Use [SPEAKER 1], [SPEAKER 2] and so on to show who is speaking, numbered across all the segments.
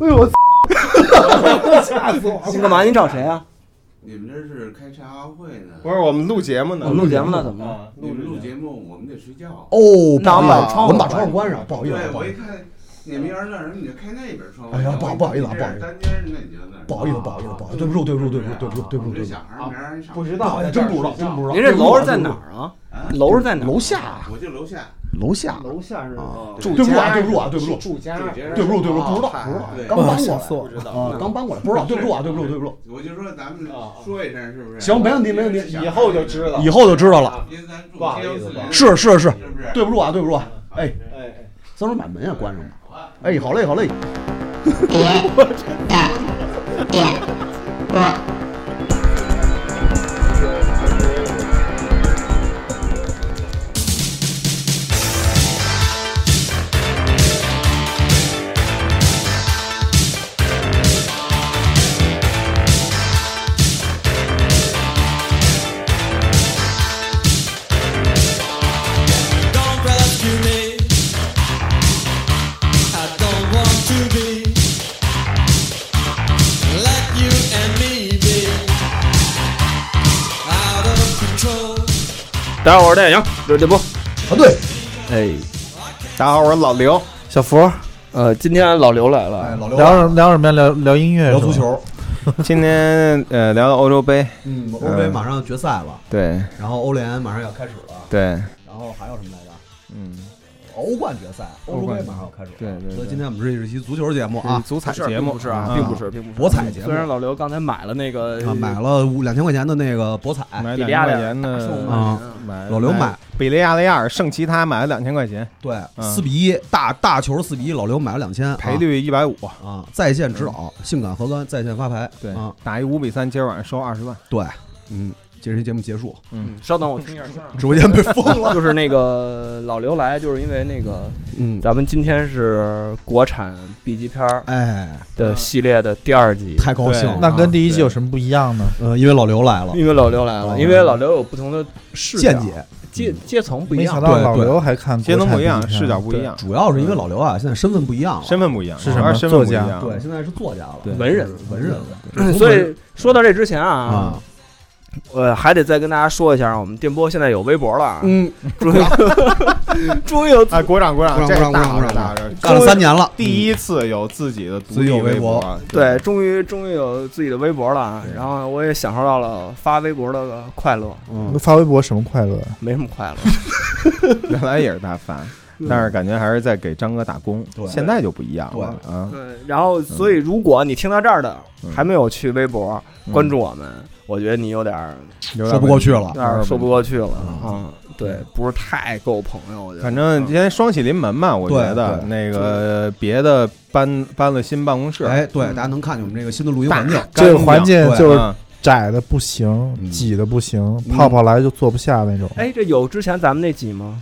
[SPEAKER 1] 哎呦我，吓死我
[SPEAKER 2] 你
[SPEAKER 1] 了！
[SPEAKER 2] 干嘛？你找谁啊？
[SPEAKER 3] 你们这是开茶话会呢？
[SPEAKER 1] 不是我们录节目呢，
[SPEAKER 4] 哦
[SPEAKER 2] 我们录节目呢，怎么了？
[SPEAKER 1] 啊，
[SPEAKER 3] 你们录节
[SPEAKER 1] 节目
[SPEAKER 3] 目，我们得睡觉。
[SPEAKER 5] 哦，不
[SPEAKER 2] 那我
[SPEAKER 5] 好
[SPEAKER 2] 们
[SPEAKER 5] 意
[SPEAKER 2] 把
[SPEAKER 5] 思，
[SPEAKER 2] 窗户关
[SPEAKER 5] 我们把窗户
[SPEAKER 2] 上
[SPEAKER 5] 关上，不好意思，
[SPEAKER 3] 对，
[SPEAKER 5] 不好
[SPEAKER 3] 我
[SPEAKER 5] 意
[SPEAKER 3] 一
[SPEAKER 5] 思
[SPEAKER 3] 看你们要是那什么，你就开那边窗户。
[SPEAKER 5] 哎呀不好不好意思啊
[SPEAKER 3] 你
[SPEAKER 5] 不好意思
[SPEAKER 3] 这单间儿那你就那。
[SPEAKER 5] 不好意思，不好意思，不好意思，对不住，对不住，对不住，对不住，对不住，
[SPEAKER 3] 这
[SPEAKER 5] 对不住，
[SPEAKER 3] 小孩儿没人上。
[SPEAKER 6] 不知
[SPEAKER 5] 不
[SPEAKER 6] 道
[SPEAKER 1] 哎
[SPEAKER 5] 好意，思，真不知道，真不知道。
[SPEAKER 2] 您这楼是在哪儿啊？
[SPEAKER 3] 啊，
[SPEAKER 2] 楼是在哪儿？
[SPEAKER 5] 楼下，
[SPEAKER 3] 我就楼下。
[SPEAKER 5] 楼下，
[SPEAKER 6] 楼下是
[SPEAKER 5] 啊
[SPEAKER 6] 住
[SPEAKER 5] 对不住
[SPEAKER 6] 家
[SPEAKER 5] 啊对不住啊对不住
[SPEAKER 6] 是住家
[SPEAKER 3] 住家
[SPEAKER 5] 对不住，对不住，不知道，
[SPEAKER 6] 啊
[SPEAKER 5] 不知道
[SPEAKER 3] 对，
[SPEAKER 5] 刚搬过
[SPEAKER 6] 吓
[SPEAKER 5] 来
[SPEAKER 6] 死我了！
[SPEAKER 5] 啊，
[SPEAKER 1] 嗯
[SPEAKER 5] 刚搬过来，不知道，对不住啊，对不住，对不住，
[SPEAKER 3] 我就说咱们
[SPEAKER 6] 啊啊
[SPEAKER 3] 说一声，是不是？
[SPEAKER 5] 行没问题没问题
[SPEAKER 6] 以后就知道
[SPEAKER 5] 以后就知道了，
[SPEAKER 3] 因为咱住
[SPEAKER 6] 不好
[SPEAKER 3] 街坊
[SPEAKER 6] 意思
[SPEAKER 3] 四邻，
[SPEAKER 5] 是是是，
[SPEAKER 3] 是不是？
[SPEAKER 5] 对不住啊，对不住啊，哎，
[SPEAKER 6] 哎，
[SPEAKER 5] 三叔把门也关上吧。哎，好嘞，好嘞。
[SPEAKER 7] Don't rescue me. I don't want to be. Let you and me be out of control.
[SPEAKER 4] 大家好，我是戴阳，这是电波。
[SPEAKER 5] 啊，对，
[SPEAKER 4] 哎，
[SPEAKER 1] 大家好，我是老刘。
[SPEAKER 4] 小福，呃，今天老刘来了，
[SPEAKER 5] 哎，老刘
[SPEAKER 8] 聊什么聊什么呀？聊聊音乐，
[SPEAKER 5] 聊足。球，
[SPEAKER 1] 今天呃聊聊欧洲杯，
[SPEAKER 5] 嗯，欧杯马上决赛了，
[SPEAKER 1] 对
[SPEAKER 5] 然后欧联马上要开始了，
[SPEAKER 1] 对，
[SPEAKER 5] 然后还有什么来着？
[SPEAKER 1] 嗯，
[SPEAKER 5] 欧冠决赛，欧洲杯马上要开始了。
[SPEAKER 1] 对对
[SPEAKER 5] 所以
[SPEAKER 1] 对
[SPEAKER 5] 今天我们这是一期足球节目啊
[SPEAKER 4] 是，足彩
[SPEAKER 1] 不是
[SPEAKER 4] 节目
[SPEAKER 1] 并不是啊
[SPEAKER 5] 啊
[SPEAKER 4] 并不是，并不是
[SPEAKER 5] 博彩节目
[SPEAKER 4] 虽然老刘刚才买了那个
[SPEAKER 5] 啊，买了五两千块钱的那个博彩，
[SPEAKER 6] 哎
[SPEAKER 1] 买
[SPEAKER 4] 比
[SPEAKER 1] 两
[SPEAKER 4] 利
[SPEAKER 1] 千
[SPEAKER 4] 亚的
[SPEAKER 1] 块钱
[SPEAKER 4] 嘛
[SPEAKER 1] 的，
[SPEAKER 5] 啊，
[SPEAKER 1] 买
[SPEAKER 5] 老刘买啊
[SPEAKER 1] 比利亚雷亚尔胜其他买了两千块钱，
[SPEAKER 5] 对，
[SPEAKER 1] 嗯
[SPEAKER 5] 四比一，大大球四比一，老刘买了两千，
[SPEAKER 1] 赔率一百五，
[SPEAKER 5] 啊，在线指导，性感荷官在线发牌，
[SPEAKER 1] 对
[SPEAKER 5] 啊，，
[SPEAKER 1] 打一五比三，今儿晚上收二十万，
[SPEAKER 5] 对，嗯，今天节目结束，
[SPEAKER 4] 嗯稍等，我听一下声儿啊。
[SPEAKER 5] 直播间被封了，
[SPEAKER 4] 就是那个老刘来，就是因为那个
[SPEAKER 5] 嗯，
[SPEAKER 4] 咱们今天是国产 B 级片儿
[SPEAKER 5] 哎，
[SPEAKER 4] 的系列的第二集，
[SPEAKER 5] 太高兴了，
[SPEAKER 8] 那跟
[SPEAKER 5] 啊
[SPEAKER 8] 第一季有什么不一样呢？
[SPEAKER 5] 呃，因为老刘来了，
[SPEAKER 4] 因为老刘来
[SPEAKER 5] 哦
[SPEAKER 4] 了，因为老刘有不同的
[SPEAKER 1] 啊
[SPEAKER 4] 视角
[SPEAKER 5] 见解，
[SPEAKER 4] 阶阶层不一
[SPEAKER 8] 没想
[SPEAKER 4] 样，
[SPEAKER 8] 到
[SPEAKER 5] 对
[SPEAKER 8] 老
[SPEAKER 5] 对
[SPEAKER 8] 刘还看国
[SPEAKER 1] 阶
[SPEAKER 8] 产嗯
[SPEAKER 1] 层不一样，
[SPEAKER 8] 片
[SPEAKER 1] 视角不一样，嗯
[SPEAKER 5] 主要是因为老刘啊，现在身份不一样了，
[SPEAKER 1] 身份不一样，
[SPEAKER 8] 是什么
[SPEAKER 1] 主要身份不一
[SPEAKER 8] 作家
[SPEAKER 1] 样，
[SPEAKER 5] 对，现在是作家了，
[SPEAKER 1] 对
[SPEAKER 4] 文人
[SPEAKER 5] 文人了
[SPEAKER 4] 所以说到这之前啊，
[SPEAKER 5] 啊，
[SPEAKER 4] 呃，还得再跟大家说一下，我们电波现在有微博了啊，
[SPEAKER 5] 嗯，
[SPEAKER 4] 终于终于有自
[SPEAKER 1] 哎，鼓掌鼓掌，
[SPEAKER 5] 鼓掌
[SPEAKER 1] 这个
[SPEAKER 5] 鼓掌
[SPEAKER 1] 大
[SPEAKER 5] 鼓
[SPEAKER 1] 了
[SPEAKER 5] 掌
[SPEAKER 1] 大了，
[SPEAKER 5] 干了三年了，
[SPEAKER 1] 第一次有自己的独
[SPEAKER 5] 自己
[SPEAKER 1] 立
[SPEAKER 5] 有微博
[SPEAKER 1] 博，
[SPEAKER 4] 对，，终于终于有自己的微博了啊，然后我也享受到了发微博的快乐，
[SPEAKER 5] 嗯，
[SPEAKER 8] 发微博什么快乐？
[SPEAKER 4] 没什么快乐，
[SPEAKER 1] 原来也是大发，但是感觉还是在给张哥打工
[SPEAKER 5] 对，
[SPEAKER 1] 现在就不一样了啊，
[SPEAKER 4] 对，然后所以如果你听到这儿的还没有去微博关注我们，我觉得你有点儿
[SPEAKER 5] 说不过去了
[SPEAKER 4] 有，点儿说不过去了
[SPEAKER 5] 嗯
[SPEAKER 4] 啊，对，不是太够朋友，我觉得嗯
[SPEAKER 1] 反正今天双喜临门嘛，我觉得
[SPEAKER 5] 对
[SPEAKER 1] 那个别的搬搬了新办公室，
[SPEAKER 5] 哎，对，大家能看见我们这个新的录
[SPEAKER 1] 嗯
[SPEAKER 5] 音
[SPEAKER 1] 大
[SPEAKER 5] 环境，
[SPEAKER 8] 这个环境
[SPEAKER 5] 对
[SPEAKER 8] 就是
[SPEAKER 1] 嗯
[SPEAKER 8] 窄的不行，
[SPEAKER 5] 嗯
[SPEAKER 8] 挤的不行，泡泡来就坐不下那种
[SPEAKER 4] 哎，这有之前咱们那集吗？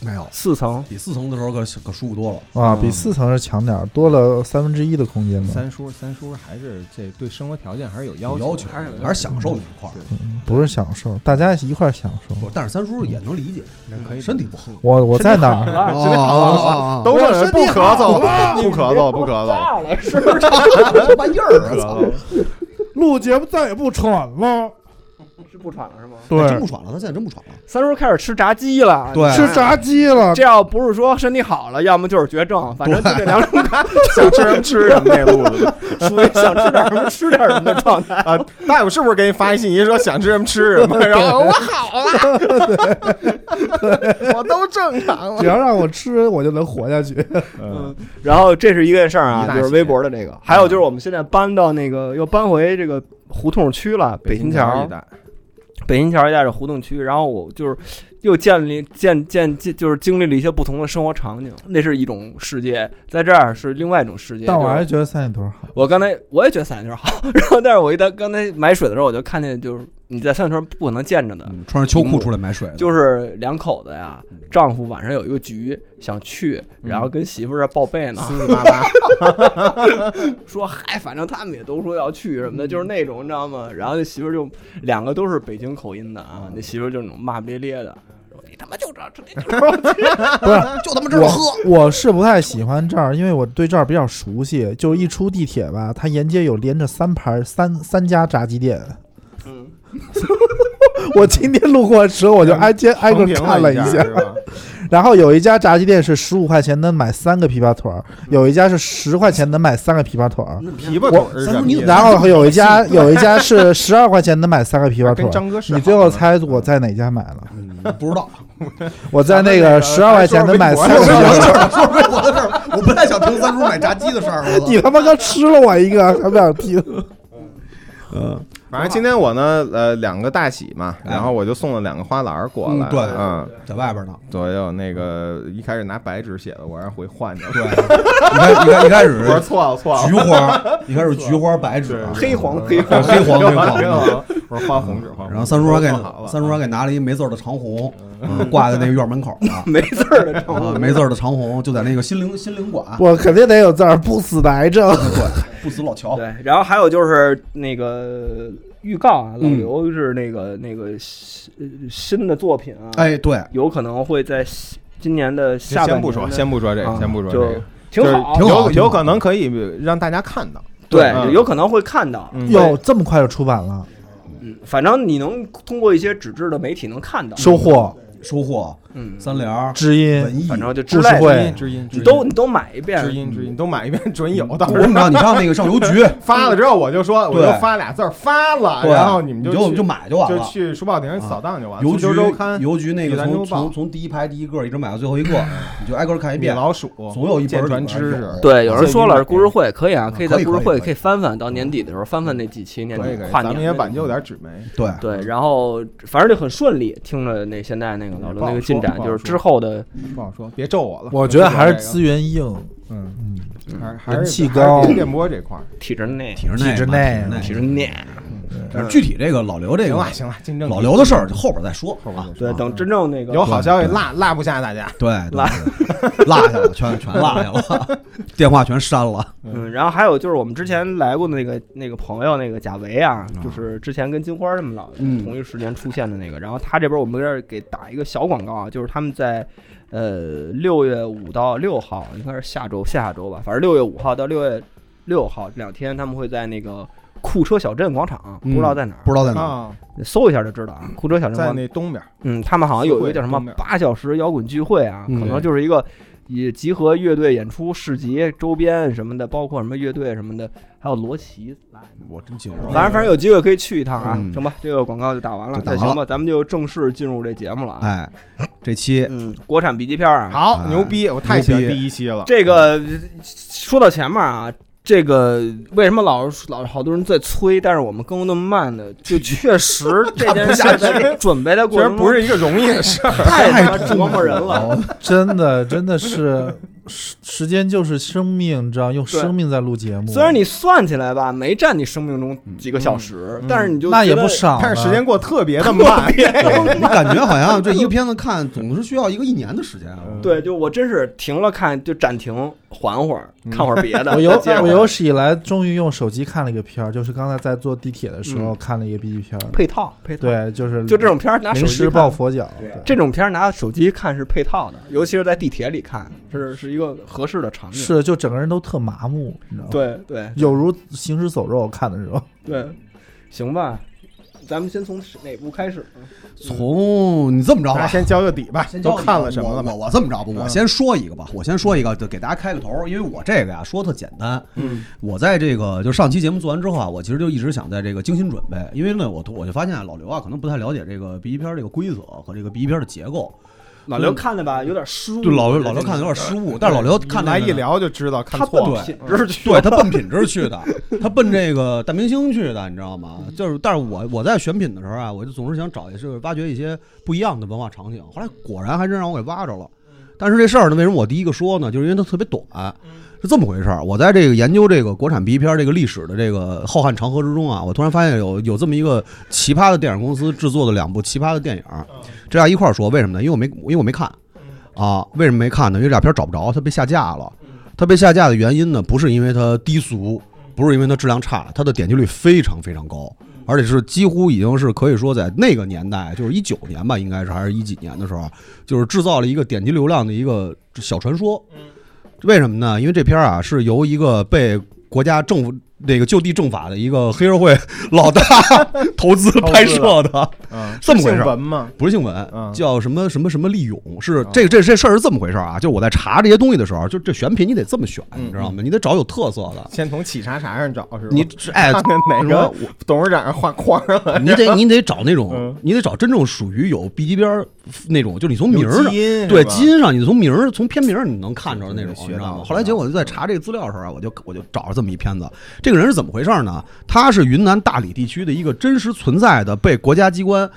[SPEAKER 5] 没有，
[SPEAKER 4] 四层，
[SPEAKER 5] 比四层的时候可可舒服多了，
[SPEAKER 8] 啊，
[SPEAKER 4] 嗯
[SPEAKER 8] 比四层是强点儿，多了三分之一的空间嘛，
[SPEAKER 1] 三叔，三叔还是这对生活条件还是有要
[SPEAKER 5] 有
[SPEAKER 1] 求
[SPEAKER 5] 要
[SPEAKER 1] 的，
[SPEAKER 5] 求，还是享受那一块儿。
[SPEAKER 8] 嗯不是享受，大家一块儿享受。
[SPEAKER 5] 不，但是三叔也能理解，
[SPEAKER 1] 可以
[SPEAKER 5] 身体不好。
[SPEAKER 8] 我我在哪儿？
[SPEAKER 5] 啊啊
[SPEAKER 1] 都是不咳嗽， 不咳嗽，不咳嗽。
[SPEAKER 4] 到了是
[SPEAKER 5] 什么玩意儿啊！
[SPEAKER 8] 录节目再也不喘了。
[SPEAKER 4] 是不喘了是吗？
[SPEAKER 5] 操，
[SPEAKER 8] 对
[SPEAKER 5] 真不，爽了，他现在真不爽了。嗯
[SPEAKER 4] 三叔开始吃炸鸡了，
[SPEAKER 5] 对
[SPEAKER 8] 吃炸鸡 了
[SPEAKER 4] 这，要不是说身体好了，要么就是绝症，反正就这两种，
[SPEAKER 1] 想吃什么吃什么那路子
[SPEAKER 4] 属于想吃点什么吃点什么的状态。
[SPEAKER 1] 啊！大夫是不是给你发一信息说想吃什么吃什么？然后我好了，我都正常
[SPEAKER 8] 只。要让我吃，我就能活下去。
[SPEAKER 1] 嗯，
[SPEAKER 4] 然后这是一个事儿啊
[SPEAKER 1] 一，大
[SPEAKER 4] 就是
[SPEAKER 1] 喜
[SPEAKER 4] 微博的这个，还有就是我们现在搬到那个又搬回这个胡同区了，北新
[SPEAKER 1] 桥
[SPEAKER 4] 桥
[SPEAKER 1] 一，带，
[SPEAKER 4] 北新桥一带是胡同区。然后我就是又建立建建建，就是经历了一些不同的生活场景，那是一种世界，在这儿是另外一种世界。
[SPEAKER 8] 但我
[SPEAKER 4] 就是
[SPEAKER 8] 还是觉得三里屯好。
[SPEAKER 4] 我刚才我也觉得三里屯好，然后但是我一到刚才买水的时候，我就看见就是你在三里屯不可能见着的，
[SPEAKER 5] 嗯穿着秋裤出来买水，
[SPEAKER 4] 就是两口子呀，丈夫晚上有一个局想去，
[SPEAKER 1] 嗯
[SPEAKER 4] 然后跟媳妇儿这报备呢，
[SPEAKER 1] 四八八，
[SPEAKER 4] 说嗨，反正他们也都说要去什么的，就是那种你知道吗？然后那媳妇儿就两个都是北京口音的啊，那媳妇儿就那种骂骂咧咧的。说你他妈就这这
[SPEAKER 8] 不是，
[SPEAKER 5] 就他妈知道喝，
[SPEAKER 8] 我是不太喜欢这儿，因为我对这儿比较熟悉。就是一出地铁吧，它沿街有连着三盘三三家炸鸡店。
[SPEAKER 2] 嗯，
[SPEAKER 8] 我今天路过的时候，我就挨街挨个
[SPEAKER 1] 横平
[SPEAKER 8] 看了
[SPEAKER 1] 一
[SPEAKER 8] 一
[SPEAKER 1] 下，
[SPEAKER 8] 下。
[SPEAKER 1] 是 吧？
[SPEAKER 8] 然后有一家炸鸡店是十五块钱能买三个琵琶腿儿，有一家是十块钱能买三个琵琶腿儿，
[SPEAKER 5] 嗯
[SPEAKER 1] 琵琶腿儿是什么意思，
[SPEAKER 8] 然后有一家有一家是十二块钱能买三个琵琶腿
[SPEAKER 1] 跟
[SPEAKER 8] 儿。
[SPEAKER 1] 张哥是
[SPEAKER 8] 你最后猜我在哪家买了？
[SPEAKER 5] 不知道。
[SPEAKER 8] 我在那个十二块钱能买三
[SPEAKER 5] 说
[SPEAKER 8] 个
[SPEAKER 5] 微
[SPEAKER 8] 琵
[SPEAKER 5] 博的
[SPEAKER 8] 琶腿
[SPEAKER 5] 事
[SPEAKER 8] 儿。
[SPEAKER 5] 儿，说微博的事儿，我不太想听三叔买炸鸡的事儿。我操
[SPEAKER 8] 你他妈刚吃了我一个，还不想听？
[SPEAKER 5] 嗯，
[SPEAKER 1] 反正今天我呢，呃，两个大喜嘛，然后我就送了两个花篮儿过来，
[SPEAKER 5] 嗯对
[SPEAKER 1] 嗯，
[SPEAKER 5] 在外边呢。
[SPEAKER 1] 左右那个一开始拿白纸写的，我让回换去了，
[SPEAKER 5] 对，你看，你看，一开
[SPEAKER 1] 我说
[SPEAKER 5] 始
[SPEAKER 1] 错了错了
[SPEAKER 5] 菊，花，一开始菊花白纸，啊
[SPEAKER 1] 黑黄黑黄
[SPEAKER 5] 嗯哦黑黄黑黄 嗯
[SPEAKER 1] 黑黄，我说花红纸花，
[SPEAKER 5] 然后三叔还给
[SPEAKER 1] 说好了啊
[SPEAKER 5] 三叔还给拿了一没字儿的长红，嗯挂在那个院门口 了。
[SPEAKER 2] 没字儿的成
[SPEAKER 5] 啊，没字儿的长虹就在那个心灵心灵馆，
[SPEAKER 8] 我肯定得有字儿，不死的癌症。
[SPEAKER 5] 对，不死老乔，
[SPEAKER 4] 对，然后还有就是那个预告啊，老
[SPEAKER 5] 嗯
[SPEAKER 4] 刘是那个那个新呃新的作品啊，
[SPEAKER 5] 哎，对，
[SPEAKER 4] 有可能会在今年的下半
[SPEAKER 1] 先
[SPEAKER 4] 年
[SPEAKER 1] 不说，
[SPEAKER 4] 的
[SPEAKER 1] 先不说这
[SPEAKER 4] 啊
[SPEAKER 1] 个，先不说这
[SPEAKER 4] 就
[SPEAKER 1] 个，
[SPEAKER 4] 挺
[SPEAKER 1] 就是
[SPEAKER 4] 好，啊
[SPEAKER 5] 挺好
[SPEAKER 1] 有有可能可以让大家看到，
[SPEAKER 4] 对，
[SPEAKER 1] 嗯
[SPEAKER 4] 有可能会看到。
[SPEAKER 1] 嗯
[SPEAKER 8] 哟，这么快就出版了，
[SPEAKER 4] 嗯，反正你能通过一些纸质的媒体能看到，
[SPEAKER 8] 收获
[SPEAKER 5] 收获
[SPEAKER 4] 嗯，
[SPEAKER 5] 三联儿
[SPEAKER 8] 知音。
[SPEAKER 5] 文艺，
[SPEAKER 4] 反正就之
[SPEAKER 8] 故事
[SPEAKER 4] 类的，
[SPEAKER 8] 会，
[SPEAKER 1] 知音
[SPEAKER 4] 你都你都买一遍，
[SPEAKER 1] 知音知音都买一遍准有，到时
[SPEAKER 5] 我
[SPEAKER 1] 候
[SPEAKER 5] 怎么着？你上那个上邮 局，
[SPEAKER 1] 发了之后我就说，我
[SPEAKER 5] 嗯对
[SPEAKER 1] 就发俩字儿发了，
[SPEAKER 5] 对，啊
[SPEAKER 1] 然后你们
[SPEAKER 5] 就
[SPEAKER 1] 就
[SPEAKER 5] 就
[SPEAKER 1] 去
[SPEAKER 5] 买就完
[SPEAKER 1] 就
[SPEAKER 5] 了。啊
[SPEAKER 1] 去书报亭扫荡就完了，
[SPEAKER 5] 邮
[SPEAKER 1] 足球
[SPEAKER 5] 局
[SPEAKER 1] 周刊、
[SPEAKER 5] 邮局那个
[SPEAKER 1] 济南
[SPEAKER 5] 从
[SPEAKER 1] 周报
[SPEAKER 5] 从从第一排第一个一直买到最后一个， 你就挨个看一
[SPEAKER 1] 米
[SPEAKER 5] 遍，
[SPEAKER 1] 老鼠，
[SPEAKER 5] 总有一本
[SPEAKER 1] 见
[SPEAKER 5] 儿
[SPEAKER 1] 传
[SPEAKER 5] 里边
[SPEAKER 1] 知
[SPEAKER 5] 有
[SPEAKER 1] 识
[SPEAKER 4] 对，有人说了
[SPEAKER 1] 啊
[SPEAKER 4] 故事会可以啊，可以在
[SPEAKER 5] 可以
[SPEAKER 4] 故事
[SPEAKER 5] 可以
[SPEAKER 4] 会
[SPEAKER 5] 可以
[SPEAKER 4] 可以翻翻，到年底的时候翻翻那几期年
[SPEAKER 1] 可以
[SPEAKER 4] 底
[SPEAKER 1] 可以，
[SPEAKER 4] 跨
[SPEAKER 1] 咱
[SPEAKER 4] 年
[SPEAKER 1] 们
[SPEAKER 4] 的
[SPEAKER 1] 也
[SPEAKER 4] 那个
[SPEAKER 1] 挽救点纸媒。
[SPEAKER 5] 对，
[SPEAKER 4] 对，然后反正就很顺利，听了那现在那个老刘那个进展，
[SPEAKER 1] 不好
[SPEAKER 4] 就
[SPEAKER 1] 说
[SPEAKER 4] 是之后的
[SPEAKER 1] 不好说，别咒我了。
[SPEAKER 8] 我觉得还是
[SPEAKER 1] 自
[SPEAKER 8] 资源 硬，
[SPEAKER 1] 嗯，
[SPEAKER 8] 嗯，
[SPEAKER 1] 还是还是
[SPEAKER 8] 人气高
[SPEAKER 1] 还是电波这块儿。
[SPEAKER 4] 体制内，
[SPEAKER 5] 体制内嘛，
[SPEAKER 8] 体制内
[SPEAKER 4] 体
[SPEAKER 5] 体
[SPEAKER 4] 制
[SPEAKER 5] 制
[SPEAKER 4] 内，
[SPEAKER 5] 但是具体这个老刘这
[SPEAKER 1] 行
[SPEAKER 5] 个
[SPEAKER 1] 了行了，竞争
[SPEAKER 5] 老刘的事儿就后边再说
[SPEAKER 1] 后边
[SPEAKER 5] 啊
[SPEAKER 1] 再，
[SPEAKER 4] 对，等真正那个
[SPEAKER 1] 嗯有好消息落落不下大家。
[SPEAKER 5] 对，
[SPEAKER 4] 落
[SPEAKER 5] 对 落下了，全全落下了，电话全删了，
[SPEAKER 4] 嗯，然后还有就是我们之前来过的那个那个朋友，那个贾维啊，就是之前跟金花他们老
[SPEAKER 5] 嗯
[SPEAKER 4] 同一时间出现的那个。然后他这边我们这儿给打一个小广告啊，就是他们在呃六月五到六号，应该是下周下下周吧，反正六月五号到六月六号这两天，他们会在那个库车小镇广场，
[SPEAKER 5] 嗯
[SPEAKER 4] 不知道在哪儿，
[SPEAKER 5] 不知道在哪儿。
[SPEAKER 1] 啊，
[SPEAKER 4] 搜一下就知道啊。库车小镇
[SPEAKER 1] 在
[SPEAKER 4] 广场，
[SPEAKER 1] 那东边，
[SPEAKER 4] 嗯，他们好像有一个叫什么
[SPEAKER 1] 四惠
[SPEAKER 4] 八小时摇滚聚会啊，可
[SPEAKER 5] 嗯
[SPEAKER 4] 能就是一个以集合乐队演出、市集周边什么的，包括什么乐队什么的，还有罗琦来。
[SPEAKER 5] 我真惊
[SPEAKER 1] 哦
[SPEAKER 4] 反正反正有机会可以去一趟啊。
[SPEAKER 5] 嗯
[SPEAKER 4] 行吧，这个广告就打完了，
[SPEAKER 5] 就打
[SPEAKER 4] 那
[SPEAKER 5] 完了
[SPEAKER 4] 行吧，咱们就正式进入这节目了啊。
[SPEAKER 5] 哎，这期
[SPEAKER 4] 嗯，国产笔记片啊，
[SPEAKER 1] 好
[SPEAKER 5] 哎
[SPEAKER 1] 牛逼！我太喜欢
[SPEAKER 5] 牛逼
[SPEAKER 1] 第一期了。
[SPEAKER 4] 这个说到前面啊。这个为什么老老好多人在催，但是我们更那么慢呢？ 就确实这件事在准备的
[SPEAKER 1] 居
[SPEAKER 4] 过
[SPEAKER 1] 然
[SPEAKER 4] 程
[SPEAKER 1] 不
[SPEAKER 4] 中
[SPEAKER 1] 是一个容易的事儿，
[SPEAKER 4] 太他妈
[SPEAKER 5] 痛
[SPEAKER 4] 折磨人了。
[SPEAKER 5] 苦了，
[SPEAKER 8] 哦真的真的 是时时间就是生命，你知道，用
[SPEAKER 4] 对
[SPEAKER 8] 生命在录节目。
[SPEAKER 4] 虽然你算起来吧，没占你生命中几个小时，
[SPEAKER 1] 嗯
[SPEAKER 4] 但是你就
[SPEAKER 8] 那也
[SPEAKER 4] 觉得
[SPEAKER 8] 不少，
[SPEAKER 1] 但是时间过得特别的慢。
[SPEAKER 5] 你感觉好像这一 个片子看总是需要一个一年的时间啊。
[SPEAKER 1] 嗯
[SPEAKER 4] 对，就我真是停了看，就暂停，缓会儿，
[SPEAKER 8] 嗯
[SPEAKER 4] 看会儿别 的。
[SPEAKER 8] 我有
[SPEAKER 4] 接着
[SPEAKER 8] 我有史以来终于用手机看了一个片儿，就是刚才在坐地铁的时候看了一个 B 级片儿，
[SPEAKER 4] 配套，配套，
[SPEAKER 8] 对，嗯就是
[SPEAKER 4] 就这种片儿拿手
[SPEAKER 8] 临
[SPEAKER 4] 机
[SPEAKER 8] 时抱
[SPEAKER 4] 看，
[SPEAKER 8] 佛脚，
[SPEAKER 4] 这种片儿拿手机看是配套的，尤其是在地铁里看，这是是一个合适的场景。，
[SPEAKER 8] 是就整个人都特麻木，你知道吗？，
[SPEAKER 4] 对对
[SPEAKER 8] 有如行尸走肉，看的时候，
[SPEAKER 4] 对，行吧，咱们先从哪部开始呢？
[SPEAKER 5] 从你这么着
[SPEAKER 1] 大家
[SPEAKER 5] 吧，
[SPEAKER 1] 先交个底吧，
[SPEAKER 5] 先
[SPEAKER 1] 哎都
[SPEAKER 5] 教你
[SPEAKER 1] 看了什么了
[SPEAKER 5] 我
[SPEAKER 1] 吧？嗯
[SPEAKER 5] 我我这么着吧，我先说一个吧，我先说一个，就给大家开个头，因为我这个呀说特简单。
[SPEAKER 4] 嗯，
[SPEAKER 5] 我在这个就上期节目做完之后啊，我其实就一直想在这个精心准备，因为呢，我我就发现啊老刘啊可能不太了解这个 B 级片这个规则和这个 B 级片的结构。
[SPEAKER 4] 老刘看的吧，有点失误。
[SPEAKER 5] 对老刘老刘看的有点失误，但是老刘
[SPEAKER 1] 嗯
[SPEAKER 5] 看
[SPEAKER 1] 来
[SPEAKER 5] 那个
[SPEAKER 1] 一
[SPEAKER 5] 呢
[SPEAKER 1] 聊就知道看
[SPEAKER 4] 他奔
[SPEAKER 1] 错了。
[SPEAKER 4] 品质去
[SPEAKER 5] 对他奔品质去的，他奔这个大明星去的，你知道吗？就是，但是我我在选品的时候啊，我就总是想找一些挖掘一些不一样的文化场景。后来果然还真让我给挖着了。但是这事儿呢，为什么我第一个说呢？就是因为它特别短，是这么回事儿。我在这个研究这个国产 B 片这个历史的这个浩瀚长河之中啊，我突然发现有有这么一个奇葩的电影公司制作的两部奇葩的电影，这俩一块儿说，为什么呢？因为我没因为我没看啊，为什么没看呢？因为这俩片儿找不着，它被下架了。它被下嗯架的原因呢，不是因为它低俗，不是因为它质量差，它的点击率非常非常高。而且是几乎已经是可以说在那个年代，就是一九年吧，应该是还是一几年的时候，就是制造了一个点击流量的一个小传说。为什么呢？因为这片儿啊是由一个被国家政府那个就地正法的一个黑社会 老大投资拍摄的，
[SPEAKER 1] 嗯，
[SPEAKER 5] 这么回事儿
[SPEAKER 1] 姓文吗？
[SPEAKER 5] 不是姓文，
[SPEAKER 1] 嗯
[SPEAKER 5] 叫什么什么什么利勇，是
[SPEAKER 1] 嗯
[SPEAKER 5] 这这这事儿是这么回事儿啊？就是我在查这些东西的时候，就这选品你得这么选，
[SPEAKER 1] 嗯
[SPEAKER 5] 你知道吗？你得找有特色的。
[SPEAKER 1] 先从企查查上找是吧？
[SPEAKER 5] 你哎，
[SPEAKER 1] 看看哪
[SPEAKER 5] 什
[SPEAKER 1] 个
[SPEAKER 5] 么
[SPEAKER 1] 董事长上画框了？
[SPEAKER 5] 你得你得找那种
[SPEAKER 1] 嗯，
[SPEAKER 5] 你得找真正属于有 B 级边儿那种，就是你从名
[SPEAKER 1] 有
[SPEAKER 5] 儿上
[SPEAKER 1] 基。因是
[SPEAKER 5] 对
[SPEAKER 1] 吧
[SPEAKER 5] 基因上，你从名儿从片名儿你能看出来那种
[SPEAKER 1] 对，对
[SPEAKER 5] 你
[SPEAKER 1] 学
[SPEAKER 5] 知道
[SPEAKER 1] 到
[SPEAKER 5] 吗？
[SPEAKER 1] 了
[SPEAKER 5] 后来结果就在查这个资料的时候啊，我就我就找着这么一片子，这个人是怎么回事儿呢？他是云南大理地区的一个真实存在的被国家机关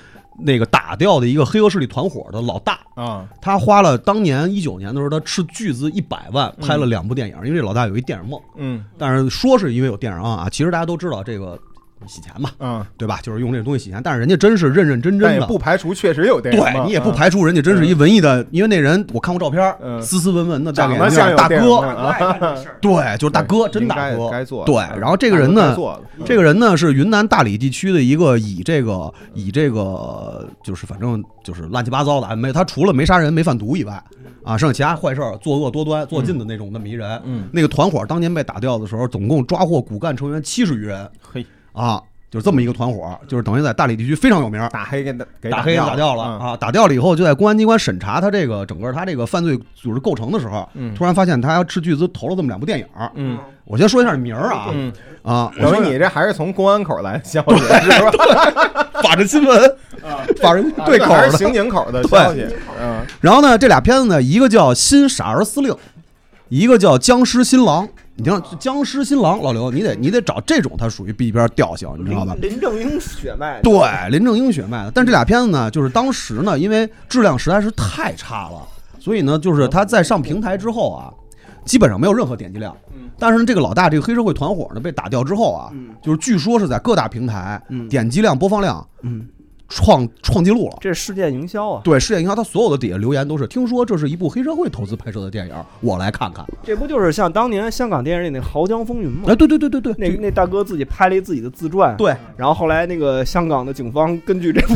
[SPEAKER 5] 那个打掉的一个黑恶势力团伙的老大，
[SPEAKER 1] 啊，
[SPEAKER 5] 他花了当年一九年的时候，他斥巨资一百万拍了两部电影，因为这老大有一电影梦，
[SPEAKER 1] 嗯
[SPEAKER 5] 但是说是因为有电影啊，其实大家都知道这个洗钱嘛，
[SPEAKER 1] 啊，
[SPEAKER 5] 对吧？就是用这个东西洗钱，但是人家真是认认真
[SPEAKER 1] 但
[SPEAKER 5] 真
[SPEAKER 1] 也
[SPEAKER 5] 的。
[SPEAKER 1] 不排除确实有电影梦，
[SPEAKER 5] 对你也不
[SPEAKER 1] 啊
[SPEAKER 5] 排除人家真是一文艺的，因为那人我看过照
[SPEAKER 1] 嗯
[SPEAKER 5] 片，斯斯文文的，戴
[SPEAKER 1] 长
[SPEAKER 5] 个
[SPEAKER 1] 得
[SPEAKER 5] 眼
[SPEAKER 1] 像
[SPEAKER 5] 镜，
[SPEAKER 1] 有
[SPEAKER 5] 大
[SPEAKER 1] 电影梦
[SPEAKER 5] 哥，
[SPEAKER 1] 啊，
[SPEAKER 5] 对，就是大哥，真
[SPEAKER 1] 应
[SPEAKER 5] 大
[SPEAKER 1] 该
[SPEAKER 5] 哥，
[SPEAKER 1] 该做的
[SPEAKER 5] 对
[SPEAKER 1] 嗯
[SPEAKER 5] 然后这个
[SPEAKER 1] 大
[SPEAKER 5] 人
[SPEAKER 1] 哥
[SPEAKER 5] 呢
[SPEAKER 1] 该做嗯的
[SPEAKER 5] 这个人呢是云南大理地区的一个以这个以这个就是反正就是乱七八糟的，没他除了没杀人没贩毒以外，啊，剩下其他坏事儿作恶多端做尽的那种那么一人。
[SPEAKER 1] 嗯，
[SPEAKER 5] 那个团伙当年被打掉的时候，总共抓获骨干成员七十余人
[SPEAKER 1] 嘿，
[SPEAKER 5] 啊，就是这么一个团伙，就是等于在大理地区非常有名儿。
[SPEAKER 1] 打黑给打给
[SPEAKER 5] 打黑给打掉了
[SPEAKER 1] 嗯
[SPEAKER 5] 啊！打掉了以后，就在公安机关审查他这个整个他这个犯罪组织构成的时候，
[SPEAKER 1] 嗯
[SPEAKER 5] 突然发现他要斥巨资投了这么两部电影儿。
[SPEAKER 1] 嗯
[SPEAKER 5] 我先说一下名儿啊
[SPEAKER 1] 嗯，
[SPEAKER 5] 啊，我说
[SPEAKER 1] 等于你这还是从公安口来消息是吧？
[SPEAKER 5] 法制新闻，法制对口
[SPEAKER 1] 还
[SPEAKER 2] 啊
[SPEAKER 5] 儿
[SPEAKER 1] 是
[SPEAKER 5] 的。
[SPEAKER 1] 刑警口的消息，嗯
[SPEAKER 5] 然后呢，这俩片子呢，一个叫《新傻儿司令》，一个叫《僵尸新郎》。你听，僵尸新郎，老刘，你得你得找这种，它属于 B 边调性，你知道吧？
[SPEAKER 2] 嗯
[SPEAKER 4] 林正英血脉，
[SPEAKER 5] 对，林正英血脉的。但这俩片子呢，就是当时呢，因为质量实在是太差了，所以呢，就是它在上平台之后啊，基本上没有任何点击量。但是呢，这个老大这个黑社会团伙呢被打掉之后啊，
[SPEAKER 2] 嗯
[SPEAKER 5] 就是据说是在各大平台
[SPEAKER 2] 嗯
[SPEAKER 5] 点击量、播放量
[SPEAKER 2] 嗯，
[SPEAKER 5] 创创纪录了。
[SPEAKER 4] 这是事件营销啊！
[SPEAKER 5] 对，世界银行它所有的底下留言都是，听说这是一部黑社会投资拍摄的电影，我来看看。
[SPEAKER 4] 这不就是像当年香港电影里那《濠江风云》吗
[SPEAKER 5] 哎，？对对对对对，
[SPEAKER 4] 那那大哥自己拍了一自己的自传，
[SPEAKER 5] 对，
[SPEAKER 4] 然后后来那个香港的警方根据这部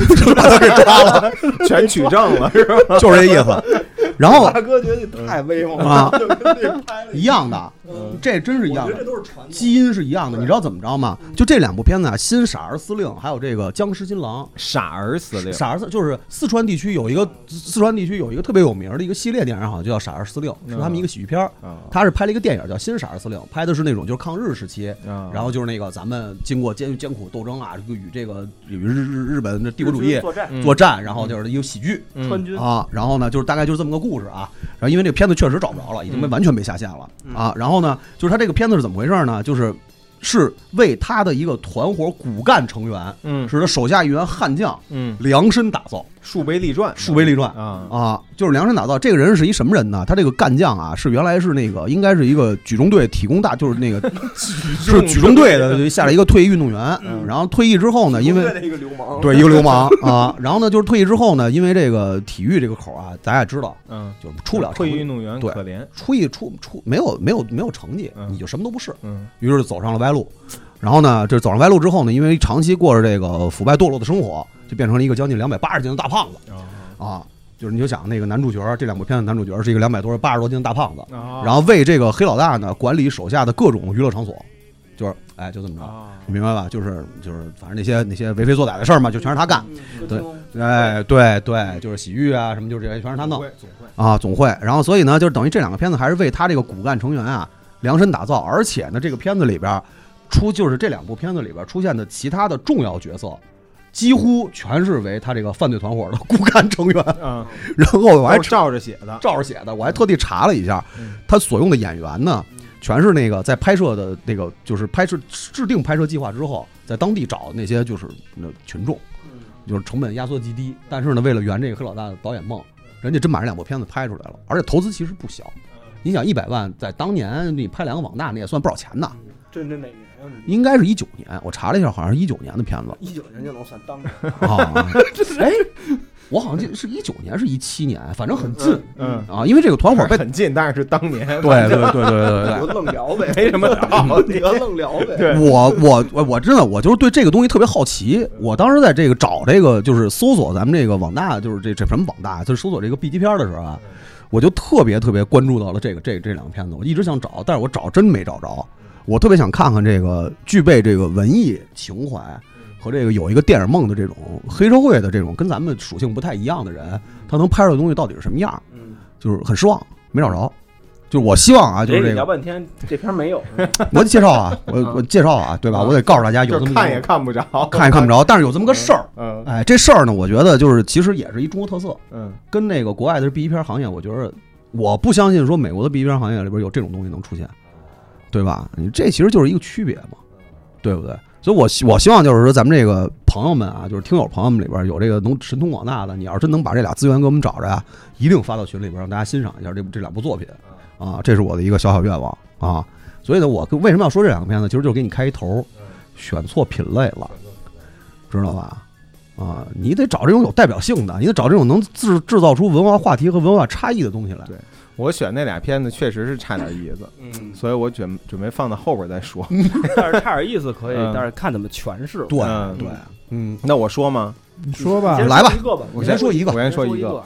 [SPEAKER 1] 全取证了是吧？
[SPEAKER 5] 就是这意思。然 后
[SPEAKER 4] 大哥觉得你太威风了，
[SPEAKER 5] 啊，
[SPEAKER 4] 就跟这拍了
[SPEAKER 5] 一样的，这真是一样
[SPEAKER 4] 我觉得
[SPEAKER 5] 的
[SPEAKER 4] 这，都是传统。嗯
[SPEAKER 5] 基因是一样的。你知道怎么着吗？就这两部片子啊，《新傻儿司令》还有这个《僵尸新郎
[SPEAKER 1] 傻儿司》。令，
[SPEAKER 5] 傻儿司就是四川地区有一个四川地区有一个特别有名的一个系列电影，好像就叫《傻儿司令》，是他们一个喜剧片儿。
[SPEAKER 1] 啊
[SPEAKER 5] 他是拍了一个电影叫《新傻儿司令》，拍的是那种就是抗日时期，
[SPEAKER 1] 啊
[SPEAKER 5] 然后就是那个咱们经过艰艰苦斗争啊，与这个与日日日本的帝国主义
[SPEAKER 4] 作战
[SPEAKER 1] 嗯
[SPEAKER 5] 作战，然后就是一个喜剧
[SPEAKER 1] 嗯
[SPEAKER 4] 川军，
[SPEAKER 5] 啊，然后呢就是大概就是这么个故事啊。然后因为这片子确实找不着了，
[SPEAKER 1] 嗯
[SPEAKER 5] 已经被完全被下线了啊。然后呢，就是他这个片子是怎么回事呢？就是是为他的一个团伙骨干成员，
[SPEAKER 1] 嗯
[SPEAKER 5] 是他手下一员悍将
[SPEAKER 1] 嗯，
[SPEAKER 5] 量身打造，
[SPEAKER 1] 树碑立传，
[SPEAKER 5] 树碑立传
[SPEAKER 1] 啊
[SPEAKER 5] 啊，就是量身打造。这个人是一什么人呢？他这个干将啊，是原来是那个应该是一个举重队体工大，就是 那个是举重队的就下来一个退役运动员，
[SPEAKER 1] 嗯
[SPEAKER 5] 然后退役之后呢，因为。
[SPEAKER 4] 一个流氓，
[SPEAKER 5] 对，一个流氓啊，然后呢，就是退役之后呢，因为这个体育这个口啊，咱也知道，
[SPEAKER 1] 嗯，
[SPEAKER 5] 就是出不了成
[SPEAKER 1] 退役运
[SPEAKER 5] 绩，
[SPEAKER 1] 动员
[SPEAKER 5] 对
[SPEAKER 1] 可怜，
[SPEAKER 5] 出一出出没有没有没有成绩，
[SPEAKER 1] 嗯
[SPEAKER 5] 你就什么都不是，
[SPEAKER 1] 嗯
[SPEAKER 5] 于是走上了歪路。然后呢，这走上歪路之后呢，因为长期过着这个腐败堕落的生活，就变成了一个将近两百八十斤的大胖子
[SPEAKER 1] 哦
[SPEAKER 5] 啊。就是你就想那个男主角，这两部片子男主角是一个两百多八十多斤的大胖子，
[SPEAKER 1] 啊
[SPEAKER 5] 然后为这个黑老大呢管理手下的各种娱乐场所，就是哎就这么着，
[SPEAKER 1] 啊
[SPEAKER 5] 你明白吧？就是就是反正那些那些为非作歹的事儿嘛，就全是他干。
[SPEAKER 1] 嗯
[SPEAKER 5] 对，哎，对对，就是洗浴啊什么，就是这些全是他弄
[SPEAKER 1] 总会
[SPEAKER 5] 啊，总会。然后所以呢，就是等于这两个片子还是为他这个骨干成员啊量身打造，而且呢，这个片子里边儿出就是这两部片子里边儿出现的其他的重要角色。几乎全是为他这个犯罪团伙的骨干成员，
[SPEAKER 1] 啊，
[SPEAKER 5] 然后我
[SPEAKER 1] 我
[SPEAKER 5] 还
[SPEAKER 1] 还照着写的，
[SPEAKER 5] 照着写的，我还特地查了一下
[SPEAKER 1] 嗯，
[SPEAKER 5] 他所用的演员呢，全是那个在拍摄的那个，就是拍摄制定拍摄计划之后，在当地找那些就是那群众，
[SPEAKER 4] 嗯
[SPEAKER 5] 就是成本压缩极低，但是呢，为了圆这个黑老大的导演梦，人家真把这两部片子拍出来了，而且投资其实不小。
[SPEAKER 4] 嗯
[SPEAKER 5] 你想一百万，在当年你拍两个网大，那也算不少钱呐。
[SPEAKER 4] 这这哪年啊？
[SPEAKER 5] 应该是一九年，我查了一下，好像是一九年的片子
[SPEAKER 4] 一九年就能算当年，
[SPEAKER 5] 啊。
[SPEAKER 4] 哎，
[SPEAKER 5] 我好像记得是一九年，是一七年，反正很近
[SPEAKER 1] 嗯，
[SPEAKER 5] 啊。因为这个团 伙被
[SPEAKER 1] 很近，但是是当年，
[SPEAKER 5] 对对对对对
[SPEAKER 4] 就愣聊呗，
[SPEAKER 1] 没什么道理。
[SPEAKER 4] 你就愣聊呗。
[SPEAKER 5] 对，我我我我真的我就是对这个东西特别好奇。
[SPEAKER 1] 嗯
[SPEAKER 5] 我当时在这个找这个就是搜索咱们这个网大，就是这这什么网大，就是搜索这个 B 级片的时候啊，
[SPEAKER 1] 嗯
[SPEAKER 5] 我就特别特别关注到了这个这这两个片子，我一直想找，但是我找真没找着。我特别想看看这个具备这个文艺情怀
[SPEAKER 1] 嗯
[SPEAKER 5] 和这个有一个电影梦的这种黑社会的这种跟咱们属性不太一样的人，他能拍出来的东西到底是什么样儿？
[SPEAKER 4] 嗯，
[SPEAKER 5] 就是很失望，没找着。就是我希望啊，就是
[SPEAKER 4] 哎
[SPEAKER 5] 这
[SPEAKER 4] 你
[SPEAKER 5] 个
[SPEAKER 4] 聊，半天这片儿没有，
[SPEAKER 5] 我得介绍 啊，我我介绍啊，对吧？我得告诉大家 有
[SPEAKER 1] 就
[SPEAKER 5] 这么一个
[SPEAKER 1] 看也看不着，
[SPEAKER 5] 看也看不着，但是有这么个事儿。
[SPEAKER 1] 嗯
[SPEAKER 5] 哎，这事儿呢，我觉得就是其实也是一中国特色，
[SPEAKER 1] 嗯
[SPEAKER 5] 跟那个国外的 B 级片行业，我觉得我不相信说美国的 B 级片行业里边有这种东西能出现，对吧？你这其实就是一个区别嘛，对不对？所以我希我希望就是说咱们这个朋友们啊，就是听友朋友们里边有这个能神通广大的，你要是真能把这俩资源给我们找着呀、啊一定发到群里边让大家欣赏一下这部这两部作品啊，这是我的一个小小愿望啊。所以呢，我跟为什么要说这两个片子，其实就是给你开一头，选错品类了，知道吧？啊，你得找这种有代表性的，你得找这种能制制造出文化话题和文化差异的东西来。
[SPEAKER 1] 对我选那俩片子确实是差点意思，
[SPEAKER 4] 嗯，
[SPEAKER 1] 所以我准准备放到后边再说。
[SPEAKER 4] 但是差点意思可以
[SPEAKER 1] 嗯，
[SPEAKER 4] 但是看怎么诠释。
[SPEAKER 5] 对
[SPEAKER 1] 嗯
[SPEAKER 5] 对，嗯，
[SPEAKER 1] 那我说吗？
[SPEAKER 8] 你说吧
[SPEAKER 4] 先，说
[SPEAKER 5] 来吧
[SPEAKER 4] 一个吧，
[SPEAKER 1] 我
[SPEAKER 5] 先说一个
[SPEAKER 1] 我先说
[SPEAKER 4] 一
[SPEAKER 1] 一个。，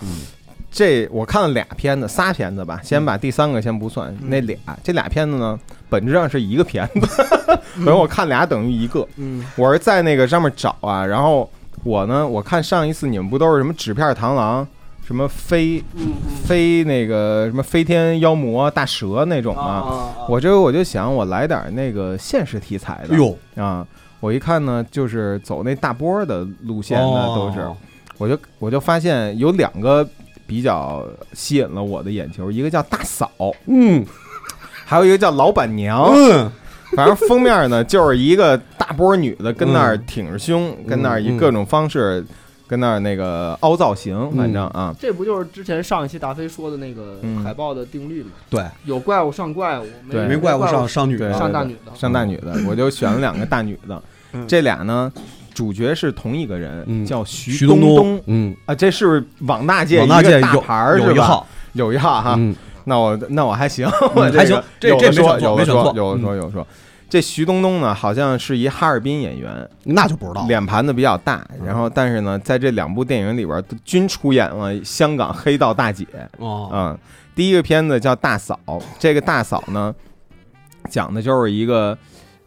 [SPEAKER 1] 这我看了俩片子，仨片子吧，先把第三个先不算。那俩这俩片子呢，本质上是一个片子， 等于我看俩等于一个。
[SPEAKER 4] 嗯，
[SPEAKER 1] 我是在那个上面找啊，然后我呢，我看上一次你们不都是什么纸片螳螂，什么飞飞那个什么飞天妖魔大蛇那种吗？
[SPEAKER 4] 啊
[SPEAKER 1] 我这回我就想我来点那个现实题材的。
[SPEAKER 5] 哟，
[SPEAKER 1] 啊，我一看呢，就是走那大波儿的路线呢，都是。
[SPEAKER 5] 哦
[SPEAKER 1] 我就我就发现有两个比较吸引了我的眼球，一个叫大嫂，
[SPEAKER 5] 嗯
[SPEAKER 1] 还有一个叫老板娘。
[SPEAKER 5] 嗯，
[SPEAKER 1] 反正封面呢，就是一个大波女的跟那儿挺着胸，跟那儿以
[SPEAKER 5] 嗯
[SPEAKER 1] 各种方式，跟那儿那个凹造型，反正啊，
[SPEAKER 4] 这不就是之前上一期达菲说的那个
[SPEAKER 1] 嗯
[SPEAKER 4] 海报的定律吗？
[SPEAKER 5] 对，
[SPEAKER 4] 有怪物上怪物，
[SPEAKER 1] 对
[SPEAKER 5] 没怪物上上女啊
[SPEAKER 1] 对
[SPEAKER 5] 的，
[SPEAKER 4] 上大女的。
[SPEAKER 1] 上大女
[SPEAKER 5] 嗯
[SPEAKER 1] 的，我就选了两个大女的，这俩呢。主角是同一个人，
[SPEAKER 5] 嗯
[SPEAKER 1] 叫徐
[SPEAKER 5] 徐
[SPEAKER 1] 冬
[SPEAKER 5] 冬冬，嗯，
[SPEAKER 1] 啊，这是不是网大界
[SPEAKER 5] 广大界
[SPEAKER 1] 一个大
[SPEAKER 5] 有
[SPEAKER 1] 牌儿
[SPEAKER 5] 有
[SPEAKER 1] 是
[SPEAKER 5] 一
[SPEAKER 1] 吧？啊
[SPEAKER 5] 号，
[SPEAKER 1] 有一号哈，
[SPEAKER 5] 嗯，
[SPEAKER 1] 那我那我还行，我
[SPEAKER 5] 还行
[SPEAKER 1] 这
[SPEAKER 5] 这这没选
[SPEAKER 1] 说
[SPEAKER 5] 错
[SPEAKER 1] 有
[SPEAKER 5] 没
[SPEAKER 1] 的
[SPEAKER 5] 选
[SPEAKER 1] 说
[SPEAKER 5] 错嗯
[SPEAKER 1] 有的说有的说，这徐冬冬呢，好像是一哈尔滨演员，
[SPEAKER 5] 那就不知道了。
[SPEAKER 1] 脸盘子比较大，
[SPEAKER 5] 嗯
[SPEAKER 1] 然后但是呢，在这两部电影里边都均出演了香港黑道大姐，
[SPEAKER 5] 哦，
[SPEAKER 1] 嗯，第一个片子叫《大嫂》，这个大嫂呢，讲的就是一个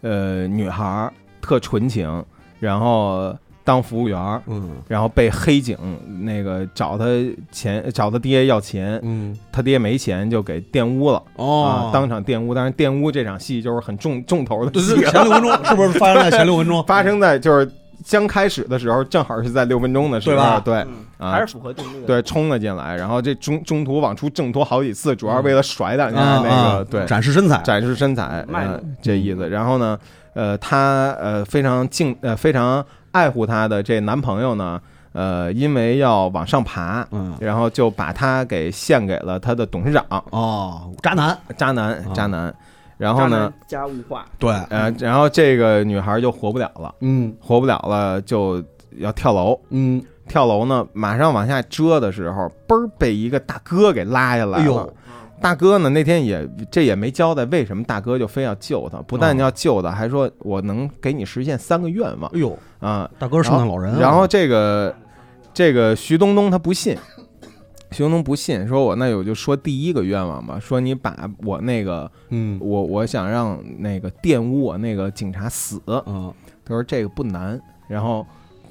[SPEAKER 1] 呃女孩儿特纯情，然后当服务员儿，
[SPEAKER 5] 嗯
[SPEAKER 1] 然后被黑警那个找她钱找她爹要钱，
[SPEAKER 5] 嗯，
[SPEAKER 1] 他爹没钱就给玷污了、
[SPEAKER 5] 哦
[SPEAKER 1] 啊，， 当场玷污。但是玷污这场戏就是很重重头的
[SPEAKER 5] 对
[SPEAKER 1] 戏
[SPEAKER 5] 对，，前六分钟是不是发生在前六分钟？
[SPEAKER 1] 发生在就是刚开始的时候，正好是在六分钟的时候，
[SPEAKER 5] 对吧
[SPEAKER 1] 对
[SPEAKER 4] 嗯还
[SPEAKER 1] 啊
[SPEAKER 4] 是，符合定律的。
[SPEAKER 1] 对，冲了进来，然后这中中途往出挣脱好几次，主要是为了甩两
[SPEAKER 5] 啊
[SPEAKER 1] 下那
[SPEAKER 5] 啊
[SPEAKER 1] 个，对。
[SPEAKER 5] 展示身材，
[SPEAKER 1] 展示身材，
[SPEAKER 4] 卖弄
[SPEAKER 1] 呃这意思。然后呢，呃，她呃非常敬呃非常爱护她的这男朋友呢，呃，因为要往上爬，
[SPEAKER 5] 嗯，
[SPEAKER 1] 然后就把她给献给了她的董事长。
[SPEAKER 5] 哦，渣男，
[SPEAKER 1] 渣男
[SPEAKER 5] 啊，
[SPEAKER 1] 渣男。然后呢，
[SPEAKER 4] 加物化，
[SPEAKER 5] 对，
[SPEAKER 1] 呃，然后这个女孩就活不了了，
[SPEAKER 5] 嗯
[SPEAKER 1] 活不了了就要跳楼。
[SPEAKER 5] 嗯，
[SPEAKER 1] 跳楼呢，马上往下遮的时候，嘣儿被一个大哥给拉下来
[SPEAKER 5] 哎
[SPEAKER 1] 了
[SPEAKER 5] 呦。
[SPEAKER 1] 大哥呢，那天也这也没交代为什么大哥就非要救她，不但要救她，还说我能给你实现三个愿望
[SPEAKER 5] 啊哎呦，
[SPEAKER 1] 啊。
[SPEAKER 5] 大哥是圣诞老人啊，
[SPEAKER 1] 然后这个这个徐冬冬她不信，徐冬冬不信，说我那我就说第一个愿望吧，说你把我那个
[SPEAKER 5] 嗯
[SPEAKER 1] 我我想让那个玷污我那个警察死，他
[SPEAKER 5] 嗯，
[SPEAKER 1] 说这个不难，然后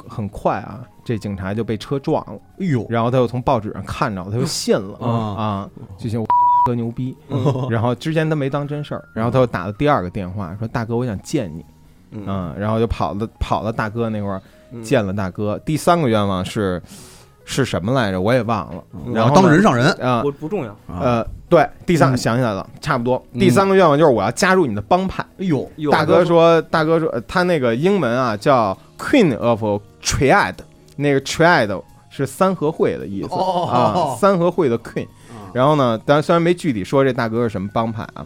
[SPEAKER 1] 很快啊，这警察就被车撞了，
[SPEAKER 5] 哎呦，
[SPEAKER 1] 然后他又从报纸上看着了，他就信了
[SPEAKER 5] 啊
[SPEAKER 1] 啊，就信我哥牛逼， 然后之前他没当真事儿，然后他又打了第二个电话说大哥我想见你，嗯，然后就跑了跑到大哥那块儿见了大哥，第三个愿望是是什么来着我也忘了，然
[SPEAKER 5] 然
[SPEAKER 1] 后
[SPEAKER 5] 后当
[SPEAKER 1] 呢
[SPEAKER 5] 人上人，
[SPEAKER 1] 啊
[SPEAKER 4] 不不重要。
[SPEAKER 5] 啊，
[SPEAKER 1] 呃对第三
[SPEAKER 5] 嗯
[SPEAKER 1] 想起来了差不多，
[SPEAKER 5] 嗯
[SPEAKER 1] 第三个愿望就是我要加入你的帮派。
[SPEAKER 5] 哎呦，
[SPEAKER 4] 有
[SPEAKER 1] 大
[SPEAKER 4] 的
[SPEAKER 1] 哥说，大哥说，呃他那个英文啊叫 Queen of Triad，那个 Triad 是三合会的意思、
[SPEAKER 5] 哦啊
[SPEAKER 1] 啊，三合会的 Queen。然后呢，但虽然没具体说这大哥是什么帮派啊，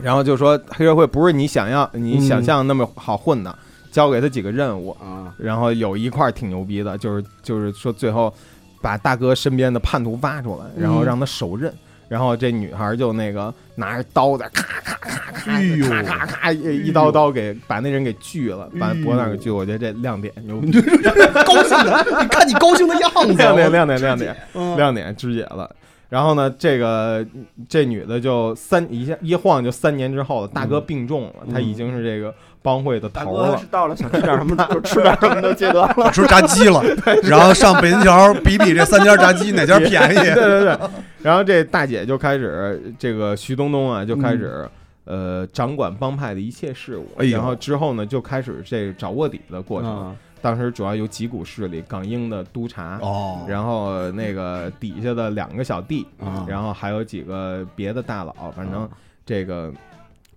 [SPEAKER 1] 然后就说黑社会不是你想要你
[SPEAKER 5] 嗯
[SPEAKER 1] 想象那么好混的，交给他几个任务，
[SPEAKER 5] 啊，
[SPEAKER 1] 然后有一块儿挺牛逼的，就是就是说最后把大哥身边的叛徒挖出来，然后
[SPEAKER 5] 嗯
[SPEAKER 1] 让他手刃。然后这女孩就那个拿着刀在咔咔咔咔
[SPEAKER 5] 哎呦哎
[SPEAKER 1] 咔咔咔一一刀刀给把那人给锯了，把脖子上给锯了。我觉得这亮点牛 逼，
[SPEAKER 5] 高兴的，你看你高兴的样子，
[SPEAKER 1] 亮点
[SPEAKER 5] 我
[SPEAKER 1] 亮点亮点
[SPEAKER 5] 嗯
[SPEAKER 1] 亮点肢解了。然后呢，这个这女的就三一下一晃就三年之后了，大
[SPEAKER 5] 嗯
[SPEAKER 1] 哥病重了，他已经是这个帮会的
[SPEAKER 4] 大
[SPEAKER 1] 头
[SPEAKER 4] 哥
[SPEAKER 1] 了
[SPEAKER 4] 是。到了想吃点什么就吃点什么的阶段了。
[SPEAKER 6] 吃炸鸡 了，然后上北京桥比比这三家炸鸡哪家便
[SPEAKER 1] 对对
[SPEAKER 6] 宜。
[SPEAKER 1] 对。然后这大姐就开始，这个徐冬冬啊就开始、呃掌管帮派的一切事务。
[SPEAKER 6] 哎呦
[SPEAKER 1] 然后之后呢，就开始这找卧底的过程。
[SPEAKER 5] 啊
[SPEAKER 1] 当时主要有几股势力：港英的督察，
[SPEAKER 5] 哦，
[SPEAKER 1] 然后那个底下的两个小弟，
[SPEAKER 5] 啊
[SPEAKER 1] 然后还有几个别的大佬。反正
[SPEAKER 5] 啊
[SPEAKER 1] 这个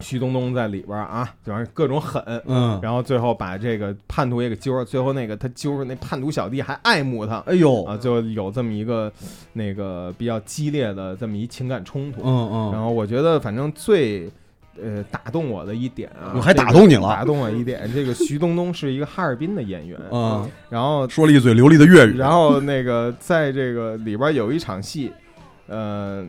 [SPEAKER 1] 徐冬冬在里边儿啊，就是各种狠。
[SPEAKER 5] 嗯，
[SPEAKER 1] 然后最后把这个叛徒也给揪了，最后那个他揪着那叛徒小弟还爱慕他，
[SPEAKER 5] 哎呦，
[SPEAKER 1] 啊，就有这么一个那个比较激烈的这么一情感冲突。
[SPEAKER 5] 嗯
[SPEAKER 1] 然
[SPEAKER 5] 嗯，
[SPEAKER 1] 后我觉得，反正最呃打动我的一点啊，
[SPEAKER 5] 我还
[SPEAKER 1] 这个
[SPEAKER 5] 打动你了
[SPEAKER 1] 打动我一点。这个徐冬冬是一个哈尔滨的演员，
[SPEAKER 5] 嗯，
[SPEAKER 1] 然后
[SPEAKER 6] 说了一嘴流利的粤语，
[SPEAKER 1] 然后那个在这个里边有一场戏，呃。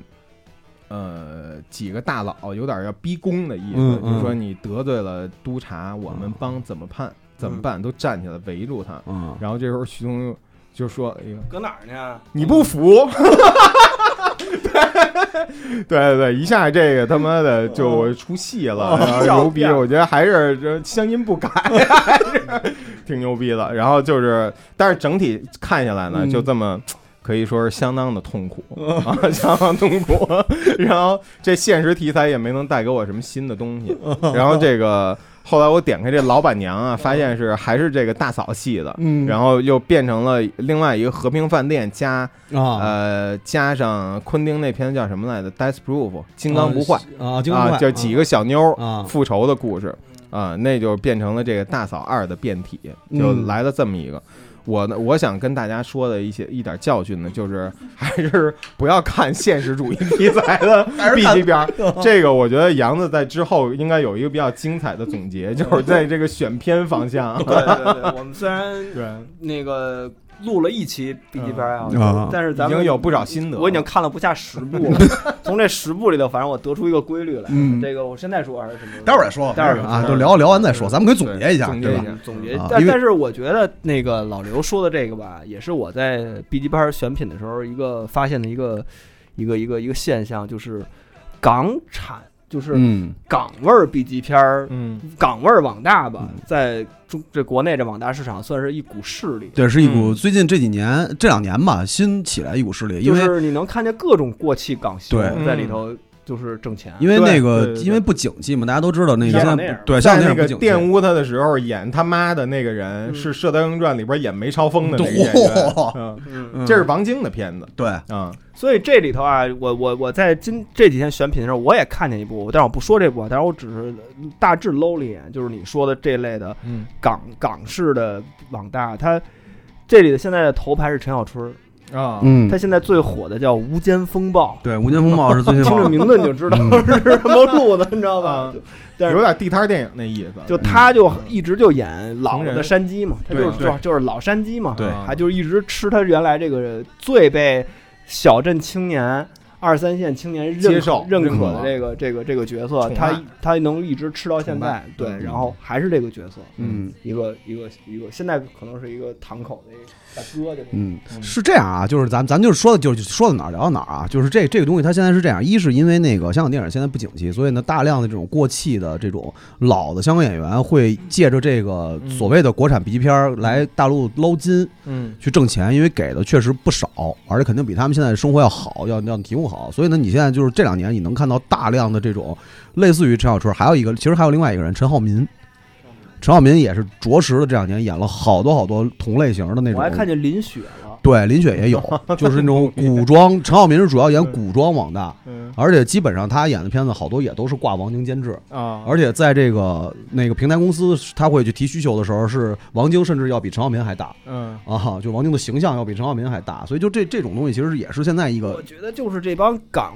[SPEAKER 1] 呃，几个大佬有点要逼宫的意思，
[SPEAKER 5] 嗯嗯
[SPEAKER 1] 就是说你得罪了督察，我们帮怎么判？怎么办？都站起来围住他。
[SPEAKER 5] 嗯，
[SPEAKER 1] 然后这时候徐冬冬就说：“哎呀，
[SPEAKER 4] 搁哪儿呢？
[SPEAKER 1] 你不服？ 对对对，一下这个他妈的就出戏了，然后牛逼！我觉得还是这乡音 不改，还是挺牛逼的。然后就是，但是整体看下来呢，
[SPEAKER 5] 嗯
[SPEAKER 1] 就这么。可以说是相当的痛苦啊，相当痛苦。 然后这现实题材也没能带给我什么新的东西。然后这个后来我点开这老板娘啊，发现是还是这个大嫂戏的，
[SPEAKER 5] 嗯
[SPEAKER 1] 然后又变成了另外一个和平饭店加
[SPEAKER 5] 啊，
[SPEAKER 1] 呃加上昆汀那片子叫什么来着？Death Proof，金刚不坏
[SPEAKER 5] 啊，金刚不
[SPEAKER 1] 啊，
[SPEAKER 5] 坏，
[SPEAKER 1] 就几个小妞儿
[SPEAKER 5] 啊，
[SPEAKER 1] 复仇的故事啊，那就变成了这个大嫂二的变体，就
[SPEAKER 5] 嗯
[SPEAKER 1] 来了这么一个。我呢，我想跟大家说的一些一点教训呢，就是还是不要看现实主义题材的 B 级片儿。这个我觉得杨子在之后应该有一个比较精彩的总结，就是在这个选片方向。啊嗯
[SPEAKER 4] 对对对，我们虽然
[SPEAKER 1] 对，
[SPEAKER 4] 那个录了一期 B 级片啊
[SPEAKER 6] 嗯啊，
[SPEAKER 4] 但是咱
[SPEAKER 1] 已
[SPEAKER 4] 们
[SPEAKER 1] 经有不少心得了。
[SPEAKER 4] 我已经看了不下十部了。从这十部里头，反正我得出一个规律来。
[SPEAKER 5] 嗯
[SPEAKER 4] 这个我现在说还是什么？
[SPEAKER 6] 待会儿再说吧，
[SPEAKER 4] 待会儿再说
[SPEAKER 6] 啊，
[SPEAKER 5] 啊，就聊聊完再说，咱们可以总结一下，
[SPEAKER 1] 总结
[SPEAKER 5] 对
[SPEAKER 1] 一
[SPEAKER 5] 吧？
[SPEAKER 1] 下，
[SPEAKER 4] 总结
[SPEAKER 5] 啊，
[SPEAKER 4] 但
[SPEAKER 6] 因为
[SPEAKER 4] 但是我觉得那个老刘说的这个吧，也是我在 B 级班选品的时候一个发现的一个一个一个一个现象，就是港产，就是
[SPEAKER 5] 嗯
[SPEAKER 4] 港味儿 B 级片儿，
[SPEAKER 1] 嗯，
[SPEAKER 4] 港味儿网大吧
[SPEAKER 5] 嗯，
[SPEAKER 4] 在中这国内这网大市场算是一股势力，
[SPEAKER 5] 对，是一股最近这几年这两年吧，新起来一股势力，因
[SPEAKER 4] 就
[SPEAKER 5] 为
[SPEAKER 4] 是你能看见各种过气港星
[SPEAKER 5] 对
[SPEAKER 4] 在里头就是挣钱，
[SPEAKER 5] 因为那个
[SPEAKER 1] 对对对
[SPEAKER 5] 因为不景气嘛，大家都知道那个
[SPEAKER 4] 像那
[SPEAKER 5] 现在
[SPEAKER 4] 样
[SPEAKER 5] 不
[SPEAKER 1] 在
[SPEAKER 5] 对像那
[SPEAKER 1] 那
[SPEAKER 5] 样不
[SPEAKER 1] 个
[SPEAKER 5] 景气，
[SPEAKER 1] 玷污他的时候，演他妈的那个人
[SPEAKER 4] 嗯
[SPEAKER 1] 是《射雕英雄传》里边演梅超风的那个演 员
[SPEAKER 5] 嚯，
[SPEAKER 1] 嗯
[SPEAKER 4] 嗯，
[SPEAKER 5] 嗯
[SPEAKER 1] 这是王晶的片子
[SPEAKER 5] 对，
[SPEAKER 1] 啊，
[SPEAKER 4] 所以这里头啊，我我我在今这几天选品的时候，我也看见一部，但是我不说这部，啊，但是我只是大致搂了一眼，就是你说的这类的
[SPEAKER 1] 嗯
[SPEAKER 4] 港港式的网大，它这里的现在的头牌是陈小春，
[SPEAKER 1] 啊，
[SPEAKER 5] 嗯
[SPEAKER 4] 他，现在最火的叫《无间风暴》。
[SPEAKER 5] 对，嗯无间风暴是最近
[SPEAKER 4] 听
[SPEAKER 5] 网
[SPEAKER 4] 这名字你就知道 是什么路子，你知道吧？
[SPEAKER 1] 嗯
[SPEAKER 4] 但是
[SPEAKER 1] 有点地摊电影那意思，嗯
[SPEAKER 4] 就他就一直就演老
[SPEAKER 1] 红
[SPEAKER 4] 的
[SPEAKER 1] 人
[SPEAKER 4] 山鸡嘛，他就是
[SPEAKER 1] 对
[SPEAKER 4] 就就是老山鸡嘛，
[SPEAKER 5] 对
[SPEAKER 1] 啊
[SPEAKER 4] 还就是一直吃他原来这个最被小镇青年、二三线青年认可
[SPEAKER 1] 接受
[SPEAKER 4] 认
[SPEAKER 1] 认
[SPEAKER 4] 可
[SPEAKER 1] 可
[SPEAKER 4] 的这个这个这个角色，
[SPEAKER 1] 崇拜
[SPEAKER 4] 他他能一直吃到现
[SPEAKER 1] 崇
[SPEAKER 4] 在
[SPEAKER 1] 拜，
[SPEAKER 4] 对，
[SPEAKER 1] 嗯
[SPEAKER 4] 然后还是这个角色，
[SPEAKER 5] 嗯
[SPEAKER 4] 一个一个一个，现在可能是一个堂口的一个大哥的那种，
[SPEAKER 5] 嗯，是这样啊，就是咱咱就是说的，就是说到哪儿聊到哪儿啊，就是这这个东西它现在是这样，一是因为那个香港电影现在不景气，所以呢，大量的这种过气的这种老的香港演员会借着这个
[SPEAKER 1] 嗯
[SPEAKER 5] 所谓的国产 B 级片儿来大陆捞金
[SPEAKER 1] 嗯
[SPEAKER 5] 去挣钱，因为给的确实不少，而且肯定比他们现在生活要好，要要提供好，所以呢，你现在就是这两年你能看到大量的这种类似于陈小春，还有一个其实还有另外一个人陈浩民。陈浩民也是着实的，这两年演了好多好多同类型的那种。
[SPEAKER 4] 我还看见林雪了，
[SPEAKER 5] 对，林雪也有，就是那种古装。陈浩民是主要演古装网大，
[SPEAKER 1] 嗯
[SPEAKER 5] 而且基本上他演的片子好多也都是挂王晶监制，
[SPEAKER 1] 啊，
[SPEAKER 5] 而且在这个那个平台公司，他会去提需求的时候，是王晶甚至要比陈浩民还大
[SPEAKER 1] 嗯
[SPEAKER 5] 啊，就王晶的形象要比陈浩民还大，所以就这这种东西其实也是现在一
[SPEAKER 4] 我
[SPEAKER 5] 个
[SPEAKER 4] 觉得就是这帮港。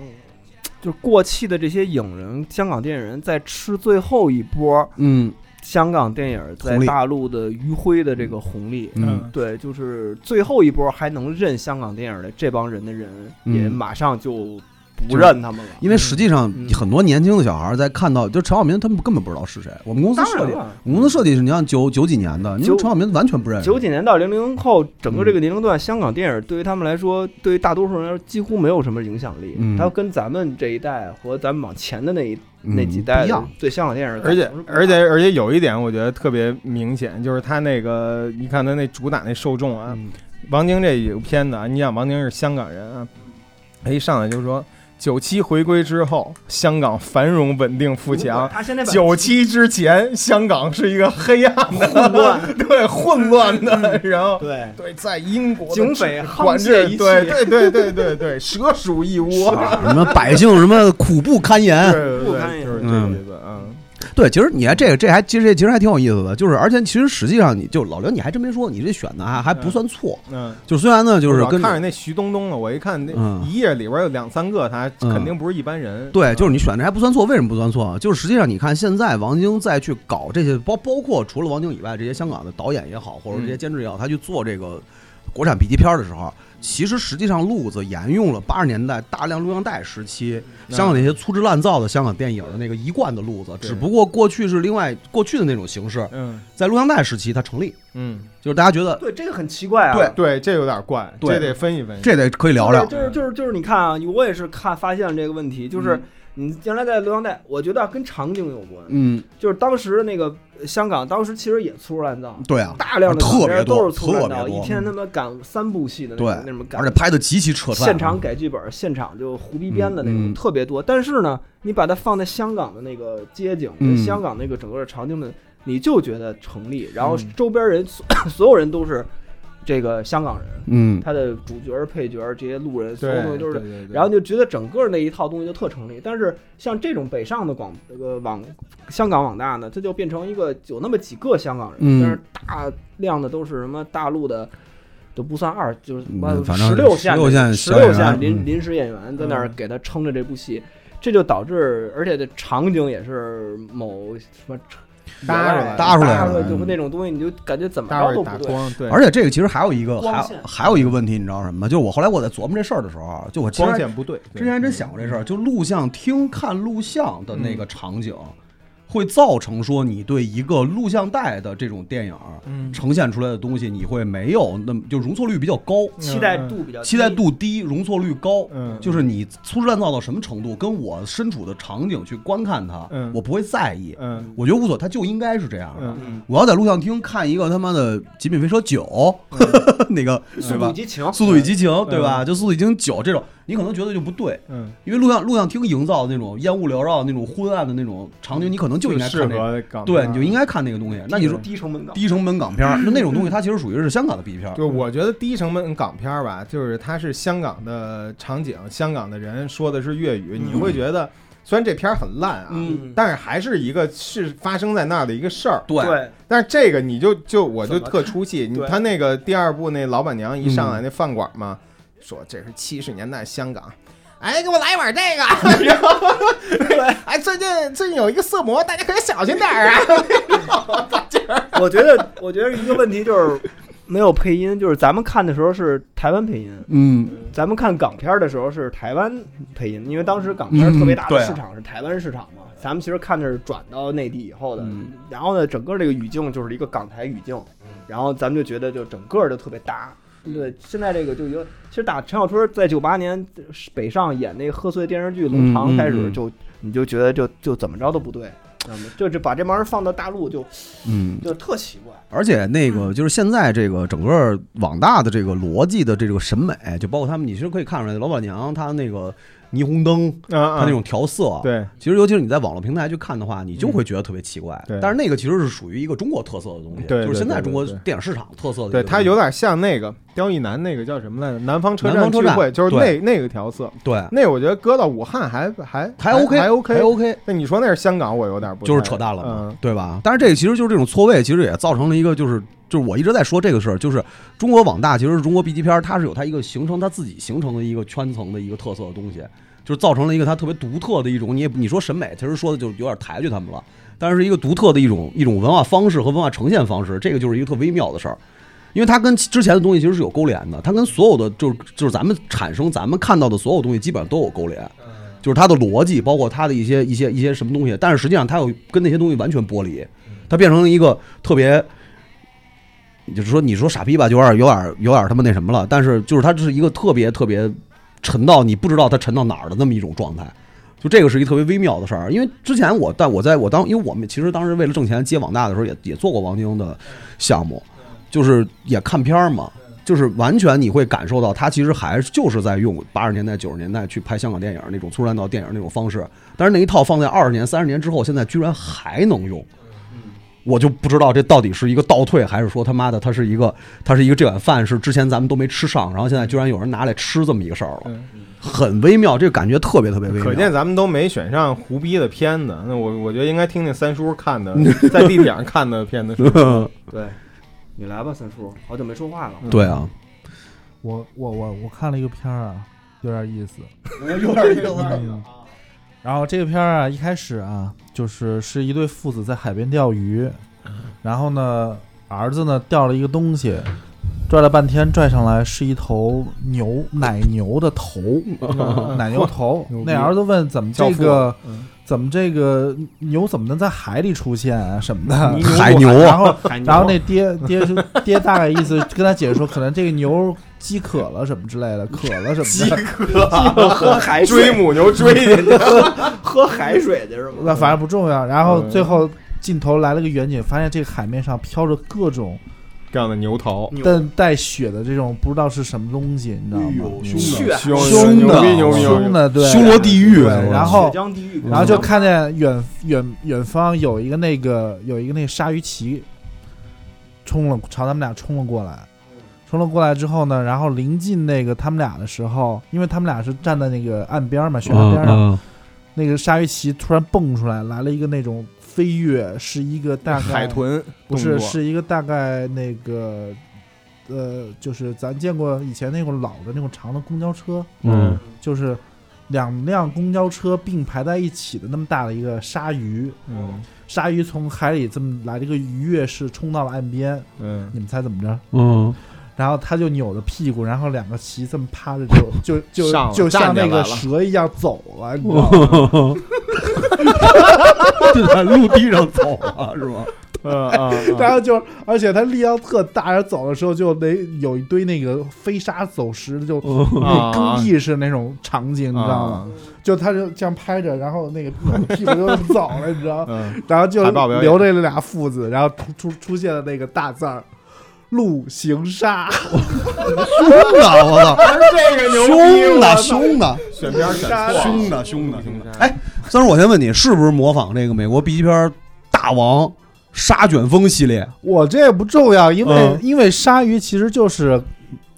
[SPEAKER 4] 就是过气的这些影人，香港电影人在吃最后一波
[SPEAKER 5] 嗯
[SPEAKER 4] 香港电影在
[SPEAKER 6] 红利
[SPEAKER 4] 大陆的余晖的这个红利。
[SPEAKER 6] 嗯，
[SPEAKER 4] 对，就是最后一波还能认香港电影的这帮人的人，
[SPEAKER 6] 嗯
[SPEAKER 4] 也马上就不认他们了。
[SPEAKER 5] 因为实际上
[SPEAKER 4] 嗯
[SPEAKER 5] 很多年轻的小孩在看到，就陈晓明他们根本不知道是谁。我们公司
[SPEAKER 4] 当
[SPEAKER 5] 设啊
[SPEAKER 4] 然
[SPEAKER 5] 计，
[SPEAKER 4] 了，
[SPEAKER 5] 我们公司设计是你像九九几年的，因
[SPEAKER 4] 九
[SPEAKER 5] 为陈晓明完全不认识
[SPEAKER 4] 九。几年到零零后，整个这个年龄段，香港电影对于他们来说，对于大多数人来说几乎没有什么影响力。
[SPEAKER 5] 嗯
[SPEAKER 4] 它跟咱们这一代和咱们往前的那一
[SPEAKER 5] 嗯
[SPEAKER 4] 那几代
[SPEAKER 5] 不一
[SPEAKER 4] 的
[SPEAKER 5] 样
[SPEAKER 4] 对香港电影的感
[SPEAKER 1] 而且
[SPEAKER 4] 受是不一样的，
[SPEAKER 1] 而且而且有一点，我觉得特别明显，就是他那个，你看他那主打那受众啊，
[SPEAKER 4] 嗯
[SPEAKER 1] 王晶这有片子啊，你想王晶是香港人啊，他一上来就说九七回归之后，香港繁荣稳定富强。
[SPEAKER 4] 他现在把
[SPEAKER 1] 九七之前，香港是一个黑暗的、混乱对混乱的，然后
[SPEAKER 4] 对
[SPEAKER 1] 对在英国的
[SPEAKER 4] 警匪啊
[SPEAKER 1] 管
[SPEAKER 4] 沆
[SPEAKER 1] 制
[SPEAKER 4] 瀣一，气
[SPEAKER 1] 对对对对对对，蛇鼠一窝，
[SPEAKER 5] 什么百姓什么苦不堪
[SPEAKER 1] 对
[SPEAKER 5] 言，
[SPEAKER 1] 对
[SPEAKER 4] 不堪
[SPEAKER 1] 对，
[SPEAKER 4] 言
[SPEAKER 1] 就是这
[SPEAKER 5] 嗯
[SPEAKER 1] 个意思啊。
[SPEAKER 5] 对，其实你还这个这还其实这其实还挺有意思的，就是而且其实实际上你就老刘你还真别说，你这选的还还不算错，
[SPEAKER 1] 嗯，
[SPEAKER 5] 就虽然呢就
[SPEAKER 1] 我
[SPEAKER 5] 是
[SPEAKER 1] 老
[SPEAKER 5] 跟
[SPEAKER 1] 看着那徐冬冬了，我一看那
[SPEAKER 5] 嗯
[SPEAKER 1] 一页里边有两三个，他
[SPEAKER 5] 嗯
[SPEAKER 1] 肯定不是一般人。
[SPEAKER 5] 对，就是
[SPEAKER 1] 是
[SPEAKER 5] 你选的还不算错，为什么不算错啊？就是实际上你看现在王晶再去搞这些，包包括除了王晶以外，这些香港的导演也好，或者这
[SPEAKER 1] 嗯
[SPEAKER 5] 些监制也好，他去做这个国产 B 级片儿的时候，其实实际上路子沿用了八十年代大量录像带时期香港那些粗制滥造的香港电影的那个一贯的路子，
[SPEAKER 1] 嗯对
[SPEAKER 5] 只不过过去是另外过去的那种形式，
[SPEAKER 1] 嗯
[SPEAKER 5] 在录像带时期它成立，
[SPEAKER 1] 嗯，
[SPEAKER 5] 就是大家觉得
[SPEAKER 4] 对这个很奇怪啊。
[SPEAKER 1] 对对，这有点怪，
[SPEAKER 5] 对
[SPEAKER 1] 这得分析分析。
[SPEAKER 6] 这得可以聊聊。
[SPEAKER 4] 就是就是就是你看啊，我也是看发现了这个问题，就是你原来在录像带，我觉得啊跟场景有关，
[SPEAKER 5] 嗯，
[SPEAKER 4] 就是当时那个呃香港，当时其实也粗制滥造，
[SPEAKER 5] 对啊，
[SPEAKER 4] 大量的
[SPEAKER 5] 特
[SPEAKER 4] 港
[SPEAKER 5] 别
[SPEAKER 4] 片
[SPEAKER 5] 多
[SPEAKER 4] 都是粗制滥
[SPEAKER 5] 特
[SPEAKER 4] 造，
[SPEAKER 5] 别
[SPEAKER 4] 一
[SPEAKER 5] 多嗯
[SPEAKER 4] 天他妈赶三部戏的那
[SPEAKER 5] 对
[SPEAKER 4] 种那种赶，
[SPEAKER 5] 而且拍的极其扯啊淡，
[SPEAKER 4] 现场改剧本，现场就胡逼编的那
[SPEAKER 5] 嗯
[SPEAKER 4] 种
[SPEAKER 5] 嗯
[SPEAKER 4] 特别多。但是呢，你把它放在香港的那个街景，
[SPEAKER 5] 嗯
[SPEAKER 4] 香港那个整个场景的，你就觉得成立。然后
[SPEAKER 5] 嗯
[SPEAKER 4] 周边人所 有人都是这个香港人，
[SPEAKER 5] 嗯，
[SPEAKER 4] 他的主角、配角这些路人，所有
[SPEAKER 1] 对
[SPEAKER 4] 东西都是
[SPEAKER 1] 对。对对
[SPEAKER 4] 然后就觉得整个那一套东西就特成立，但是像这种北上的广呃网香港网大呢，它就变成一个有那么几个香港人，
[SPEAKER 5] 嗯
[SPEAKER 4] 但是大量的都是什么大陆的，都不算二，就是呃
[SPEAKER 5] 嗯反正
[SPEAKER 4] 十六线
[SPEAKER 5] 16线
[SPEAKER 4] 十
[SPEAKER 5] 小演
[SPEAKER 4] 六
[SPEAKER 5] 员
[SPEAKER 4] 线临
[SPEAKER 5] 嗯
[SPEAKER 4] 临时演员在那儿
[SPEAKER 1] 嗯
[SPEAKER 4] 给他撑着这部戏，这就导致而且这场景也是某什么
[SPEAKER 1] 搭出来
[SPEAKER 5] 搭出来
[SPEAKER 4] 出
[SPEAKER 5] 了
[SPEAKER 4] 来就是
[SPEAKER 5] 嗯
[SPEAKER 4] 那种东西，你就感觉怎么
[SPEAKER 1] 待会
[SPEAKER 4] 着
[SPEAKER 1] 儿
[SPEAKER 4] 都
[SPEAKER 1] 打
[SPEAKER 4] 不对。
[SPEAKER 1] 光，对，
[SPEAKER 5] 而且这个其实还有一个
[SPEAKER 4] 光
[SPEAKER 5] 还
[SPEAKER 4] 线
[SPEAKER 5] 还有一个问题，你知道什么吗？就是我后来我在琢磨这事儿的时候，就我其实
[SPEAKER 1] 光
[SPEAKER 5] 还
[SPEAKER 1] 线不对。对
[SPEAKER 5] 之前还真想过这事儿，就录像厅看录像的那个
[SPEAKER 4] 嗯
[SPEAKER 5] 场景，会造成说你对一个录像带的这种电影儿
[SPEAKER 1] 嗯
[SPEAKER 5] 呈现出来的东西，你会没有那么就容错率比较高，
[SPEAKER 4] 期待度比较低
[SPEAKER 5] 期待度低，容错率高，
[SPEAKER 1] 嗯
[SPEAKER 5] 就是你粗制滥造到什么程度，跟我身处的场景去观看它，
[SPEAKER 1] 嗯
[SPEAKER 5] 我不会在意，
[SPEAKER 1] 嗯
[SPEAKER 5] 我觉得无所，它就应该是这样的。
[SPEAKER 1] 嗯
[SPEAKER 4] 嗯，
[SPEAKER 5] 我要在录像厅看一个他妈的《极品飞车九》 那个
[SPEAKER 4] 速
[SPEAKER 5] 对
[SPEAKER 4] 度
[SPEAKER 5] 吧
[SPEAKER 4] 与？激情，
[SPEAKER 5] 速度与激情，对吧？就速度与激情九这种，你可能觉得就不对，
[SPEAKER 1] 嗯，
[SPEAKER 5] 因为录像录像厅营造的那种烟雾缭绕、那种昏暗的那种场景，你可能就应该
[SPEAKER 1] 适
[SPEAKER 5] 看那个，
[SPEAKER 1] 合嗯港片儿。
[SPEAKER 5] 对，你就应该看那个东西。那你说
[SPEAKER 4] 低成本高。
[SPEAKER 5] 低成本港片儿，那那种东西它其实属于是香港的 B
[SPEAKER 4] 啊
[SPEAKER 5] 片儿，
[SPEAKER 1] 就我觉得低成本港片儿吧，就是它是香港的场景，香港的人说的是粤语，你会觉得虽然这片儿很烂啊，
[SPEAKER 4] 嗯
[SPEAKER 1] 但是还是一个是发生在那儿的一个事儿。
[SPEAKER 5] 对
[SPEAKER 4] 对，
[SPEAKER 1] 但是这个你就就我就
[SPEAKER 4] 怎么
[SPEAKER 1] 特出戏，你
[SPEAKER 4] 对嗯
[SPEAKER 1] 他那个第二部那老板娘一上来那饭馆嘛，说这是七十年代香港。哎，给我来一碗这个。然后， 哎，最近最近有一个色魔，大家可以小心点儿啊。
[SPEAKER 4] 我觉得，我觉得一个问题就是没有配音，就是咱们看的时候是台湾配音，
[SPEAKER 5] 嗯，
[SPEAKER 4] 咱们看港片儿的时候是台湾配音，因为当时港片儿特别大
[SPEAKER 5] 嗯对
[SPEAKER 4] 的
[SPEAKER 5] 啊
[SPEAKER 4] 市场是台湾市场嘛，咱们其实看的是转到内地以后的
[SPEAKER 5] 嗯，
[SPEAKER 4] 然后呢，整个这个语境就是一个港台语境，然后咱们就觉得就整个就特别搭。对，现在这个就有，其实打陈小春在九八年北上演那个贺岁电视剧《龙
[SPEAKER 5] 嗯
[SPEAKER 4] 长
[SPEAKER 5] 嗯》
[SPEAKER 4] 开始
[SPEAKER 5] 嗯
[SPEAKER 4] 就，你就觉得就就怎么着都不对，知道吗？就就把这帮人放到大陆就
[SPEAKER 5] 嗯，
[SPEAKER 4] 就特奇怪。
[SPEAKER 5] 而且那
[SPEAKER 1] 嗯
[SPEAKER 5] 个就是现在这个整个网大的这个逻辑的这个审美，就包括他们，你其实可以看出来，老板娘她那个霓虹灯，
[SPEAKER 1] 啊
[SPEAKER 5] 她那种调色，，
[SPEAKER 1] 对嗯
[SPEAKER 5] 其实尤其是你在网络平台去看的话，你就会觉得特别奇怪。
[SPEAKER 1] 对
[SPEAKER 5] 但是那个其实是属于一个中国特色的东西，
[SPEAKER 1] 对对
[SPEAKER 5] 就是现在中国
[SPEAKER 1] 对对对
[SPEAKER 5] 电影市场特色的一个东
[SPEAKER 1] 对，
[SPEAKER 5] 西。
[SPEAKER 1] 它有点像那个刁亦男那个叫什么来着？南方车
[SPEAKER 5] 南
[SPEAKER 1] 站
[SPEAKER 5] 方车
[SPEAKER 1] 聚
[SPEAKER 5] 站
[SPEAKER 1] 会，就是
[SPEAKER 5] 对
[SPEAKER 1] 那那个调色，
[SPEAKER 5] 对，
[SPEAKER 1] 那我觉得搁到武汉还还
[SPEAKER 5] 还 OK，
[SPEAKER 1] 还 OK
[SPEAKER 5] 还 OK，
[SPEAKER 1] 那你说那是香港，我有点不
[SPEAKER 5] 就是
[SPEAKER 1] 太
[SPEAKER 5] 扯淡了嘛，
[SPEAKER 1] 嗯，
[SPEAKER 5] 对吧？但是这个其实就是这种错位，其实也造成了一个就是。就是我一直在说这个事儿，就是中国网大其实是中国 B 级片儿，它是有它一个形成它自己形成的一个圈层的一个特色的东西，就是造成了一个它特别独特的一种，你也你说审美，其实说的就有点抬举他们了，但是是一个独特的一种一种文化方式和文化呈现方式，这个就是一个特微妙的事儿，因为它跟之前的东西其实是有勾连的，它跟所有的就是就是咱们产生咱们看到的所有东西基本上都有勾连，就是它的逻辑，包括它的一些一些一些什么东西，但是实际上它又跟那些东西完全剥离，它变成了一个特别。就是说，你说傻逼吧，就有点有点有点他妈那什么了。但是就是它这是一个特别特别沉到你不知道它沉到哪儿的那么一种状态。就这个是一个特别微妙的事儿，啊因为之前我但我在我当因为我们其实当时为了挣钱接网大的时候也也做过王晶的项目，就是也看片儿嘛，就是完全你会感受到他其实还是就是在用八十年代九十年代去拍香港电影那种粗制滥造电影那种方式，但是那一套放在二十年三十年之后，现在居然还能用。我就不知道这到底是一个倒退，还是说他妈的它是一个它是一个这碗饭是之前咱们都没吃上，然后现在居然有人拿来吃这么一个事儿了，很微妙，这个感觉特别特别微妙。
[SPEAKER 1] 嗯可见咱们都没选上胡逼的片子，那我我觉得应该听听三叔看 的，在地铁上看的片子是吧。
[SPEAKER 4] 对，你来吧，三叔，好久没说 话了。
[SPEAKER 5] 对啊，
[SPEAKER 8] 我我我我看了一个片儿啊，有点意思。
[SPEAKER 5] 有点意思。
[SPEAKER 8] 嗯然后这个片儿啊，一开始啊，就是是一对父子在海边钓鱼，然后呢，儿子呢钓了一个东西，拽了半天拽上来是一头牛奶牛的头，奶牛头
[SPEAKER 1] 牛。逼
[SPEAKER 8] 那儿子问怎么这
[SPEAKER 1] 教父
[SPEAKER 8] 个怎么这个牛怎么能在海里出现啊什么的，
[SPEAKER 5] 海牛啊
[SPEAKER 8] 然后
[SPEAKER 2] 海牛
[SPEAKER 8] 然后那爹爹就爹大概意思跟他解释说，可能这个牛饥渴了什么之类的，渴了什么的。
[SPEAKER 4] 喝
[SPEAKER 5] 哎
[SPEAKER 4] 海
[SPEAKER 1] 追母牛 追去，
[SPEAKER 4] 喝海水去是
[SPEAKER 8] 那
[SPEAKER 4] 吗？
[SPEAKER 8] 反正不重要。然后最后镜头来了个远景，发现这个海面上飘着各种
[SPEAKER 1] 这样的牛头，
[SPEAKER 4] 牛
[SPEAKER 8] 嗯但带血的这种不知道是什么东西，你知道吗？嗯
[SPEAKER 4] 血
[SPEAKER 1] 凶
[SPEAKER 8] 哎凶
[SPEAKER 1] 牛
[SPEAKER 8] 的
[SPEAKER 1] 逼牛逼牛
[SPEAKER 8] 凶
[SPEAKER 1] 逼！
[SPEAKER 8] 的，对，
[SPEAKER 5] 修罗地狱
[SPEAKER 8] 对
[SPEAKER 5] 啊，是吧
[SPEAKER 8] 然后
[SPEAKER 4] 血浆地狱，嗯
[SPEAKER 8] 然后就看见远远远方有一个那个有一个那个鲨鱼鳍冲了朝他们俩冲了过来，冲了过来之后呢，然后临近那个他们俩的时候，因为他们俩是站在那个岸边儿嘛，悬崖边儿上，
[SPEAKER 5] 嗯
[SPEAKER 8] 那个鲨鱼鳍突然蹦出来，来了一个那种飞跃，是一个大概
[SPEAKER 1] 海豚
[SPEAKER 8] 不是
[SPEAKER 1] 动作
[SPEAKER 8] 是一个大概那个呃，就是咱见过以前那种老的那种长的公交车，
[SPEAKER 5] 嗯
[SPEAKER 8] 就是两辆公交车并排在一起的那么大的一个鲨鱼，
[SPEAKER 1] 嗯
[SPEAKER 8] 鲨鱼从海里这么来这个鱼跃式冲到了岸边，
[SPEAKER 1] 嗯，
[SPEAKER 8] 你们猜怎么着？
[SPEAKER 5] 嗯，
[SPEAKER 8] 然后它就扭着屁股，然后两个鳍这么趴着就就就
[SPEAKER 1] 上了
[SPEAKER 8] 就
[SPEAKER 1] 站
[SPEAKER 8] 像
[SPEAKER 1] 起来
[SPEAKER 8] 那个
[SPEAKER 1] 了
[SPEAKER 8] 蛇一样走了，你知道吗？
[SPEAKER 5] 就在陆地上走了是吧？
[SPEAKER 1] 嗯啊，
[SPEAKER 8] 然后就而且它力量特大，然后走的时候就得有一堆那个飞沙走石就。那
[SPEAKER 1] 啊
[SPEAKER 8] 更地式那种场景，你知道吗？？就他就这样拍着，然后那个屁股就走了，你知 道吗？
[SPEAKER 1] 嗯，
[SPEAKER 8] 然后就
[SPEAKER 1] 海报表演
[SPEAKER 8] 留这俩父子，然后突出出现了那个大字儿“陆行沙
[SPEAKER 5] 凶的，我操，
[SPEAKER 1] 这
[SPEAKER 5] 哎
[SPEAKER 1] 个
[SPEAKER 5] 凶的，凶的，
[SPEAKER 1] 选片选错了，
[SPEAKER 6] 凶的凶的凶的。
[SPEAKER 1] 哎，
[SPEAKER 5] 三叔，我先问你，是不是模仿这个美国 B 级片《大王》沙卷风系列？”。
[SPEAKER 8] 我这也不重要，因为、
[SPEAKER 5] 嗯
[SPEAKER 8] 因为鲨鱼其实就是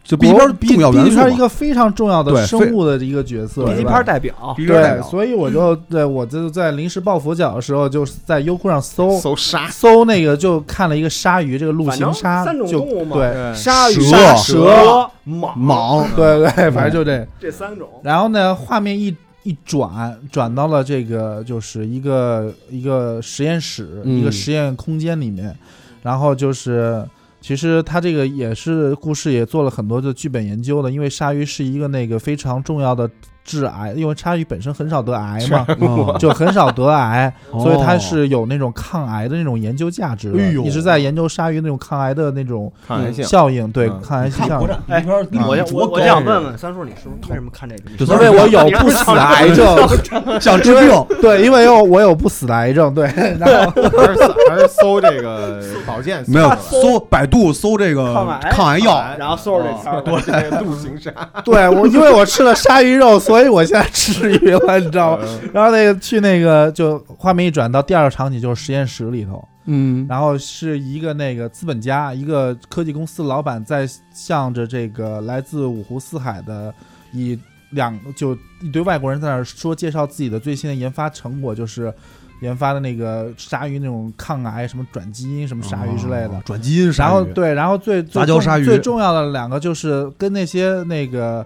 [SPEAKER 5] 就 B 级
[SPEAKER 8] 国
[SPEAKER 5] 片
[SPEAKER 8] 比
[SPEAKER 5] 重要元
[SPEAKER 8] 比
[SPEAKER 5] 素啊
[SPEAKER 8] 片一
[SPEAKER 5] 嘛？
[SPEAKER 8] 个非常重要
[SPEAKER 5] 对
[SPEAKER 8] 的生物的一个角色，
[SPEAKER 4] 笔记
[SPEAKER 8] 是吧
[SPEAKER 4] 拍代表，
[SPEAKER 5] B 级片代
[SPEAKER 8] 对，
[SPEAKER 5] 表
[SPEAKER 8] 所以 我就对我就在临时抱佛脚的时候，就是在优酷上搜
[SPEAKER 1] 搜杀，
[SPEAKER 5] 啊
[SPEAKER 8] 搜那个，就看了一个鲨鱼，这个陆
[SPEAKER 4] 反正
[SPEAKER 8] 行鲨，
[SPEAKER 4] 三种
[SPEAKER 8] 就
[SPEAKER 4] 动物嘛
[SPEAKER 8] 对，啊
[SPEAKER 4] 鲨鱼、
[SPEAKER 5] 蛇
[SPEAKER 4] 蛇、蟒
[SPEAKER 5] 蟒，
[SPEAKER 8] 对对，反正就这。
[SPEAKER 4] 这三种。
[SPEAKER 8] 然后呢，画面一一转，转到了这个就是一个一个实验室，
[SPEAKER 5] 嗯
[SPEAKER 8] 一个实验空间里面。然后就是，其实他这个也是故事也做了很多的剧本研究的，因为鲨鱼是一个那个非常重要的致癌，因为鲨鱼本身很少得癌嘛，
[SPEAKER 5] 嗯
[SPEAKER 8] 就很少得癌，所以它
[SPEAKER 5] 哦
[SPEAKER 8] 是有那种抗癌的那种研究价值的，
[SPEAKER 5] 哎呦
[SPEAKER 8] 一直在研究鲨鱼那种抗癌的那种
[SPEAKER 1] 看来性
[SPEAKER 8] 效应，对
[SPEAKER 1] 嗯
[SPEAKER 8] 抗癌效
[SPEAKER 5] 看
[SPEAKER 8] 应
[SPEAKER 5] 国。产 B 级
[SPEAKER 8] 哎
[SPEAKER 5] 片，
[SPEAKER 4] 我
[SPEAKER 5] 我
[SPEAKER 4] 我我就想问问三叔，你是不是为什么看这个？
[SPEAKER 8] 因为我有不死啊的癌症，
[SPEAKER 5] 想治病，
[SPEAKER 8] 对，因为有我有不死的癌症，对， 然后
[SPEAKER 1] 还是还是搜这个保健
[SPEAKER 6] 没有搜百度搜这个
[SPEAKER 4] 抗
[SPEAKER 8] 嗯
[SPEAKER 4] 癌
[SPEAKER 6] 抗癌药，
[SPEAKER 4] 然后搜着这词儿，
[SPEAKER 1] 多这个陆行杀，
[SPEAKER 8] 对我因为我吃了鲨鱼肉，所以我现在吃鱼了，你知道吗？
[SPEAKER 5] 嗯
[SPEAKER 8] 然后那个去那个就画面一转到第二个场景就是实验室里头，
[SPEAKER 5] 嗯，
[SPEAKER 8] 然后是一个那个资本家，一个科技公司老板在向着这个来自五湖四海的以两就一堆外国人在那儿说介绍自己的最新的研发成果，就是研发的那个鲨鱼那种抗癌什么转基因什么鲨鱼之类的。
[SPEAKER 5] 哦转基因鲨鱼，
[SPEAKER 8] 然后对，然后最
[SPEAKER 5] 杂
[SPEAKER 8] 最
[SPEAKER 5] 交
[SPEAKER 8] 重
[SPEAKER 5] 鲨鱼
[SPEAKER 8] 最重要的两个就是跟那些那个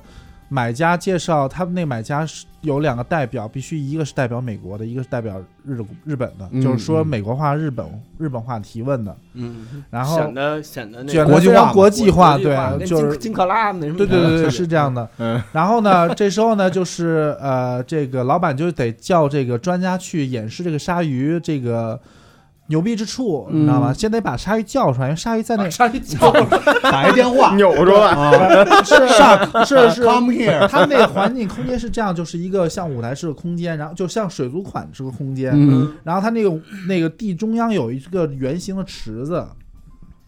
[SPEAKER 8] 买家介绍，他们那买家是有两个代表，必须一个是代表美国的，一个是代表日日本的，
[SPEAKER 1] 嗯
[SPEAKER 8] 就是说
[SPEAKER 1] 嗯
[SPEAKER 8] 美国话、日本日本话提问的，
[SPEAKER 4] 嗯，
[SPEAKER 8] 然后
[SPEAKER 2] 显得显得那
[SPEAKER 8] 卷
[SPEAKER 2] 个
[SPEAKER 8] 得
[SPEAKER 6] 国际
[SPEAKER 8] 非
[SPEAKER 6] 化
[SPEAKER 8] 常
[SPEAKER 6] 嘛
[SPEAKER 8] 国际化，对
[SPEAKER 2] 化，
[SPEAKER 4] 跟
[SPEAKER 8] 就是
[SPEAKER 4] 金金克拉那什么，
[SPEAKER 8] 对对对对，嗯是这样的。
[SPEAKER 1] 嗯，
[SPEAKER 8] 然后呢， 这时候呢，就是呃，这个老板就得叫这个专家去演示这个鲨鱼这个牛逼之处，你知道吗？先得把鲨鱼叫出来，因为 鲨鱼在那
[SPEAKER 2] 上一叫
[SPEAKER 5] 打一电 话
[SPEAKER 1] 扭着吧，
[SPEAKER 8] 啊是是是
[SPEAKER 5] ，come here，
[SPEAKER 8] 它那个环境空间是这样，就是一个像舞台式的空间，然后就像水族馆式的空间，
[SPEAKER 5] 嗯，
[SPEAKER 8] 然后它那个那个地中央有一个圆形的池子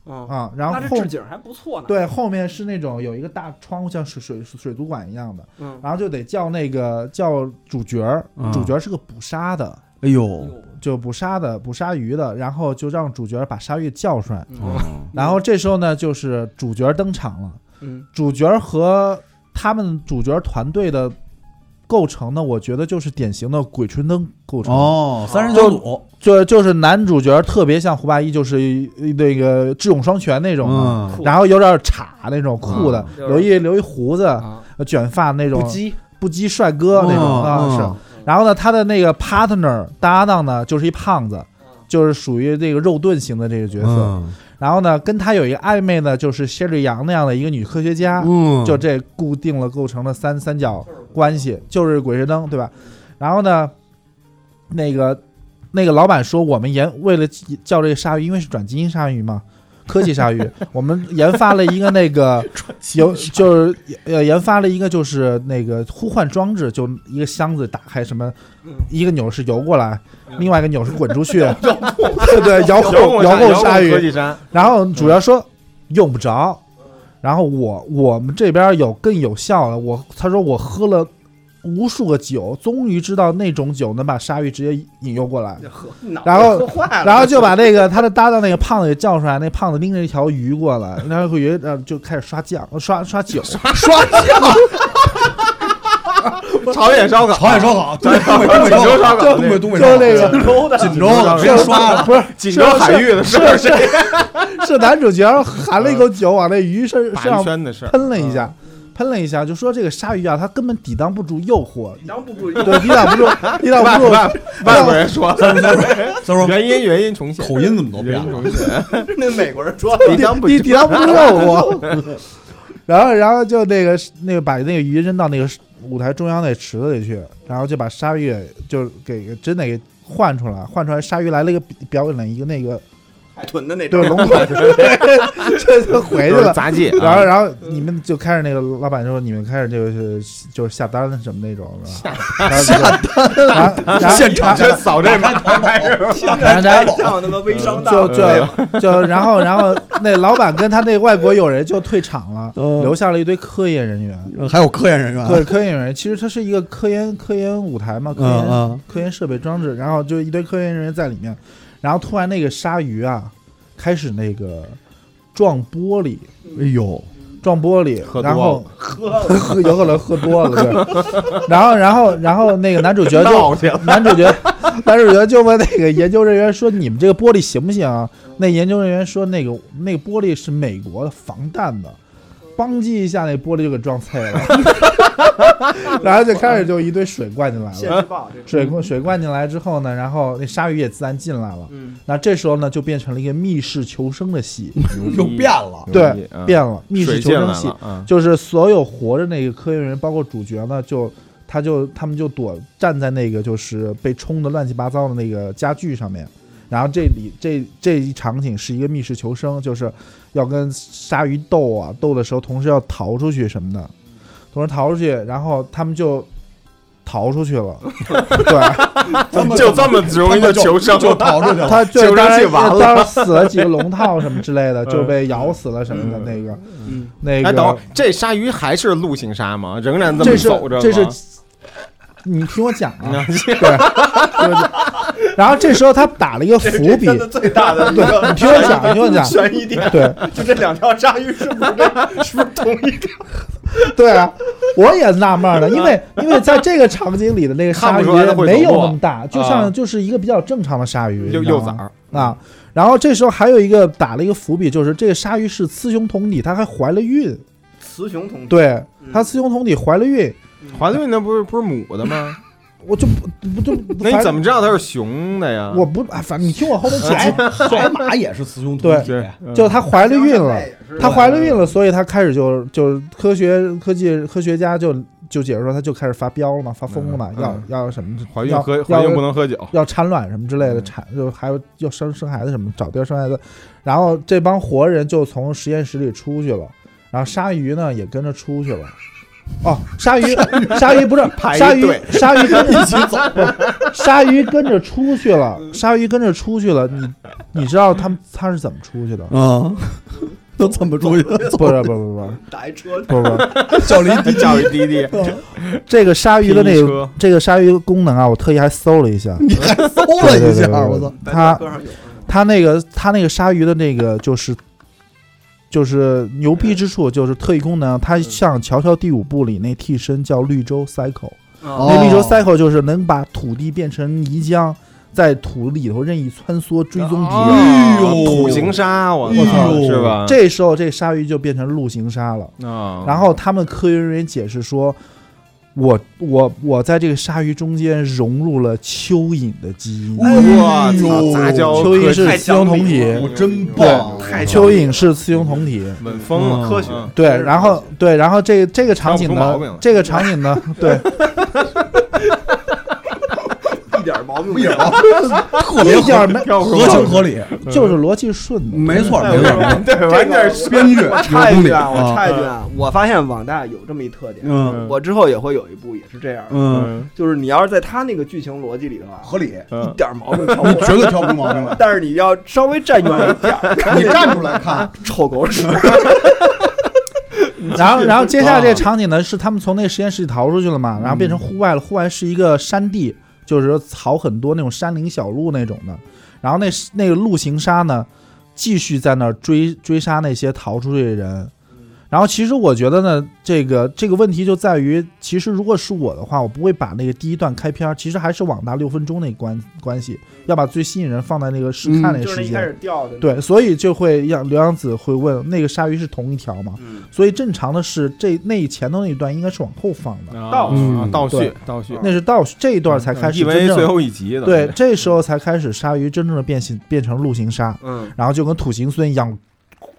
[SPEAKER 2] 嗯，
[SPEAKER 8] 啊，然后
[SPEAKER 2] 那这
[SPEAKER 8] 后
[SPEAKER 2] 置景还不错呢。，
[SPEAKER 8] 对，后面是那种有一个大窗户，像水水水族馆一样的，
[SPEAKER 2] 嗯
[SPEAKER 8] 然后就得叫那个叫主角儿，
[SPEAKER 5] 嗯
[SPEAKER 8] 主角儿是个捕鲨的，
[SPEAKER 5] 哎呦，
[SPEAKER 8] 就捕鲨的捕鲨鱼的，然后就让主角儿把鲨鱼叫出来，
[SPEAKER 2] 嗯
[SPEAKER 8] 然后这时候呢，就是主角儿登场了，
[SPEAKER 2] 嗯
[SPEAKER 8] 主角儿和他们主角儿团队的构成呢，我觉得就是典型的鬼吹灯构成，
[SPEAKER 5] 哦，三人小组，
[SPEAKER 8] 就就是男主角儿特别像胡八一，就是一一那个智勇双全那种的。
[SPEAKER 5] 嗯，
[SPEAKER 2] 酷
[SPEAKER 8] 然后有点叉那种酷的，
[SPEAKER 2] 嗯
[SPEAKER 8] 留一留一胡子，
[SPEAKER 2] 啊，
[SPEAKER 8] 卷发那种
[SPEAKER 2] 不羁，
[SPEAKER 8] 不羁帅哥那种
[SPEAKER 5] 哦
[SPEAKER 8] 啊
[SPEAKER 5] 哦
[SPEAKER 8] 是。然后呢，他的那个 partner 搭档呢，就是一胖子，就是属于这个肉盾型的这个角色。
[SPEAKER 5] 嗯
[SPEAKER 8] 然后呢，跟他有一个暧昧呢，就是谢瑞阳那样的一个女科学家，
[SPEAKER 5] 嗯，
[SPEAKER 8] 就这固定了构成了三三角关系，就是鬼吹灯，对吧？然后呢，那个那个老板说，我们研为了叫这个鲨鱼，因为是转基因鲨鱼嘛，科技 鲨鱼，我们研发了一个那 个有就是呃研发了一个就是那个呼唤装置，就一个箱子打开什么，一个钮是游过来，另外一个钮是滚出 去，对对，嗯 遥控遥控鲨鱼
[SPEAKER 1] 科，技鲨，
[SPEAKER 8] 然后主要说用不着，然后我我们这边有更有效的，我他说我喝了无数个酒，终于知道那种酒能把鲨鱼直接引诱过来，然后
[SPEAKER 4] 喝坏了，
[SPEAKER 8] 然后就把那个他的搭档那个胖子给叫出来，那胖子拎着一条鱼过来，然后鱼呃就开始刷酱刷刷酒，
[SPEAKER 1] 朝鲜烧烤，
[SPEAKER 6] 朝鲜烧烤，东
[SPEAKER 1] 朝
[SPEAKER 6] 北
[SPEAKER 1] 鲜烧烤，锦州
[SPEAKER 6] 东北烧
[SPEAKER 1] 烧
[SPEAKER 6] 烤，
[SPEAKER 1] 烤，
[SPEAKER 6] 东北东北
[SPEAKER 8] 就那
[SPEAKER 6] 烧
[SPEAKER 8] 个
[SPEAKER 6] 烤锦州
[SPEAKER 1] 烧烤
[SPEAKER 6] 直接刷了，
[SPEAKER 8] 不是
[SPEAKER 1] 锦州海域的事儿，
[SPEAKER 8] 是是是男主角含了一口酒往那鱼身身
[SPEAKER 1] 盘
[SPEAKER 8] 上
[SPEAKER 1] 圈的事儿，
[SPEAKER 8] 喷了一下，喷了一下，就说这个鲨鱼啊，它根本抵挡不住诱惑，
[SPEAKER 4] 当不不
[SPEAKER 8] 对，抵挡 不住，抵挡
[SPEAKER 1] 外
[SPEAKER 8] 不住。
[SPEAKER 1] 外外国人说的，
[SPEAKER 6] 再说
[SPEAKER 1] 原音原音重现，
[SPEAKER 6] 口音怎么都变
[SPEAKER 1] 原音
[SPEAKER 6] 了，
[SPEAKER 1] 重现，
[SPEAKER 4] 那美国人说，
[SPEAKER 1] 抵挡不
[SPEAKER 8] 抵抵挡不 住我。然后，然后就那个那个把那个鱼扔到那个舞台中央那池子里去，然后就把鲨鱼给就给真的给换出来，换出来鲨鱼来了一个表演了一个那个
[SPEAKER 4] 臀的那
[SPEAKER 8] 对 龙滚，这就回去
[SPEAKER 1] 就是
[SPEAKER 8] 了。
[SPEAKER 1] 杂技，啊
[SPEAKER 8] 然后，然后你们就开始那个老板就说你们开始就是就是下单什么那种是吧？下单，然后
[SPEAKER 6] 现场
[SPEAKER 1] 这扫这码，
[SPEAKER 8] 然后然后
[SPEAKER 4] 像他妈微商大
[SPEAKER 8] 就
[SPEAKER 1] 嗯
[SPEAKER 8] 就就然后然后那老板跟他那外国友人就退场了，
[SPEAKER 5] 嗯
[SPEAKER 8] 留下了一堆科研人员。
[SPEAKER 6] 还有科研人
[SPEAKER 1] 嗯
[SPEAKER 6] 员
[SPEAKER 8] 对，科研人员其实它是一个科研科研舞台嘛，科研、
[SPEAKER 5] 嗯嗯
[SPEAKER 8] 科研设备装置，然后就一堆科研人员在里面，然后突然那个鲨鱼啊开始那个撞玻璃，
[SPEAKER 5] 哎呦，
[SPEAKER 8] 撞玻璃
[SPEAKER 1] 喝，多
[SPEAKER 8] 然
[SPEAKER 1] 了
[SPEAKER 8] 后喝 有可能喝多了，对，然后然后然后那个男主角就
[SPEAKER 1] 闹去了，
[SPEAKER 8] 男主角，男主角就问那个研究人员说：“你们这个玻璃行不行啊？”那研究人员说：“那个那个玻璃是美国的防弹的。”邦叽一下，那玻璃就给撞碎了， 然后就开始就一堆水灌进来
[SPEAKER 4] 现
[SPEAKER 8] 了。
[SPEAKER 4] 实报 这
[SPEAKER 8] 水灌水灌进来之后呢，然后那鲨鱼也自然进来了。
[SPEAKER 4] 嗯，
[SPEAKER 8] 那这时候呢，就变成了一个密室求生的戏，
[SPEAKER 6] 又变了，
[SPEAKER 8] 对，变
[SPEAKER 1] 了，
[SPEAKER 8] 了密
[SPEAKER 1] 嗯
[SPEAKER 8] 室
[SPEAKER 1] 啊水
[SPEAKER 8] 求
[SPEAKER 1] 进
[SPEAKER 8] 生
[SPEAKER 1] 来
[SPEAKER 8] 戏
[SPEAKER 1] 了，，嗯
[SPEAKER 8] 就是所有活着那个科研人员，包括主角呢，就他就他们就躲站在那个就是被冲的乱七八糟的那个家具上面。然后这里这这一场景是一个密室求生，就是要跟鲨鱼斗啊，斗的时候同时要逃出去什么的，同时逃出去，然后他们就逃出去了。 对，
[SPEAKER 1] 就这么容易就求生，
[SPEAKER 6] 就逃出去了，
[SPEAKER 8] 他
[SPEAKER 1] 求
[SPEAKER 8] 对
[SPEAKER 1] 生
[SPEAKER 8] 当然
[SPEAKER 1] 器完了
[SPEAKER 8] 当然死了几个龙套什么之类的，
[SPEAKER 1] 嗯
[SPEAKER 8] 就被咬死了什么的那个，
[SPEAKER 4] 嗯
[SPEAKER 8] 那个。
[SPEAKER 1] 哎，等会儿，这鲨鱼还是陆行鲨吗？仍然这么
[SPEAKER 8] 这是
[SPEAKER 1] 走着吗？
[SPEAKER 8] 这是，你听我讲 啊，对，就是然后这时候他打了一个伏笔，
[SPEAKER 4] 真的最大的一
[SPEAKER 8] 对，
[SPEAKER 4] 个
[SPEAKER 8] 你听我讲，你听我讲，
[SPEAKER 4] 悬疑点，
[SPEAKER 8] 对
[SPEAKER 4] 就这两条鲨鱼是不 是跟是不是同一个？
[SPEAKER 8] 对啊，我也纳闷了，因为因为在这个场景里的那个鲨
[SPEAKER 1] 看
[SPEAKER 8] 鱼
[SPEAKER 1] 不出来它会
[SPEAKER 8] 没有
[SPEAKER 1] 走路
[SPEAKER 8] 那么大，就
[SPEAKER 1] 啊
[SPEAKER 8] 像就是一个比较正常的鲨鱼，
[SPEAKER 1] 幼
[SPEAKER 8] 你知道
[SPEAKER 1] 幼
[SPEAKER 8] 吗
[SPEAKER 1] 崽儿
[SPEAKER 8] 啊。然后这时候还有一个打了一个伏笔，就是这个鲨鱼是雌雄同体，它还怀了孕，
[SPEAKER 4] 雌雄同体，
[SPEAKER 8] 对
[SPEAKER 4] 嗯
[SPEAKER 8] 他雌雄同体怀了孕，
[SPEAKER 1] 怀了孕那不是不是母的吗？
[SPEAKER 8] 我就不 不就
[SPEAKER 1] 那你怎么知道它啊是雄的呀？
[SPEAKER 8] 我不啊，反正你听 我后面
[SPEAKER 5] 海
[SPEAKER 8] 讲，
[SPEAKER 5] 海马也是雌雄同体，
[SPEAKER 1] 对，嗯
[SPEAKER 8] 就她怀了孕
[SPEAKER 4] 哎
[SPEAKER 8] 了，她怀了
[SPEAKER 1] 对
[SPEAKER 8] 孕了，所以她开始就就科学科技科学家就就解释说她就开始发飙了嘛，发疯了嘛，
[SPEAKER 1] 嗯嗯
[SPEAKER 8] 要要什么
[SPEAKER 1] 怀孕
[SPEAKER 8] 要
[SPEAKER 1] 喝怀
[SPEAKER 8] 要
[SPEAKER 1] 孕不能喝酒，
[SPEAKER 8] 要产卵什么之类的，
[SPEAKER 1] 嗯
[SPEAKER 8] 产就还有要生生孩子什么，找地儿生孩子。然后这帮活人就从实验室里出去了，然后鲨鱼呢也跟着出去了。哦，鲨鱼，鲨鱼不是
[SPEAKER 1] 排
[SPEAKER 8] 鲨
[SPEAKER 1] 一
[SPEAKER 8] 鱼
[SPEAKER 1] 队，
[SPEAKER 8] 鲨鱼 跟着一起走， 鲨鱼跟着出去了，鲨鱼跟着出去了。你你知道他们他是怎么出去的？
[SPEAKER 5] 啊，那怎么注意？
[SPEAKER 8] 不是不是不是
[SPEAKER 4] 打一车
[SPEAKER 8] 不是不 是，
[SPEAKER 5] 叫了一滴
[SPEAKER 1] 叫一滴滴
[SPEAKER 8] 这个鲨鱼的那
[SPEAKER 1] 拼一
[SPEAKER 8] 个
[SPEAKER 1] 车，
[SPEAKER 8] 这个鲨鱼功能啊，我特意还搜了一下，
[SPEAKER 5] 你还搜了
[SPEAKER 8] 对对
[SPEAKER 5] 一
[SPEAKER 8] 对
[SPEAKER 5] 下，
[SPEAKER 8] 对
[SPEAKER 5] 我操！
[SPEAKER 8] 对它
[SPEAKER 4] 车上有，
[SPEAKER 8] 它那个它那个鲨鱼的那个就是就是牛逼之处就是特异功能，啊它像《乔乔第五部》里那替身叫绿洲 cycle，、
[SPEAKER 4] 哦
[SPEAKER 8] 那绿洲 cycle 就是能把土地变成泥浆，在土里头任意穿梭 追踪敌人。
[SPEAKER 5] 哎呦
[SPEAKER 1] 啊土行鲨，我
[SPEAKER 5] 哎
[SPEAKER 1] 操，
[SPEAKER 5] 呦
[SPEAKER 1] 是吧？
[SPEAKER 8] 这时候这鲨鱼就变成陆行鲨了。
[SPEAKER 1] 啊，
[SPEAKER 8] 然后他们科研人员解释说，我我我在这个鲨鱼中间融入了蚯蚓的基因。
[SPEAKER 1] 我操，
[SPEAKER 5] 哎呦
[SPEAKER 1] 杂交
[SPEAKER 8] 蚯蚓
[SPEAKER 1] 科
[SPEAKER 8] 是
[SPEAKER 1] 太
[SPEAKER 8] 雌雄同体，
[SPEAKER 5] 我
[SPEAKER 1] 嗯
[SPEAKER 5] 真棒！
[SPEAKER 1] 太
[SPEAKER 8] 蚯蚓是雌雄同体。
[SPEAKER 1] 稳疯
[SPEAKER 5] 嗯
[SPEAKER 1] 了，
[SPEAKER 5] 科学
[SPEAKER 1] 嗯
[SPEAKER 8] 对，然后对，然后这个这个场景
[SPEAKER 1] 挑不出毛
[SPEAKER 8] 呢
[SPEAKER 1] 病来，
[SPEAKER 8] 这个场景呢， 对，
[SPEAKER 4] 一点毛病没有。
[SPEAKER 5] 特别
[SPEAKER 8] 一点儿没
[SPEAKER 1] 挑不出
[SPEAKER 5] 合
[SPEAKER 1] 毛
[SPEAKER 5] 情
[SPEAKER 1] 病
[SPEAKER 5] 合理，
[SPEAKER 8] 就是逻辑顺的，
[SPEAKER 5] 没
[SPEAKER 1] 哎
[SPEAKER 5] 错没错。
[SPEAKER 1] 对，完全是
[SPEAKER 5] 编剧
[SPEAKER 4] 我
[SPEAKER 5] 有
[SPEAKER 4] 插一
[SPEAKER 5] 功
[SPEAKER 4] 句
[SPEAKER 5] 底
[SPEAKER 4] 啊，我
[SPEAKER 5] 啊！
[SPEAKER 4] 插一句啊，我发现网大有这么一特点，
[SPEAKER 5] 嗯
[SPEAKER 4] 我之后也会有一部也是这样的，
[SPEAKER 5] 嗯，
[SPEAKER 4] 就是你要是在他那个剧情逻辑里头啊，
[SPEAKER 6] 合理，
[SPEAKER 1] 嗯
[SPEAKER 4] 一点毛病挑不出来，
[SPEAKER 6] 绝对挑不出毛病来。
[SPEAKER 4] 但是你要稍微站远一点儿，
[SPEAKER 6] 你站出来看，
[SPEAKER 4] 臭狗屎，
[SPEAKER 8] 然后然后接下来这场景呢是他们从那实验室里逃出去了嘛，然后变成户外了，户外是一个山地，就是说草很多那种山林小路那种的，然后那那个陆行鲨呢继续在那儿追追杀那些逃出去的人。然后其实我觉得呢，这个这个问题就在于，其实如果是我的话，我不会把那个第一段开篇儿，其实还是网大六分钟那关关系，要把最吸引人放在那个试看那个
[SPEAKER 4] 就是那
[SPEAKER 8] 时
[SPEAKER 4] 一开
[SPEAKER 8] 间。
[SPEAKER 4] 始掉的，
[SPEAKER 8] 对，所以就会让刘洋子会问那个鲨鱼是同一条吗？
[SPEAKER 4] 嗯，
[SPEAKER 8] 所以正常的是这那前头那一段应该是往后放的，
[SPEAKER 1] 倒
[SPEAKER 5] 嗯
[SPEAKER 1] 啊倒
[SPEAKER 8] 对
[SPEAKER 1] 叙倒叙，
[SPEAKER 8] 那是到这一段才开
[SPEAKER 1] 嗯
[SPEAKER 8] 始
[SPEAKER 1] 以为
[SPEAKER 8] 真
[SPEAKER 1] 最
[SPEAKER 8] 正
[SPEAKER 1] 后一集的，
[SPEAKER 8] 对，这时候才开始鲨鱼真正的变形变成陆行鲨，
[SPEAKER 4] 嗯，
[SPEAKER 8] 然后就跟土行孙一样，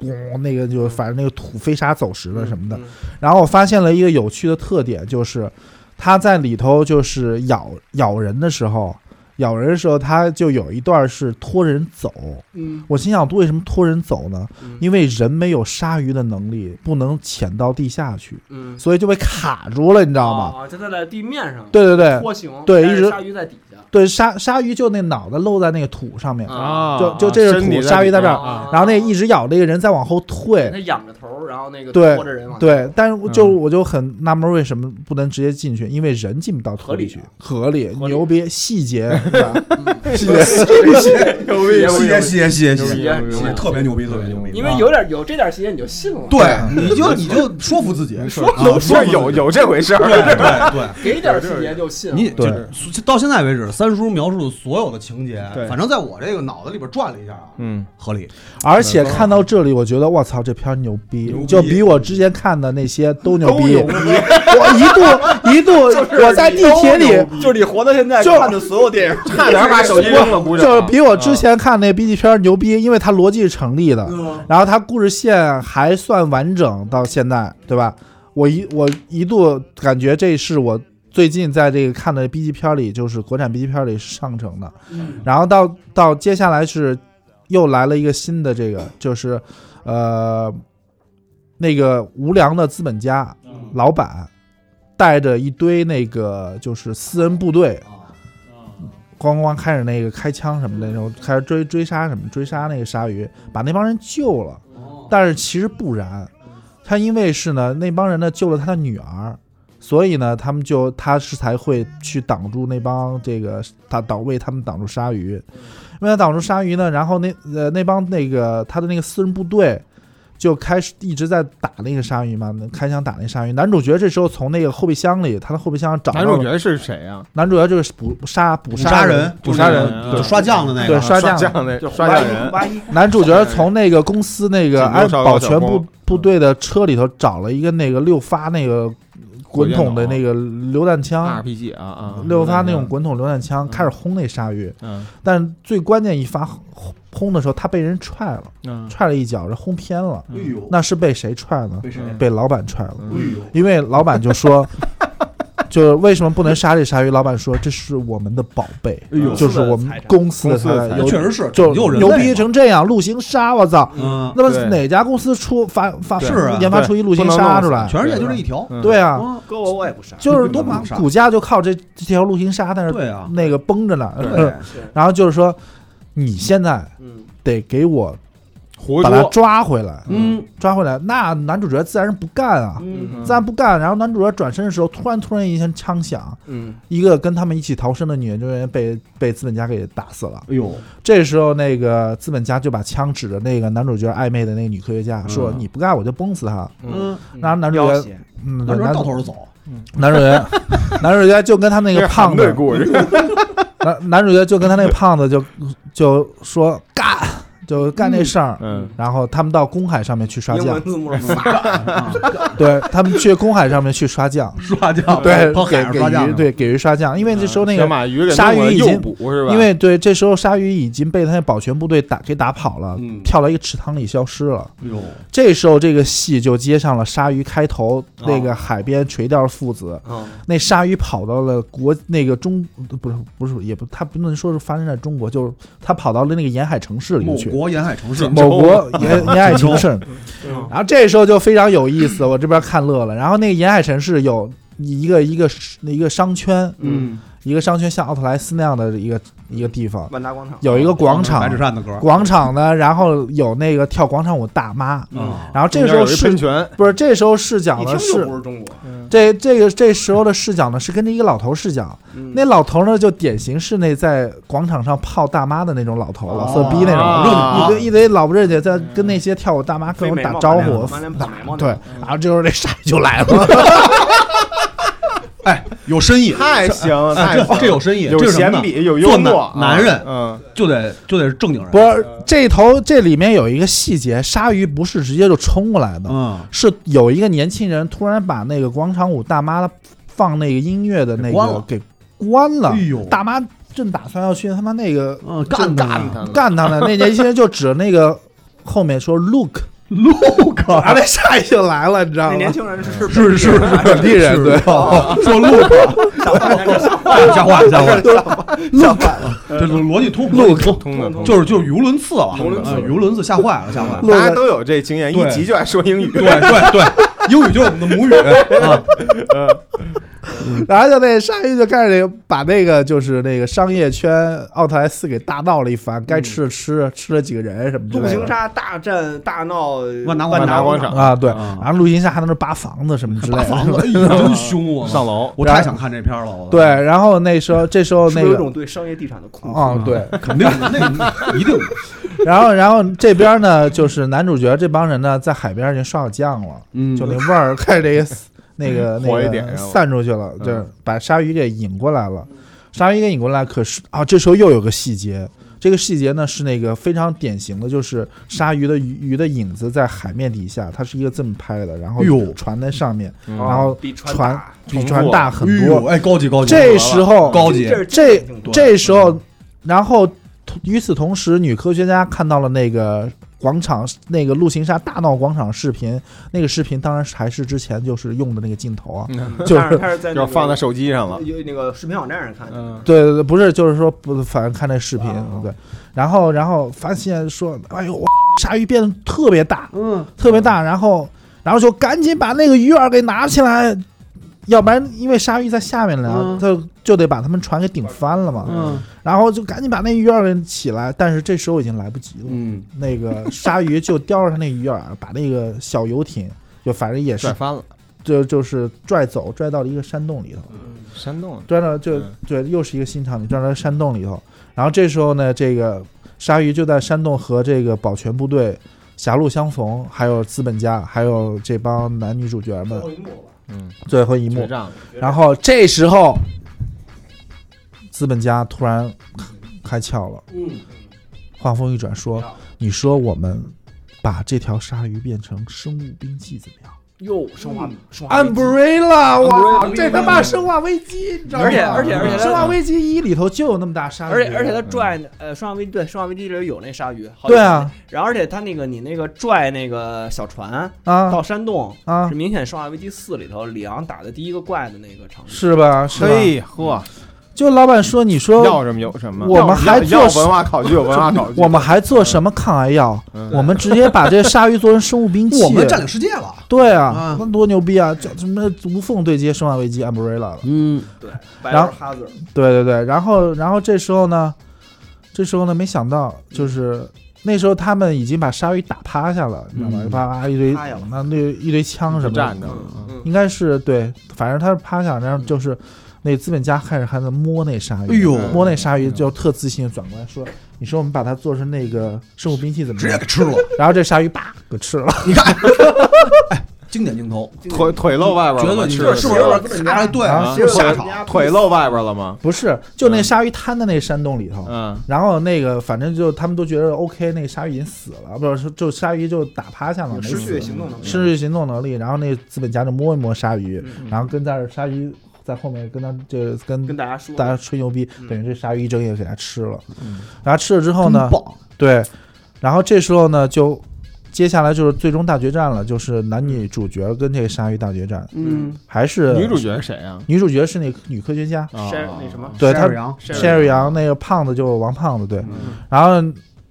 [SPEAKER 8] 咣那个就反正那个土飞沙走石了什么的。
[SPEAKER 4] 嗯，
[SPEAKER 8] 然后我发现了一个有趣的特点，就是它在里头就是咬咬人的时候。咬人的时候，它就有一段是拖人走。
[SPEAKER 4] 嗯，
[SPEAKER 8] 我心想，为什么拖人走呢？
[SPEAKER 4] 嗯
[SPEAKER 8] 因为人没有鲨鱼的能力，不能潜到地下去。
[SPEAKER 4] 嗯，
[SPEAKER 8] 所以就被卡住了，你知
[SPEAKER 4] 知
[SPEAKER 8] 道吗？？
[SPEAKER 4] 哦就它在地面上，
[SPEAKER 8] 对对对
[SPEAKER 4] 拖行，
[SPEAKER 8] 哎对
[SPEAKER 4] 但是
[SPEAKER 8] 一直
[SPEAKER 4] 鲨鱼在底下，
[SPEAKER 8] 对，鲨鲨鱼就那脑袋露在那个土上面，
[SPEAKER 1] 啊，
[SPEAKER 8] 就就这是
[SPEAKER 1] 身体
[SPEAKER 8] 土鲨鱼在这儿
[SPEAKER 4] 啊
[SPEAKER 8] 然后那一直咬那个人在往后退，
[SPEAKER 4] 它仰着头，然后那个
[SPEAKER 8] 对
[SPEAKER 4] 拖着人往下，
[SPEAKER 8] 对，但是就
[SPEAKER 1] 嗯
[SPEAKER 8] 我就很纳闷，为什么不能直接进去？因为人进不到土里去，合理，
[SPEAKER 4] 合理
[SPEAKER 8] 牛逼，细 节，对吧
[SPEAKER 1] 细节
[SPEAKER 6] 牛逼，谢谢谢谢谢谢，
[SPEAKER 4] 牛逼牛逼
[SPEAKER 6] 特别牛逼，特别牛逼。
[SPEAKER 4] 因为
[SPEAKER 5] 啊
[SPEAKER 4] 有点有这点邪，你就信了，
[SPEAKER 6] 对，你就你就说服自己，
[SPEAKER 1] 说
[SPEAKER 8] 啊
[SPEAKER 1] 有
[SPEAKER 6] 说
[SPEAKER 1] 事有有这回事
[SPEAKER 6] 对
[SPEAKER 1] 儿，
[SPEAKER 6] 对对，
[SPEAKER 4] 给点细节就信了，
[SPEAKER 5] 你
[SPEAKER 8] 对
[SPEAKER 5] 就到现在为止，三叔描述的所有的情节
[SPEAKER 1] 对，
[SPEAKER 5] 反正在我这个脑子里边转了一下啊，
[SPEAKER 1] 嗯，
[SPEAKER 5] 合理。
[SPEAKER 8] 而且看到这里，我觉得我操，这片儿牛逼
[SPEAKER 6] 牛，逼
[SPEAKER 8] 就比我之前看的那些都牛逼。
[SPEAKER 1] 逼
[SPEAKER 8] 我一度一 度我在地铁里
[SPEAKER 4] 就是你活到现在
[SPEAKER 8] 就
[SPEAKER 4] 看的所有电影，
[SPEAKER 1] 差点把 手机扔了，鼓掌，
[SPEAKER 8] 就是比我
[SPEAKER 1] 啊
[SPEAKER 8] 之前看那 B 级片儿牛逼，因为它逻辑是成立
[SPEAKER 5] 嗯
[SPEAKER 8] 的，然后它故事线还算完整，到现在，对吧？我一我一度感觉这是我最近在这个看的 B 级片儿里，就是国产 B 级片儿里上乘的，然后到到接下来是又来了一个新的这个，就是呃那个无良的资本家老板带着一堆那个就是私人部队，咣咣开始那个开枪什么的那种，开始追追杀什么追杀那个鲨鱼，把那帮人救了。但是其实不然，他因为是呢那帮人呢救了他的女儿，所以呢他们就他是才会去挡住那帮这个他挡为他们挡住鲨鱼，为了挡住鲨鱼呢，然后那呃那帮那个他的那个私人部队。就开始一直在打那个鲨鱼嘛，开枪打那鲨鱼。男主角这时候从那个后备箱里，他的后备箱找到
[SPEAKER 1] 男
[SPEAKER 8] 了
[SPEAKER 1] 主角是谁啊？
[SPEAKER 8] 男主角就是捕杀捕
[SPEAKER 5] 捕杀
[SPEAKER 8] 人
[SPEAKER 5] 人，
[SPEAKER 1] 捕杀人
[SPEAKER 5] 就
[SPEAKER 1] 啊
[SPEAKER 5] 是就刷酱的那
[SPEAKER 8] 对
[SPEAKER 5] 个，
[SPEAKER 8] 刷匠
[SPEAKER 1] 匠那
[SPEAKER 2] 就是
[SPEAKER 1] 刷
[SPEAKER 2] 挖
[SPEAKER 1] 匠
[SPEAKER 2] 一
[SPEAKER 1] 人，
[SPEAKER 2] 挖一
[SPEAKER 8] 男主角从那个公司那个
[SPEAKER 1] 锦州
[SPEAKER 8] 安
[SPEAKER 1] 烧
[SPEAKER 8] 保
[SPEAKER 1] 烤小
[SPEAKER 8] 全部
[SPEAKER 1] 工
[SPEAKER 8] 部队的车里头找了一个那个六发那个滚筒的那个榴弹枪，
[SPEAKER 1] RPG 啊嗯啊，
[SPEAKER 8] 六发那种滚筒榴弹枪开始轰那鲨鱼，
[SPEAKER 1] 嗯
[SPEAKER 8] 但最关键一发轰轰的时候，他被人踹了，
[SPEAKER 1] 嗯
[SPEAKER 8] 踹了一脚，然后轰偏了。
[SPEAKER 1] 哎
[SPEAKER 6] 呦，
[SPEAKER 8] 那是被谁踹呢？
[SPEAKER 6] 被谁
[SPEAKER 1] 嗯
[SPEAKER 8] 被老板踹了，
[SPEAKER 1] 嗯
[SPEAKER 6] 呦，
[SPEAKER 8] 因为老板就 说，就是为什么不能杀这鲨鱼？老板说这是我们的宝贝，
[SPEAKER 5] 哎呦
[SPEAKER 8] 就是我们公司的
[SPEAKER 1] 公司的财
[SPEAKER 8] 财产
[SPEAKER 1] 产
[SPEAKER 8] 有
[SPEAKER 5] 确实是
[SPEAKER 8] 就
[SPEAKER 5] 有人
[SPEAKER 8] 牛
[SPEAKER 5] 类
[SPEAKER 8] 逼
[SPEAKER 5] 嘛
[SPEAKER 8] 成这样，陆行杀，我操！
[SPEAKER 5] 嗯，
[SPEAKER 8] 那么
[SPEAKER 1] 对
[SPEAKER 8] 哪家公司出发发
[SPEAKER 5] 是啊
[SPEAKER 8] 研发出一陆行杀出来？
[SPEAKER 5] 全世界就这一条，
[SPEAKER 1] 嗯
[SPEAKER 8] 对啊，
[SPEAKER 5] 啊
[SPEAKER 2] 搁我我也不杀，
[SPEAKER 8] 就是
[SPEAKER 5] 多麻烦
[SPEAKER 8] 股价就靠这这条陆行杀，但是
[SPEAKER 5] 对啊
[SPEAKER 8] 那个绷着呢。
[SPEAKER 5] 对
[SPEAKER 8] 嗯然后就是说，你现在
[SPEAKER 2] 嗯，
[SPEAKER 8] 得给我
[SPEAKER 1] 活
[SPEAKER 8] 把他
[SPEAKER 1] 捉，
[SPEAKER 8] 抓回来，
[SPEAKER 5] 嗯，
[SPEAKER 8] 抓回来。那男主角自然是不干啊，
[SPEAKER 2] 嗯
[SPEAKER 8] 自然不干。然后男主角转身的时候，突然突然一声枪响，
[SPEAKER 2] 嗯，
[SPEAKER 8] 一个跟他们一起逃生的女研究员被被资本家给打死了。
[SPEAKER 5] 哎呦，
[SPEAKER 8] 这时候，那个资本家就把枪指着那个男主角暧昧的那个女科学家，说：“
[SPEAKER 5] 嗯
[SPEAKER 8] 你不干，我就崩死他。”
[SPEAKER 5] 嗯，
[SPEAKER 8] 然后男主
[SPEAKER 2] 要
[SPEAKER 8] 角，
[SPEAKER 2] 挟，
[SPEAKER 8] 嗯，
[SPEAKER 5] 那
[SPEAKER 8] 对
[SPEAKER 5] 人
[SPEAKER 8] 男
[SPEAKER 5] 到
[SPEAKER 8] 主
[SPEAKER 5] 头就走，
[SPEAKER 8] 男主角，男主角就跟他那
[SPEAKER 1] 那
[SPEAKER 8] 个胖子，
[SPEAKER 1] 故事，
[SPEAKER 8] 男男主角就跟他那个胖子就就说干，就干这事儿。
[SPEAKER 1] 嗯
[SPEAKER 8] 然后他们到公海上面去刷
[SPEAKER 2] 英
[SPEAKER 8] 酱
[SPEAKER 2] 文，字幕上发，
[SPEAKER 8] 对他们去公海上面去刷 酱，
[SPEAKER 5] 刷酱，
[SPEAKER 8] 嗯对，
[SPEAKER 5] 跑海
[SPEAKER 8] 给
[SPEAKER 5] 上
[SPEAKER 8] 给
[SPEAKER 5] 刷酱
[SPEAKER 8] 鱼，
[SPEAKER 5] 呢，
[SPEAKER 8] 对给鱼刷酱，因为这时候那
[SPEAKER 1] 小
[SPEAKER 8] 个，
[SPEAKER 1] 马鱼给
[SPEAKER 8] 鲨鱼
[SPEAKER 1] 弄了
[SPEAKER 8] 已
[SPEAKER 1] 诱
[SPEAKER 8] 经
[SPEAKER 1] 捕嗯是吧？
[SPEAKER 8] 因为对这时候鲨鱼已经被他那保全部队打给打跑了，
[SPEAKER 6] 嗯
[SPEAKER 8] 跳到一个池塘里消失了。
[SPEAKER 5] 哎呦，
[SPEAKER 8] 这时候这个戏就接上了鲨鱼开头那个海边垂钓父子，
[SPEAKER 2] 嗯
[SPEAKER 8] 那鲨鱼跑到了国那个中不是不是也不它不能说是发生在中国，就是它跑到了那个沿海城市里
[SPEAKER 5] 某
[SPEAKER 8] 去，
[SPEAKER 5] 国沿海城市，
[SPEAKER 8] 某国沿沿海城市。然后这时候就非常有意思，我这边看乐了。然后那个沿海城市有一个一个一个商圈，
[SPEAKER 2] 嗯，
[SPEAKER 8] 一个商圈像奥特莱斯那样的一个一个地
[SPEAKER 4] 哦
[SPEAKER 8] 方，
[SPEAKER 2] 万达广场，
[SPEAKER 8] 有一个广
[SPEAKER 5] 白纸
[SPEAKER 8] 场，
[SPEAKER 5] 扇的歌，
[SPEAKER 8] 广场呢，然后有那个跳广场舞大妈。
[SPEAKER 4] 嗯
[SPEAKER 5] 啊，
[SPEAKER 8] 然后这
[SPEAKER 1] 中间
[SPEAKER 8] 时候
[SPEAKER 1] 有一喷
[SPEAKER 8] 视
[SPEAKER 1] 泉，
[SPEAKER 8] 不是这时候视角
[SPEAKER 2] 一
[SPEAKER 8] 呢
[SPEAKER 2] 听就是不是中国，
[SPEAKER 8] 这这个这时候的视角呢是跟着一个老头视角，
[SPEAKER 2] 嗯
[SPEAKER 8] 那老头呢，就典型是那在广场上泡大妈的那种老头，
[SPEAKER 5] 哦
[SPEAKER 8] 老色逼那种，
[SPEAKER 1] 啊
[SPEAKER 8] 一堆一堆老不认识，在跟那些跳舞大妈各
[SPEAKER 2] 飞
[SPEAKER 8] 种
[SPEAKER 2] 眉
[SPEAKER 8] 打
[SPEAKER 2] 毛
[SPEAKER 8] 招
[SPEAKER 2] 满脸
[SPEAKER 8] 呼，
[SPEAKER 2] 满脸打眉毛那嗯
[SPEAKER 8] 对啊
[SPEAKER 2] 种，，
[SPEAKER 4] 嗯
[SPEAKER 8] 然后这时候这傻逼 就来了，
[SPEAKER 5] 哎，有深意，
[SPEAKER 1] 太行了，
[SPEAKER 5] 哎，
[SPEAKER 1] 太行
[SPEAKER 5] 这
[SPEAKER 1] 了
[SPEAKER 5] 这有深意，
[SPEAKER 1] 有
[SPEAKER 5] 这是什
[SPEAKER 1] 闲
[SPEAKER 5] 么呢？
[SPEAKER 1] 笔，有
[SPEAKER 5] 做
[SPEAKER 1] 幽
[SPEAKER 5] 男
[SPEAKER 1] 默，
[SPEAKER 5] 男人
[SPEAKER 1] 嗯，
[SPEAKER 5] 就得就得是正经人，
[SPEAKER 8] 不是这头这里面有一个细节，鲨鱼不是直接就冲过来的，
[SPEAKER 5] 嗯，
[SPEAKER 8] 是有一个年轻人突然把那个广场舞大妈放那个音乐的那
[SPEAKER 5] 给关
[SPEAKER 8] 个
[SPEAKER 5] 了
[SPEAKER 8] 给关了
[SPEAKER 5] 哎，呦，
[SPEAKER 8] 大妈正打算要去他妈那个
[SPEAKER 5] 嗯，干他
[SPEAKER 1] 干
[SPEAKER 5] 呢
[SPEAKER 1] 他
[SPEAKER 8] 干他呢，那年轻人就指着那个 后面说 look。
[SPEAKER 5] ，look，
[SPEAKER 8] 然后那鲨鱼就来了，你知道
[SPEAKER 2] 那年
[SPEAKER 8] 吗？
[SPEAKER 2] 轻人是
[SPEAKER 5] 是是是
[SPEAKER 8] 本地人 对，
[SPEAKER 5] 说 look，吓坏了，吓坏了，吓坏 了，吓坏了，这逻辑通，逻辑通，
[SPEAKER 1] 通的通的，
[SPEAKER 5] 就是就是语无伦次了，
[SPEAKER 2] 无伦次
[SPEAKER 5] 嗯语无伦次，吓坏了，吓坏了。
[SPEAKER 8] 录
[SPEAKER 1] 大家
[SPEAKER 8] 的
[SPEAKER 1] 都有这经验，
[SPEAKER 5] 对
[SPEAKER 1] 一急就爱说英语，
[SPEAKER 5] 对对对，英语就是我们的母语啊，
[SPEAKER 8] 然后就那鲨鱼就开始把那个就是那个商业圈奥特莱斯给大闹了一番，
[SPEAKER 5] 嗯
[SPEAKER 8] 该吃的吃，吃了几个人什么之
[SPEAKER 2] 陆
[SPEAKER 8] 类
[SPEAKER 2] 行
[SPEAKER 8] 的。
[SPEAKER 2] 杀大战大闹
[SPEAKER 5] 万达
[SPEAKER 1] 万达广
[SPEAKER 2] 广
[SPEAKER 1] 场
[SPEAKER 8] 啊，对，
[SPEAKER 5] 啊
[SPEAKER 8] 然后陆行杀还能扒房子什么之类
[SPEAKER 5] 扒房子，
[SPEAKER 8] 的。
[SPEAKER 5] 哎呦，真凶我！
[SPEAKER 1] 上楼，
[SPEAKER 5] 我太想看这片儿了，我
[SPEAKER 8] 对，，然后那时候这时候
[SPEAKER 2] 是不
[SPEAKER 8] 那
[SPEAKER 2] 是有一
[SPEAKER 8] 个
[SPEAKER 2] 种对商业地产的恐
[SPEAKER 8] 啊、对，
[SPEAKER 5] 肯定的那一定的，
[SPEAKER 8] 然后然后这边呢就是男主角这帮人呢在海边已经刷好酱了，
[SPEAKER 5] 嗯
[SPEAKER 8] 就那味儿开始这个那个
[SPEAKER 1] 火
[SPEAKER 8] 那
[SPEAKER 1] 一点
[SPEAKER 8] 个
[SPEAKER 1] 是吧
[SPEAKER 8] 散出去了，就是把鲨鱼给引过来了。鲨鱼给引过来，可是啊，这时候又有个细节，这个细节呢是那个非常典型的，就是鲨鱼的鱼鱼的影子在海面底下，它是一个这么拍的，然后
[SPEAKER 5] 哎呦
[SPEAKER 8] 船在上面，
[SPEAKER 1] 嗯
[SPEAKER 8] 然
[SPEAKER 4] 啊
[SPEAKER 8] 后
[SPEAKER 2] 比船
[SPEAKER 8] 船
[SPEAKER 2] 大
[SPEAKER 8] 比
[SPEAKER 1] 重
[SPEAKER 8] 船
[SPEAKER 1] 复
[SPEAKER 8] 大很
[SPEAKER 5] 哎呦
[SPEAKER 8] 多。
[SPEAKER 5] 哎，高级高级，
[SPEAKER 8] 这时候
[SPEAKER 5] 高级，
[SPEAKER 2] 这是
[SPEAKER 8] 这
[SPEAKER 2] 挺多的
[SPEAKER 8] 这时
[SPEAKER 5] 嗯
[SPEAKER 8] 候，然后与此同时，女科学家看到了那个广场那个陆行杀大闹广场视频，那个视频当然是还是之前就是用的那个镜头啊，
[SPEAKER 1] 嗯
[SPEAKER 8] 就
[SPEAKER 2] 但是
[SPEAKER 8] 是。
[SPEAKER 2] 他是在
[SPEAKER 1] 就是放在手机上了
[SPEAKER 2] 了，，有那个视频网站上看的，
[SPEAKER 1] 嗯，
[SPEAKER 8] 对对对，不是，就是说不，反正看那视频，
[SPEAKER 5] 啊
[SPEAKER 8] 对，然后然后发现说，哎呦，我鲨鱼变得特别大，
[SPEAKER 5] 嗯，
[SPEAKER 8] 特别大，然后然后就赶紧把那个鱼饵给拿起来，要不然因为鲨鱼在下面呢
[SPEAKER 5] 嗯，
[SPEAKER 8] 它就得把他们船给顶翻了嘛，
[SPEAKER 5] 嗯
[SPEAKER 8] 然后就赶紧把那鱼饵给起来，但是这时候已经来不及了。
[SPEAKER 5] 嗯，
[SPEAKER 8] 那个鲨鱼就叼着它那鱼饵，把那个小游艇就反正也
[SPEAKER 1] 拽
[SPEAKER 8] 是
[SPEAKER 1] 翻了，
[SPEAKER 8] 就就是拽走，拽到了一个山洞里头，
[SPEAKER 2] 嗯
[SPEAKER 1] 山洞，
[SPEAKER 8] 拽到就
[SPEAKER 1] 嗯
[SPEAKER 8] 对，又是一个新场景，拽到山洞里头。然后这时候呢，这个鲨鱼就在山洞和这个保全部队狭路相逢，还有资本家，还有这帮男女主角们
[SPEAKER 2] 后一幕吧，
[SPEAKER 1] 嗯，
[SPEAKER 8] 最后一
[SPEAKER 1] 决
[SPEAKER 8] 幕。
[SPEAKER 1] 战了
[SPEAKER 8] 然后这时候，资本家突然开窍了，
[SPEAKER 2] 嗯，
[SPEAKER 8] 话锋一转说
[SPEAKER 2] 嗯：“
[SPEAKER 8] 你说我们把这条鲨鱼变成生物兵器怎么样
[SPEAKER 2] 又生
[SPEAKER 8] 嗯
[SPEAKER 2] 化生化危机
[SPEAKER 8] ？”Umbrella，哇，
[SPEAKER 2] Umbrella，
[SPEAKER 8] 这他妈《生化危机》，你知道
[SPEAKER 4] 嗯
[SPEAKER 8] 吗？
[SPEAKER 4] 而且而且而且
[SPEAKER 8] 生化危机一》里头就有那么大鲨鱼，
[SPEAKER 4] 而且而且他拽呃《生化危机》对《生化危机》里有那鲨鱼，好几
[SPEAKER 8] 对啊
[SPEAKER 4] 条，然后而且他那个你那个拽那个小船
[SPEAKER 8] 啊
[SPEAKER 4] 到山洞，
[SPEAKER 8] 啊
[SPEAKER 4] 是，明显《生化危机四》里头里昂打的第一个怪的那个场景。
[SPEAKER 8] 是吧？是吧？
[SPEAKER 1] 嘿呵，
[SPEAKER 8] 就老板说，你
[SPEAKER 1] 要
[SPEAKER 8] 说
[SPEAKER 1] 什么有什么，
[SPEAKER 8] 呃我们
[SPEAKER 1] 要
[SPEAKER 8] 还
[SPEAKER 1] 要
[SPEAKER 8] 做
[SPEAKER 1] 文化考据有文化考据，
[SPEAKER 8] 我们还做什么抗癌药？
[SPEAKER 1] 嗯
[SPEAKER 8] 我们直接把这鲨鱼做成生物兵器。
[SPEAKER 5] 我们占领世界了。
[SPEAKER 8] 对啊
[SPEAKER 5] 啊，
[SPEAKER 8] 那多牛逼啊！叫什么无缝对接《生化危机》Umbrella 了。
[SPEAKER 5] 嗯，
[SPEAKER 8] 然后
[SPEAKER 2] 哈子
[SPEAKER 8] 对对对，然后然后这时候呢，这时候呢，没想到就是那时候他们已经把鲨鱼打趴下了，你知道吗？
[SPEAKER 5] 嗯
[SPEAKER 8] 啪啪一堆
[SPEAKER 2] 趴下了
[SPEAKER 8] 那那一堆枪什么
[SPEAKER 1] 站
[SPEAKER 8] 的，
[SPEAKER 1] 着，
[SPEAKER 5] 嗯
[SPEAKER 8] 应该是对，反正他是趴下，然后就是那资本家开始还在摸那鲨鱼，
[SPEAKER 5] 哎呦
[SPEAKER 8] 摸那鲨鱼就特自信的转过来说。你说我们把它做成那个生物兵器怎么
[SPEAKER 6] 直接
[SPEAKER 8] 样
[SPEAKER 6] 给？吃了。
[SPEAKER 8] 然后这鲨鱼叭给吃了，
[SPEAKER 5] 经典镜头，
[SPEAKER 1] 腿腿露外边了
[SPEAKER 5] 绝对
[SPEAKER 1] 吗？
[SPEAKER 5] 嗯你
[SPEAKER 1] 吃
[SPEAKER 5] 这
[SPEAKER 1] 的
[SPEAKER 5] 是不是有点咔？哎对
[SPEAKER 8] 啊，
[SPEAKER 1] 腿
[SPEAKER 5] 下场
[SPEAKER 1] 腿露外边了吗？
[SPEAKER 8] 不是，就那鲨鱼瘫在那山洞里头，
[SPEAKER 1] 嗯，
[SPEAKER 8] 然后那个反正就他们都觉得 OK，那个鲨鱼已经死了，不是就鲨鱼就打趴下了，没
[SPEAKER 2] 失去
[SPEAKER 8] 死，
[SPEAKER 2] 行动能力，嗯
[SPEAKER 8] 失去行动能力。然后那资本家就摸一摸鲨鱼，然后跟在鲨鱼在后面跟他就跟
[SPEAKER 2] 跟大家说
[SPEAKER 8] 大家吹牛逼，
[SPEAKER 2] 嗯
[SPEAKER 8] 等于这鲨鱼一睁眼给它吃了。然后吃了之后呢
[SPEAKER 5] 真，棒，
[SPEAKER 8] 对，然后这时候呢就。接下来就是最终大决战了，就是男女主角跟这个鲨鱼大决战，
[SPEAKER 4] 嗯，
[SPEAKER 8] 还是
[SPEAKER 1] 女主角是谁啊？
[SPEAKER 8] 女主角是那个女科学家，
[SPEAKER 1] 啊
[SPEAKER 2] 山那什么
[SPEAKER 8] 对他
[SPEAKER 5] 山羊
[SPEAKER 8] 谢瑞阳那个胖子就王胖子，对。
[SPEAKER 1] 嗯
[SPEAKER 8] 然后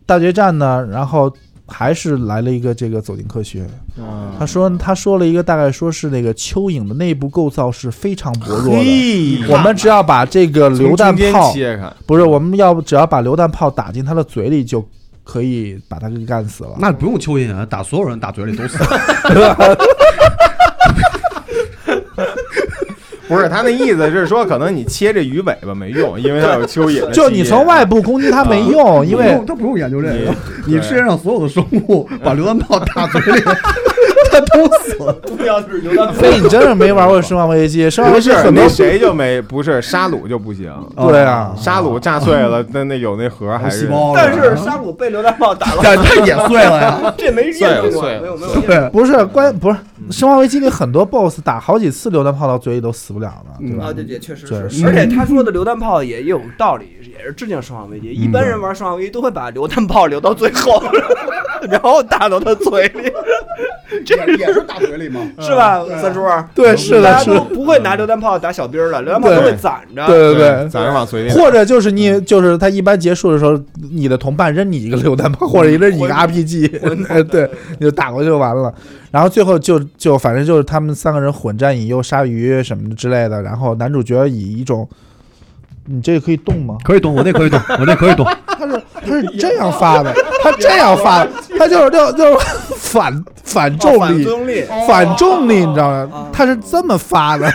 [SPEAKER 8] 大决战呢，然后还是来了一个这个走进科学。
[SPEAKER 1] 嗯
[SPEAKER 8] 他说他说了一个大概说是那个蚯蚓的内部构造是非常薄弱的。
[SPEAKER 1] 嘿
[SPEAKER 8] 我们只要把这个
[SPEAKER 1] 从
[SPEAKER 8] 榴弹
[SPEAKER 1] 中间
[SPEAKER 8] 炮，
[SPEAKER 1] 切开，
[SPEAKER 8] 不是我们要只要把榴弹炮打进他的嘴里就可以把他给干死 了。
[SPEAKER 5] 那不用蚯蚓啊，打所有人打嘴里都 死。
[SPEAKER 1] 不是他那意思是说，可能你切这鱼尾巴没用，因为它有蚯蚓的基因。
[SPEAKER 8] 就你从外部攻击他没用，哦 因
[SPEAKER 5] 不
[SPEAKER 8] 为
[SPEAKER 5] 用他不用研究这个，
[SPEAKER 1] 你
[SPEAKER 5] 你世界上所有的生物把榴弹炮打嘴里，它都死了。
[SPEAKER 2] 目标就是流浪
[SPEAKER 8] 所以你真是没玩过《生化危机》，《生化
[SPEAKER 1] 不
[SPEAKER 8] 危机》
[SPEAKER 1] 是
[SPEAKER 8] 很多
[SPEAKER 1] 那谁就没不是沙鲁就不行，
[SPEAKER 8] 对啊，嗯
[SPEAKER 1] 沙鲁炸碎了，那那有那核还
[SPEAKER 5] 细
[SPEAKER 1] 是
[SPEAKER 5] 胞了，
[SPEAKER 2] 但是沙鲁被流浪炮打了，
[SPEAKER 5] 但它也碎了 呀。
[SPEAKER 2] 这没
[SPEAKER 1] 碎了
[SPEAKER 2] 验过，没
[SPEAKER 1] 碎了
[SPEAKER 2] 有没有验
[SPEAKER 5] 对，
[SPEAKER 8] 不是关不是《生化危机》里很多 BOSS 打好几次榴弹炮到嘴里都死不了的，对
[SPEAKER 5] 嗯
[SPEAKER 8] 吧
[SPEAKER 2] 啊，？对，也确实
[SPEAKER 8] 对
[SPEAKER 2] 是。而且他说的榴弹炮也有道理，也是致敬《生化危机》。一般人玩《生化危机》都会把榴弹炮留到最后， 然后打到他嘴里，
[SPEAKER 6] 也也是大嘴里吗？
[SPEAKER 2] 是吧，三叔？啊
[SPEAKER 8] 对，是
[SPEAKER 2] 大
[SPEAKER 8] 的，
[SPEAKER 2] 家
[SPEAKER 8] 是
[SPEAKER 2] 都
[SPEAKER 8] 的，
[SPEAKER 2] 不会拿榴弹炮打小兵儿了，榴弹炮
[SPEAKER 8] 对
[SPEAKER 2] 都会攒着。
[SPEAKER 8] 对对
[SPEAKER 1] 对，咱是往嘴里
[SPEAKER 8] 对。
[SPEAKER 1] 打。
[SPEAKER 8] 或者就是你，就是他一般结束的时候，你的同伴扔你一个榴弹炮，或者扔你一个 RPG，哎 对，你就打过去就完了。然后最后就就反正就是他们三个人混战引诱鲨鱼什么之类的，然后男主角以一种，你这个可以动吗？
[SPEAKER 5] 可以动，我那可以动，我那可以动。
[SPEAKER 8] 他是他是这样发的，他这样发的，他就是就就是反反重
[SPEAKER 2] 反
[SPEAKER 8] 力，啊
[SPEAKER 2] 作用力，
[SPEAKER 8] 反重力，你知道吗？他是这么发的，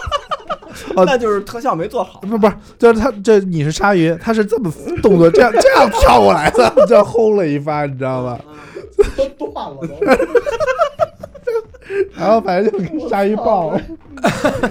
[SPEAKER 2] 那就是特效没做 好。
[SPEAKER 8] 不不是，就是他这你是鲨鱼，他是这么动作，这样这样跳过来的， 这样轰了一发，你知道吧？都断了。然后反正就给鲨鱼爆了，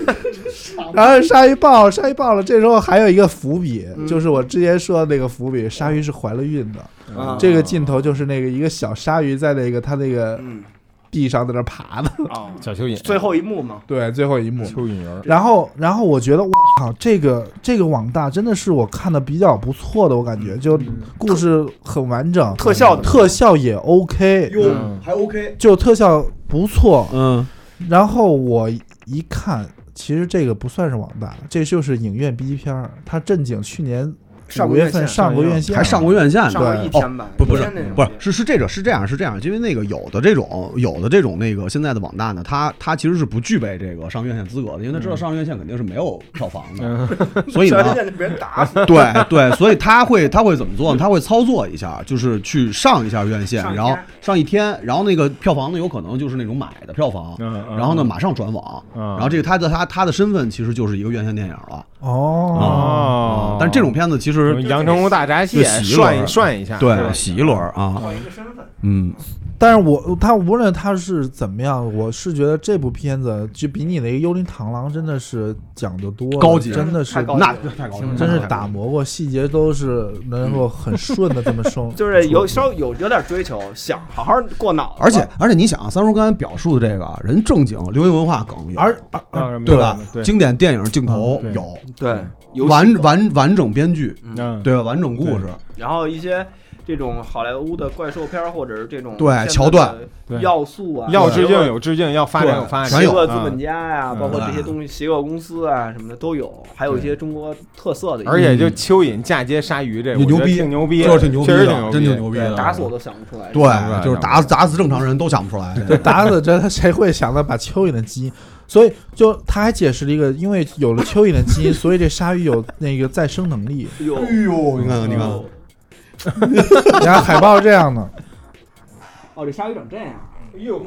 [SPEAKER 8] 然后鲨鱼爆，鲨鱼爆了。这时候还有一个伏笔，就是我之前说的那个伏笔，鲨鱼是怀了孕的。
[SPEAKER 2] 啊
[SPEAKER 8] 这个镜头就是那个一个小鲨鱼在那个它那个
[SPEAKER 2] 嗯
[SPEAKER 8] 地上在那爬的，
[SPEAKER 2] 啊，
[SPEAKER 1] 小蚯蚓，
[SPEAKER 2] 最后一幕嘛，
[SPEAKER 8] 对，最后一幕。
[SPEAKER 1] 蚯蚓人，
[SPEAKER 8] 然后，然后我觉得，我靠，这个这个网大真的是我看的比较不错的，我感觉就故事很完整，嗯
[SPEAKER 2] 特效的
[SPEAKER 8] 特效也 OK，
[SPEAKER 1] 嗯
[SPEAKER 6] 还 OK，
[SPEAKER 8] 就特效不错。
[SPEAKER 5] 嗯，
[SPEAKER 8] 然后我一看，其实这个不算是网大，这就是影院 B 级片儿，它正经去年
[SPEAKER 2] 上
[SPEAKER 8] 五
[SPEAKER 2] 过
[SPEAKER 8] 月
[SPEAKER 2] 院
[SPEAKER 8] 份
[SPEAKER 2] 线
[SPEAKER 8] 上过院线，
[SPEAKER 5] 还上过院线哦呢，
[SPEAKER 2] 上过一天吧，
[SPEAKER 5] 不不是
[SPEAKER 2] 一天那种
[SPEAKER 5] 不是是是这个是这样是这样，因为那个有的这种有的这种那个现在的网大呢，它它其实是不具备这个上院线资格的，因为它
[SPEAKER 1] 嗯
[SPEAKER 5] 知道上院线肯定是没有票房的， 所以
[SPEAKER 2] 上
[SPEAKER 5] 呢
[SPEAKER 2] 完，院就别人打死，
[SPEAKER 5] 对对，所以他会他会怎么做呢？他会操作一下，就是去上一下院线，
[SPEAKER 2] 上一
[SPEAKER 5] 然后
[SPEAKER 2] 天
[SPEAKER 5] 上一天，然后那个票房呢，有可能就是那种买的票房，
[SPEAKER 1] 嗯嗯
[SPEAKER 5] 然后呢马上转网，
[SPEAKER 1] 嗯
[SPEAKER 5] 然后这个他的他他的身份其实就是一个院线电影了。
[SPEAKER 8] 哦
[SPEAKER 1] 哦哦
[SPEAKER 5] 但这种片子其实
[SPEAKER 1] 阳澄湖大闸蟹
[SPEAKER 5] 就洗一轮
[SPEAKER 1] 涮一涮一下，是吧
[SPEAKER 5] 对洗一轮啊，
[SPEAKER 4] 换一个身份，
[SPEAKER 5] 嗯，
[SPEAKER 8] 但是我他无论他是怎么样，我是觉得这部片子就比你那个《幽灵螳螂》真的是讲究多了，
[SPEAKER 5] 高级
[SPEAKER 8] 真的
[SPEAKER 4] 太
[SPEAKER 8] 是
[SPEAKER 4] 高级
[SPEAKER 5] 嗯那
[SPEAKER 4] 了
[SPEAKER 5] 太高
[SPEAKER 8] 真是打磨过，细节都是能够很顺的这么收，
[SPEAKER 4] 就是有稍微有有点追求，想好好过脑子，
[SPEAKER 5] 而且而且你想啊，三叔刚才表述的这个啊人正经流行文化梗有，
[SPEAKER 8] 而而
[SPEAKER 1] 啊明白
[SPEAKER 5] 对吧
[SPEAKER 1] 了？对，
[SPEAKER 5] 经典电影镜头
[SPEAKER 1] 嗯对
[SPEAKER 5] 有，
[SPEAKER 4] 对游戏
[SPEAKER 5] 完完完整编剧，
[SPEAKER 1] 嗯，
[SPEAKER 5] 对吧？完整故事，
[SPEAKER 4] 然后一些这种好莱坞的怪兽片儿或者是这种
[SPEAKER 5] 对
[SPEAKER 4] 现在的
[SPEAKER 5] 桥段
[SPEAKER 1] 对
[SPEAKER 4] 要素啊，
[SPEAKER 1] 要
[SPEAKER 4] 邪
[SPEAKER 1] 致
[SPEAKER 4] 恶
[SPEAKER 1] 敬有致敬，要发展
[SPEAKER 5] 对
[SPEAKER 1] 有发展，
[SPEAKER 5] 全
[SPEAKER 4] 邪
[SPEAKER 5] 有
[SPEAKER 4] 恶资本家呀、
[SPEAKER 1] 嗯
[SPEAKER 4] 包括这些东西，邪恶公司啊什么的都有，还有一些中国特色的一些，
[SPEAKER 1] 而且就蚯蚓嫁接鲨鱼这，
[SPEAKER 5] 也
[SPEAKER 1] 我觉得
[SPEAKER 5] 牛逼
[SPEAKER 1] 挺牛逼，
[SPEAKER 5] 就是挺牛逼
[SPEAKER 1] 确实
[SPEAKER 5] 的，
[SPEAKER 1] 挺
[SPEAKER 5] 真挺
[SPEAKER 1] 逼。
[SPEAKER 5] 牛逼的，
[SPEAKER 4] 对打死我都想不出来。
[SPEAKER 5] 对，就是打打死正常人都想不出来，
[SPEAKER 8] 对，打死真的谁会想到把蚯蚓的基因？所以就他还解释了一个，因为有了蚯蚓的基因，所以这鲨鱼有那个再生能 力。
[SPEAKER 4] 有
[SPEAKER 5] 哎呦，你看看，你看，
[SPEAKER 8] 然后海报是这 样的，
[SPEAKER 4] 哦，这鲨鱼长这样，哎呦，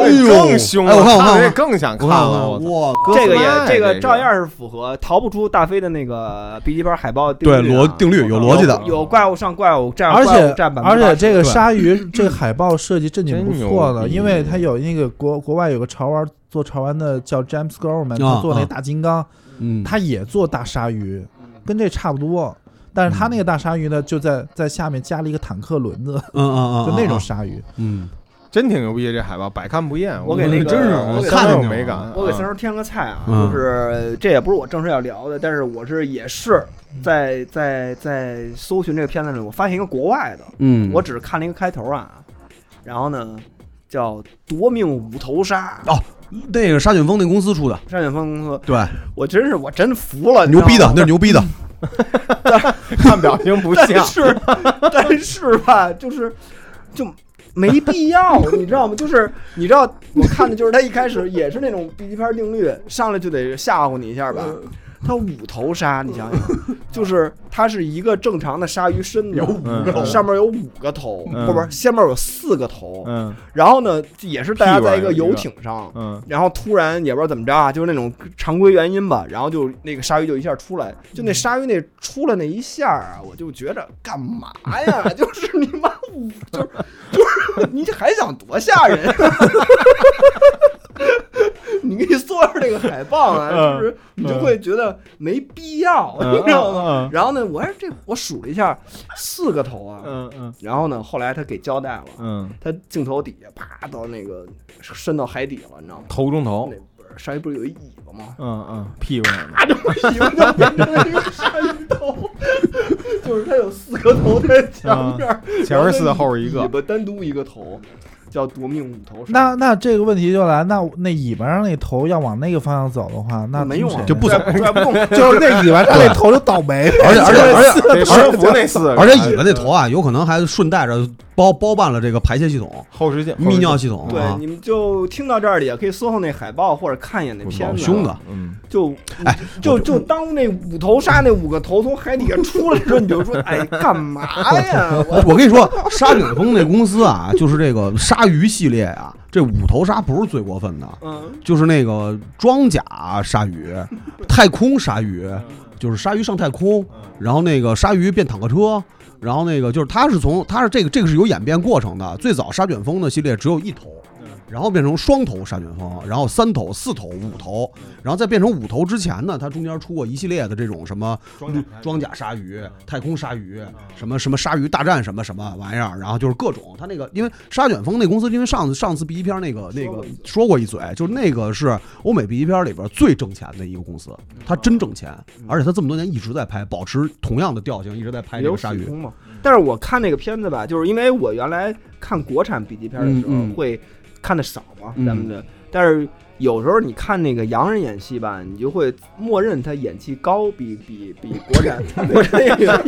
[SPEAKER 5] 哎呦
[SPEAKER 1] 更凶了！
[SPEAKER 5] 哎我看我
[SPEAKER 1] 操
[SPEAKER 5] 看我看
[SPEAKER 1] 这更想
[SPEAKER 5] 我看
[SPEAKER 1] 了，
[SPEAKER 5] 看，
[SPEAKER 1] 我
[SPEAKER 5] 哇，
[SPEAKER 1] 操
[SPEAKER 4] 这个也
[SPEAKER 1] 哥斯拉呀
[SPEAKER 4] 这个
[SPEAKER 1] 是
[SPEAKER 4] 照样是符合，逃不出大飞的那个笔记本海报定
[SPEAKER 5] 对
[SPEAKER 4] 律啊
[SPEAKER 5] 逻定律有逻辑的
[SPEAKER 4] 有怪物上怪物占，
[SPEAKER 8] 而
[SPEAKER 4] 怪物
[SPEAKER 8] 且
[SPEAKER 4] 占百分
[SPEAKER 8] 而
[SPEAKER 4] 之八
[SPEAKER 8] 且
[SPEAKER 4] 十
[SPEAKER 8] 这个
[SPEAKER 5] 对
[SPEAKER 8] 鲨鱼这个海报设计正经不错
[SPEAKER 1] 真牛
[SPEAKER 8] 的，
[SPEAKER 1] 逼
[SPEAKER 8] 因为它有那个国国外有个潮玩做潮玩的叫 James Gorman，
[SPEAKER 5] 啊
[SPEAKER 8] 他做
[SPEAKER 5] 啊
[SPEAKER 8] 那个大金刚，
[SPEAKER 5] 嗯，
[SPEAKER 8] 他也做大鲨鱼，跟这差不多。
[SPEAKER 5] 嗯
[SPEAKER 8] 但是他那个大鲨鱼呢，就在在下面加了一个坦克轮子，
[SPEAKER 5] 嗯嗯嗯，
[SPEAKER 8] 就那种鲨鱼。
[SPEAKER 5] 嗯，
[SPEAKER 1] 真挺牛逼，这海报百看不厌。
[SPEAKER 4] 我给那个
[SPEAKER 5] 真是
[SPEAKER 4] 我给
[SPEAKER 5] 看
[SPEAKER 1] 着
[SPEAKER 5] 着
[SPEAKER 1] 有
[SPEAKER 5] 就
[SPEAKER 1] 美感，
[SPEAKER 4] 我给
[SPEAKER 1] 嗯
[SPEAKER 4] 三叔添个菜啊，
[SPEAKER 5] 嗯
[SPEAKER 4] 就是这也不是我正式要聊的，但是我是也是在在在搜寻这个片子里，我发现一个国外的，
[SPEAKER 5] 嗯，
[SPEAKER 4] 我只是看了一个开头啊，然后呢叫《夺命五头鲨
[SPEAKER 5] 那个沙卷风那公司出的，》，
[SPEAKER 4] 单雪峰公司，
[SPEAKER 5] 对，
[SPEAKER 4] 我真是我真服了，
[SPEAKER 5] 牛逼的，
[SPEAKER 4] 你
[SPEAKER 5] 那是牛逼的，
[SPEAKER 1] 看表情不
[SPEAKER 4] 知道
[SPEAKER 1] 像
[SPEAKER 4] 吗，但，是 但是吧，就是就。没必 要，你知道吗？就是你知道，我看的就是他一开始也是那种 B 片定律，上来就得吓唬你一下吧。
[SPEAKER 1] 嗯
[SPEAKER 4] 它五头鲨，你想想， 就是它是一个正常的鲨鱼身子，有五
[SPEAKER 1] 个头
[SPEAKER 4] 上面有五个头，
[SPEAKER 1] 嗯
[SPEAKER 4] 不不，下面有四个头。
[SPEAKER 1] 嗯
[SPEAKER 4] 然后呢，也是大家在一个
[SPEAKER 1] 屁股有一
[SPEAKER 4] 游
[SPEAKER 1] 个
[SPEAKER 4] 艇上，
[SPEAKER 1] 嗯，
[SPEAKER 4] 然后突然也不知道怎么着啊，就是那种常规原因吧，然后就那个鲨鱼就一下出来，就
[SPEAKER 1] 嗯
[SPEAKER 4] 那鲨鱼那出来那一下啊，我就觉着干嘛 呀？就是你妈五，就是就是你还想多吓人？啊 你给你缩着这个海报啊，就是你就会觉得没必要，
[SPEAKER 1] 嗯
[SPEAKER 4] 你知道吗
[SPEAKER 1] 嗯嗯？
[SPEAKER 4] 然后呢，我还是这我数了一下，四个头啊。
[SPEAKER 1] 嗯嗯
[SPEAKER 4] 然后呢，后来他给交代了，
[SPEAKER 1] 嗯，
[SPEAKER 4] 他镜头底下啪到那个伸到海底了，你知道吗？
[SPEAKER 1] 头中头
[SPEAKER 4] 那，不是鲨鱼不是有一尾巴 吗？
[SPEAKER 1] 嗯嗯，屁股上的，
[SPEAKER 4] 啊，就尾巴就变成了一个鲨鱼头，就是它有四个头在墙面儿，
[SPEAKER 1] 前面四
[SPEAKER 4] 然
[SPEAKER 1] 后边一
[SPEAKER 4] 尾
[SPEAKER 1] 个，
[SPEAKER 4] 巴单独一个头，叫夺命五头鲨。
[SPEAKER 8] 那那这个问题就来，那那尾巴上那头要往那个方向走的话，那
[SPEAKER 4] 没用啊，
[SPEAKER 5] 就不走
[SPEAKER 4] 拽拽不动。
[SPEAKER 8] 就是那尾巴上那头就倒霉。
[SPEAKER 5] 而且而且而且
[SPEAKER 1] 得说服那四个，
[SPEAKER 5] 而且尾巴那头啊，有可能还顺带着包包办了这个排泄系统、
[SPEAKER 1] 后视镜，
[SPEAKER 5] 泌尿系统
[SPEAKER 4] 对，
[SPEAKER 5] 啊，
[SPEAKER 4] 你们就听到这里，也可以搜搜那海报或者看一眼那片
[SPEAKER 5] 老
[SPEAKER 4] 子。啊
[SPEAKER 5] 凶的，
[SPEAKER 1] 嗯，
[SPEAKER 4] 就
[SPEAKER 5] 哎，
[SPEAKER 4] 就就当那五头鲨那五个头从海底下出来的时候，你就说，哎，干嘛呀？我
[SPEAKER 5] 我跟你说，沙卷风那公司啊，就是这个鲨鱼系列啊，这五头鲨不是最过分的，
[SPEAKER 4] 嗯，
[SPEAKER 5] 就是那个装甲鲨鱼、太空鲨鱼，就是鲨鱼上太空，然后那个鲨鱼变坦克车，然后那个就是它是从它是这个这个是有演变过程的。最早沙卷风的系列只有一头，然后变成双头沙卷风，然后三头、四头、五头，然后再变成五头之前呢，它中间出过一系列的这种什么装甲鲨鱼、太空鲨鱼、什么什么鲨鱼大战什么什么玩意儿，然后就是各种它那个，因为沙卷风那公司，因为上次上次 B 级片那个那个说过一嘴，就是那个是欧美 B 级片里边最挣钱的一个公司，它真挣钱，而且它这么多年一直在拍，保持同样的调性，一直在拍这
[SPEAKER 4] 有
[SPEAKER 5] 个鲨鱼。
[SPEAKER 4] 嘛。
[SPEAKER 1] 嗯
[SPEAKER 4] 但是我看那个片子吧，就是因为我原来看国产 B 级片的时候、
[SPEAKER 5] 嗯嗯
[SPEAKER 4] 会看的少嘛，
[SPEAKER 5] 嗯
[SPEAKER 4] 咱们的。但是有时候你看那个洋人演戏吧，你就会默认他演技高比，比比国产 国产演员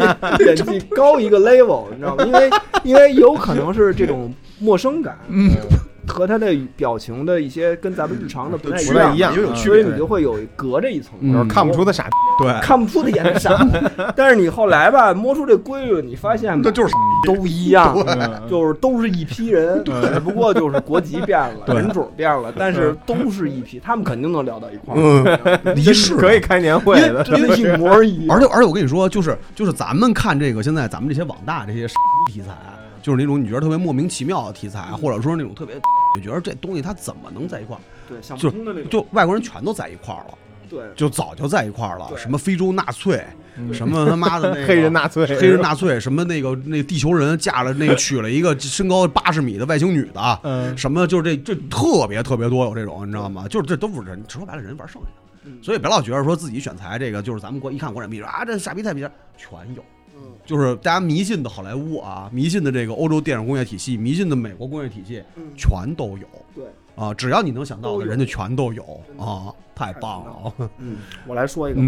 [SPEAKER 4] 演技高一个 level，你知道吗？因为因为有可能是这种陌生感，嗯， 和他的表情的一些跟咱们日常的不太
[SPEAKER 1] 不太一样
[SPEAKER 4] 因为
[SPEAKER 1] 嗯
[SPEAKER 4] 所以你就会有隔着一层，
[SPEAKER 5] 嗯
[SPEAKER 1] 有时候看不出的傻逼，
[SPEAKER 5] 对，
[SPEAKER 4] 看不出的眼神。 但是你后来吧，摸出这规律，你发现
[SPEAKER 5] 那就是
[SPEAKER 4] 都一样，
[SPEAKER 1] 嗯
[SPEAKER 4] 就是都是一批人，只不过就是国籍变了，
[SPEAKER 5] 对
[SPEAKER 4] 人种变了，但是都是一批，他们肯定能聊到一块儿，
[SPEAKER 5] 嗯，离世
[SPEAKER 1] 可以开年会的，
[SPEAKER 4] 真的一模一样。
[SPEAKER 5] 而且而且我跟你说，就是就是咱们看这个现在咱们这些网大这些题材，就是那种你觉得特别莫名其妙的题材，或者说那种特别，你觉得这东西它怎么能在一块儿？
[SPEAKER 4] 对，想
[SPEAKER 5] 就
[SPEAKER 4] 不通的那种，
[SPEAKER 5] 就外国人全都在一块儿了，
[SPEAKER 4] 对，
[SPEAKER 5] 就早就在一块儿了，
[SPEAKER 4] 对
[SPEAKER 5] 什么非洲纳粹，
[SPEAKER 1] 嗯
[SPEAKER 5] 什么他妈的那 个
[SPEAKER 1] 黑人。纳粹，
[SPEAKER 5] 黑人纳粹什么那个那地球人嫁了那个娶了一个身高八十米的外星女的，
[SPEAKER 1] 嗯，
[SPEAKER 5] 什么就是这这特别特别多有这种，你知道吗？就是这都不是人，说白了人玩剩下的，
[SPEAKER 4] 嗯
[SPEAKER 5] 所以别老觉得说自己选材这个就是咱们国一看国产片说啊这傻逼太逼了，全有。
[SPEAKER 4] 嗯
[SPEAKER 5] 就是大家迷信的好莱坞啊，迷信的这个欧洲电影工业体系，迷信的美国工业体系，
[SPEAKER 4] 嗯
[SPEAKER 5] 全都有。
[SPEAKER 4] 对
[SPEAKER 5] 啊，只要你能想到
[SPEAKER 4] 都
[SPEAKER 5] 的，
[SPEAKER 4] 有
[SPEAKER 5] 人家全都有啊，
[SPEAKER 4] 太
[SPEAKER 5] 太棒
[SPEAKER 4] 棒
[SPEAKER 5] 了！
[SPEAKER 4] 嗯，我来说一个吧，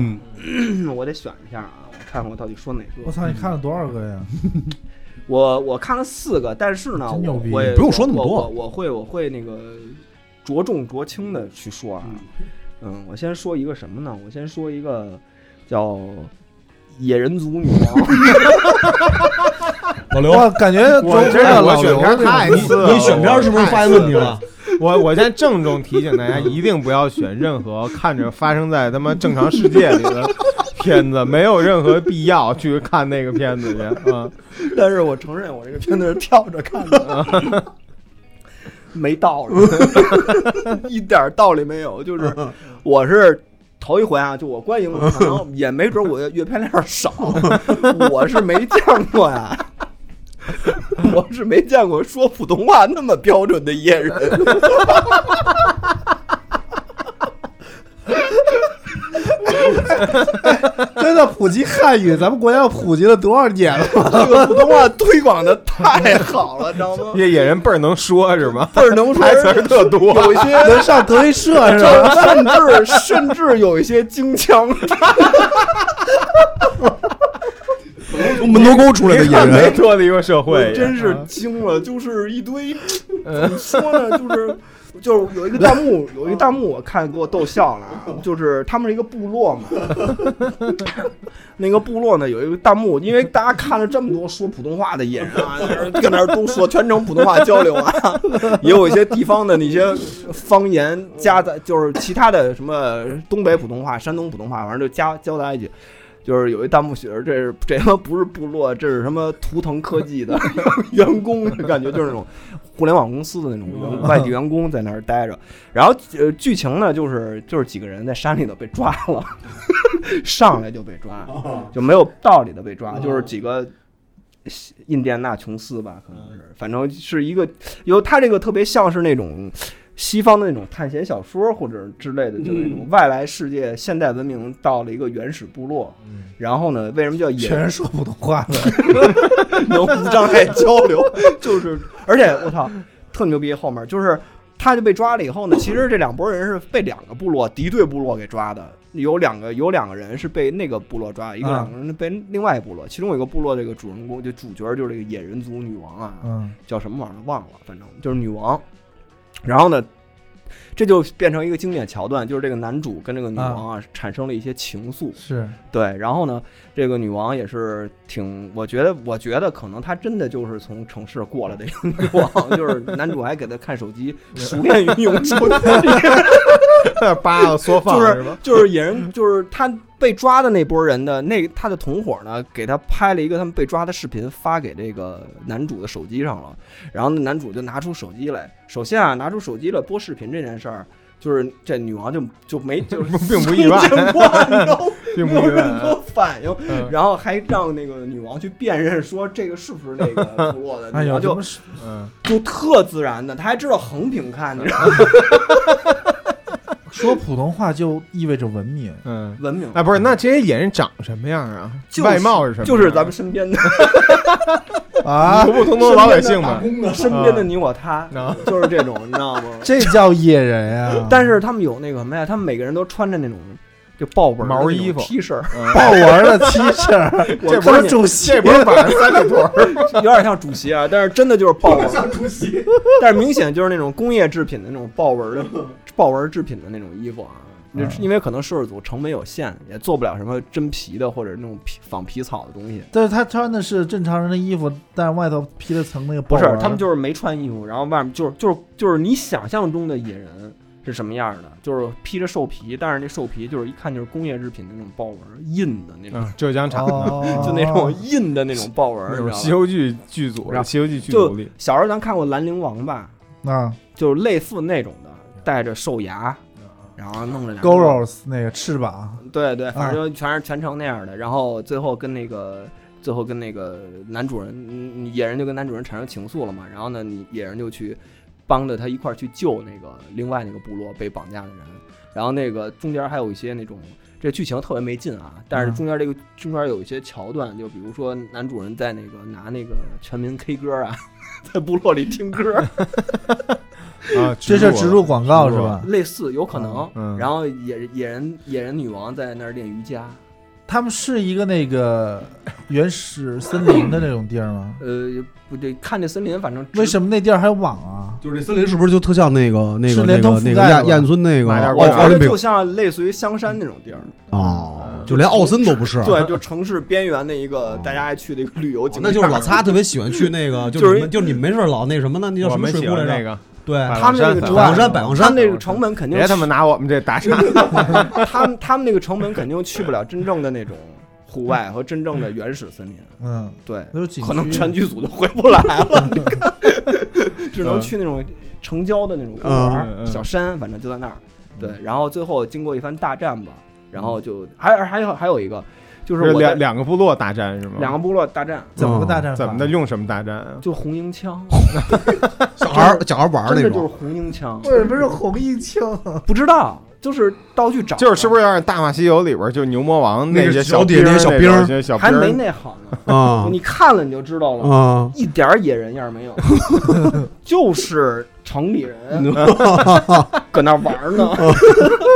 [SPEAKER 5] 嗯，
[SPEAKER 4] 我得选一下啊，我看看我到底说哪
[SPEAKER 8] 我
[SPEAKER 4] 个。
[SPEAKER 8] 操，你看了多少个呀？
[SPEAKER 4] 我我看了四个，但是呢，
[SPEAKER 8] 真
[SPEAKER 4] 我
[SPEAKER 8] 牛逼
[SPEAKER 4] 会
[SPEAKER 5] 不用说那么多
[SPEAKER 4] 我我我会我会那个着重着轻的去说啊。嗯，我先说一个什么呢？我先说一个叫《野人族女王》
[SPEAKER 5] 老刘，
[SPEAKER 8] 我感觉
[SPEAKER 1] 我
[SPEAKER 8] 周
[SPEAKER 1] 真
[SPEAKER 5] 哎
[SPEAKER 1] 的哎我选片
[SPEAKER 8] 刘
[SPEAKER 1] 太
[SPEAKER 8] 这
[SPEAKER 1] 次
[SPEAKER 8] 种
[SPEAKER 1] 了，
[SPEAKER 5] 你选片是不是发现问题了？
[SPEAKER 1] 我我现在郑重提醒大家，一定不要选任何看着发生在他妈正常世界里的片子，没有任何必要去看那个片子去啊。
[SPEAKER 4] 但是我承认我这个片子是跳着看的，没道理，一点儿道理 没有。就是我是头一回啊，就我观影可能也没准我阅片量少， 我是没见过呀、我是没见过说普通话那么标准的野人。
[SPEAKER 8] 真的普及汉语，咱们国家普及了多少年了？
[SPEAKER 4] 这个普通话推广的太好了，知道吗？
[SPEAKER 1] 这野人倍儿能说是吗？
[SPEAKER 4] 倍儿能说，
[SPEAKER 1] 台词儿特多，
[SPEAKER 4] 有一些
[SPEAKER 8] 能上德云社是吧？
[SPEAKER 4] 甚至甚至有一些京腔，
[SPEAKER 5] 从门头沟出来的 演
[SPEAKER 1] 没
[SPEAKER 5] 员，
[SPEAKER 1] 多的一个社
[SPEAKER 4] 我
[SPEAKER 1] 会，
[SPEAKER 4] 真是惊了，就是一堆怎么说呢，就是就是有一个弹幕，有一个弹幕我看给我逗笑了啊，就是他们是一个部落嘛，那个部落呢有一个弹幕，因为大家看了这么多说普通话的野人啊，就是跟那儿都说全程普通话交流啊，也有一些地方的那些方言夹杂，就是其他的什么东北普通话、山东普通话，反正就加交杂一句。就是有一弹幕写着这是这他妈不是部落，这是什么图腾科技的 员工，感觉就是那种互联网公司的那种员外地员工在那儿待着。然后呃，剧情呢就是就是几个人在山里头被抓了， 上来就被抓，就没有道理的被抓，就是几个。印第安纳琼斯吧，可能是，反正是一个，有他这个特别像是那种西方的那种探险小说或者之类的，就那种外来世界现代文明到了一个原始部落，然后呢，为什么叫野
[SPEAKER 8] 全
[SPEAKER 4] 人
[SPEAKER 8] 是说普通话 的，
[SPEAKER 4] 能无障碍交流？就是，而且我操，特牛逼，后面就是他就被抓了以后呢，其实这两拨人是被两个部落敌对部落给抓的，有两个有两个人是被那个部落抓，一个
[SPEAKER 8] 啊
[SPEAKER 4] 两个人被另外一部落，其中有一个部落这个主人公就主角就是这个野人族女王啊，
[SPEAKER 8] 嗯，
[SPEAKER 4] 叫什么玩意儿忘了，反正就是女王。然后呢，这就变成一个经典桥段，就是这个男主跟这个女王啊产生了一些情愫。
[SPEAKER 8] 是
[SPEAKER 4] 对，然后呢，这个女王也是挺，我觉得，我觉得可能她真的就是从城市过来的一个女王，就是 男主还给她看手机，熟练于用手机，
[SPEAKER 1] 扒拉缩放
[SPEAKER 4] 就是
[SPEAKER 1] 吧？
[SPEAKER 4] 就是野人，就是他被抓的那波人的那他的同伙呢，给他拍了一个他们被抓的视频，发给这个男主的手机上了。然后那男主就拿出手机来，首先啊，拿出手机来播视频这件事儿，就是这女王就就没就是
[SPEAKER 1] 并不意外
[SPEAKER 4] 见怪你知道吗
[SPEAKER 1] 并
[SPEAKER 4] 没
[SPEAKER 1] 不
[SPEAKER 4] 有
[SPEAKER 1] 意
[SPEAKER 4] 任何
[SPEAKER 1] 外。
[SPEAKER 4] 反应。
[SPEAKER 1] 嗯
[SPEAKER 4] 然后还让那个女王去辨认，说这个是不是那个部 落的，
[SPEAKER 8] 哎
[SPEAKER 4] 女
[SPEAKER 8] 呦，
[SPEAKER 4] 王
[SPEAKER 8] 怎
[SPEAKER 4] 就
[SPEAKER 8] 么是
[SPEAKER 1] 嗯，
[SPEAKER 4] 就特自然的，她还知道横屏看，你知道吗？
[SPEAKER 8] 说普通话就意味着文明？
[SPEAKER 1] 嗯，
[SPEAKER 4] 文明
[SPEAKER 1] 哎，不是，那这些演员长什么样啊？
[SPEAKER 4] 就是
[SPEAKER 1] 外貌是什么样啊？
[SPEAKER 4] 就是咱们身边的
[SPEAKER 8] 啊，
[SPEAKER 1] 普普通通的老百姓嘛。
[SPEAKER 4] 身边的你我他，
[SPEAKER 1] 啊，
[SPEAKER 4] 就是这种，你知道吗？
[SPEAKER 8] 这叫野人啊！
[SPEAKER 4] 但是他们有那个什么呀？他们每个人都穿着那种就豹纹儿的
[SPEAKER 1] 毛
[SPEAKER 4] 那种
[SPEAKER 1] 衣服
[SPEAKER 4] T 恤儿，
[SPEAKER 8] 豹纹的 T 恤，
[SPEAKER 1] 这嗯不是
[SPEAKER 8] 主席
[SPEAKER 1] 这不是晚上三里屯儿
[SPEAKER 4] 有点像主席啊，但是真的就是豹纹，像主席， 但是明显就是那种工业制品的那种豹纹的豹纹制品的那种衣服啊。就是因为可能摄制组成本有限，也做不了什么真皮的或者那种皮仿皮草的东西。
[SPEAKER 8] 但是他穿的是正常人的衣服，但是外头披了层那个
[SPEAKER 4] 不
[SPEAKER 8] 豹
[SPEAKER 4] 是
[SPEAKER 8] 纹，
[SPEAKER 4] 他们就是没穿衣服，然后外面就是就是就是你想象中的野人是什么样的，就是披着兽皮，但是那兽皮就是一看就是工业制品的那种豹纹印的那种，
[SPEAKER 1] 嗯，浙江厂
[SPEAKER 8] 哦
[SPEAKER 4] 就那种印的那种豹纹，
[SPEAKER 1] 那
[SPEAKER 4] 你
[SPEAKER 1] 种西
[SPEAKER 4] 知道吧？
[SPEAKER 1] 游记剧组，
[SPEAKER 4] 然后
[SPEAKER 1] 西游记剧
[SPEAKER 4] 就
[SPEAKER 1] 组里，
[SPEAKER 4] 小时候咱看过《兰陵王》吧，
[SPEAKER 8] 啊
[SPEAKER 4] 就是类似那种的，带着兽牙，然后弄着两个
[SPEAKER 8] g o r o s 那个翅膀，
[SPEAKER 4] 对对，反
[SPEAKER 8] 啊
[SPEAKER 4] 正就全是全程那样的。然后最后跟那个最后跟那个男主人，嗯野人就跟男主人产生情愫了嘛。然后呢，你野人就去帮着他一块儿去救那个另外那个部落被绑架的人。然后那个中间还有一些那种。这剧情特别没劲啊，但是
[SPEAKER 8] 嗯
[SPEAKER 4] 中间这个中间有一些桥段，就比如说男主人在那个拿那个全民 K 歌啊， 在部落里听歌，
[SPEAKER 1] 啊，
[SPEAKER 8] 这是植入广告
[SPEAKER 1] 植
[SPEAKER 8] 是
[SPEAKER 1] 入
[SPEAKER 8] 吧？
[SPEAKER 4] 类似有可能。
[SPEAKER 1] 嗯
[SPEAKER 4] 然后野野人野人女王在那儿练瑜伽，
[SPEAKER 8] 他们是一个那个原始森林的那种地儿吗？
[SPEAKER 4] 呃，不对，看这森林，反正
[SPEAKER 8] 为什么那地儿还有网啊？
[SPEAKER 6] 就是这森林是不是就特像那个那
[SPEAKER 8] 是
[SPEAKER 6] 个那
[SPEAKER 8] 连通
[SPEAKER 6] 个
[SPEAKER 8] 覆
[SPEAKER 6] 那个
[SPEAKER 8] 盖的
[SPEAKER 6] 亚
[SPEAKER 8] 吧
[SPEAKER 6] 亚运村那个
[SPEAKER 1] 马扎
[SPEAKER 6] 奥
[SPEAKER 1] 国
[SPEAKER 4] 我
[SPEAKER 1] 家
[SPEAKER 6] 奥
[SPEAKER 4] 觉
[SPEAKER 6] 林
[SPEAKER 4] 得
[SPEAKER 6] 匹
[SPEAKER 4] 就
[SPEAKER 6] 克
[SPEAKER 4] 像类似于香山那种地儿，
[SPEAKER 6] 哦，就连奥森都不是。
[SPEAKER 4] 对，就城市边缘的一个大家爱去的一个旅游景点。
[SPEAKER 6] 哦那就是老擦特别喜欢去那个，就
[SPEAKER 4] 就是
[SPEAKER 6] 是你们就是你们没事儿老那什么呢？那叫
[SPEAKER 1] 我
[SPEAKER 6] 什么
[SPEAKER 1] 们
[SPEAKER 6] 水
[SPEAKER 1] 喜
[SPEAKER 6] 库
[SPEAKER 1] 欢
[SPEAKER 6] 来
[SPEAKER 1] 那
[SPEAKER 6] 着？
[SPEAKER 1] 个
[SPEAKER 6] 对，
[SPEAKER 1] 百
[SPEAKER 6] 百
[SPEAKER 4] 他们那个
[SPEAKER 1] 百
[SPEAKER 4] 之
[SPEAKER 1] 望
[SPEAKER 4] 外
[SPEAKER 6] 望山，百望
[SPEAKER 4] 他
[SPEAKER 6] 山
[SPEAKER 4] 们，那个成本肯定
[SPEAKER 1] 别他妈拿我们这 打岔，
[SPEAKER 4] 他们他们那个成本肯定去不了真正的那种户外和真正的原始森林，
[SPEAKER 8] 嗯，
[SPEAKER 4] 对，
[SPEAKER 8] 那就景区
[SPEAKER 4] 可能全剧组都回不来 了，你看，只能去那种城郊的那种公园
[SPEAKER 1] 嗯嗯
[SPEAKER 4] 儿、
[SPEAKER 1] 嗯嗯
[SPEAKER 4] 小山，反正就在那儿。对，然后最后经过一番大战吧，然后就还还有还有一个，就是
[SPEAKER 1] 嗯是
[SPEAKER 4] 我在
[SPEAKER 1] 两两个部落大战是吗？
[SPEAKER 4] 两个部落大战，
[SPEAKER 8] 怎么个大战
[SPEAKER 1] 嗯
[SPEAKER 8] 法？
[SPEAKER 1] 怎么的用什么大战啊？
[SPEAKER 4] 就红缨枪，
[SPEAKER 6] 小孩儿小孩儿玩儿
[SPEAKER 4] 真
[SPEAKER 6] 那
[SPEAKER 4] 的就是
[SPEAKER 6] 种，
[SPEAKER 4] 红缨枪，
[SPEAKER 8] 为什么是红缨枪？啊
[SPEAKER 4] 不知道，就是道具找的，
[SPEAKER 1] 就是是不是有点《大话西游》里边就牛魔王
[SPEAKER 6] 那个
[SPEAKER 1] 些
[SPEAKER 6] 小
[SPEAKER 1] 兵
[SPEAKER 6] 底
[SPEAKER 1] 儿
[SPEAKER 6] 下那
[SPEAKER 1] 那
[SPEAKER 6] 小兵儿
[SPEAKER 1] 种些小兵
[SPEAKER 4] 还
[SPEAKER 1] 儿
[SPEAKER 4] 没那好呢？
[SPEAKER 6] 啊
[SPEAKER 4] 你看了你就知道了，
[SPEAKER 6] 啊，
[SPEAKER 4] 一点儿野人样儿 没有，就是城里人搁那玩儿呢，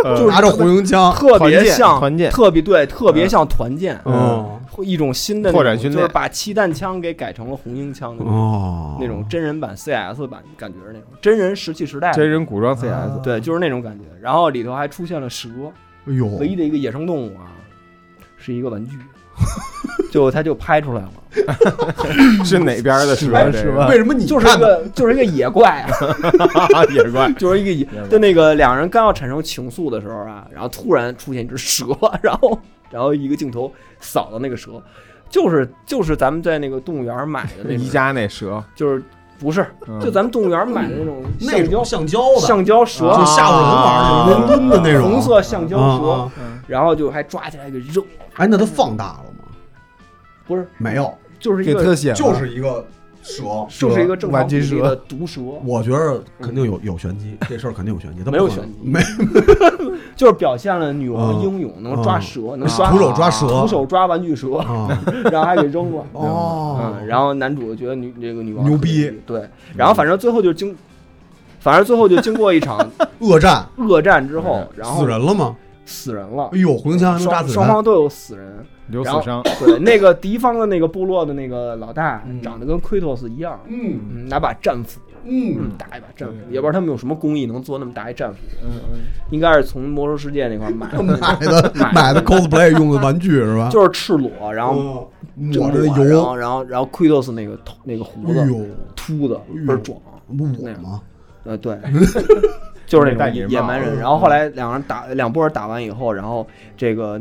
[SPEAKER 1] 呃
[SPEAKER 6] 拿着红缨枪，
[SPEAKER 4] 特别像
[SPEAKER 1] 团建团建嗯
[SPEAKER 4] 特别对，特别像团建，
[SPEAKER 5] 嗯
[SPEAKER 6] 哦
[SPEAKER 4] 一种新的那种
[SPEAKER 1] 拓展训练
[SPEAKER 4] 就是把气弹枪给改成了红缨枪的那种
[SPEAKER 6] 哦，
[SPEAKER 4] 嗯那种真人版 CS 版，感觉是那种真人石器时代的
[SPEAKER 1] 真人古装 CS，
[SPEAKER 8] 啊
[SPEAKER 4] 对，就是那种感觉。然后里头还出现了蛇，
[SPEAKER 1] 哦
[SPEAKER 6] 哎呦，
[SPEAKER 4] 唯一的一个野生动物啊，是一个玩具， 就他就拍出来了，
[SPEAKER 1] 是哪边儿的蛇
[SPEAKER 8] 哎？
[SPEAKER 1] 这
[SPEAKER 8] 是
[SPEAKER 1] 个
[SPEAKER 8] 吧
[SPEAKER 6] 为什么你
[SPEAKER 4] 就是一
[SPEAKER 6] 看的
[SPEAKER 4] 个就是一个野怪啊，
[SPEAKER 1] 也怪，
[SPEAKER 4] 就是一个野，就那个两人刚要产生情愫的时候啊，然后突然出现一只蛇， 然后然后一个镜头扫到那个蛇，就是就是咱们在那个动物园买 的那
[SPEAKER 1] 宜
[SPEAKER 4] 种，
[SPEAKER 1] 家那蛇，
[SPEAKER 4] 就是不是
[SPEAKER 1] 嗯
[SPEAKER 4] 就咱们动物园买的那种
[SPEAKER 6] 那
[SPEAKER 4] 橡胶
[SPEAKER 6] 种橡胶
[SPEAKER 4] 橡胶
[SPEAKER 6] 的，
[SPEAKER 4] 蛇，啊
[SPEAKER 6] 就吓唬人玩儿的，
[SPEAKER 1] 啊
[SPEAKER 6] 伦敦的那种
[SPEAKER 4] 红色橡胶蛇
[SPEAKER 6] 啊，啊。
[SPEAKER 4] 然后就还抓起来给扔，
[SPEAKER 6] 哎，那它放大了吗？
[SPEAKER 4] 不是
[SPEAKER 6] 没有，
[SPEAKER 4] 就是一
[SPEAKER 8] 给
[SPEAKER 4] 个
[SPEAKER 8] 特写
[SPEAKER 6] 就是一个蛇。
[SPEAKER 4] 就是一个正常
[SPEAKER 8] 玩具
[SPEAKER 4] 比例
[SPEAKER 8] 蛇
[SPEAKER 4] 的毒蛇，
[SPEAKER 6] 我觉得肯定有有玄 机，这事儿肯定有玄机。它不
[SPEAKER 4] 嗯没有
[SPEAKER 6] 可能
[SPEAKER 4] 玄机
[SPEAKER 6] 没
[SPEAKER 4] 就是表现了女王
[SPEAKER 6] 嗯
[SPEAKER 4] 英勇，能抓
[SPEAKER 6] 嗯
[SPEAKER 4] 蛇，能抓
[SPEAKER 6] 徒手抓蛇，
[SPEAKER 4] 啊徒手抓玩具蛇，
[SPEAKER 6] 啊！
[SPEAKER 4] 然后还给扔了。
[SPEAKER 6] 哦
[SPEAKER 4] 嗯，，然后男主觉得女这个女王
[SPEAKER 6] 牛
[SPEAKER 4] 特别
[SPEAKER 6] 逼，
[SPEAKER 4] 对，然后反正最后就经，反正最后就经过一 场
[SPEAKER 6] 恶战
[SPEAKER 4] 恶战之后，哦然后
[SPEAKER 6] 哎死人了吗？
[SPEAKER 4] 死人了
[SPEAKER 6] 哎，呦，红缨枪还能炸
[SPEAKER 4] 双
[SPEAKER 6] 死
[SPEAKER 4] 双
[SPEAKER 6] 人，
[SPEAKER 4] 方都有死人。
[SPEAKER 1] 有死
[SPEAKER 4] 然后
[SPEAKER 1] 伤，
[SPEAKER 4] 对，那个敌方的那个部落的那个老大
[SPEAKER 6] 嗯
[SPEAKER 4] 长得跟奎托斯一样，
[SPEAKER 6] 嗯
[SPEAKER 4] 嗯，拿把战斧，
[SPEAKER 6] 嗯，
[SPEAKER 4] 嗯，大一把战斧
[SPEAKER 1] 对，
[SPEAKER 4] 也不知道他们有什么工艺能做那么大一战斧，
[SPEAKER 1] 嗯
[SPEAKER 4] 应该是从魔兽世界那块儿 买的
[SPEAKER 6] 买的买的 cosplay 用的 玩具是吧？哦
[SPEAKER 4] 就是赤裸，然后
[SPEAKER 6] 抹着
[SPEAKER 4] 抹然后
[SPEAKER 6] 油，
[SPEAKER 4] 然后然后奎托斯那个头那个胡
[SPEAKER 6] 哎
[SPEAKER 4] 子
[SPEAKER 6] 呦，
[SPEAKER 4] 秃的
[SPEAKER 6] 呦
[SPEAKER 4] 倍儿壮，
[SPEAKER 6] 我吗？
[SPEAKER 4] 呃 对，就是那
[SPEAKER 1] 戴
[SPEAKER 4] 种
[SPEAKER 1] 眼
[SPEAKER 4] 野
[SPEAKER 1] 帽
[SPEAKER 4] 蛮人。
[SPEAKER 1] 嗯
[SPEAKER 4] 然后后来两人打两波打完以后，然后这个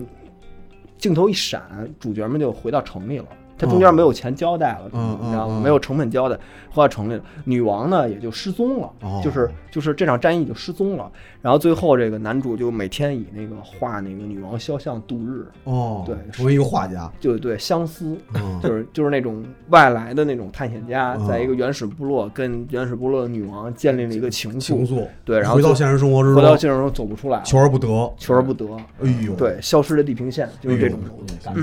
[SPEAKER 4] 镜头一闪，主角们就回到城里了。他中间没有钱交代了，
[SPEAKER 6] 哦嗯嗯
[SPEAKER 4] 你知道吗？
[SPEAKER 6] 嗯
[SPEAKER 4] 没有成本交代，回到城里了。女王呢也就失踪了，
[SPEAKER 6] 哦
[SPEAKER 4] 就是就是这场战役就失踪了。然后最后这个男主就每天以那个画那个女王肖像度日，
[SPEAKER 6] 哦，
[SPEAKER 4] 对
[SPEAKER 6] 成为一个画家，
[SPEAKER 4] 就对相思，
[SPEAKER 6] 嗯
[SPEAKER 4] 就是就是那种外来的那种探险家，
[SPEAKER 6] 嗯
[SPEAKER 4] 在一个原始部落跟原始部落的女王建立了一个情
[SPEAKER 6] 情
[SPEAKER 4] 愫，
[SPEAKER 6] 愫，
[SPEAKER 4] 对，然后
[SPEAKER 6] 回到
[SPEAKER 4] 就
[SPEAKER 6] 现实生活之
[SPEAKER 4] 回到
[SPEAKER 6] 中，
[SPEAKER 4] 现实中走不出来了，
[SPEAKER 6] 求而不得，
[SPEAKER 4] 求而不得，
[SPEAKER 6] 哎呦，哎
[SPEAKER 4] 对，消失的地平线就是这种。
[SPEAKER 6] 感觉。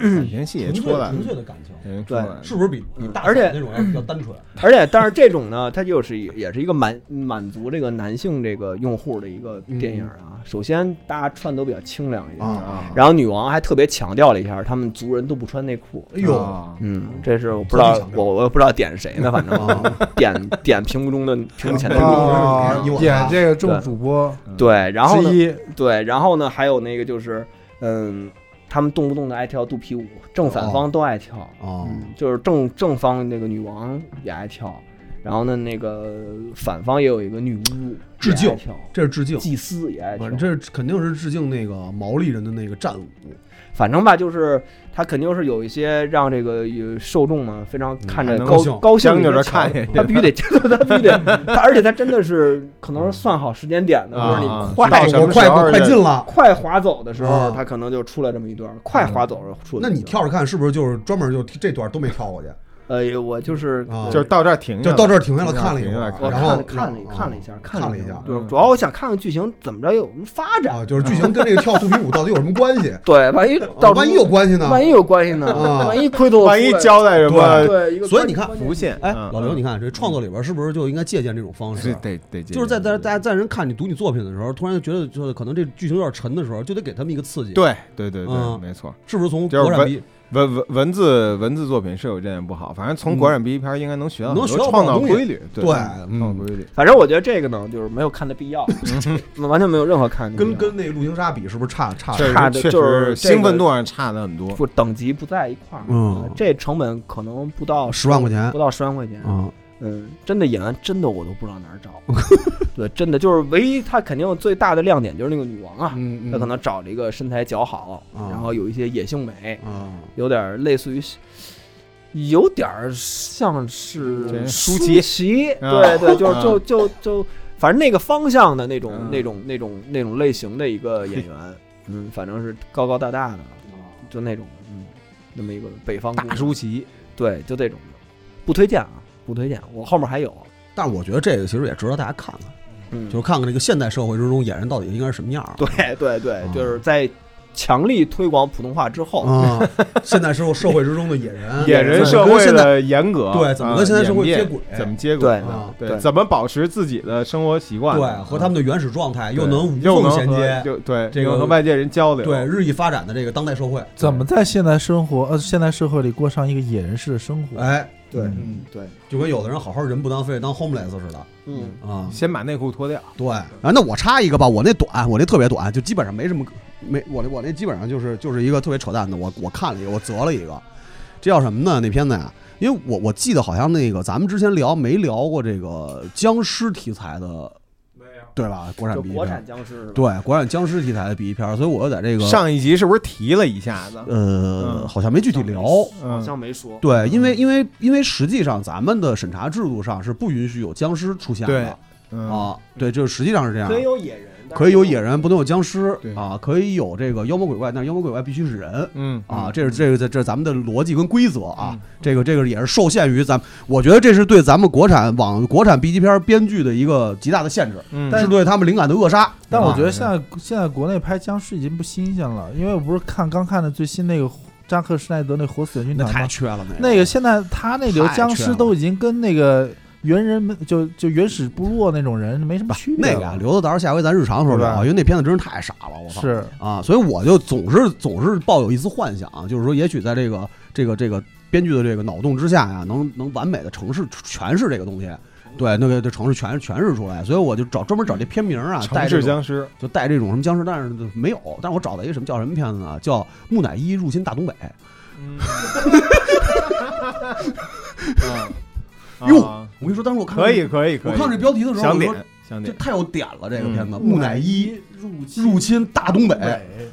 [SPEAKER 1] 嗯，感情戏也出来了，
[SPEAKER 6] 纯粹
[SPEAKER 7] 的感情，
[SPEAKER 1] 人出
[SPEAKER 4] 对
[SPEAKER 1] 来
[SPEAKER 7] 是不是比比大
[SPEAKER 4] 而且
[SPEAKER 7] 嫂那种要要单纯？
[SPEAKER 4] 而且，但是这种呢，它就是一也是一个满满足这个男性这个用户的一个电影啊。首先，大家穿都比较清凉一点，
[SPEAKER 1] 啊，
[SPEAKER 4] 然后女王还特别强调了一下，他们族人都不穿内裤。
[SPEAKER 7] 哎呦，
[SPEAKER 1] 啊
[SPEAKER 4] 嗯，这是我不知道
[SPEAKER 7] 特地强，调
[SPEAKER 4] 我我也不知道点谁呢，反
[SPEAKER 6] 啊
[SPEAKER 4] 正点点屏幕中的屏幕前的你。
[SPEAKER 8] 啊
[SPEAKER 7] 你我
[SPEAKER 8] 演
[SPEAKER 7] 他
[SPEAKER 8] 这个众主播
[SPEAKER 4] 对，然后
[SPEAKER 8] 之
[SPEAKER 4] 呢，
[SPEAKER 8] 一，
[SPEAKER 4] 对，然后呢，还有那个就是，嗯，他们动不动的爱跳肚皮舞，正反方都爱跳。
[SPEAKER 5] 哦，
[SPEAKER 4] 嗯，就是正正方那个女王也爱跳，然后呢，那个反方也有一个女巫
[SPEAKER 5] 致敬
[SPEAKER 4] 也爱跳，
[SPEAKER 5] 这是致敬，
[SPEAKER 4] 祭司也爱跳
[SPEAKER 5] 反。正这肯定是致敬那个毛利人的那个战舞，
[SPEAKER 4] 反正吧，就是他肯定是有一些让这个呃受众呢非常看着
[SPEAKER 1] 还能
[SPEAKER 4] 高、
[SPEAKER 5] 兴
[SPEAKER 4] 高兴的
[SPEAKER 1] 将
[SPEAKER 4] 一
[SPEAKER 1] 就
[SPEAKER 4] 些
[SPEAKER 1] 着
[SPEAKER 4] 桥
[SPEAKER 1] 看
[SPEAKER 4] 段，
[SPEAKER 1] 一眼
[SPEAKER 4] 他必须得，他必须得，他而且他真的是可能是算好时间点的，
[SPEAKER 1] 啊
[SPEAKER 4] 就是
[SPEAKER 1] 啊
[SPEAKER 4] 你快
[SPEAKER 1] 知道什
[SPEAKER 5] 我
[SPEAKER 1] 么时
[SPEAKER 5] 快
[SPEAKER 1] 候
[SPEAKER 5] 我快
[SPEAKER 1] 这
[SPEAKER 5] 进了。
[SPEAKER 4] 快划走的时候，
[SPEAKER 5] 啊
[SPEAKER 4] 他可能就出来这么一段；快划走的时候出来。
[SPEAKER 5] 那你，跳着看是不是就是专门就这段都没跳
[SPEAKER 1] 嗯
[SPEAKER 5] 过去，
[SPEAKER 4] 呃，我就是
[SPEAKER 5] 啊
[SPEAKER 1] 就是到这儿停下
[SPEAKER 5] 就
[SPEAKER 1] 了，
[SPEAKER 5] 到这儿停下了，
[SPEAKER 1] 停下
[SPEAKER 5] 看了一
[SPEAKER 1] 停
[SPEAKER 5] 会
[SPEAKER 1] 下
[SPEAKER 5] 儿
[SPEAKER 1] 来，
[SPEAKER 4] 我
[SPEAKER 5] 啊然
[SPEAKER 4] 看
[SPEAKER 5] 后嗯
[SPEAKER 4] 了看了看了一
[SPEAKER 5] 下
[SPEAKER 4] 下，
[SPEAKER 5] 看
[SPEAKER 4] 了
[SPEAKER 5] 了一下嗯
[SPEAKER 4] 就是主要我想看看剧情怎么着有什么发展。
[SPEAKER 5] 啊，就是剧情跟这个跳肚皮舞到底有什么关 系？
[SPEAKER 4] 对，万一
[SPEAKER 5] 啊
[SPEAKER 4] 到时候
[SPEAKER 5] 万一有关系呢？
[SPEAKER 4] 万一有关系呢？
[SPEAKER 5] 啊
[SPEAKER 4] 万一亏头，
[SPEAKER 1] 万一交代什么
[SPEAKER 4] 对一个关，
[SPEAKER 5] 所以你看
[SPEAKER 4] 关键
[SPEAKER 1] 浮现，
[SPEAKER 5] 哎，
[SPEAKER 1] 嗯
[SPEAKER 5] 老刘，你看这创作里边是不是就应该借鉴这种方
[SPEAKER 1] 这
[SPEAKER 5] 式？
[SPEAKER 1] 得得接
[SPEAKER 5] 就是在在
[SPEAKER 1] 着
[SPEAKER 5] 在在人看你读你作品的时候，突然觉得就是可能这剧情有点沉的时候，就得给他们一个刺激。，
[SPEAKER 1] 对对对对，
[SPEAKER 5] 嗯
[SPEAKER 1] 没错。
[SPEAKER 5] 是不是从
[SPEAKER 1] 就是
[SPEAKER 5] 国产
[SPEAKER 1] 文
[SPEAKER 5] 逼
[SPEAKER 1] 文文文字文字作品是有这点不好，反正从国产 B 片应该能学到
[SPEAKER 5] 嗯能
[SPEAKER 1] 很
[SPEAKER 5] 学到
[SPEAKER 1] 多创
[SPEAKER 5] 好
[SPEAKER 1] 造
[SPEAKER 5] 东西
[SPEAKER 1] 规律，对
[SPEAKER 5] 对
[SPEAKER 1] 创
[SPEAKER 5] 嗯
[SPEAKER 1] 造规律。
[SPEAKER 4] 反正我觉得这个呢，就是没有看的 必要，嗯完全没有任何看的必
[SPEAKER 5] 跟
[SPEAKER 4] 要
[SPEAKER 5] 跟那个《陆行杀》比，是不是差差？
[SPEAKER 1] 嗯确
[SPEAKER 4] 差
[SPEAKER 1] 实
[SPEAKER 4] 的
[SPEAKER 1] 确
[SPEAKER 4] 就是
[SPEAKER 1] 实
[SPEAKER 4] 这个
[SPEAKER 1] 兴奋度上差的很多。
[SPEAKER 4] 不等级不在一块儿，
[SPEAKER 5] 嗯
[SPEAKER 4] 这成本可能不到
[SPEAKER 5] 十万块钱
[SPEAKER 4] 不到十万块钱，
[SPEAKER 5] 啊，
[SPEAKER 4] 嗯，真的演员真的我都不知道哪儿 找，对，真的就是唯一他肯定最大的亮点就是那个女王啊，
[SPEAKER 5] 嗯，
[SPEAKER 4] 他可能找了一个身材姣好，
[SPEAKER 5] 啊
[SPEAKER 4] 然后有一些野性美，
[SPEAKER 5] 啊，
[SPEAKER 4] 有点儿类似于，有点儿像是
[SPEAKER 1] 这
[SPEAKER 4] 舒
[SPEAKER 1] 舒淇
[SPEAKER 4] 淇，
[SPEAKER 1] 啊
[SPEAKER 4] 对对，就
[SPEAKER 1] 啊
[SPEAKER 4] 就就就，反正那个方向的那种、
[SPEAKER 1] 嗯
[SPEAKER 4] 那种那种那种类型的一个演员，嗯，反正是高高大大的，就那种，嗯，那么一个北方
[SPEAKER 1] 大
[SPEAKER 4] 叔，
[SPEAKER 1] 舒淇，
[SPEAKER 4] 对，就这种的，不推荐啊，不推荐，我后面还有，
[SPEAKER 5] 但是我觉得这个其实也值得大家看看，
[SPEAKER 4] 嗯，
[SPEAKER 5] 就是看看这个现代社会之中演员到底应该是什么样儿。
[SPEAKER 4] 对对对，就是在强力推广普通话之后，
[SPEAKER 5] 啊， 现代社会社会之中的野 人，
[SPEAKER 1] 野人
[SPEAKER 5] 怎
[SPEAKER 1] 社
[SPEAKER 5] 么跟
[SPEAKER 1] 会
[SPEAKER 5] 现在
[SPEAKER 1] 的严格，
[SPEAKER 5] 对怎么
[SPEAKER 1] 啊
[SPEAKER 5] 跟现在社会
[SPEAKER 1] 演变
[SPEAKER 5] 接轨嗯
[SPEAKER 1] 怎么接轨
[SPEAKER 4] 对
[SPEAKER 1] 啊？
[SPEAKER 4] 对
[SPEAKER 1] 对
[SPEAKER 4] 对
[SPEAKER 1] 怎么保持自己的生活习惯？
[SPEAKER 5] 对和他们的原始状态
[SPEAKER 1] 嗯
[SPEAKER 5] 又能无
[SPEAKER 1] 又
[SPEAKER 5] 缝
[SPEAKER 1] 能
[SPEAKER 5] 衔
[SPEAKER 1] 和
[SPEAKER 5] 接，
[SPEAKER 1] 就对，
[SPEAKER 5] 这个
[SPEAKER 1] 又和外界人交流，
[SPEAKER 5] 对日益发展的这个当代社会，
[SPEAKER 8] 怎么在现代生活呃现代社会里过上一个野人式的生活？
[SPEAKER 5] 哎，
[SPEAKER 4] 对
[SPEAKER 5] 嗯，
[SPEAKER 4] 对，
[SPEAKER 5] 就跟有的人好好人不当非得当 homeless 似的
[SPEAKER 4] 嗯，
[SPEAKER 5] 啊。
[SPEAKER 1] 先把内裤脱掉，
[SPEAKER 5] 对，啊，那我插一个吧，我那短，我那特别短，就基本上没什么，没我那我那基本上就是就是一个特别扯淡的，我我看了一个，我择了一个，这叫什么呢？那片子呀、因为我我记得好像那个咱们之前聊没聊过这个僵尸题材的，对吧？国产
[SPEAKER 4] 就
[SPEAKER 5] B
[SPEAKER 4] 国产
[SPEAKER 5] 片，
[SPEAKER 4] 僵尸是吧？
[SPEAKER 5] 嗯对，国产僵尸题材的 B 片，所以我又在这个
[SPEAKER 1] 上一集是不是提了一下子？
[SPEAKER 5] 呃，
[SPEAKER 1] 嗯
[SPEAKER 5] 好像没具体聊。
[SPEAKER 4] 好
[SPEAKER 1] 嗯，
[SPEAKER 4] 像没说，
[SPEAKER 5] 对，因为因为因为实际上咱们的审查制度上是不允许有僵尸出现的
[SPEAKER 1] 嗯，
[SPEAKER 5] 啊，对，就是实际上是这样。
[SPEAKER 4] 可以有野人，但是
[SPEAKER 5] 啊可以有野人，不能有僵尸
[SPEAKER 1] 对
[SPEAKER 5] 啊，可以有这个妖魔鬼怪，但是妖魔鬼怪必须是人。
[SPEAKER 1] 嗯
[SPEAKER 5] 啊，这是这个这是咱们的逻辑跟规则啊，这个这个也是受限于咱们，我觉得这是对咱们国产往国产 B 级片编剧的一个极大的限制，
[SPEAKER 1] 嗯，
[SPEAKER 5] 是对他们灵感的扼杀。
[SPEAKER 8] 但我
[SPEAKER 5] 啊
[SPEAKER 8] 觉得现在现在国内拍僵尸已经不新鲜了，因为我不是看刚看的最新那个扎克施耐德那《活死人军
[SPEAKER 5] 那
[SPEAKER 8] 团》
[SPEAKER 5] 太
[SPEAKER 8] 吗？
[SPEAKER 5] 缺了，
[SPEAKER 8] 那个现在他那流僵尸都已经跟那个原人们就就原始部落那种人没什么区别
[SPEAKER 5] 那
[SPEAKER 8] 了。
[SPEAKER 5] 个啊留到到时候下回咱日常的时候聊啊，因为那片子真是太傻了，我操！
[SPEAKER 8] 是
[SPEAKER 5] 啊，所以我就总是总是抱有一丝幻想，就是说，也许在这个这个这个编剧的这个脑洞之下呀，能能完美的城市诠释这个东西，对，那个这城市诠诠释出来。所以我就找专门找这片名啊，带
[SPEAKER 1] 城市
[SPEAKER 5] 这种
[SPEAKER 1] 僵尸，
[SPEAKER 5] 就带这种什么僵尸，但是就没有。但是我找到一个什么叫什么片子呢？叫《木乃伊入侵大东北》。
[SPEAKER 1] 嗯
[SPEAKER 5] 哟
[SPEAKER 1] 啊
[SPEAKER 5] 我跟你说，当时我看
[SPEAKER 1] 可以，可以可
[SPEAKER 5] 我
[SPEAKER 1] 以，
[SPEAKER 5] 看这标题的时候，
[SPEAKER 1] 想
[SPEAKER 5] 我说
[SPEAKER 1] 点想
[SPEAKER 5] 这
[SPEAKER 1] 点，
[SPEAKER 5] 太有点了，这个片子《
[SPEAKER 8] 嗯
[SPEAKER 5] 木乃伊
[SPEAKER 8] 入侵
[SPEAKER 5] 入侵大东北》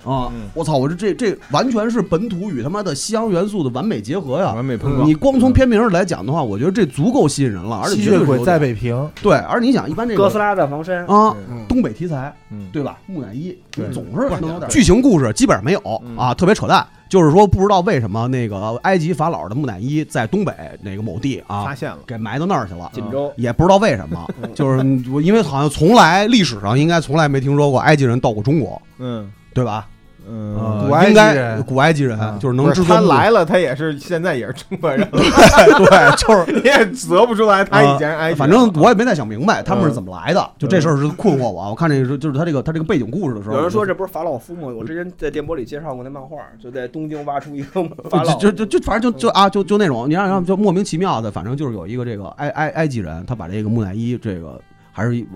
[SPEAKER 5] 啊
[SPEAKER 1] 嗯！
[SPEAKER 5] 我操，我这这这完全是本土与他妈的西洋元素的完美结合呀！
[SPEAKER 1] 完美碰撞
[SPEAKER 5] 你，光从片名上来讲的话，我觉得这足够吸引人了，而且
[SPEAKER 8] 吸
[SPEAKER 5] 绝对
[SPEAKER 8] 血
[SPEAKER 5] 是
[SPEAKER 8] 鬼
[SPEAKER 5] 有
[SPEAKER 8] 在
[SPEAKER 5] 点
[SPEAKER 8] 北平，
[SPEAKER 5] 对，而你想一般这
[SPEAKER 4] 哥斯
[SPEAKER 5] 个
[SPEAKER 4] 拉的防身，
[SPEAKER 5] 啊，
[SPEAKER 4] 嗯
[SPEAKER 5] 东北题材
[SPEAKER 1] 嗯，
[SPEAKER 5] 对吧？木乃伊
[SPEAKER 1] 对
[SPEAKER 5] 总是
[SPEAKER 1] 不
[SPEAKER 5] 能有
[SPEAKER 1] 是
[SPEAKER 5] 点剧情故事基本上没有
[SPEAKER 1] 嗯
[SPEAKER 5] 啊，特别扯淡。就是说不知道为什么那个埃及法老的木乃伊在东北哪个某地
[SPEAKER 1] 发
[SPEAKER 5] 啊
[SPEAKER 1] 现了，
[SPEAKER 5] 给埋到那儿去了。
[SPEAKER 4] 锦州
[SPEAKER 5] 也不知道为什么，就是我因为好像从来历史上应该从来没听说过埃及人到过中国，
[SPEAKER 1] 嗯
[SPEAKER 5] 对吧？
[SPEAKER 1] 嗯
[SPEAKER 8] 古
[SPEAKER 5] 呃，
[SPEAKER 8] 埃
[SPEAKER 5] 应
[SPEAKER 8] 及
[SPEAKER 5] 该
[SPEAKER 8] 人
[SPEAKER 5] 古埃及人
[SPEAKER 1] 啊
[SPEAKER 5] 就是
[SPEAKER 1] 不
[SPEAKER 5] 能
[SPEAKER 1] 是
[SPEAKER 5] 制作
[SPEAKER 1] 他
[SPEAKER 5] 木
[SPEAKER 1] 来了，他也是现在也是中国人，
[SPEAKER 5] 对，就 是
[SPEAKER 1] 你也择不出来他以前是埃及人。
[SPEAKER 5] 啊反正我也没太想明白
[SPEAKER 1] 嗯
[SPEAKER 5] 他们是怎么来的，就这事儿是困惑我啊。我看这个是就是他这个他这个背景故事的啊时候，
[SPEAKER 4] 有人说
[SPEAKER 5] 我就
[SPEAKER 4] 这不是法老夫吗？我之前在电波里介绍过那漫画，就在东京挖出一 个法老
[SPEAKER 5] 就。就就就反正就就啊就就那种，你让让就莫名其妙的，反正就是有一个这个埃埃埃及人，他把这个木乃伊这个还是一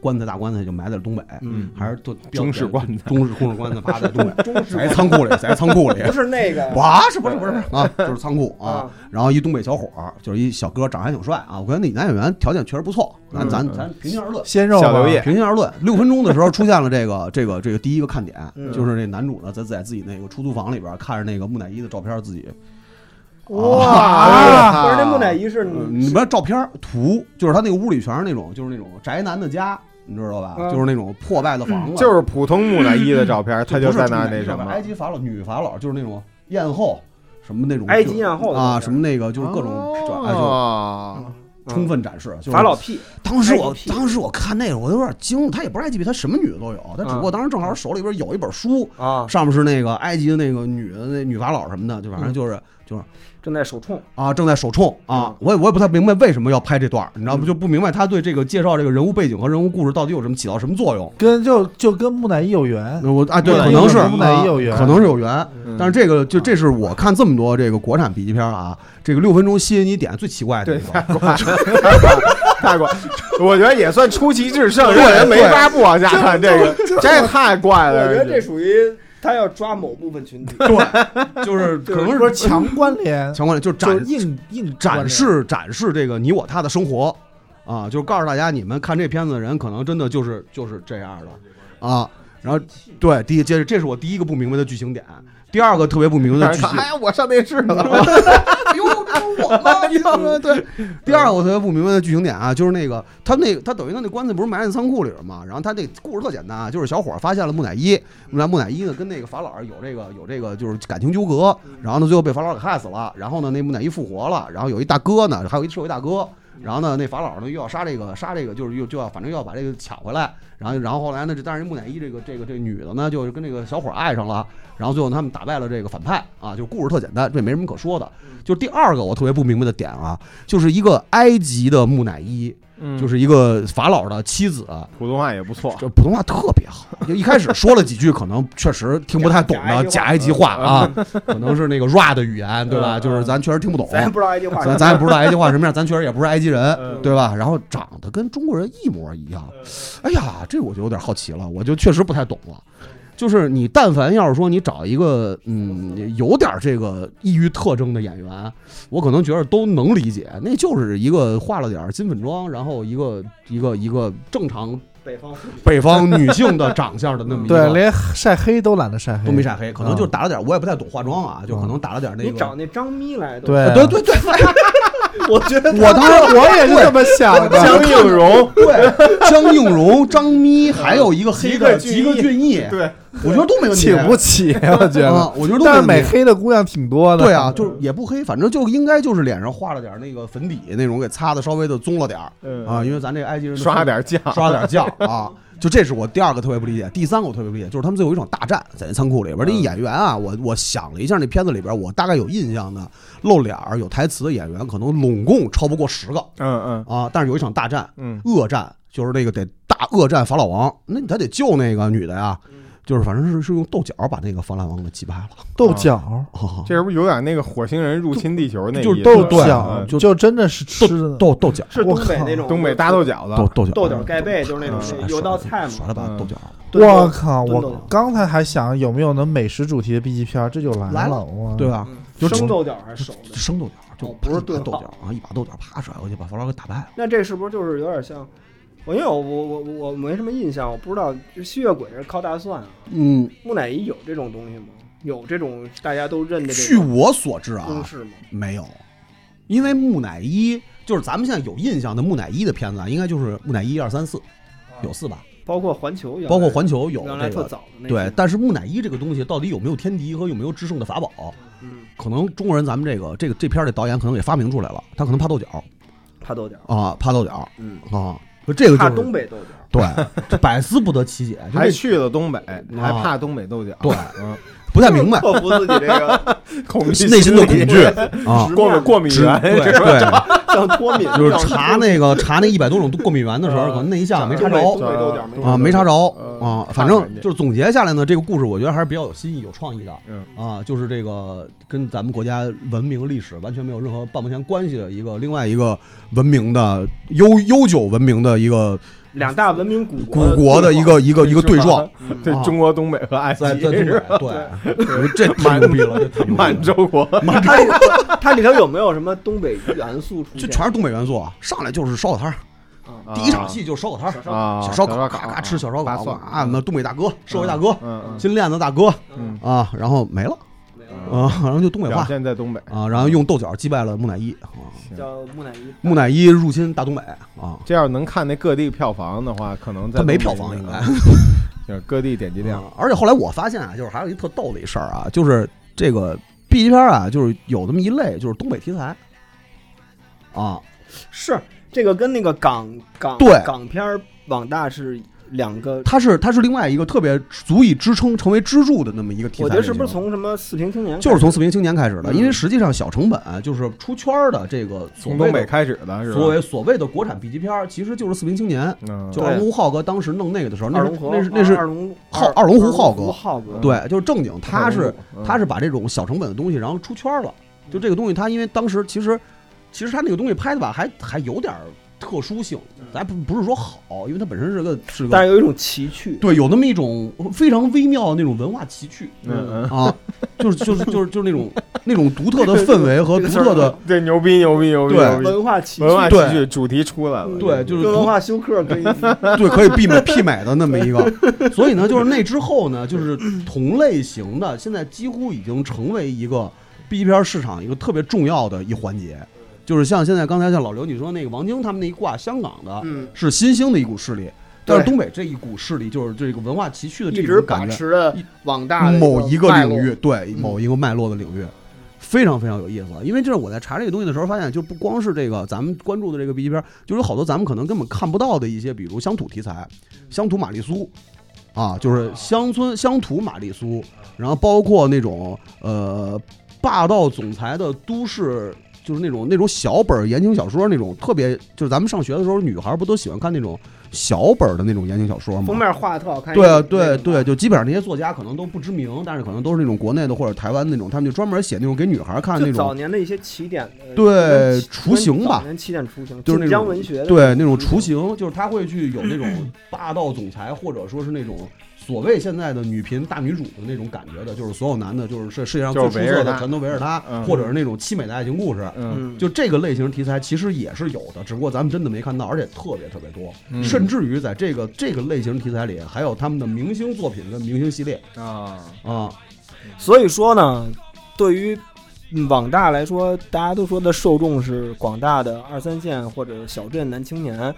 [SPEAKER 5] 棺材大棺材就埋在了东北，
[SPEAKER 1] 嗯，
[SPEAKER 5] 还是都
[SPEAKER 1] 中式棺材
[SPEAKER 5] 中式中式棺材趴在东北，在仓库里，在仓 库里
[SPEAKER 4] 不，是那 个
[SPEAKER 5] 哇，是不是不是不是啊，就是仓库啊
[SPEAKER 4] 啊。，
[SPEAKER 5] 然后一东北小伙儿，就是一小哥，长得还挺帅啊。我感觉那男演员条件确实不错，咱咱
[SPEAKER 1] 嗯
[SPEAKER 5] 咱平心而论。
[SPEAKER 8] 鲜肉
[SPEAKER 1] 小
[SPEAKER 8] 嘛
[SPEAKER 1] 刘烨
[SPEAKER 5] 啊平心而论，六分钟的时候出现了这个这个这个第一个看点
[SPEAKER 4] 嗯，
[SPEAKER 5] 就是这男主呢在在自己那个出租房里边看着那个木乃伊的照片，自己啊
[SPEAKER 4] 哇！不是那木乃伊是
[SPEAKER 5] 嗯你
[SPEAKER 4] 你
[SPEAKER 5] 不要照片儿图，就是他那个屋里全是那种就是那种宅男的家，你知道吧？
[SPEAKER 4] 嗯
[SPEAKER 5] 就是那种破败的房子，
[SPEAKER 1] 嗯就是普通木乃伊的照片，他
[SPEAKER 5] 不
[SPEAKER 1] 就是在那
[SPEAKER 5] 木乃
[SPEAKER 1] 那
[SPEAKER 5] 伊
[SPEAKER 1] 什
[SPEAKER 5] 上面
[SPEAKER 1] 么
[SPEAKER 5] 埃。及法老女法老就是那种艳后什么那种
[SPEAKER 4] 埃及艳后的
[SPEAKER 5] 啊，
[SPEAKER 4] 照片
[SPEAKER 5] 什么那个就是各种哎就
[SPEAKER 1] 哦，
[SPEAKER 5] 充分展示，就是
[SPEAKER 4] 嗯法老屁，
[SPEAKER 5] 当时
[SPEAKER 4] 埃
[SPEAKER 5] 我
[SPEAKER 4] 及屁
[SPEAKER 5] 当时我看那个，我有点惊了。他也不是埃及，他什么女的都有。他只不过当时正好手里边有一本书，
[SPEAKER 4] 啊，
[SPEAKER 5] 上面是那个埃及的那个女的那女法老什么的，就反正就是就是
[SPEAKER 4] 正在手冲，
[SPEAKER 5] 啊，正在手冲啊
[SPEAKER 4] 嗯。
[SPEAKER 5] 我也我也不太明白为什么要拍这段儿，你知道不？就不明白他对这个介绍这个人物背景和人物故事到底有什么起到什么作用。
[SPEAKER 8] 跟就就跟木乃伊有缘，
[SPEAKER 5] 我啊，对，
[SPEAKER 1] 木乃
[SPEAKER 5] 可
[SPEAKER 1] 伊
[SPEAKER 5] 能
[SPEAKER 1] 有
[SPEAKER 5] 是
[SPEAKER 8] 缘木乃伊
[SPEAKER 5] 啊
[SPEAKER 8] 有缘
[SPEAKER 5] 可能是有缘。
[SPEAKER 1] 嗯
[SPEAKER 5] 但是这个就这是我看这么多这个国产笔记片啊，这个六分钟吸引你点最奇怪的
[SPEAKER 1] 对，
[SPEAKER 5] 地
[SPEAKER 1] 太
[SPEAKER 5] 方。
[SPEAKER 1] 过，太过， 我觉得也算出奇制胜，让人没法不往下看这个，这也太怪
[SPEAKER 4] 我
[SPEAKER 1] 了。
[SPEAKER 4] 觉得这属于他要抓某部分群体，
[SPEAKER 5] 呃对， 就是可能
[SPEAKER 8] 不是
[SPEAKER 5] 是
[SPEAKER 8] 强关 联，
[SPEAKER 5] 强关联，就是展
[SPEAKER 8] 就硬硬关
[SPEAKER 5] 展
[SPEAKER 8] 联
[SPEAKER 5] 示展示这个你我他的生活啊，就是告诉大家，你们看这片子的人可能真的就是就是这样的啊。然后对，第一，这是这是我第一个不明白的剧情点，第二个特别不明
[SPEAKER 1] 让
[SPEAKER 5] 白的
[SPEAKER 1] 人
[SPEAKER 5] 剧
[SPEAKER 1] 看
[SPEAKER 5] 情，
[SPEAKER 1] 哎呀，我上电视了，
[SPEAKER 5] 呦，我 吗？嗯对，第二个我特别不明白的剧情点啊，就是那个他那他等于他那棺材不是埋在仓库里了吗？然后他这故事特简单啊，就是小伙儿发现了木乃伊，那木乃伊呢跟那个法老有这个有这个就是感情纠葛，然后呢最后被法老给害死了，然后呢那木乃伊复活了，然后有一大哥呢，还有一社会大哥。然后呢，那法老呢又要杀这个杀这个，就是又就要反正又要把这个抢回来。然后然后后来呢，这但是木乃伊这个这个这个女的呢，就是跟这个小伙儿爱上了。然后最后他们打败了这个反派啊，就故事特简单，这没什么可说的。就是第二个我特别不明白的点啊，就是一个埃及的木乃伊，就是是一个法老的妻子，
[SPEAKER 1] 普通话也不 错，
[SPEAKER 5] 这普通话特别好。就一开始说了几句，可能确实听不太懂的
[SPEAKER 4] 假
[SPEAKER 5] 假
[SPEAKER 4] 埃
[SPEAKER 5] 埃
[SPEAKER 4] 及
[SPEAKER 5] 及
[SPEAKER 4] 话
[SPEAKER 5] 话嗯啊，可能是那个 ra 的语言，对吧？就是咱确实听不懂，
[SPEAKER 4] 咱也不知道埃及话。
[SPEAKER 5] 咱咱也不知道埃及话什么样，咱确实也不是埃及
[SPEAKER 1] 嗯
[SPEAKER 5] 人，对吧？然后长得跟中国人一模一样，哎呀，这我就有点好奇了，我就确实不太懂了。就是你但凡要是说你找一个嗯有点这个异域特征的演员，我可能觉得都能理解，那就是一个化了点儿金粉妆，然后一个一个一个正常
[SPEAKER 4] 北方妇女
[SPEAKER 5] 北 方女性的长相的那么一
[SPEAKER 8] 对，
[SPEAKER 5] 个。
[SPEAKER 8] 连晒黑都懒得晒黑，
[SPEAKER 5] 都没晒黑，可能
[SPEAKER 8] 嗯
[SPEAKER 5] 就是打了点儿，我也不太懂化妆啊，就可能打了点儿那个。
[SPEAKER 4] 你找那张咪来的，
[SPEAKER 8] 对
[SPEAKER 5] 对对对，
[SPEAKER 4] 我觉得
[SPEAKER 5] 我当时我也是这么想的，
[SPEAKER 1] 江映蓉，
[SPEAKER 5] 对，江映蓉、张咪，还有一个黑的
[SPEAKER 1] 吉
[SPEAKER 5] 吉
[SPEAKER 1] 克
[SPEAKER 5] 克
[SPEAKER 1] 隽
[SPEAKER 5] 隽逸，
[SPEAKER 1] 对，
[SPEAKER 5] 我觉得都没问题，
[SPEAKER 8] 请不起，我觉得。
[SPEAKER 5] 啊，我觉得都
[SPEAKER 8] 但是
[SPEAKER 5] 没
[SPEAKER 8] 美
[SPEAKER 5] 问题。
[SPEAKER 8] 黑的姑娘挺多的，
[SPEAKER 5] 对啊，就是也不黑，反正就应该就是脸上画了点那个粉底那种，给擦的稍微的棕了点儿啊，因为咱这埃及人的
[SPEAKER 1] 嗯刷点酱，
[SPEAKER 5] 刷点酱啊。就这是我第二个特别不理解，第三个我特别不理解，就是他们最后有一场大战在那仓库里边，那
[SPEAKER 1] 嗯
[SPEAKER 5] 演员啊，我我想了一下，那片子里边我大概有印象的露脸儿有台词的演员，可能拢共超不过十个
[SPEAKER 1] 嗯嗯
[SPEAKER 5] 啊，但是有一场大战，
[SPEAKER 1] 嗯，
[SPEAKER 5] 恶战，就是那个得大恶战法老王，那他得救那个女的呀，就是反正是是用豆角把那个法老王给击 败了，
[SPEAKER 8] 豆角，
[SPEAKER 5] 哦
[SPEAKER 1] 这是不是有点那个火星人入侵地球那
[SPEAKER 5] 就
[SPEAKER 1] 意
[SPEAKER 5] 是
[SPEAKER 1] 思？
[SPEAKER 8] 豆
[SPEAKER 1] 对
[SPEAKER 8] 角
[SPEAKER 1] 嗯
[SPEAKER 5] 就
[SPEAKER 8] 就真的是吃的，
[SPEAKER 5] 豆豆角，
[SPEAKER 4] 是
[SPEAKER 8] 我
[SPEAKER 4] 东北
[SPEAKER 8] 靠
[SPEAKER 4] 那种
[SPEAKER 1] 东北大豆饺子，
[SPEAKER 5] 豆豆角，
[SPEAKER 4] 豆角盖被，就是那
[SPEAKER 1] 嗯
[SPEAKER 4] 种
[SPEAKER 5] 嗯
[SPEAKER 4] 有道菜
[SPEAKER 5] 甩
[SPEAKER 4] 嘛。
[SPEAKER 5] 了把
[SPEAKER 1] 嗯
[SPEAKER 5] 豆角，
[SPEAKER 4] 对
[SPEAKER 8] 我靠！
[SPEAKER 4] 炖豆
[SPEAKER 8] 我
[SPEAKER 4] 角
[SPEAKER 8] 刚才还想有没有能美食主题的 B 级片儿，这就来
[SPEAKER 5] 来
[SPEAKER 8] 了
[SPEAKER 5] 了，
[SPEAKER 8] 哇
[SPEAKER 5] 对吧？
[SPEAKER 4] 嗯
[SPEAKER 5] 就
[SPEAKER 4] 生豆角还是熟的？
[SPEAKER 5] 生豆角，就
[SPEAKER 4] 哦不是
[SPEAKER 5] 一
[SPEAKER 4] 炖
[SPEAKER 5] 把豆
[SPEAKER 4] 好
[SPEAKER 5] 角啊，一把豆角啪甩过去，把法老给打败了。
[SPEAKER 4] 那这是不是就是有点像？我因为我我我我没什么印象，我不知道就吸血鬼是靠大蒜啊，
[SPEAKER 5] 嗯，
[SPEAKER 4] 木乃伊有这种东西吗？有这种大家都认的这
[SPEAKER 5] 据
[SPEAKER 4] 种
[SPEAKER 5] 我所知
[SPEAKER 4] 公
[SPEAKER 5] 啊，
[SPEAKER 4] 式吗？
[SPEAKER 5] 没有，因为木乃伊就是咱们现在有印象的木乃伊的片子啊，应该就是木乃伊一二三四，有四吧，
[SPEAKER 4] 包括环球原来，
[SPEAKER 5] 包括环球有
[SPEAKER 4] 啊原来
[SPEAKER 5] 这
[SPEAKER 4] 特
[SPEAKER 5] 个。
[SPEAKER 4] 早的那
[SPEAKER 5] 对
[SPEAKER 4] 些，
[SPEAKER 5] 但是木乃伊这个东西到底有没有天敌和有没有制胜的法宝，
[SPEAKER 4] 嗯，
[SPEAKER 5] 可能中国人咱们这个这个这片儿的导演可能给发明出来了，他可能怕豆角
[SPEAKER 4] 怕豆角，
[SPEAKER 5] 啊，怕豆角
[SPEAKER 4] 嗯，
[SPEAKER 5] 啊，这个
[SPEAKER 4] 怕
[SPEAKER 5] 就是
[SPEAKER 4] 东北豆角，
[SPEAKER 9] 对，这百思不得其解，就
[SPEAKER 1] 还
[SPEAKER 9] 这
[SPEAKER 1] 去了东北，还
[SPEAKER 5] 啊
[SPEAKER 1] 怕东北豆角，
[SPEAKER 9] 对
[SPEAKER 1] 嗯，
[SPEAKER 5] 不太明白
[SPEAKER 4] 克服自己这 个
[SPEAKER 1] 恐惧
[SPEAKER 5] 内心的恐惧啊。
[SPEAKER 1] 过过敏源，
[SPEAKER 5] 对
[SPEAKER 1] 这
[SPEAKER 5] 对，
[SPEAKER 4] 像脱敏，
[SPEAKER 5] 就是查那个查那一百多种过敏源的时候，
[SPEAKER 1] 嗯
[SPEAKER 5] 可能那一项没查
[SPEAKER 4] 东北东
[SPEAKER 5] 着
[SPEAKER 4] 北豆角没
[SPEAKER 5] 啊，没查着啊。反
[SPEAKER 1] 看
[SPEAKER 5] 正
[SPEAKER 1] 看去
[SPEAKER 5] 就是总结下来呢，这个故事我觉得还是比较有新意、有创意的。
[SPEAKER 1] 嗯
[SPEAKER 5] 啊，就是这个跟咱们国家文明历史完全没有任何半毛钱关系的一个另外一个文明的悠悠久文明的一个
[SPEAKER 4] 两大文明古
[SPEAKER 5] 古国的一个一个一个呃对撞，，
[SPEAKER 1] 这
[SPEAKER 5] 啊
[SPEAKER 1] 中国东北和埃及
[SPEAKER 5] 在在东
[SPEAKER 1] 是
[SPEAKER 5] 北，对，我说 这太牛逼了，这太牛逼了
[SPEAKER 1] 满洲国，
[SPEAKER 4] 它里头它里头有没有什么东北元素出
[SPEAKER 5] 这
[SPEAKER 4] 现？
[SPEAKER 5] 全是东北元素啊！上来就是烧烤摊儿，第一场戏就是烧烤摊儿，
[SPEAKER 1] 啊，
[SPEAKER 5] 小烧烤，
[SPEAKER 1] 啊
[SPEAKER 5] 嘎嘎吃小烧
[SPEAKER 1] 八
[SPEAKER 5] 烤，
[SPEAKER 1] 蒜
[SPEAKER 5] 啊，那东北大哥，社会大哥，
[SPEAKER 1] 嗯
[SPEAKER 5] 金链子大哥
[SPEAKER 1] 嗯
[SPEAKER 5] 啊，然后没了
[SPEAKER 1] 嗯，
[SPEAKER 5] 啊，然后就东北
[SPEAKER 1] 表
[SPEAKER 5] 话
[SPEAKER 1] 现在东北，
[SPEAKER 5] 啊，然后用豆角击败了木乃伊，啊
[SPEAKER 4] 叫木乃伊。
[SPEAKER 5] 木乃伊入侵大东北啊，
[SPEAKER 1] 这要是能看那各地票房的话，可能在
[SPEAKER 5] 他没
[SPEAKER 1] 东北
[SPEAKER 5] 票房应该。
[SPEAKER 1] 就是各地点击量
[SPEAKER 5] 啊而且后来我发现啊，就是还有一特逗的一事儿啊，就是这个 B 级片儿啊，就是有这么一类，就是东北题材啊，
[SPEAKER 4] 是这个跟那个港港
[SPEAKER 5] 对
[SPEAKER 4] 港片儿网大是两个，
[SPEAKER 5] 它是它是另外一个特别足以支撑成为支柱的那么一个题材类
[SPEAKER 4] 我觉
[SPEAKER 5] 型。
[SPEAKER 4] 得是不是从什么四平青年开始？嗯
[SPEAKER 5] 就是从四平青年开始的？因为实际上小成本啊就是出圈儿的这个所
[SPEAKER 1] 从
[SPEAKER 5] 谓
[SPEAKER 1] 东北
[SPEAKER 5] 的
[SPEAKER 1] 开始的是吧？
[SPEAKER 5] 所谓所谓的国产 B 级片儿，其实就是四平青年，
[SPEAKER 1] 嗯，
[SPEAKER 5] 就
[SPEAKER 4] 对
[SPEAKER 5] 二龙湖浩哥当时弄那个的时候，那
[SPEAKER 4] 二
[SPEAKER 5] 是
[SPEAKER 4] 龙河，啊
[SPEAKER 5] 那是那是
[SPEAKER 4] 二龙
[SPEAKER 5] 浩二龙湖浩哥
[SPEAKER 4] 龙浩哥，
[SPEAKER 5] 对，就是正经，他是
[SPEAKER 1] 嗯
[SPEAKER 5] 他是把这种小成本的东西，然后出圈了。就这个东西，他因为当时其实其实他那个东西拍的吧，还还有点儿特殊性，咱不不是说好，因为它本身是个是
[SPEAKER 4] 但是
[SPEAKER 5] 个
[SPEAKER 4] 有一种奇趣，
[SPEAKER 5] 对，有那么一种非常微妙的那种文化奇趣
[SPEAKER 1] 嗯嗯，
[SPEAKER 5] 啊，就是就是就是就是那种那种独特的氛围和独特的
[SPEAKER 1] 这牛逼牛逼牛逼！
[SPEAKER 5] 对
[SPEAKER 1] 牛逼
[SPEAKER 4] 文化奇趣，
[SPEAKER 1] 文化
[SPEAKER 5] 对
[SPEAKER 1] 戏剧主题出来了，
[SPEAKER 5] 对，就是
[SPEAKER 4] 跟文化休克 跟
[SPEAKER 5] 对，可以媲美媲美的那么一个。所以呢，就是那之后呢，就是同类型的，现在几乎已经成为一个 B 级片市场一个特别重要的一环节。就是像现在刚才像老刘你说那个王晶他们那一挂，香港的
[SPEAKER 4] 嗯，
[SPEAKER 5] 是新兴的一股势力，但是
[SPEAKER 4] 对
[SPEAKER 5] 东北这一股势力就是这个文化崎岖的
[SPEAKER 4] 一
[SPEAKER 5] 这
[SPEAKER 4] 直
[SPEAKER 5] 种
[SPEAKER 4] 把
[SPEAKER 5] 感觉，
[SPEAKER 4] 持着网大的
[SPEAKER 5] 某一个
[SPEAKER 4] 脉
[SPEAKER 5] 领
[SPEAKER 4] 络
[SPEAKER 5] 域，对某一个脉络的领域。非常非常有意思，因为就是我在查这个东西的时候，发现就不光是这个咱们关注的这个 B 级片，就有好多咱们可能根本看不到的一些，比如乡土题材，乡土玛丽苏，啊，就是乡村乡土玛丽苏，然后包括那种呃霸道总裁的都市，就是那种那种小本儿言情小说那种特别，就是咱们上学的时候，女孩儿不都喜欢看那种小本儿的那种言情小说吗？
[SPEAKER 4] 封面画的特好看。
[SPEAKER 5] 对啊，
[SPEAKER 4] 那个
[SPEAKER 5] 对对，，就基本上那些作家可能都不知名，但是可能都是那种国内的或者台湾那种，他们就专门写那种给女孩看的
[SPEAKER 4] 就
[SPEAKER 5] 那
[SPEAKER 4] 早
[SPEAKER 5] 种，
[SPEAKER 4] 年的一些起点的
[SPEAKER 5] 对
[SPEAKER 4] 跟
[SPEAKER 5] 雏形吧
[SPEAKER 4] 早年起点雏形，
[SPEAKER 5] 就是那
[SPEAKER 4] 晋江
[SPEAKER 5] 种
[SPEAKER 4] 文学的
[SPEAKER 5] 对那种雏形，就是他会去有那种霸道总裁或者说是那种所谓现在的女频大女主的那种感觉的，就是所有男的，就是这世界上最
[SPEAKER 1] 就
[SPEAKER 5] 出
[SPEAKER 1] 是围
[SPEAKER 5] 色
[SPEAKER 1] 着
[SPEAKER 5] 的
[SPEAKER 1] 她
[SPEAKER 5] 全都围着他，
[SPEAKER 1] 嗯
[SPEAKER 5] 或者是那种凄美的爱情故事。
[SPEAKER 1] 嗯，
[SPEAKER 4] 嗯，
[SPEAKER 5] 就这个类型题材其实也是有的，只不过咱们真的没看到，而且特别特别多，
[SPEAKER 1] 嗯
[SPEAKER 5] 甚至于在这个这个类型题材里，还有他们的明星作品跟明星系列
[SPEAKER 1] 啊，
[SPEAKER 5] 啊、
[SPEAKER 4] 所以说呢，对于嗯网大来说，大家都说的受众是广大的二三线或者小镇男青年，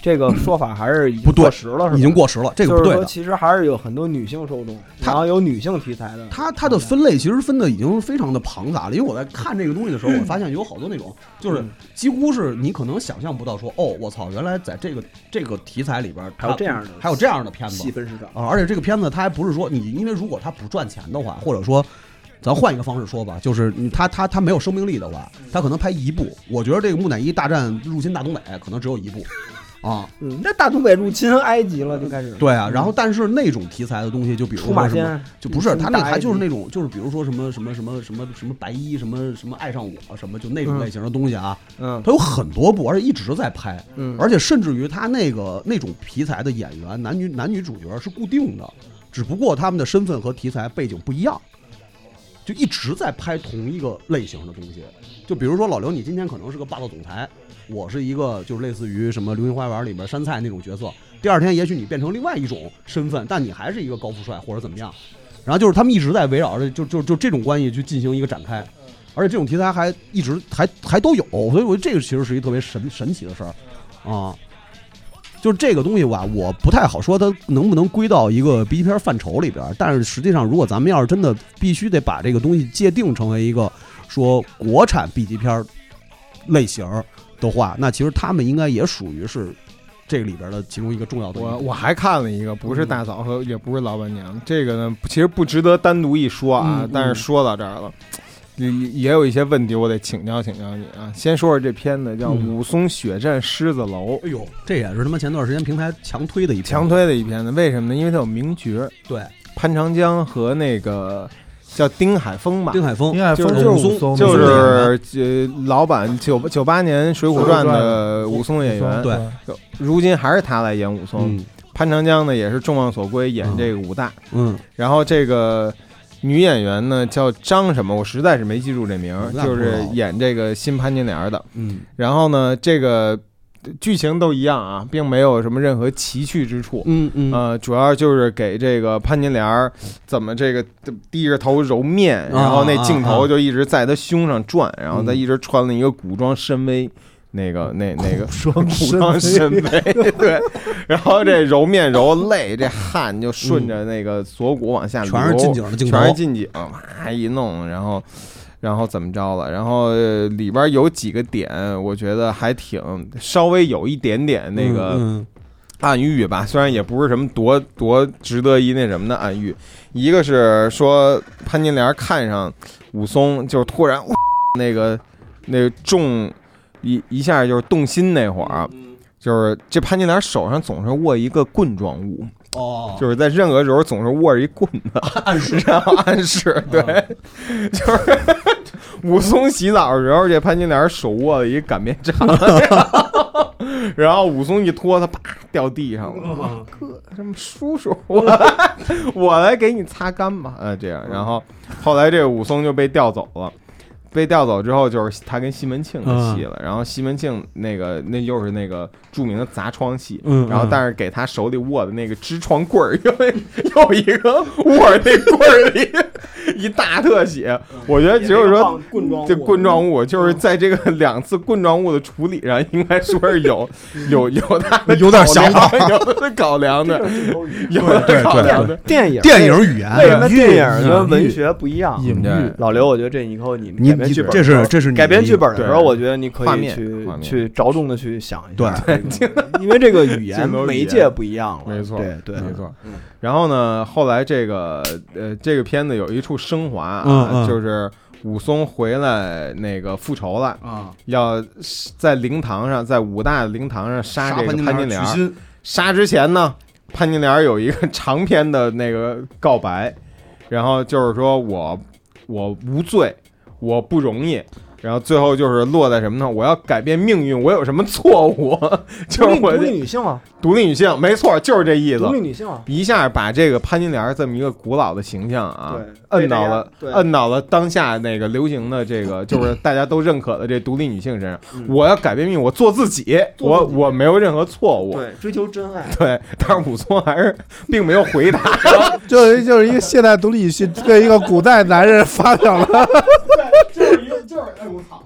[SPEAKER 4] 这个说法还是已
[SPEAKER 5] 不
[SPEAKER 4] 经
[SPEAKER 5] 对
[SPEAKER 4] 过时了，是吧？
[SPEAKER 5] 已经过时了，这个不
[SPEAKER 4] 就是
[SPEAKER 5] 对
[SPEAKER 4] 说，
[SPEAKER 5] 的。
[SPEAKER 4] 其实还是有很多女性受众，
[SPEAKER 5] 他
[SPEAKER 4] 然后有女性题材的。
[SPEAKER 5] 它它的分类其实分的已经非常的庞杂了，因为我在看这个东西的时候，我发现有好多那种，就是
[SPEAKER 4] 嗯
[SPEAKER 5] 几乎是你可能想象不到说，哦，我操，原来在这个这个题材里边它
[SPEAKER 4] 还有这样的
[SPEAKER 5] 还有这样的片
[SPEAKER 4] 细
[SPEAKER 5] 子
[SPEAKER 4] 分市场，
[SPEAKER 5] 啊，而且这个片子它还不是说你，因为如果它不赚钱的话，或者说。咱换一个方式说吧，就是你它它它没有生命力的话，它可能拍一部。我觉得这个木乃伊大战入侵大东北可能只有一部，啊，
[SPEAKER 4] 嗯，那大东北入侵埃及了，就开始
[SPEAKER 5] 对啊。然后但是那种题材的东西，就比如
[SPEAKER 4] 出马
[SPEAKER 5] 说什么
[SPEAKER 4] 仙，
[SPEAKER 5] 就不是他那
[SPEAKER 4] 大
[SPEAKER 5] 他
[SPEAKER 4] 爱
[SPEAKER 5] 就
[SPEAKER 4] 情
[SPEAKER 5] 是那种就是比如说什么什么什么什么什么白衣什么什么爱上我什么就那种
[SPEAKER 4] 嗯
[SPEAKER 5] 类型的东西啊，
[SPEAKER 4] 嗯
[SPEAKER 5] 他有很多部，而且一直在拍，
[SPEAKER 4] 嗯，
[SPEAKER 5] 而且甚至于他那个那种题材的演员男女男女主角是固定的，只不过他们的身份和题材背景不一样，就一直在拍同一个类型的东西。就比如说老刘，你今天可能是个霸道总裁，我是一个就是类似于什么《流星花园》里边杉菜那种角色，第二天也许你变成另外一种身份，但你还是一个高富帅或者怎么样。然后就是他们一直在围绕着就就就这种关系去进行一个展开，而且这种题材还一直还还都有，所以我觉得这个其实是一个特别神神奇的事儿啊。就是这个东西吧，我不太好说它能不能归到一个 B 级片范畴里边儿，但是实际上，如果咱们要是真的必须得把这个东西界定成为一个说国产 B 级片儿类型儿的话，那其实他们应该也属于是
[SPEAKER 6] 这个里边的其中一个重要的一个。
[SPEAKER 1] 我我还看了一个，不是大嫂和也不是老板娘，这个呢其实不值得单独一说啊，
[SPEAKER 6] 嗯嗯嗯
[SPEAKER 1] 但是说到这儿了。也也有一些问题，我得请教请教你啊。先说说这片子叫《
[SPEAKER 6] 嗯
[SPEAKER 1] 武松血战狮子楼》，
[SPEAKER 6] 哎呦，这也是他妈前段时间平台强推的一
[SPEAKER 1] 强推的一片子，为什么呢？因为它有名角
[SPEAKER 6] 对
[SPEAKER 1] 潘长江和那个叫丁海峰吧，
[SPEAKER 6] 丁海峰
[SPEAKER 8] 丁海
[SPEAKER 1] 就
[SPEAKER 8] 峰
[SPEAKER 1] 是
[SPEAKER 8] 是
[SPEAKER 1] 武
[SPEAKER 8] 武松，
[SPEAKER 1] 就
[SPEAKER 8] 武松演的
[SPEAKER 1] 是呃，老版九九八年《水浒传》的武松演员，
[SPEAKER 6] 对，
[SPEAKER 1] 如今还是他来演武松。
[SPEAKER 6] 嗯
[SPEAKER 1] 潘长江呢也是众望所归，演这个武大。
[SPEAKER 6] 嗯，
[SPEAKER 1] 然后这个女演员呢叫张什么，我实在是没记住这名儿，
[SPEAKER 6] 那不
[SPEAKER 1] 就
[SPEAKER 6] 知道
[SPEAKER 1] 是演这个新潘金莲的。
[SPEAKER 6] 嗯，
[SPEAKER 1] 然后呢，这个剧情都一样啊，并没有什么任何奇趣之处。
[SPEAKER 6] 嗯嗯
[SPEAKER 1] 呃，主要就是给这个潘金莲儿怎么这个呃低着头揉
[SPEAKER 6] 啊
[SPEAKER 1] 面，然后那镜头就一直在她胸上转，然后她
[SPEAKER 6] 嗯
[SPEAKER 1] 一直穿了一个古装深 V，那个那那个
[SPEAKER 8] 双
[SPEAKER 1] 古装深 V，对， 然后这揉面揉累，这汗就顺着那个锁骨往下流，
[SPEAKER 6] 嗯全是近景的镜头，
[SPEAKER 1] 全是近景，哇一弄，然后。然后怎么着了？然后呃里边有几个点，我觉得还挺稍微有一点点那个
[SPEAKER 6] 嗯
[SPEAKER 1] 暗喻吧，虽然也不是什么多多值得一那什么的暗喻。一个是说潘金莲看上武松，就是突然那个 那个中一一下就是动心那会儿，啊就是这潘金莲手上总是握一个棍状物，
[SPEAKER 6] 哦，
[SPEAKER 1] 就是在任何时候总是握着一棍子， 暗示，然后暗示，对，
[SPEAKER 6] 啊
[SPEAKER 1] 就是武松洗澡的时候，这潘金莲手握了一擀面杖，然后武松一拖，他啪掉地上了，哇哥，什么叔叔，我来我来给你擦干吧，呃，这样，然后后来这个武松就被调走了。被调走之后，就是他跟西门庆的戏了。然后西门庆那个，那又是那个著名的砸窗戏。
[SPEAKER 6] 嗯
[SPEAKER 1] 然后但是给他手里握的那个支床棍儿， 因为又一个握那棍儿里一大特写，我觉得只有说。
[SPEAKER 2] 棍状
[SPEAKER 1] 这棍状物就是在这个两次棍状物的处理上，应该说是有有有他的
[SPEAKER 6] 有点想
[SPEAKER 1] 法， 有他的考量的，有他的考
[SPEAKER 4] 哦
[SPEAKER 1] 量的。
[SPEAKER 2] 电影
[SPEAKER 6] 电影语言，
[SPEAKER 2] 为什么电
[SPEAKER 5] 啊
[SPEAKER 2] 影跟文学不一样？
[SPEAKER 8] 隐喻，
[SPEAKER 2] 老刘，我觉得这以后你
[SPEAKER 6] 你
[SPEAKER 2] 改编剧本，
[SPEAKER 6] 这是这是你
[SPEAKER 2] 改编剧本的时候，
[SPEAKER 1] 对
[SPEAKER 2] 我觉得你可
[SPEAKER 1] 画
[SPEAKER 2] 以
[SPEAKER 1] 面
[SPEAKER 2] 去
[SPEAKER 1] 画面
[SPEAKER 2] 去着重的去想一下， 对，因为这个语言
[SPEAKER 1] 镜头语言
[SPEAKER 2] 媒介不一样了，
[SPEAKER 1] 没错
[SPEAKER 2] 对对，
[SPEAKER 1] 没错。然后呢，后来这个呃，这个片子有一处升华啊，
[SPEAKER 6] 嗯嗯
[SPEAKER 1] 就是武松回来那个复仇了，
[SPEAKER 6] 啊，
[SPEAKER 1] 要在灵堂上，在武大的灵堂上杀这个潘金
[SPEAKER 6] 取
[SPEAKER 1] 莲。啊
[SPEAKER 6] 心，
[SPEAKER 1] 杀之前呢，潘金莲有一个长篇的那个告白，然后就是说我我无罪，我不容易。然后最后就是落在什么呢？我要改变命运，我有什么错误？ 就
[SPEAKER 2] 独立
[SPEAKER 1] 是我
[SPEAKER 2] 独立女性啊，
[SPEAKER 1] 独立女性，没错，就是这意思
[SPEAKER 2] 独。立女性啊，
[SPEAKER 1] 一下把这个潘金莲这么一个古老的形象啊，
[SPEAKER 2] 对
[SPEAKER 1] 摁到
[SPEAKER 2] 被大
[SPEAKER 1] 了
[SPEAKER 2] 家对
[SPEAKER 1] 摁到了当下那个流行 的这个，就是大家都认可的这独立女性身上。我要改变命运，我做自己，
[SPEAKER 2] 嗯做
[SPEAKER 1] 我
[SPEAKER 2] 自己
[SPEAKER 1] 我没有任何错误。
[SPEAKER 2] 对，追求真爱，
[SPEAKER 1] 对，但是武松还是并没有回 答，
[SPEAKER 8] 就是 就是一个现代独立女性对一个古代男人发表了
[SPEAKER 1] 就是一个就是哎我操，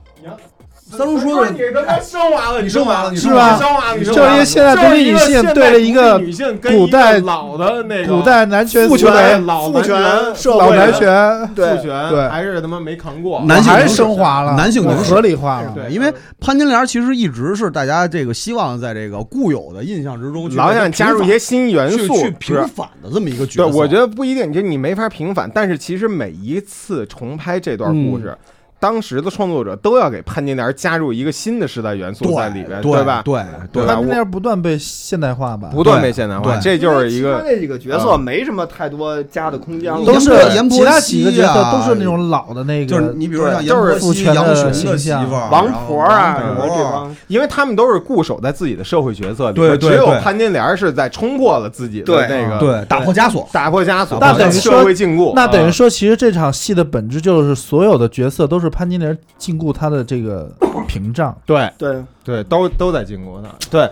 [SPEAKER 6] 三叔说的
[SPEAKER 1] 你他妈生娃了，你
[SPEAKER 6] 生娃了你
[SPEAKER 1] 你
[SPEAKER 6] 生
[SPEAKER 8] 娃了
[SPEAKER 1] 生娃了，你生
[SPEAKER 8] 就
[SPEAKER 1] 娃
[SPEAKER 8] 是一
[SPEAKER 1] 了
[SPEAKER 8] 个现代独立女
[SPEAKER 1] 就是一个
[SPEAKER 8] 性对了一个
[SPEAKER 1] 现代独立女性跟一个
[SPEAKER 8] 古代
[SPEAKER 1] 老的那个
[SPEAKER 8] 古代男权
[SPEAKER 1] 父
[SPEAKER 8] 思维
[SPEAKER 1] 权、老
[SPEAKER 2] 父
[SPEAKER 1] 男
[SPEAKER 2] 权社
[SPEAKER 8] 老
[SPEAKER 2] 会
[SPEAKER 8] 男
[SPEAKER 2] 的
[SPEAKER 8] 权，
[SPEAKER 2] 对
[SPEAKER 1] 父权，
[SPEAKER 8] 对
[SPEAKER 1] 还是他妈没扛过。
[SPEAKER 6] 男性
[SPEAKER 8] 还
[SPEAKER 6] 凝视
[SPEAKER 8] 是升华了，
[SPEAKER 6] 男性
[SPEAKER 8] 我
[SPEAKER 6] 凝视
[SPEAKER 8] 合理化了。
[SPEAKER 1] 对
[SPEAKER 6] 因为潘金莲其实一直是大家这个希望在这个固有的印象之中去
[SPEAKER 1] 老想加入一些新元
[SPEAKER 6] 去
[SPEAKER 1] 素，
[SPEAKER 6] 去
[SPEAKER 1] 是
[SPEAKER 6] 平反的这么一个角
[SPEAKER 1] 对，
[SPEAKER 6] 色。
[SPEAKER 1] 我觉得不一定，就你没法平反。但是其实每一次重拍这段故事，当时的创作者都要给潘金莲加入一个新的时代元素在里边，
[SPEAKER 6] 对
[SPEAKER 1] 吧？
[SPEAKER 6] 对
[SPEAKER 1] 对
[SPEAKER 8] 他
[SPEAKER 1] 吧？
[SPEAKER 8] 们那
[SPEAKER 1] 我
[SPEAKER 8] 边不断被现代化吧，
[SPEAKER 1] 不断被现代化，这
[SPEAKER 6] 对
[SPEAKER 1] 就是一
[SPEAKER 2] 因为其
[SPEAKER 1] 个嗯
[SPEAKER 2] 他那几个角色没什么太多加的空间了，
[SPEAKER 8] 都是
[SPEAKER 6] 严伯严伯
[SPEAKER 8] 其他几个角
[SPEAKER 6] 希
[SPEAKER 8] 色
[SPEAKER 6] 啊
[SPEAKER 8] 都是那种老的那个，
[SPEAKER 6] 就是你比如说像
[SPEAKER 1] 对
[SPEAKER 6] 杨
[SPEAKER 1] 就是
[SPEAKER 6] 伯
[SPEAKER 8] 父
[SPEAKER 6] 熙、
[SPEAKER 8] 权
[SPEAKER 6] 杨
[SPEAKER 8] 的
[SPEAKER 6] 雄
[SPEAKER 8] 形
[SPEAKER 6] 的媳
[SPEAKER 8] 象
[SPEAKER 6] 妇儿、
[SPEAKER 2] 王婆啊
[SPEAKER 6] 然
[SPEAKER 2] 什
[SPEAKER 6] 后
[SPEAKER 2] 么
[SPEAKER 6] 王
[SPEAKER 2] 这
[SPEAKER 6] 婆
[SPEAKER 2] 帮，
[SPEAKER 1] 因为他们都是固守在自己的社会角色里边，
[SPEAKER 6] 对对
[SPEAKER 1] 只有
[SPEAKER 6] 对
[SPEAKER 1] 潘金莲是在冲破了自己的
[SPEAKER 2] 对
[SPEAKER 1] 那
[SPEAKER 5] 啊
[SPEAKER 1] 个
[SPEAKER 6] 对打破枷锁，
[SPEAKER 1] 打破枷锁，
[SPEAKER 8] 那等于说
[SPEAKER 1] 社会禁锢，
[SPEAKER 8] 那等于
[SPEAKER 1] 啊
[SPEAKER 8] 说，其实这场戏的本质就是所有的角色都是潘金莲禁锢他的这个屏障。
[SPEAKER 1] 对
[SPEAKER 2] 对，
[SPEAKER 1] 对，都都在禁锢他，对。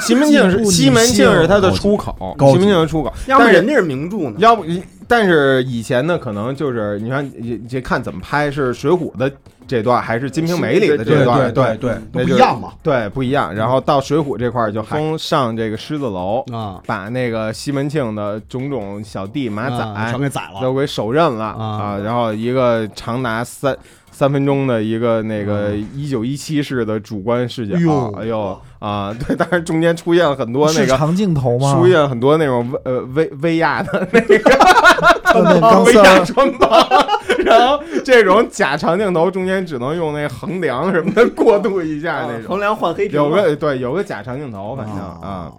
[SPEAKER 1] 西门庆
[SPEAKER 8] 禁锢
[SPEAKER 1] 是
[SPEAKER 8] 女
[SPEAKER 1] 西门庆是他的
[SPEAKER 6] 性
[SPEAKER 1] 出口，
[SPEAKER 6] 高级
[SPEAKER 1] 西门庆的出口，
[SPEAKER 2] 要不
[SPEAKER 1] 但是
[SPEAKER 2] 人家是名著呢，
[SPEAKER 1] 要不，但是以前呢，可能就是你看，你这看怎么拍，是《水浒》的这段，还是《金瓶梅》里的这段？
[SPEAKER 6] 对对，都
[SPEAKER 1] 那
[SPEAKER 6] 不
[SPEAKER 1] 就
[SPEAKER 6] 一样嘛
[SPEAKER 1] 对，不一样。然后到《水浒》这块儿就还上这个狮子楼，
[SPEAKER 6] 啊
[SPEAKER 1] 把那个西门庆的种种小弟马
[SPEAKER 6] 啊全
[SPEAKER 1] 仔
[SPEAKER 6] 给宰了
[SPEAKER 1] 都给手刃了
[SPEAKER 6] 啊
[SPEAKER 1] 啊。然后一个长达三三分钟的一个那个一九一七式的主观视角
[SPEAKER 10] 哎呦，
[SPEAKER 1] 哎呦啊， 对，当然中间出现了很多那
[SPEAKER 8] 是
[SPEAKER 1] 个。
[SPEAKER 8] 长镜头吗？
[SPEAKER 1] 出现很多那种呃威威亚的
[SPEAKER 8] 就 那钢
[SPEAKER 1] 威亚
[SPEAKER 8] 丝，
[SPEAKER 1] 穿帮，然后这种假长镜头中间只能用那横梁什么的过渡一下
[SPEAKER 2] 啊
[SPEAKER 1] 那种
[SPEAKER 11] 横。梁换黑屏
[SPEAKER 1] 有
[SPEAKER 11] 嘛，
[SPEAKER 1] 个对，有个假长镜头，反正啊，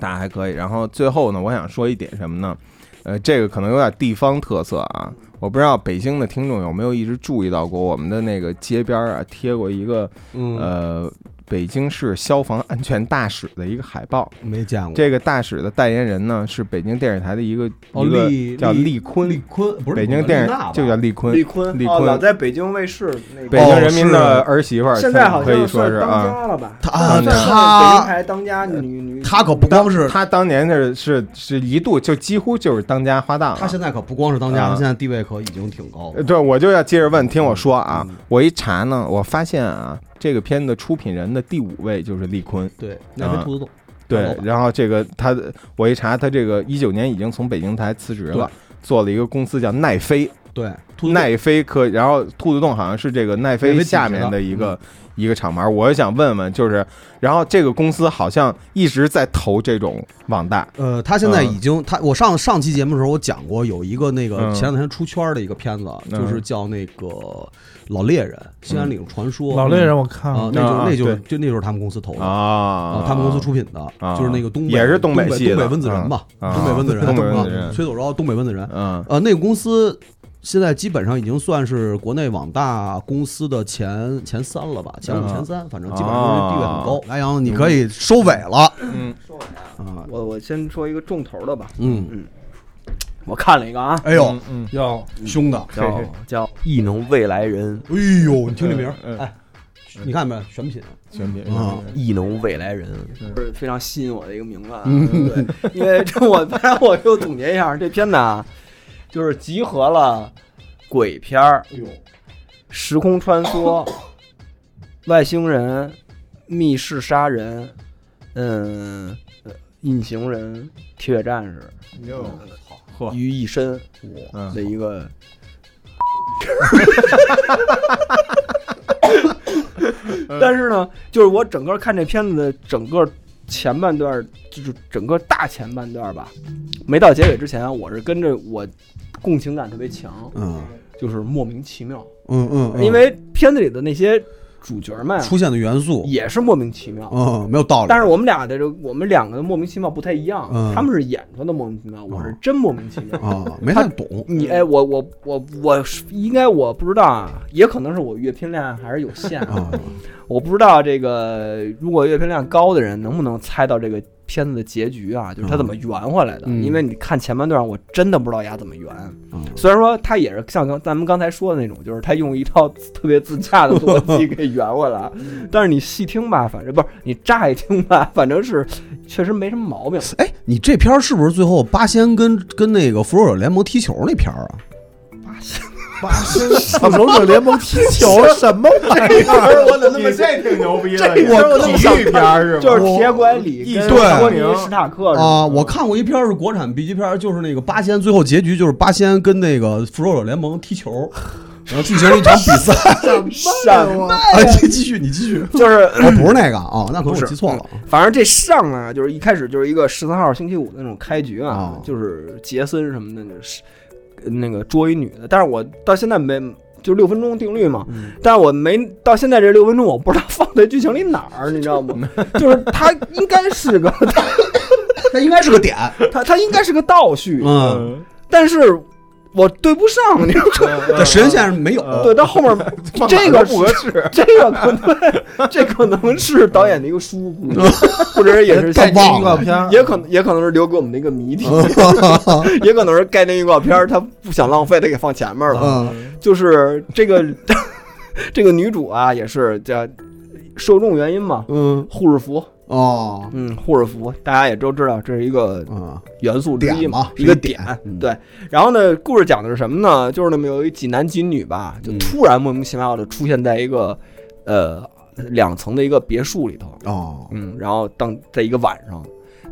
[SPEAKER 1] 大家还可以。然后最后呢，我想说一点什么呢？呃，这个可能有点地方特色啊，我不知道北京的听众有没有一直注意到过，我们的那个街边儿啊贴过一个
[SPEAKER 5] 嗯，
[SPEAKER 1] 呃北京市消防安全大使的一个海报。
[SPEAKER 5] 没见
[SPEAKER 10] 嗯
[SPEAKER 5] 过
[SPEAKER 1] 这个大使的代言人呢是北京电视台的一个
[SPEAKER 10] 哦
[SPEAKER 1] 一个
[SPEAKER 10] 利
[SPEAKER 1] 叫
[SPEAKER 10] 利
[SPEAKER 1] 利坤，
[SPEAKER 10] 李坤不是
[SPEAKER 1] 北京
[SPEAKER 10] 李
[SPEAKER 1] 电视
[SPEAKER 10] 娜吧
[SPEAKER 1] 就叫利坤
[SPEAKER 11] 李，坤
[SPEAKER 1] 李
[SPEAKER 11] 哦，
[SPEAKER 1] 坤
[SPEAKER 11] 老在北京卫视那个
[SPEAKER 1] 北京人民
[SPEAKER 10] 哦
[SPEAKER 1] 的儿媳
[SPEAKER 2] 哦
[SPEAKER 1] 妇儿，
[SPEAKER 11] 现在好
[SPEAKER 1] 可以
[SPEAKER 11] 像
[SPEAKER 1] 说
[SPEAKER 11] 算
[SPEAKER 1] 是
[SPEAKER 11] 当
[SPEAKER 1] 啊。
[SPEAKER 11] 家了吧？
[SPEAKER 5] 他啊
[SPEAKER 1] 嗯
[SPEAKER 11] 算是北京
[SPEAKER 5] 他
[SPEAKER 11] 台当家女女，
[SPEAKER 5] 他可不光是
[SPEAKER 1] 她当年是是是一度就几乎就是当家花旦
[SPEAKER 5] 他
[SPEAKER 1] 了。
[SPEAKER 5] 现在可不光是当家，
[SPEAKER 1] 啊
[SPEAKER 5] 他现在地位可已经挺高
[SPEAKER 1] 呃
[SPEAKER 5] 了。
[SPEAKER 1] 对，我就要接着问，听我说啊
[SPEAKER 5] 嗯，
[SPEAKER 1] 我一查呢，我发现啊，这个片子出品人的第五位就是利坤，
[SPEAKER 5] 对，那跟
[SPEAKER 1] 啊
[SPEAKER 5] 兔子洞老
[SPEAKER 1] 对，
[SPEAKER 5] 板
[SPEAKER 1] 然后这个他，我一查，他这个一九年已经从北京台辞职了，做了一个公司叫奈飞，
[SPEAKER 5] 对，兔子洞
[SPEAKER 1] 奈飞科，然后兔子洞好像是这个奈
[SPEAKER 5] 奈
[SPEAKER 1] 飞
[SPEAKER 5] 飞
[SPEAKER 1] 下面的一
[SPEAKER 5] 嗯
[SPEAKER 1] 个一个厂牌。我想问问，就是，然后这个公司好像一直在投这种网大，
[SPEAKER 5] 呃，他现在
[SPEAKER 1] 嗯
[SPEAKER 5] 已经他我上上期节目的时候我讲过，有一个那个
[SPEAKER 1] 嗯
[SPEAKER 5] 前两天出圈的一个片子，
[SPEAKER 1] 嗯
[SPEAKER 5] 就是叫那个《老猎人：西安岭传说》。
[SPEAKER 8] 老猎人我看
[SPEAKER 5] 啊
[SPEAKER 8] 了，，
[SPEAKER 6] 嗯
[SPEAKER 5] 那就是
[SPEAKER 1] 啊
[SPEAKER 5] 那就是
[SPEAKER 1] 对
[SPEAKER 5] 就那就是他们公司投的
[SPEAKER 1] 啊
[SPEAKER 5] 哦他们公司出品的，
[SPEAKER 1] 啊
[SPEAKER 5] 就是那个东北
[SPEAKER 1] 也是东
[SPEAKER 5] 东
[SPEAKER 1] 北
[SPEAKER 5] 北
[SPEAKER 1] 系的
[SPEAKER 5] 东北温子仁吧，
[SPEAKER 1] 啊
[SPEAKER 5] 东北温子仁，
[SPEAKER 1] 东北温子仁
[SPEAKER 5] 啊崔走昭，东北温子仁。
[SPEAKER 1] 嗯
[SPEAKER 5] 呃，那个公司现在基本上已经算是国内网大公司的前前三了吧，前五
[SPEAKER 1] 啊
[SPEAKER 5] 前三，反正基本上就是地位很高
[SPEAKER 1] 啊。
[SPEAKER 5] 莱阳，你可以收尾了
[SPEAKER 1] 嗯
[SPEAKER 5] 啊，
[SPEAKER 4] 我我先说一个重头的吧，
[SPEAKER 5] 嗯，
[SPEAKER 4] 我看了一个啊，
[SPEAKER 5] 哎呦，
[SPEAKER 1] 嗯，
[SPEAKER 8] 要
[SPEAKER 5] 凶的，
[SPEAKER 4] 叫叫《异能未来人
[SPEAKER 5] 哎呦，你听这名儿，
[SPEAKER 1] 嗯
[SPEAKER 5] 哎，你看没，选品
[SPEAKER 1] 选品
[SPEAKER 5] 啊，》，
[SPEAKER 4] 异能未来人是非常吸引我的一个名字啊，对，因为这我 反正我又总结一下，这片子啊，就是集合了鬼片儿、时空穿梭、外星人、密室杀人，嗯，呃隐形人、铁血战士嗯
[SPEAKER 1] 嚯
[SPEAKER 4] 于一身
[SPEAKER 1] 嗯
[SPEAKER 4] 的一个。
[SPEAKER 5] 嗯
[SPEAKER 4] 但是呢，就是我整个看这片子的整个前半段，就是整个大前半段吧，没到结尾之前啊，我是跟着我共情感特别强，
[SPEAKER 5] 嗯
[SPEAKER 4] 就是莫名其妙，
[SPEAKER 5] 嗯嗯，嗯
[SPEAKER 4] 因为片子里的那些主角们啊
[SPEAKER 5] 出现的元素，
[SPEAKER 4] 也是莫名其妙。
[SPEAKER 5] 嗯，没有道理，
[SPEAKER 4] 但是我们俩的这我们两个的莫名其妙不太一样，
[SPEAKER 5] 嗯哦
[SPEAKER 4] 他们是演出的莫名其妙，我是真莫名其 妙。
[SPEAKER 5] 啊，没太懂，
[SPEAKER 4] 你哎，我我我我是应该我不知道啊，也可能是我阅片量还是有限
[SPEAKER 5] 啊，
[SPEAKER 4] 我不知道这个如果阅片量高的人能不能猜到这个片子的结局啊，就是他怎么圆回来的？
[SPEAKER 5] 嗯
[SPEAKER 4] 因为你看前半段，我真的不知道丫怎么圆。
[SPEAKER 5] 嗯
[SPEAKER 4] 虽然说他也是像刚咱们刚才说的那种，就是他用一套特别自洽的逻辑给圆回来，但是你细听吧，反正不是你乍一听吧，反正是确实没什么毛病。
[SPEAKER 5] 哎，你这片儿是不是最后八仙跟跟那个复仇者联盟踢球那片儿啊？
[SPEAKER 8] 复仇者联盟踢球什么玩意儿？
[SPEAKER 1] 我怎么这挺牛逼的？
[SPEAKER 4] 这我怎么
[SPEAKER 1] 体育片儿是吧？
[SPEAKER 4] 就是铁拐李跟
[SPEAKER 1] 对
[SPEAKER 4] 托尼·史塔克是吧
[SPEAKER 5] 啊，我看过一片儿是国产 B 级片儿，就是那个八仙，最后结局就是八仙跟那个复仇者联盟踢球，然后进行了一场比 赛。
[SPEAKER 4] 什么？
[SPEAKER 5] 啊，你继续，你继 续。
[SPEAKER 4] 就是
[SPEAKER 5] 哦，不是那个啊，那可能
[SPEAKER 4] 不
[SPEAKER 5] 我
[SPEAKER 4] 是
[SPEAKER 5] 记错了。
[SPEAKER 4] 反正这上啊，就是一开始就是一个十三号星期五的那种开局啊，
[SPEAKER 5] 哦
[SPEAKER 4] 就是杰森什么的，就是那个捉一女的。但是我到现在没，就六分钟定律嘛，
[SPEAKER 5] 嗯
[SPEAKER 4] 但是我没到现在这六分钟，我不知道放在剧情里哪儿，你知道吗？ 就是它应该是个，
[SPEAKER 5] 嗯 那应该是个 点，
[SPEAKER 4] 它它应该是个倒叙，
[SPEAKER 5] 嗯，
[SPEAKER 4] 但是我对不上，你知道吗？
[SPEAKER 5] 这神仙没有，
[SPEAKER 4] 对，到后 面
[SPEAKER 1] 放哪儿
[SPEAKER 4] 这
[SPEAKER 1] 都
[SPEAKER 4] 个
[SPEAKER 1] 不合适。
[SPEAKER 4] 这个可能，这可能是导演的一个疏 忽，或者也是
[SPEAKER 5] 太忘
[SPEAKER 8] 预
[SPEAKER 5] 了
[SPEAKER 8] 告片儿
[SPEAKER 4] 也可能也可能是留给我们的一个谜 题，也可能是概念预告片儿他不想浪费，他给放前面了。
[SPEAKER 5] 嗯
[SPEAKER 4] 就是这个 这个女主啊，也是叫受众原因嘛，
[SPEAKER 5] 嗯
[SPEAKER 4] 护士服，
[SPEAKER 5] 哦
[SPEAKER 4] 嗯，护士服，大家也都知道这是一个
[SPEAKER 5] 嗯
[SPEAKER 4] 元素之一
[SPEAKER 5] 点嘛
[SPEAKER 4] 一个
[SPEAKER 5] 是一点
[SPEAKER 4] 点
[SPEAKER 5] 嗯。
[SPEAKER 4] 对，然后呢，故事讲的是什么呢？就是那么有一几男几女吧，就
[SPEAKER 5] 嗯
[SPEAKER 4] 突然莫名其妙的出现在一个呃两层的一个别墅里头。
[SPEAKER 5] 哦
[SPEAKER 4] 嗯，然后当在一个晚上，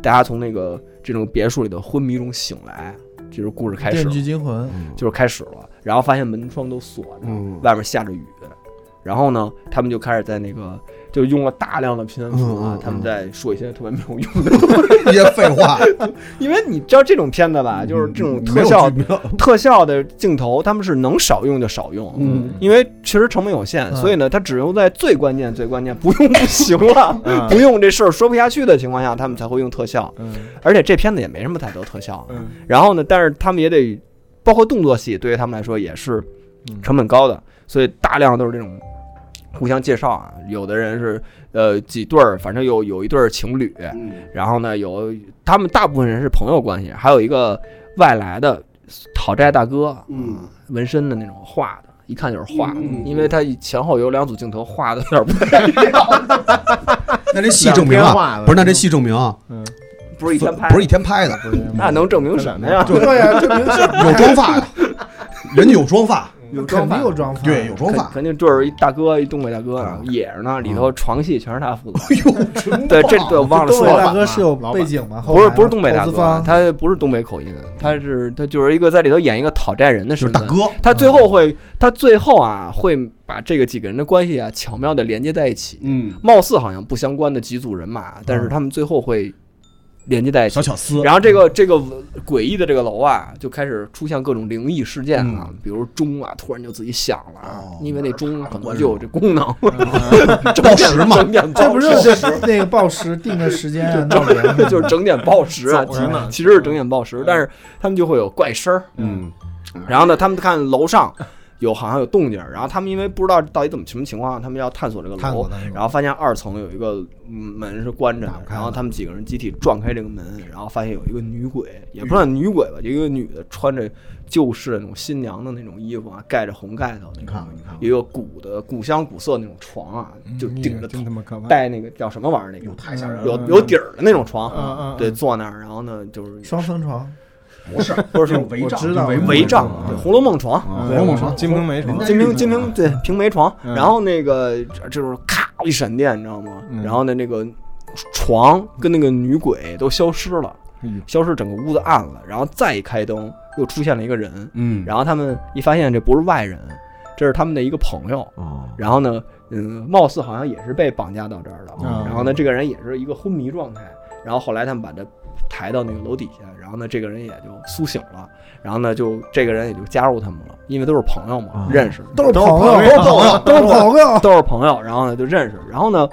[SPEAKER 4] 大家从那个这种别墅里的昏迷中醒来，就是故事开
[SPEAKER 8] 电
[SPEAKER 4] 始了，
[SPEAKER 8] 锯惊魂，
[SPEAKER 5] 嗯
[SPEAKER 4] 就是开始了。然后发现门窗都锁着，
[SPEAKER 6] 嗯
[SPEAKER 4] 外面下着雨。然后呢，他们就开始在那个，就用了大量的拼音符
[SPEAKER 6] 嗯
[SPEAKER 4] 啊
[SPEAKER 6] 嗯，
[SPEAKER 4] 他们
[SPEAKER 6] 嗯
[SPEAKER 4] 在说一些特别没有用的
[SPEAKER 6] 一些废话，
[SPEAKER 4] 因为你知道这种片子吧，就是这种特
[SPEAKER 6] 没有
[SPEAKER 4] 效
[SPEAKER 6] 剧标
[SPEAKER 4] 特效的镜头，他们是能少用就少用，
[SPEAKER 6] 嗯，
[SPEAKER 4] 因为确实成本有限，
[SPEAKER 8] 嗯
[SPEAKER 4] 所以呢，他只用在最关键、最关键，不用不行了，
[SPEAKER 1] 嗯
[SPEAKER 4] 不用这事儿说不下去的情况下，他们才会用特效。
[SPEAKER 1] 嗯
[SPEAKER 4] 而且这片子也没什么太多特效，
[SPEAKER 1] 嗯
[SPEAKER 4] 然后呢，但是他们也得包括动作戏，对于他们来说也是
[SPEAKER 1] 嗯
[SPEAKER 4] 成本高的，所以大量都是这种互相介绍啊，有的人是呃几对儿，反正有有一对儿情侣，
[SPEAKER 3] 嗯，
[SPEAKER 4] 然后呢，有他们大部分人是朋友关系，还有一个外来的讨债大哥，
[SPEAKER 3] 嗯，
[SPEAKER 4] 纹身的那种画的，一看就是画的，
[SPEAKER 3] 嗯嗯
[SPEAKER 4] 因为他前后有两组镜头画的有点不太，
[SPEAKER 6] 那这戏证明
[SPEAKER 1] 两天
[SPEAKER 6] 啊，
[SPEAKER 1] 画的
[SPEAKER 6] 不是那这戏证明啊，
[SPEAKER 1] 嗯
[SPEAKER 4] 不是一天拍，
[SPEAKER 6] 不是一天拍的，
[SPEAKER 4] 那能证明什么呀？
[SPEAKER 6] 对呀，这明是有妆发呀，人家有妆
[SPEAKER 1] 啊
[SPEAKER 6] 发，
[SPEAKER 8] 有肯定有妆发，
[SPEAKER 6] 对，有妆
[SPEAKER 4] 肯
[SPEAKER 6] 发，
[SPEAKER 4] 肯定就是一大哥，一东北大哥啊，
[SPEAKER 6] 嗯
[SPEAKER 4] 野着呢，里头床戏全是他负责。
[SPEAKER 6] 真
[SPEAKER 4] 对，这
[SPEAKER 1] 哎
[SPEAKER 6] 棒
[SPEAKER 4] 对我忘了
[SPEAKER 8] 东
[SPEAKER 4] 说
[SPEAKER 8] 北
[SPEAKER 4] 了。
[SPEAKER 8] 大哥是有背景吗？
[SPEAKER 4] 不是不是东北大
[SPEAKER 8] 投
[SPEAKER 4] 哥啊
[SPEAKER 8] 资方，，嗯
[SPEAKER 4] 他不是东北口音，他是他就是一个在里头演一个讨债人的
[SPEAKER 6] 就
[SPEAKER 4] 身
[SPEAKER 6] 是大
[SPEAKER 4] 份。
[SPEAKER 6] 哥，嗯
[SPEAKER 4] 他最后会，他最后啊会把这个几个人的关系啊巧妙的连接在一起。
[SPEAKER 3] 嗯，
[SPEAKER 4] 貌似好像不相关的几组人马，但是他们最后会连接在一起
[SPEAKER 6] 嗯小。嗯巧思，
[SPEAKER 4] 然后这个这个诡异的这个楼啊，就开始出现各种灵异事件啊，比如钟啊，突然就自己响了啊，
[SPEAKER 6] 嗯哦
[SPEAKER 4] 因为那钟可能就有这功能，
[SPEAKER 6] 啊嗯 报时嘛，
[SPEAKER 4] 整点
[SPEAKER 8] 这
[SPEAKER 4] 报
[SPEAKER 8] 不
[SPEAKER 4] 时
[SPEAKER 8] 是，那个报时定的时间啊，闹铃
[SPEAKER 4] 这 就是整点报 时啊，
[SPEAKER 1] 早
[SPEAKER 4] 其
[SPEAKER 1] 上呢
[SPEAKER 4] 其实是整点报时，但是他们就会有怪声儿。
[SPEAKER 6] 嗯，
[SPEAKER 4] 然后呢，他们看楼上有好像有动静儿，然后他们因为不知道到底怎么什么情况，他们要探索这个
[SPEAKER 8] 看
[SPEAKER 4] 楼
[SPEAKER 8] 过，的那
[SPEAKER 4] 然
[SPEAKER 8] 种。
[SPEAKER 4] 后发现二层有一个嗯门是关着的
[SPEAKER 8] 打不，开
[SPEAKER 4] 然
[SPEAKER 8] 了
[SPEAKER 4] 后他们几个人集体撞开这个门，然后发现有一个女鬼，也不
[SPEAKER 8] 嗯
[SPEAKER 4] 算女鬼吧，有一个女的穿着旧式的那种新娘的那种衣服啊，盖着红盖头，
[SPEAKER 3] 你
[SPEAKER 4] 那
[SPEAKER 3] 看
[SPEAKER 4] 种
[SPEAKER 3] 过，你看过，
[SPEAKER 4] 一个古的古香古色那种床啊，就顶
[SPEAKER 8] 嗯
[SPEAKER 4] 着头
[SPEAKER 1] 真他妈可怕，
[SPEAKER 4] 带那个叫什么玩意儿那个
[SPEAKER 3] 有太吓人了，
[SPEAKER 4] 有有底儿的那种床，
[SPEAKER 1] 嗯嗯嗯
[SPEAKER 4] 对，坐那儿，然后呢就是
[SPEAKER 8] 双层床，
[SPEAKER 6] 不是
[SPEAKER 4] 不是
[SPEAKER 6] 这围
[SPEAKER 8] 我
[SPEAKER 6] 帐，
[SPEAKER 8] 知道
[SPEAKER 6] 这
[SPEAKER 4] 帷帐，
[SPEAKER 6] 幕
[SPEAKER 4] 对，《红楼梦》床，
[SPEAKER 6] 啊
[SPEAKER 1] 对
[SPEAKER 6] 红楼梦
[SPEAKER 1] 金瓶梅床，
[SPEAKER 4] 金瓶金瓶对平梅床，
[SPEAKER 1] 啊嗯
[SPEAKER 4] 然后那个就是咔一闪电，你知道吗
[SPEAKER 1] 嗯？
[SPEAKER 4] 然后呢，那个床跟那个女鬼都消失了
[SPEAKER 1] 哎呦，
[SPEAKER 4] 消失整个屋子暗了，然后再一开灯，又出现了一个人，
[SPEAKER 6] 嗯，
[SPEAKER 4] 然后他们一发现这不是外人，这是他们的一个朋友，
[SPEAKER 6] 哦，
[SPEAKER 4] 然后呢，嗯，貌似好像也是被绑架到这儿了，
[SPEAKER 1] 嗯
[SPEAKER 4] 然后呢，这个人也是一个昏迷状态，然后后来他们把他抬到那个楼底下，然后呢，这个人也就苏醒了，然后呢，就这个人也就加入他们了，因为都是朋友嘛，
[SPEAKER 1] 啊
[SPEAKER 6] 嗯
[SPEAKER 4] 认识
[SPEAKER 8] 都是
[SPEAKER 1] 都
[SPEAKER 8] 朋
[SPEAKER 1] 是
[SPEAKER 8] 友，
[SPEAKER 1] 朋友
[SPEAKER 8] 都是朋友。
[SPEAKER 4] 都是朋友，然后呢就认识，然后呢，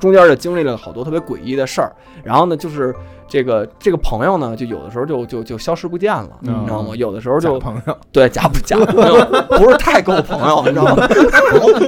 [SPEAKER 4] 中间就经历了好多特别诡异的事儿，然后呢，就是这个这个朋友呢，就有的时候就就就消失不见了，
[SPEAKER 1] 嗯
[SPEAKER 4] 你知道吗？有的时候就
[SPEAKER 1] 假朋友，
[SPEAKER 4] 对假不假朋友，不是太够朋友，你知 道吗？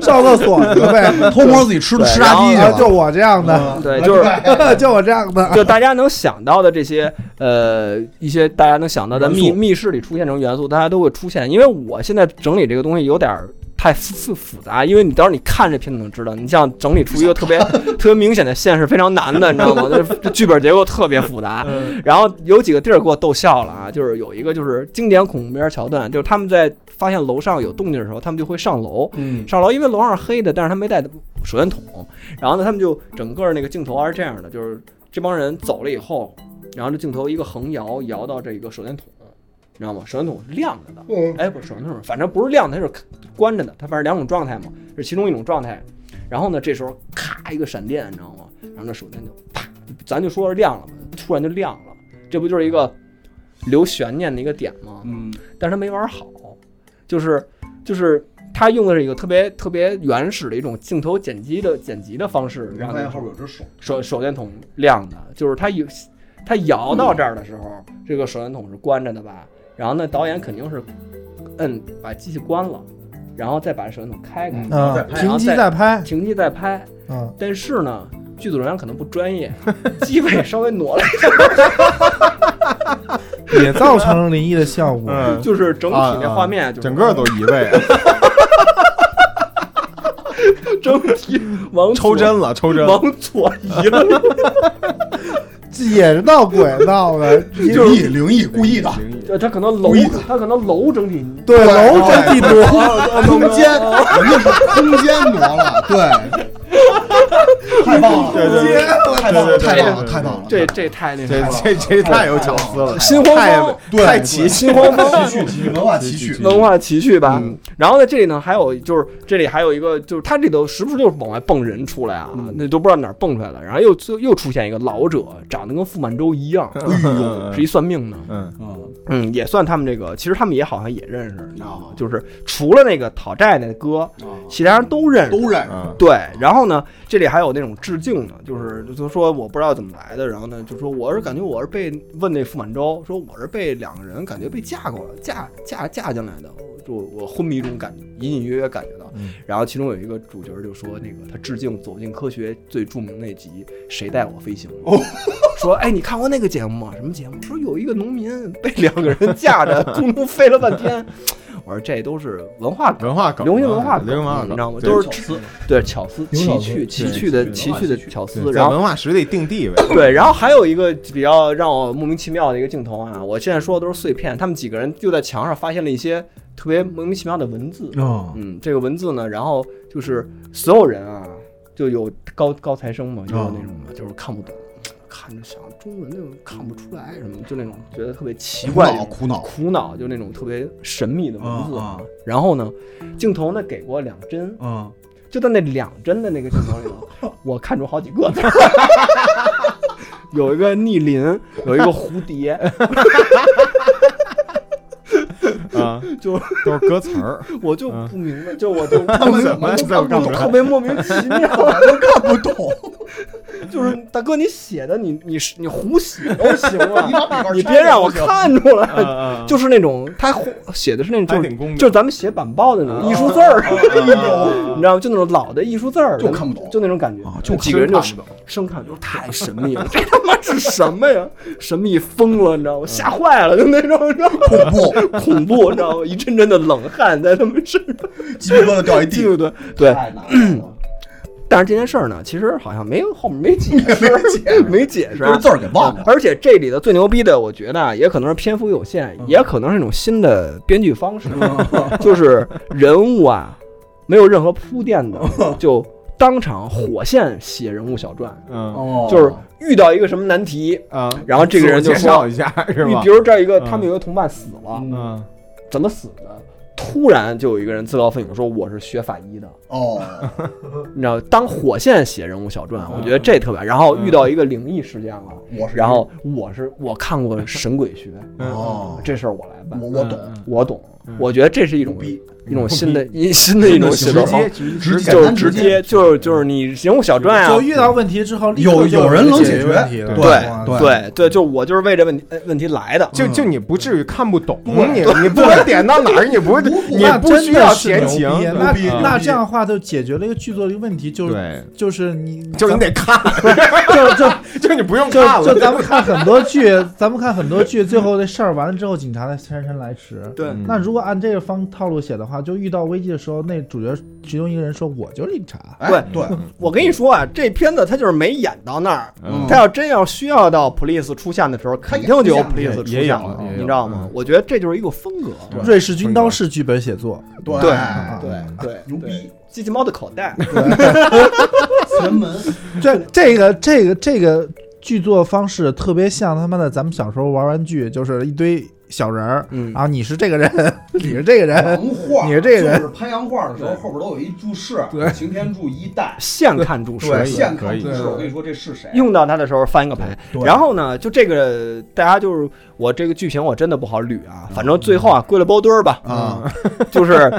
[SPEAKER 8] 上厕所去呗，
[SPEAKER 6] 偷摸自己吃的
[SPEAKER 4] 对
[SPEAKER 6] 吃
[SPEAKER 4] 然
[SPEAKER 6] 炸
[SPEAKER 4] 后
[SPEAKER 6] 鸡去
[SPEAKER 8] 啊，
[SPEAKER 6] 了，
[SPEAKER 8] 就我这样的，
[SPEAKER 4] 对， 就是。
[SPEAKER 8] 就我这样的，
[SPEAKER 4] 就大家能想到的这些，呃，一些大家能想到的密
[SPEAKER 6] 元素
[SPEAKER 4] 密室里出现这种元素，大家都会出现。因为我现在整理这个东西有点儿太复复复杂，因为你到时候你看这片子能知道，你像整理出一个特别 特别明显的线是非常难的，你知道吗？这这剧本结构特别复杂。
[SPEAKER 6] 嗯
[SPEAKER 4] 然后有几个地儿给我逗笑了啊，就是有一个就是经典恐怖片桥段，就是他们在发现楼上有动静的时候，他们就会上楼，
[SPEAKER 6] 嗯
[SPEAKER 4] 上楼，因为楼上是黑的，但是他没带手电筒。然后呢，他们就整个那个镜头还是这样的，就是这帮人走了以后，然后这镜头一个横摇，摇到这个手电筒，你知道吗？手电筒是亮着的，哎，不是手电筒，反正不是亮的，它是关着的，它反正两种状态嘛，这是其中一种状态。然后呢，这时候咔一个闪电，你知道吗？然后那手电就啪，咱就说是亮了嘛，突然就亮了，这不就是一个留悬念的一个点吗？
[SPEAKER 3] 嗯，
[SPEAKER 4] 但是他没玩好，就是就是他用的是一个特别特别原始的一种镜头剪辑的剪辑的方式，
[SPEAKER 3] 然
[SPEAKER 4] 让
[SPEAKER 3] 后发现后边有只手，
[SPEAKER 4] 手手电筒亮的，就是他有他摇到这儿的时候，这个手电筒是关着的吧？然后呢，导演肯定是摁把机器关了，然后再把手电筒开
[SPEAKER 1] 嗯
[SPEAKER 4] 开，
[SPEAKER 8] 啊，停机再拍，
[SPEAKER 4] 停机再拍。
[SPEAKER 8] 嗯，
[SPEAKER 4] 但是呢，剧组人员可能不专业，机位稍微挪了，
[SPEAKER 8] 也造成了灵异的效果。
[SPEAKER 1] 嗯，
[SPEAKER 4] 就是整体那
[SPEAKER 1] 啊
[SPEAKER 4] 画面就是
[SPEAKER 1] 整个都移位，
[SPEAKER 4] 整 体往
[SPEAKER 1] 抽
[SPEAKER 4] 左
[SPEAKER 1] 针了，抽针，
[SPEAKER 4] 往左移 了。
[SPEAKER 8] 这也是闹鬼闹的，
[SPEAKER 6] 灵异灵异故意的，
[SPEAKER 1] 灵异
[SPEAKER 4] 对，它可能楼
[SPEAKER 6] 故意的，
[SPEAKER 4] 它可能楼整体
[SPEAKER 8] 对楼真地多，
[SPEAKER 6] 空间，人家是空间挪了，对，太棒了，
[SPEAKER 1] 对对对
[SPEAKER 6] 啊太棒了，
[SPEAKER 1] 对对对
[SPEAKER 6] 太棒了，
[SPEAKER 1] 对对
[SPEAKER 6] 太棒
[SPEAKER 4] 这这太
[SPEAKER 6] 了！
[SPEAKER 4] 那
[SPEAKER 1] 这
[SPEAKER 4] 啥了，
[SPEAKER 1] 这这太有巧思了，
[SPEAKER 4] 新荒
[SPEAKER 1] 太
[SPEAKER 4] 方
[SPEAKER 6] 对
[SPEAKER 1] 太奇
[SPEAKER 4] 新荒方
[SPEAKER 6] 奇趣，奇趣文化奇趣，
[SPEAKER 4] 文化奇趣吧。嗯然后呢，这里呢还有就是这里还有一个就是它这头时不时就是往外蹦人出来啊，那都不知道哪儿蹦出来了。然后又又又出现一个老者，长得跟傅满洲一样，哎
[SPEAKER 1] 嗯
[SPEAKER 4] 是一算命的。
[SPEAKER 1] 嗯
[SPEAKER 4] 嗯，也算他们这个，其实他们也好像也认识，你知道吗？就是除了那个讨债那哥，其他人都认识。
[SPEAKER 6] 都认识。
[SPEAKER 1] 嗯，
[SPEAKER 4] 对，然后呢，这里还有那种致敬的，就是就说我不知道怎么来的，然后呢，就说我是感觉我是被问那傅满洲，说我是被两个人感觉被架过了，架架架进来的，就我昏迷中感隐隐约约感觉到。
[SPEAKER 1] 嗯
[SPEAKER 4] 然后其中有一个主角就说那个他致敬《走进科学》最著名那集《谁带我飞行》
[SPEAKER 1] 哦
[SPEAKER 4] 说哎你看过那个节目吗？什么节目？说有一个农民被两个人架着 空中飞了半天。我说这都是文化梗。
[SPEAKER 1] 文化梗，啊
[SPEAKER 4] 流行文化梗，嗯
[SPEAKER 1] 流行文化
[SPEAKER 4] 你
[SPEAKER 1] 梗，
[SPEAKER 4] 知道吗？
[SPEAKER 1] 对
[SPEAKER 4] 都是致对巧思、奇趣、奇趣的奇趣的巧思，
[SPEAKER 1] 对
[SPEAKER 4] 然
[SPEAKER 1] 在
[SPEAKER 4] 后
[SPEAKER 1] 文化史里定地 位。
[SPEAKER 4] 对，然后还有一个比较让我莫名其妙的一个镜头啊，我现在说的都是碎片，他们几个人就在墙上发现了一些特别莫名其妙的文字，
[SPEAKER 12] 嗯，
[SPEAKER 4] 嗯，这个文字呢，然后就是所有人啊，就有高高材生嘛，就
[SPEAKER 6] 哦
[SPEAKER 4] 有那种嘛，就是看不懂，看着想中文那种看不出来什么，就那种觉得特别奇
[SPEAKER 6] 苦
[SPEAKER 4] 怪的
[SPEAKER 6] 恼，苦恼，哦
[SPEAKER 4] 苦恼，就那种特别神秘的文字
[SPEAKER 12] 嗯嗯
[SPEAKER 4] 然后呢，镜头呢给过两帧，
[SPEAKER 12] 嗯，
[SPEAKER 4] 就在那两帧的那个镜头里 头，我看出好几个字儿。 有一个逆鳞，有一个蝴蝶，
[SPEAKER 1] 啊，
[SPEAKER 4] 就
[SPEAKER 1] 都是歌词儿，
[SPEAKER 4] 我就
[SPEAKER 1] 嗯
[SPEAKER 4] 不明白，就我就
[SPEAKER 1] 他 们怎么
[SPEAKER 4] 我就
[SPEAKER 1] 怎么
[SPEAKER 4] 看不
[SPEAKER 1] 怎
[SPEAKER 4] 懂
[SPEAKER 1] 么
[SPEAKER 4] 特别莫名其 妙。
[SPEAKER 6] 都看不懂。，
[SPEAKER 4] 就是大哥，你写的你你是你胡写都行啊你别 让我看出
[SPEAKER 1] 嗯
[SPEAKER 4] 来。
[SPEAKER 1] 嗯
[SPEAKER 4] 就是那种他胡写的是那种，
[SPEAKER 1] 还
[SPEAKER 4] 就
[SPEAKER 1] 挺公
[SPEAKER 4] 是
[SPEAKER 1] 平嗯
[SPEAKER 4] 就是咱们写板报的那种艺术字儿， 你知道吗？就那种老的艺术字儿，
[SPEAKER 6] 就看不懂
[SPEAKER 4] 就那种感觉。啊就几个人就生看，就太神秘了，这他妈是什么呀？神秘疯了，你知道吗？吓坏了，就那种，你知道吗？ 恐怖恐怖，你知道吗？一阵阵的冷汗在他们身上，
[SPEAKER 6] 鸡皮疙瘩掉一地
[SPEAKER 4] 对。不对？对，
[SPEAKER 6] 太难了，
[SPEAKER 4] 嗯但是这件事儿呢，其实好像没有后面没解释，没解释，没解 释
[SPEAKER 6] 都是字儿给忘了。
[SPEAKER 4] 而且这里的最牛逼的，我觉得啊，也可能是篇幅有限，也可能是一种新的编剧方 式，就是人物啊，没有任何铺垫的，
[SPEAKER 1] 哦
[SPEAKER 4] 就当场火线写人物小传，
[SPEAKER 1] 嗯
[SPEAKER 6] 哦
[SPEAKER 4] 就是遇到一个什么难题，
[SPEAKER 1] 啊，
[SPEAKER 4] 然后这个人就
[SPEAKER 1] 自我介
[SPEAKER 4] 说
[SPEAKER 1] 绍，一下是
[SPEAKER 4] 你
[SPEAKER 1] 吧
[SPEAKER 4] 比？如这儿一个，
[SPEAKER 1] 嗯
[SPEAKER 4] 他们有一个同伴死了，
[SPEAKER 1] 嗯，
[SPEAKER 4] 怎么死的？突然就有一个人自告奋勇说我是学法医的，
[SPEAKER 6] 哦，
[SPEAKER 4] 你知道，当火线写人物小传，
[SPEAKER 1] 嗯
[SPEAKER 4] 我觉得这特别。然后遇到一个灵异事件了，
[SPEAKER 6] 我是
[SPEAKER 4] 然后我是我看过神鬼学，
[SPEAKER 6] 哦，嗯
[SPEAKER 4] 这事儿我来办
[SPEAKER 6] 我，
[SPEAKER 1] 我
[SPEAKER 6] 我懂，，
[SPEAKER 4] 我懂。
[SPEAKER 1] 嗯
[SPEAKER 4] 我觉得这是一种一种新的一新的一种写
[SPEAKER 1] 直
[SPEAKER 4] 作方
[SPEAKER 1] 接
[SPEAKER 4] 式，
[SPEAKER 1] 直
[SPEAKER 4] 就
[SPEAKER 6] 直接简
[SPEAKER 4] 是
[SPEAKER 6] 单
[SPEAKER 4] 直接就是就是你人物小传
[SPEAKER 8] 就
[SPEAKER 4] 啊。
[SPEAKER 8] 遇到问题之后，立刻
[SPEAKER 6] 有
[SPEAKER 8] 就有
[SPEAKER 6] 有人能
[SPEAKER 8] 解
[SPEAKER 6] 解决
[SPEAKER 8] 问题了。
[SPEAKER 1] 对
[SPEAKER 8] 哇
[SPEAKER 6] 对
[SPEAKER 4] 对对，就是我就是为这问题呃问题来的，
[SPEAKER 1] 就就你不至于看不懂，你你不管点到哪儿，你不你
[SPEAKER 8] 那
[SPEAKER 1] 不
[SPEAKER 8] 真
[SPEAKER 1] 需
[SPEAKER 8] 的
[SPEAKER 1] 要
[SPEAKER 8] 是
[SPEAKER 1] 前
[SPEAKER 8] 牛
[SPEAKER 1] 情，
[SPEAKER 8] 逼那
[SPEAKER 6] 逼牛
[SPEAKER 8] 那
[SPEAKER 6] 逼
[SPEAKER 8] 这样的话就解决了一个剧作的一个问题，就是
[SPEAKER 1] 对，
[SPEAKER 8] 就是你
[SPEAKER 1] 就是你得看，
[SPEAKER 8] 就就
[SPEAKER 1] 就是你不用看
[SPEAKER 8] 就就
[SPEAKER 1] 了，
[SPEAKER 8] 咱们看很多剧， 咱们看很多剧，最后这事儿完了之后，警察才姗姗来迟。
[SPEAKER 4] 对
[SPEAKER 1] 嗯
[SPEAKER 8] 那如果按这个方套路写的话，就遇到危机的时候，那主角其中一个人说：“我就是警察。
[SPEAKER 6] 哎
[SPEAKER 4] 对
[SPEAKER 6] 对，
[SPEAKER 4] 我跟你说啊，这片子他就是没演到那儿，
[SPEAKER 1] 嗯
[SPEAKER 4] 他要真要需要到 police 出现的时候，肯定就有
[SPEAKER 6] 他
[SPEAKER 1] 也
[SPEAKER 4] police 出
[SPEAKER 1] 也
[SPEAKER 4] 现
[SPEAKER 1] 有
[SPEAKER 4] 了，
[SPEAKER 1] 也有
[SPEAKER 4] 你知道吗
[SPEAKER 1] 嗯？
[SPEAKER 4] 我觉得这就是一个风格，
[SPEAKER 8] 瑞士军刀式剧本写 作，
[SPEAKER 6] 嗯对哎
[SPEAKER 4] 对
[SPEAKER 8] 对
[SPEAKER 4] 对，
[SPEAKER 6] 牛逼，
[SPEAKER 4] 机器猫的口袋，
[SPEAKER 6] 前门
[SPEAKER 8] 这这个这个这个剧作方式特别像他妈的咱们小时候玩玩具，就是一堆小人儿，
[SPEAKER 4] 嗯
[SPEAKER 8] 然后你是这个人， 你是这个
[SPEAKER 6] 洋
[SPEAKER 8] 人，
[SPEAKER 6] 画，
[SPEAKER 8] 你是这个人
[SPEAKER 6] 就是拍洋画的时候，后边都有一注释，擎天柱一带，
[SPEAKER 4] 现看注释，
[SPEAKER 6] 对，现
[SPEAKER 1] 可
[SPEAKER 6] 看注
[SPEAKER 1] 以
[SPEAKER 6] 释。我跟你说这是谁？
[SPEAKER 4] 用到它的时候翻个牌。然后呢，就这个大家就是我这个剧情我真的不好捋啊，反正最后啊归了包堆儿吧，
[SPEAKER 6] 啊，
[SPEAKER 4] 就是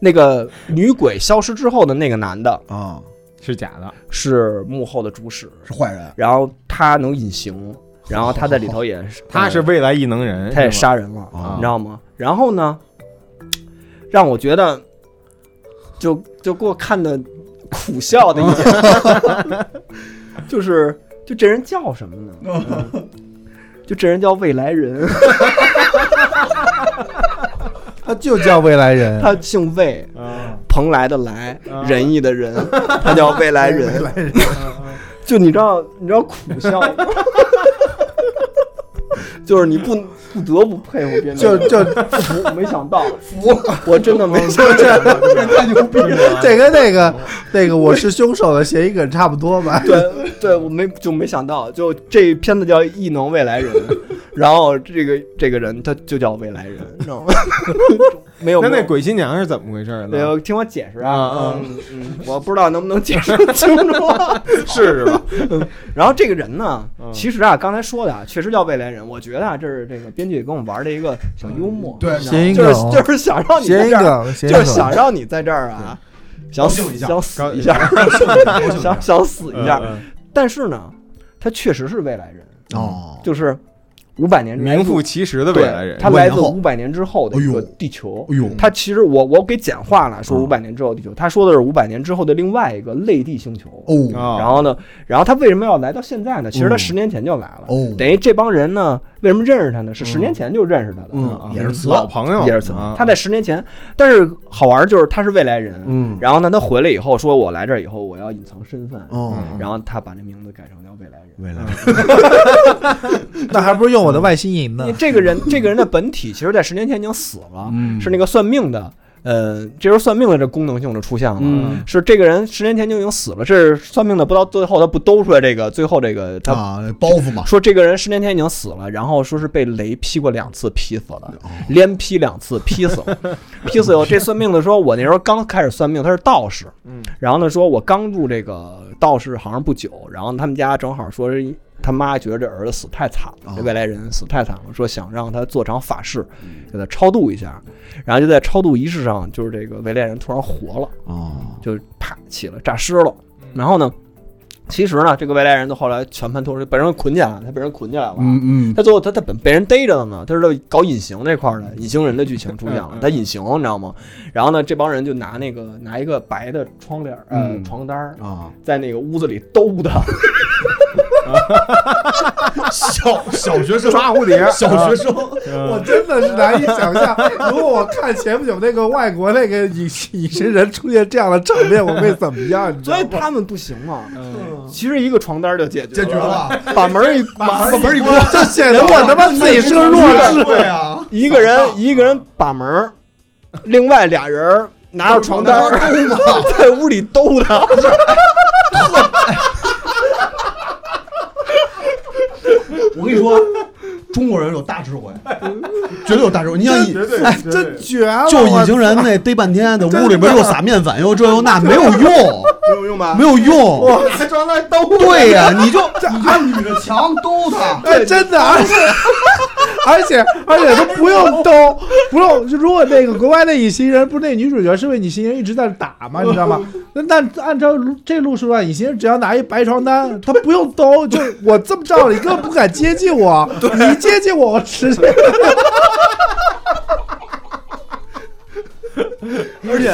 [SPEAKER 4] 那个女鬼消失之后的那个男的
[SPEAKER 5] 嗯
[SPEAKER 6] 啊，
[SPEAKER 1] 是假的，
[SPEAKER 4] 是幕后的主使，
[SPEAKER 6] 是坏人，哦
[SPEAKER 4] 然后他能隐形，然后他在里头也是，嗯
[SPEAKER 1] 他是未来异能人，
[SPEAKER 4] 他也
[SPEAKER 1] 是吧
[SPEAKER 4] 杀人了，
[SPEAKER 6] 哦
[SPEAKER 1] 啊
[SPEAKER 4] 你知道吗？然后呢，让我觉得就就给我看的苦笑的一点， 就是就这人叫什么呢？嗯就这人叫未来人，
[SPEAKER 8] 他就叫未来人。
[SPEAKER 4] 他姓魏，
[SPEAKER 1] 啊
[SPEAKER 4] 蓬莱的来
[SPEAKER 1] 啊，
[SPEAKER 4] 仁义的仁，他叫嗯未来人。 嗯就你知道，你知道苦笑吗？就是你不不得不佩服编剧，
[SPEAKER 8] 就就
[SPEAKER 4] 服，没想到服，我真的没想到，
[SPEAKER 8] 太牛逼了！这跟那个那个《我是凶手》的谐音梗差不多吧？
[SPEAKER 4] 对对，我没就没想到，就这片子叫《异能未来人》， 然后这个这个人他就叫未来人，你知道吗？没有
[SPEAKER 1] 那那
[SPEAKER 4] 没有
[SPEAKER 1] 鬼新娘是怎么回事
[SPEAKER 4] 对，
[SPEAKER 1] 呢？
[SPEAKER 4] 我听我解释
[SPEAKER 1] 啊
[SPEAKER 4] 啊
[SPEAKER 1] 啊，
[SPEAKER 4] 嗯嗯，我不知道能不能解释清楚啊。
[SPEAKER 1] 试试吧。
[SPEAKER 4] 然后这个人呢
[SPEAKER 1] 嗯，
[SPEAKER 4] 其实啊，刚才说的啊，确实叫未来人，我觉得啊，这是这个编剧给我们玩的一个小幽默，
[SPEAKER 8] 对，谐音
[SPEAKER 4] 就
[SPEAKER 8] 梗，
[SPEAKER 4] 是 就是想让你
[SPEAKER 8] 谐
[SPEAKER 4] 在
[SPEAKER 8] 音
[SPEAKER 4] 这儿，
[SPEAKER 8] 梗，谐
[SPEAKER 4] 就
[SPEAKER 8] 音梗
[SPEAKER 4] 是想让你在这儿啊，想死想死一下， 想想死一下。
[SPEAKER 1] 嗯
[SPEAKER 4] 但是呢，他确实是未来人，
[SPEAKER 5] 哦，
[SPEAKER 4] 就是五百年
[SPEAKER 1] 嗯
[SPEAKER 4] 之后
[SPEAKER 1] 名副其实的未来人
[SPEAKER 4] 对，他
[SPEAKER 5] 500
[SPEAKER 4] 来
[SPEAKER 5] 年
[SPEAKER 4] 自
[SPEAKER 5] 后
[SPEAKER 4] 五百年之后的一个
[SPEAKER 5] 哎呦
[SPEAKER 4] 地球。
[SPEAKER 5] 哎呦，
[SPEAKER 4] 他其实我我给简化了，说
[SPEAKER 5] 嗯
[SPEAKER 4] 五百年之后的地球，他说的是五百年之后的另外一个类地星球。
[SPEAKER 5] 哦
[SPEAKER 1] 哦
[SPEAKER 4] 然后呢，然后他为什么要来到现在呢？其实他
[SPEAKER 5] 嗯
[SPEAKER 4] 十年前就来了。
[SPEAKER 5] 哦，
[SPEAKER 4] 等于这帮人呢，为什么认识他呢？是十年前就认识他的，啊
[SPEAKER 5] 嗯
[SPEAKER 1] 也
[SPEAKER 5] 也
[SPEAKER 1] 是
[SPEAKER 5] 是
[SPEAKER 1] 死
[SPEAKER 5] 死
[SPEAKER 1] 老朋友，
[SPEAKER 4] 也是此
[SPEAKER 1] 啊
[SPEAKER 4] 他在十年前，但是好玩就是他是未来人，
[SPEAKER 5] 嗯，
[SPEAKER 4] 然后呢，他回来以后说，我来这儿以后我要隐藏身份，嗯
[SPEAKER 5] 哦，
[SPEAKER 4] 然后他把这名字改成叫未来人。
[SPEAKER 5] 未来
[SPEAKER 8] 那还不如用我的外星银呢
[SPEAKER 4] 因为？这个人，这个人的本体其实在十年前已经死了，
[SPEAKER 5] 嗯
[SPEAKER 4] 是那个算命的，呃，这时候算命的这功能性就出现了。
[SPEAKER 5] 嗯
[SPEAKER 4] 是这个人十年前就已经死了，这是算命的，不到最后他不兜出来这个，最后这个他
[SPEAKER 5] 啊，包袱嘛，
[SPEAKER 4] 说这个人十年前已经死了，然后说是被雷劈过两次劈死
[SPEAKER 5] 啊
[SPEAKER 4] 的，连劈两次劈死了，劈死以后这算命的说，我那时候刚开始算命，他是道士，
[SPEAKER 1] 嗯
[SPEAKER 4] 然后呢说我刚入这个道士行不久，然后他们家正好说是他妈觉得这儿子死太惨了，这未来人死太惨了，说想让他做场法事，给他超度一下，然后就在超度仪式上，就是这个未来人突然活了。
[SPEAKER 5] 哦，
[SPEAKER 4] 就啪起了诈尸了。然后呢，其实呢，这个未来人到后来全盘托出，被人捆起来了，他被人捆起来了。啊
[SPEAKER 5] 嗯嗯，
[SPEAKER 4] 他最后他他本被人逮着了嘛，他是搞隐形这块儿的隐形人的剧情出现了
[SPEAKER 1] 嗯嗯，
[SPEAKER 4] 他隐形你知道吗？然后呢，这帮人就拿那个拿一个白的窗帘儿呃
[SPEAKER 5] 嗯
[SPEAKER 4] 床单儿
[SPEAKER 5] 啊，
[SPEAKER 4] 在那个屋子里兜他，
[SPEAKER 5] 小小学生
[SPEAKER 1] 抓蝴蝶，
[SPEAKER 5] 小学生，
[SPEAKER 8] 我真的是难以想象， 如果我看前不久那个外国那个隐隐身人出现 这样的场面，我会怎么样？你知道
[SPEAKER 4] 所以
[SPEAKER 8] 吗？
[SPEAKER 4] 他们不行嘛。
[SPEAKER 1] 嗯
[SPEAKER 4] 其实一个床单儿就解决
[SPEAKER 5] 解决了，
[SPEAKER 4] 把门儿一
[SPEAKER 5] 把
[SPEAKER 4] 把门儿一关，
[SPEAKER 8] 这显得我他妈自己是个弱智。
[SPEAKER 5] 对 啊，
[SPEAKER 4] 一个人一个人把门儿，另外俩人儿拿着床单儿在屋里兜他。
[SPEAKER 5] 我跟你说，中国人有大智慧，绝对有大智慧。你像以
[SPEAKER 8] 哎，真绝了！
[SPEAKER 5] 就
[SPEAKER 8] 我
[SPEAKER 5] 隐形人那逮半天，在屋里边又撒面粉，又这又那，没有用，
[SPEAKER 4] 没有用吧？
[SPEAKER 5] 没有用。
[SPEAKER 1] 还装在兜
[SPEAKER 5] 对呀、你就你就捋着墙兜 他，
[SPEAKER 8] 哎，真的，而且而且而且都不用兜，不用。如果那个国外那隐形人，不是那女主角是被隐形人一直在打吗？你知道吗？那那按照路这路数啊，隐形人只要拿一白床单，他不用兜，就我这么照，你根本不敢接近 我，你一接近我，我直 接
[SPEAKER 4] 而且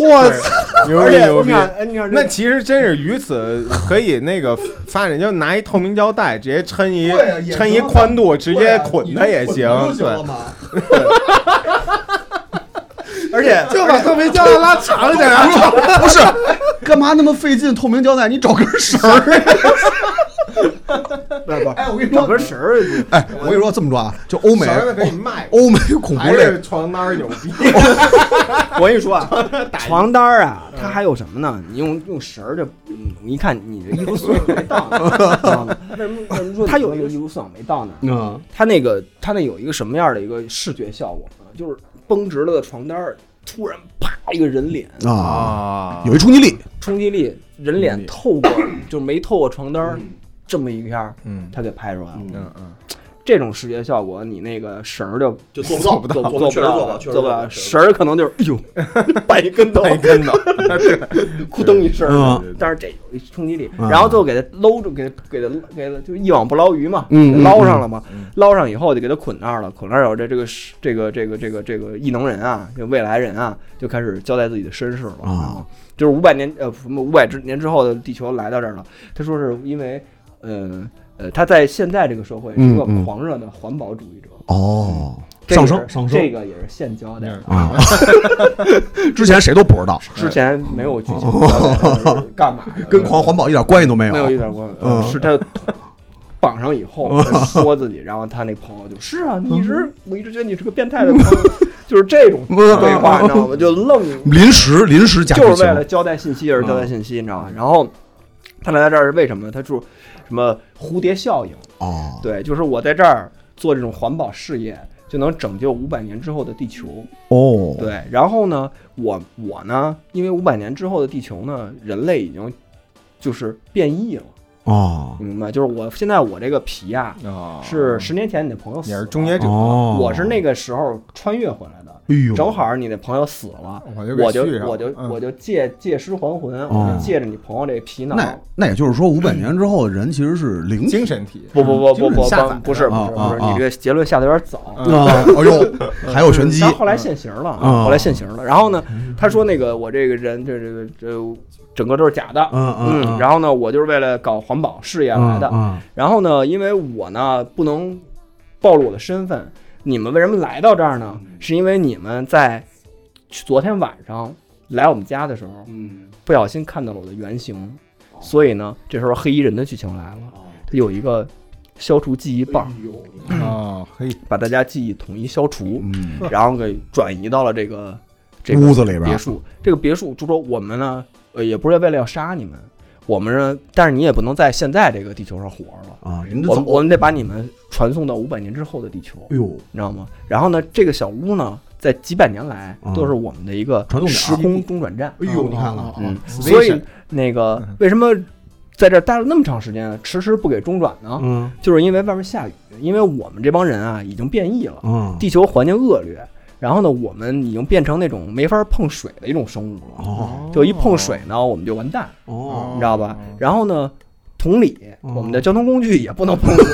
[SPEAKER 8] 我操！
[SPEAKER 1] 牛
[SPEAKER 4] 而
[SPEAKER 1] 逼
[SPEAKER 4] 且
[SPEAKER 1] 牛
[SPEAKER 4] 你
[SPEAKER 1] 逼！
[SPEAKER 4] 看，哎你看这
[SPEAKER 1] 那其实真是于此可以那个发展，就拿一透明胶带直接抻一
[SPEAKER 5] 对啊也
[SPEAKER 1] 抻一
[SPEAKER 5] 行啊
[SPEAKER 1] 宽度，直接捆它也行
[SPEAKER 5] 行，不，就了
[SPEAKER 1] 对，
[SPEAKER 5] 吗？
[SPEAKER 4] 而且
[SPEAKER 8] 就把透明胶带拉长一点，然后
[SPEAKER 5] 不是，干嘛那么费劲？透明胶带，你找根绳儿。
[SPEAKER 4] 不不
[SPEAKER 5] 哎，我跟你
[SPEAKER 4] 找
[SPEAKER 5] 说
[SPEAKER 4] 根，绳儿去，
[SPEAKER 5] 哎，我跟你说这么着啊，就欧美
[SPEAKER 1] 绳子可以卖，
[SPEAKER 5] 欧美恐怖
[SPEAKER 1] 还
[SPEAKER 5] 类
[SPEAKER 1] 是床单儿牛逼，
[SPEAKER 4] 我跟你说啊，床单儿啊，它还有什么呢？你用用绳儿就，嗯你一看你的衣服素养没到那儿，知道吗为什么为什么说它有一个衣服素养没到那儿？
[SPEAKER 5] 啊，
[SPEAKER 4] 它那个它那有一个什么样的一个视觉效果呢？就是绷直了的床单儿，突然啪一个人脸，
[SPEAKER 5] 啊，
[SPEAKER 1] 啊
[SPEAKER 5] 有一冲击力，
[SPEAKER 4] 冲击力，人脸透过就是没透过床单儿，这么一下，
[SPEAKER 1] 嗯
[SPEAKER 4] 它给拍出来了。
[SPEAKER 1] 嗯嗯，
[SPEAKER 4] 这种视觉效果，你那个绳儿就
[SPEAKER 5] 就做不
[SPEAKER 4] 做
[SPEAKER 5] 到，
[SPEAKER 4] 做不到了，做不到。绳儿可能就是 哎呦，绊一跟头，
[SPEAKER 1] 那跟头，
[SPEAKER 4] 咕噔一声儿
[SPEAKER 1] 嗯。
[SPEAKER 4] 但是这有一冲击力，
[SPEAKER 5] 嗯
[SPEAKER 4] 然后最后给它搂住，给它给它给它就一网不捞鱼嘛，
[SPEAKER 5] 嗯
[SPEAKER 4] 给
[SPEAKER 5] 嗯
[SPEAKER 4] 捞上了嘛
[SPEAKER 1] 嗯，
[SPEAKER 4] 捞上以后就给它捆那儿了，捆那儿以后这这个是这个这个这个这个异能人啊，就未来人啊，就开始交代自己的身世了
[SPEAKER 5] 啊
[SPEAKER 4] 啊，就是五百年呃什么五百之年之后的地球来到这儿了，他说是因为呃呃他在现在这个社会是
[SPEAKER 5] 嗯
[SPEAKER 4] 个
[SPEAKER 5] 嗯
[SPEAKER 4] 狂热的环保主义者。
[SPEAKER 5] 哦，
[SPEAKER 4] 这个
[SPEAKER 5] 上
[SPEAKER 4] 是
[SPEAKER 5] 升上
[SPEAKER 4] 这
[SPEAKER 5] 升
[SPEAKER 4] 个也是现交代的，
[SPEAKER 5] 啊！之前谁都不知道，
[SPEAKER 4] 之前没有剧情
[SPEAKER 5] 哦
[SPEAKER 4] 交代是干嘛的，
[SPEAKER 5] 跟狂环保一点关系都没
[SPEAKER 4] 没有一
[SPEAKER 5] 有。
[SPEAKER 4] 点关系，
[SPEAKER 5] 嗯
[SPEAKER 4] 是他绑上以后说自己，然后他那朋友就是啊，你一
[SPEAKER 5] 嗯
[SPEAKER 4] 直我一直觉得你是个变态的朋友，就是这种对话，你知道吗？就愣
[SPEAKER 5] 临时临时加
[SPEAKER 4] 就是为
[SPEAKER 5] 情嗯
[SPEAKER 4] 了交代信息而交代信息，你知道吗？然后他来到这儿是为什么呢？他住什么蝴蝶效应？
[SPEAKER 5] 哦，
[SPEAKER 4] 对，就是我在这儿做这种环保事业，就能拯救五百年之后的地球。
[SPEAKER 6] 哦，
[SPEAKER 4] 对，然后呢，我我呢，因为五百年之后的地球呢，人类已经就是变异了，
[SPEAKER 5] 哦
[SPEAKER 4] 你明白？就是我现在我这个皮啊，
[SPEAKER 1] 哦
[SPEAKER 4] 是十年前你的朋友死
[SPEAKER 1] 你
[SPEAKER 4] 了，
[SPEAKER 1] 是终结者，
[SPEAKER 5] 哦，
[SPEAKER 4] 我是那个时候穿越回来的，
[SPEAKER 5] 哎呦，
[SPEAKER 4] 正好你的朋友死了。
[SPEAKER 1] 我就给
[SPEAKER 4] 我就
[SPEAKER 1] 哦续上
[SPEAKER 4] 我就
[SPEAKER 1] 嗯
[SPEAKER 4] 我就借借尸还魂，我
[SPEAKER 5] 哦
[SPEAKER 4] 就借着你朋友这皮囊，
[SPEAKER 5] 那那也就是说，五百年之后人其实是灵体
[SPEAKER 1] 精神体
[SPEAKER 4] 不不不
[SPEAKER 1] 精
[SPEAKER 4] 不
[SPEAKER 1] 神
[SPEAKER 4] 不
[SPEAKER 1] 下哦
[SPEAKER 4] 不
[SPEAKER 1] 载，
[SPEAKER 4] 不是不
[SPEAKER 5] 啊
[SPEAKER 4] 是
[SPEAKER 5] 啊
[SPEAKER 4] 不是，
[SPEAKER 5] 啊
[SPEAKER 4] 你这个结论下的有点早。
[SPEAKER 1] 嗯
[SPEAKER 5] 啊，哎呦，还有拳击
[SPEAKER 4] 他嗯后来现形了，
[SPEAKER 1] 哦
[SPEAKER 5] 嗯
[SPEAKER 4] 后来现形了。然后呢，他说那个我这个人这这个这整个都是假的，
[SPEAKER 5] 嗯嗯嗯
[SPEAKER 4] 然后呢，我就是为了搞环保事业来的。
[SPEAKER 5] 嗯
[SPEAKER 4] 然后呢，因为我呢不能暴露我的身份，你们为什么来到这儿呢？是因为你们在昨天晚上来我们家的时候，
[SPEAKER 13] 嗯，
[SPEAKER 4] 不小心看到了我的原型，所以呢，这时候黑衣人的剧情来了，他有一个消除记忆棒，
[SPEAKER 1] 哦，嘿，
[SPEAKER 4] 把大家记忆统一消除，
[SPEAKER 5] 啊嗯
[SPEAKER 4] 然后给转移到了这个这
[SPEAKER 5] 嗯，
[SPEAKER 4] 个
[SPEAKER 5] 屋子里边
[SPEAKER 4] 别
[SPEAKER 5] 儿
[SPEAKER 4] 墅。这个别墅就说我们呢，呃，也不是为了要杀你们，我们呢，但是你也不能在现在这个地球上活着了，
[SPEAKER 5] 啊，人家
[SPEAKER 4] 我们
[SPEAKER 5] 走，
[SPEAKER 4] 我们得把你们传送到五百年之后的地球，
[SPEAKER 5] 哎呦，
[SPEAKER 4] 你知道吗？然后呢，这个小屋呢，在几百年来
[SPEAKER 5] 嗯
[SPEAKER 4] 都是我们的一个
[SPEAKER 5] 传送点啊
[SPEAKER 4] 时空中转站。
[SPEAKER 5] 哎呦，你看看
[SPEAKER 4] 嗯
[SPEAKER 5] 啊，，
[SPEAKER 4] 所以那个
[SPEAKER 5] 嗯
[SPEAKER 4] 为什么在这儿待了那么长时间，迟迟不给中转呢？
[SPEAKER 5] 嗯
[SPEAKER 4] 就是因为外面下雨，因为我们这帮人啊已经变异了，
[SPEAKER 5] 嗯，
[SPEAKER 4] 地球环境恶劣，然后呢，我们已经变成那种没法碰水的一种生物了。
[SPEAKER 5] 哦
[SPEAKER 4] 就一碰水呢，我们就完蛋，
[SPEAKER 5] 哦
[SPEAKER 4] 你知道吧？然后呢，同理，
[SPEAKER 5] 哦
[SPEAKER 4] 我们的交通工具也不能碰 水，